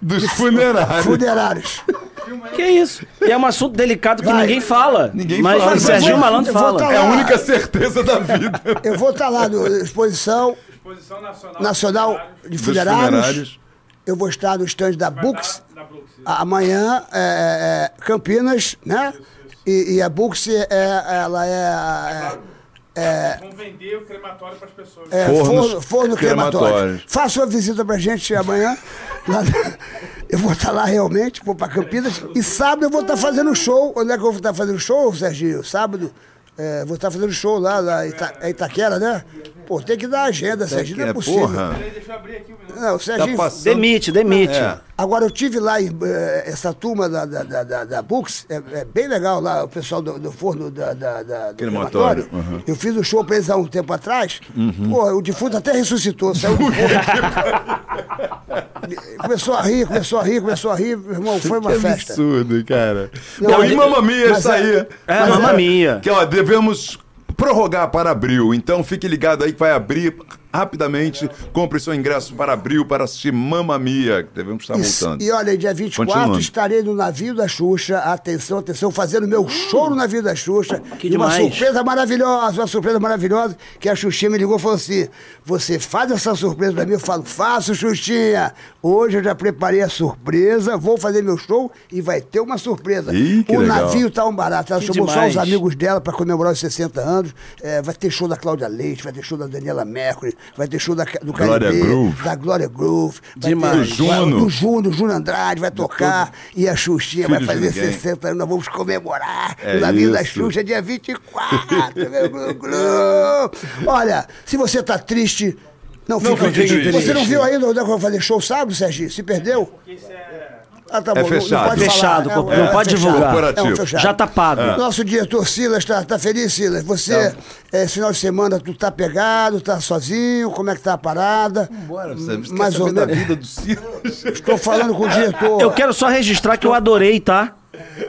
[SPEAKER 4] dos funerários.
[SPEAKER 5] Funerários.
[SPEAKER 6] Que isso? E é um assunto delicado que
[SPEAKER 5] Vai.
[SPEAKER 6] ninguém fala.
[SPEAKER 4] Ninguém
[SPEAKER 6] mas
[SPEAKER 4] fala.
[SPEAKER 6] o Serginho
[SPEAKER 5] Mas vou-
[SPEAKER 6] Malandro
[SPEAKER 5] eu vou
[SPEAKER 6] fala.
[SPEAKER 5] tá
[SPEAKER 4] É a
[SPEAKER 5] lá.
[SPEAKER 4] única certeza da vida.
[SPEAKER 5] Eu vou estar lá na exposição
[SPEAKER 9] Exposição Nacional.
[SPEAKER 5] nacional de
[SPEAKER 4] Dos
[SPEAKER 5] funerários.
[SPEAKER 4] funerários.
[SPEAKER 5] Eu vou estar no stand da
[SPEAKER 9] Vai dar
[SPEAKER 5] Books
[SPEAKER 9] Da Brooks.
[SPEAKER 5] amanhã, é, é, Campinas, né? E, e a Books, é, ela é, é
[SPEAKER 9] Vão vender o crematório para as pessoas.
[SPEAKER 5] É,
[SPEAKER 4] Fornos
[SPEAKER 5] forno, forno crematório.
[SPEAKER 4] crematórios.
[SPEAKER 5] Faça uma visita pra gente amanhã. Lá na- eu vou estar lá realmente, vou pra Campinas. E sábado eu vou estar fazendo show. Onde é que eu vou estar fazendo show, Serginho? Sábado. é, vou estar fazendo show lá, lá em Ita- é Itaquera, né? Pô, tem que dar agenda, Serginho. Não é possível.
[SPEAKER 4] porra.
[SPEAKER 9] Deixa eu abrir aqui o minuto.
[SPEAKER 5] Não, o
[SPEAKER 4] Tá
[SPEAKER 5] Serginho.
[SPEAKER 4] passando.
[SPEAKER 6] Demite, demite.
[SPEAKER 4] É.
[SPEAKER 5] Agora, eu tive lá, em, eh, essa turma da, da, da, da, da Books, é, é bem legal lá, o pessoal do, do forno da, da, da- do
[SPEAKER 4] Crematório,
[SPEAKER 5] crematório.
[SPEAKER 4] uhum.
[SPEAKER 5] Eu fiz o show pra eles há um tempo atrás. Pô, o defunto até ressuscitou, saiu do forno. começou a rir, começou a rir, começou a rir. Meu irmão, foi uma
[SPEAKER 4] que
[SPEAKER 5] festa.
[SPEAKER 4] absurdo, cara.
[SPEAKER 5] Não,
[SPEAKER 4] Bom,
[SPEAKER 5] mas-
[SPEAKER 4] e Mamma Mia,
[SPEAKER 5] mas
[SPEAKER 4] isso
[SPEAKER 5] é-
[SPEAKER 4] aí.
[SPEAKER 6] É, Mamma Mia.
[SPEAKER 4] Que, ó, devemos prorrogar para abril. Então fique ligado aí que vai abrir rapidamente. Compre seu ingresso para abril para assistir Mamma Mia. que Devemos estar
[SPEAKER 5] E-
[SPEAKER 4] voltando.
[SPEAKER 5] E olha, dia 24
[SPEAKER 4] Continuando.
[SPEAKER 5] estarei no navio da Xuxa. Atenção, atenção, fazendo
[SPEAKER 4] Hum.
[SPEAKER 5] meu show no navio da Xuxa.
[SPEAKER 6] Que
[SPEAKER 5] E uma
[SPEAKER 6] demais.
[SPEAKER 5] surpresa maravilhosa, uma surpresa maravilhosa, que a Xuxinha me ligou e falou assim: você faz essa surpresa pra mim? Eu falo, faço, Xuxinha. Hoje eu já preparei a surpresa, vou fazer meu show e vai ter uma surpresa.
[SPEAKER 4] Ih, que
[SPEAKER 5] o
[SPEAKER 4] legal.
[SPEAKER 5] navio tá um barato. Ela
[SPEAKER 6] Que
[SPEAKER 5] chamou
[SPEAKER 6] demais.
[SPEAKER 5] só os amigos dela pra comemorar os 60 anos. É, vai ter show da Cláudia Leite, vai ter show da Daniela Mercury, vai ter show da, do
[SPEAKER 4] Glória
[SPEAKER 5] KLB,
[SPEAKER 4] Groove.
[SPEAKER 5] da Glória Groove. vai ter-
[SPEAKER 6] Demais.
[SPEAKER 4] Do Juno.
[SPEAKER 5] Do Juno, o Juno Andrade vai tocar e a Xuxinha vai
[SPEAKER 4] Filho de
[SPEAKER 5] fazer
[SPEAKER 4] ninguém.
[SPEAKER 5] 60 anos. Nós vamos comemorar
[SPEAKER 4] É
[SPEAKER 5] o navio da
[SPEAKER 4] isso.
[SPEAKER 5] Xuxa, dia 24. meu glu, glu. Olha, se você tá triste, não, fica
[SPEAKER 4] fique
[SPEAKER 5] triste.
[SPEAKER 4] triste.
[SPEAKER 5] Você não viu ainda onde é que eu vou fazer show sábado, Serginho? Se perdeu? Ah, tá
[SPEAKER 4] É
[SPEAKER 5] bom, não-
[SPEAKER 4] fechado.
[SPEAKER 5] Não pode,
[SPEAKER 6] Fechado,
[SPEAKER 5] falar.
[SPEAKER 6] não pode divulgar.
[SPEAKER 5] É um
[SPEAKER 4] Corporativo. Ah.
[SPEAKER 5] fechado.
[SPEAKER 6] Já tá pago.
[SPEAKER 5] Nosso diretor Silas tá, tá feliz, Silas. Você,
[SPEAKER 4] Tá.
[SPEAKER 5] eh, esse final de semana, tu tá pegado, tá sozinho, como é que tá a parada?
[SPEAKER 4] Bora, você
[SPEAKER 5] Mais
[SPEAKER 4] quer
[SPEAKER 5] ou
[SPEAKER 4] saber da
[SPEAKER 5] menos.
[SPEAKER 4] vida do Silas?
[SPEAKER 5] Estou falando com o diretor.
[SPEAKER 6] Eu quero só registrar que eu adorei, tá?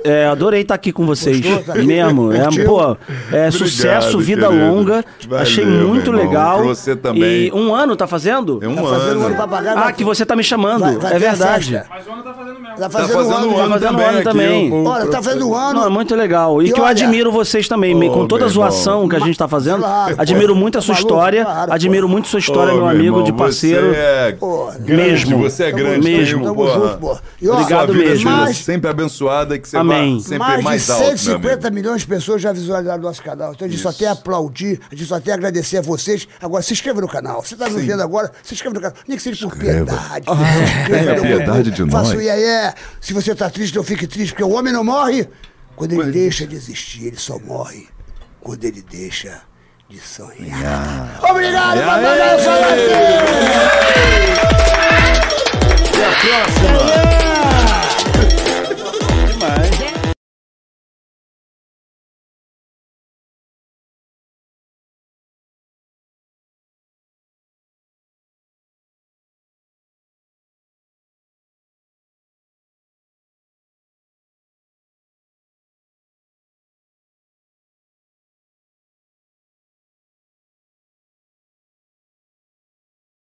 [SPEAKER 6] É, adorei estar aqui com vocês.
[SPEAKER 5] Gostou? Tá aqui?
[SPEAKER 6] Mesmo. É,
[SPEAKER 5] Curtiu?
[SPEAKER 6] pô, é sucesso, vida
[SPEAKER 4] querido.
[SPEAKER 6] longa.
[SPEAKER 4] Valeu,
[SPEAKER 6] Achei
[SPEAKER 4] meu
[SPEAKER 6] muito
[SPEAKER 4] irmão.
[SPEAKER 6] legal.
[SPEAKER 4] Pra você também.
[SPEAKER 6] E um ano tá fazendo?
[SPEAKER 4] É um
[SPEAKER 5] Tá fazendo um ano pra
[SPEAKER 4] ano.
[SPEAKER 5] pagar.
[SPEAKER 6] Ah,
[SPEAKER 5] vai-
[SPEAKER 6] que você tá me chamando.
[SPEAKER 5] vai- vai
[SPEAKER 6] é
[SPEAKER 5] ter a
[SPEAKER 6] verdade.
[SPEAKER 5] festa.
[SPEAKER 9] Mas o ano tá fazendo mesmo.
[SPEAKER 5] Tá
[SPEAKER 4] Tá
[SPEAKER 5] fazendo, um ano.
[SPEAKER 6] ano também.
[SPEAKER 4] aqui, o-
[SPEAKER 5] Olha, tá fazendo um ano.
[SPEAKER 6] Não, é muito legal. E,
[SPEAKER 5] E
[SPEAKER 6] que eu
[SPEAKER 5] olha-
[SPEAKER 6] admiro vocês também, me- com
[SPEAKER 4] Ô,
[SPEAKER 6] toda a
[SPEAKER 4] meu
[SPEAKER 6] zoação
[SPEAKER 4] irmão.
[SPEAKER 6] que a gente tá fazendo.
[SPEAKER 5] Claro, pô.
[SPEAKER 6] admiro muito a sua
[SPEAKER 5] Maluco,
[SPEAKER 6] história.
[SPEAKER 5] claro, pô.
[SPEAKER 6] admiro muito a sua história,
[SPEAKER 4] Ô,
[SPEAKER 6] meu amigo, de parceiro.
[SPEAKER 4] Você é
[SPEAKER 5] Pô,
[SPEAKER 4] grande,
[SPEAKER 6] mesmo.
[SPEAKER 4] você é
[SPEAKER 6] Tamo
[SPEAKER 4] grande.
[SPEAKER 6] mesmo.
[SPEAKER 5] Tamo
[SPEAKER 4] tamo porra.
[SPEAKER 5] junto, pô. E ó,
[SPEAKER 4] Sua
[SPEAKER 6] Obrigado
[SPEAKER 4] vida seja
[SPEAKER 6] mesmo.
[SPEAKER 5] Mas-
[SPEAKER 4] sempre abençoada e que você
[SPEAKER 6] Amém.
[SPEAKER 4] vá sempre
[SPEAKER 5] mais, né,
[SPEAKER 4] mais
[SPEAKER 5] de
[SPEAKER 4] alto, meu
[SPEAKER 5] 150
[SPEAKER 4] amigo.
[SPEAKER 5] milhões de pessoas já visualizaram o nosso canal. Então a gente só
[SPEAKER 4] Isso.
[SPEAKER 5] tem a aplaudir, a gente só tem a agradecer a vocês. Agora, se inscreva no canal. Você está me vendo agora, se inscreva no canal. Nem que seja por piedade. Se inscreva
[SPEAKER 4] É,
[SPEAKER 5] no-
[SPEAKER 4] piedade de
[SPEAKER 5] Faça
[SPEAKER 4] nós.
[SPEAKER 5] o iaia. Se você está triste, não fique triste, porque o homem não morre quando ele deixa de existir. Ele só morre quando ele deixa de sonhar. Obrigado,
[SPEAKER 4] Iaia.
[SPEAKER 5] papai!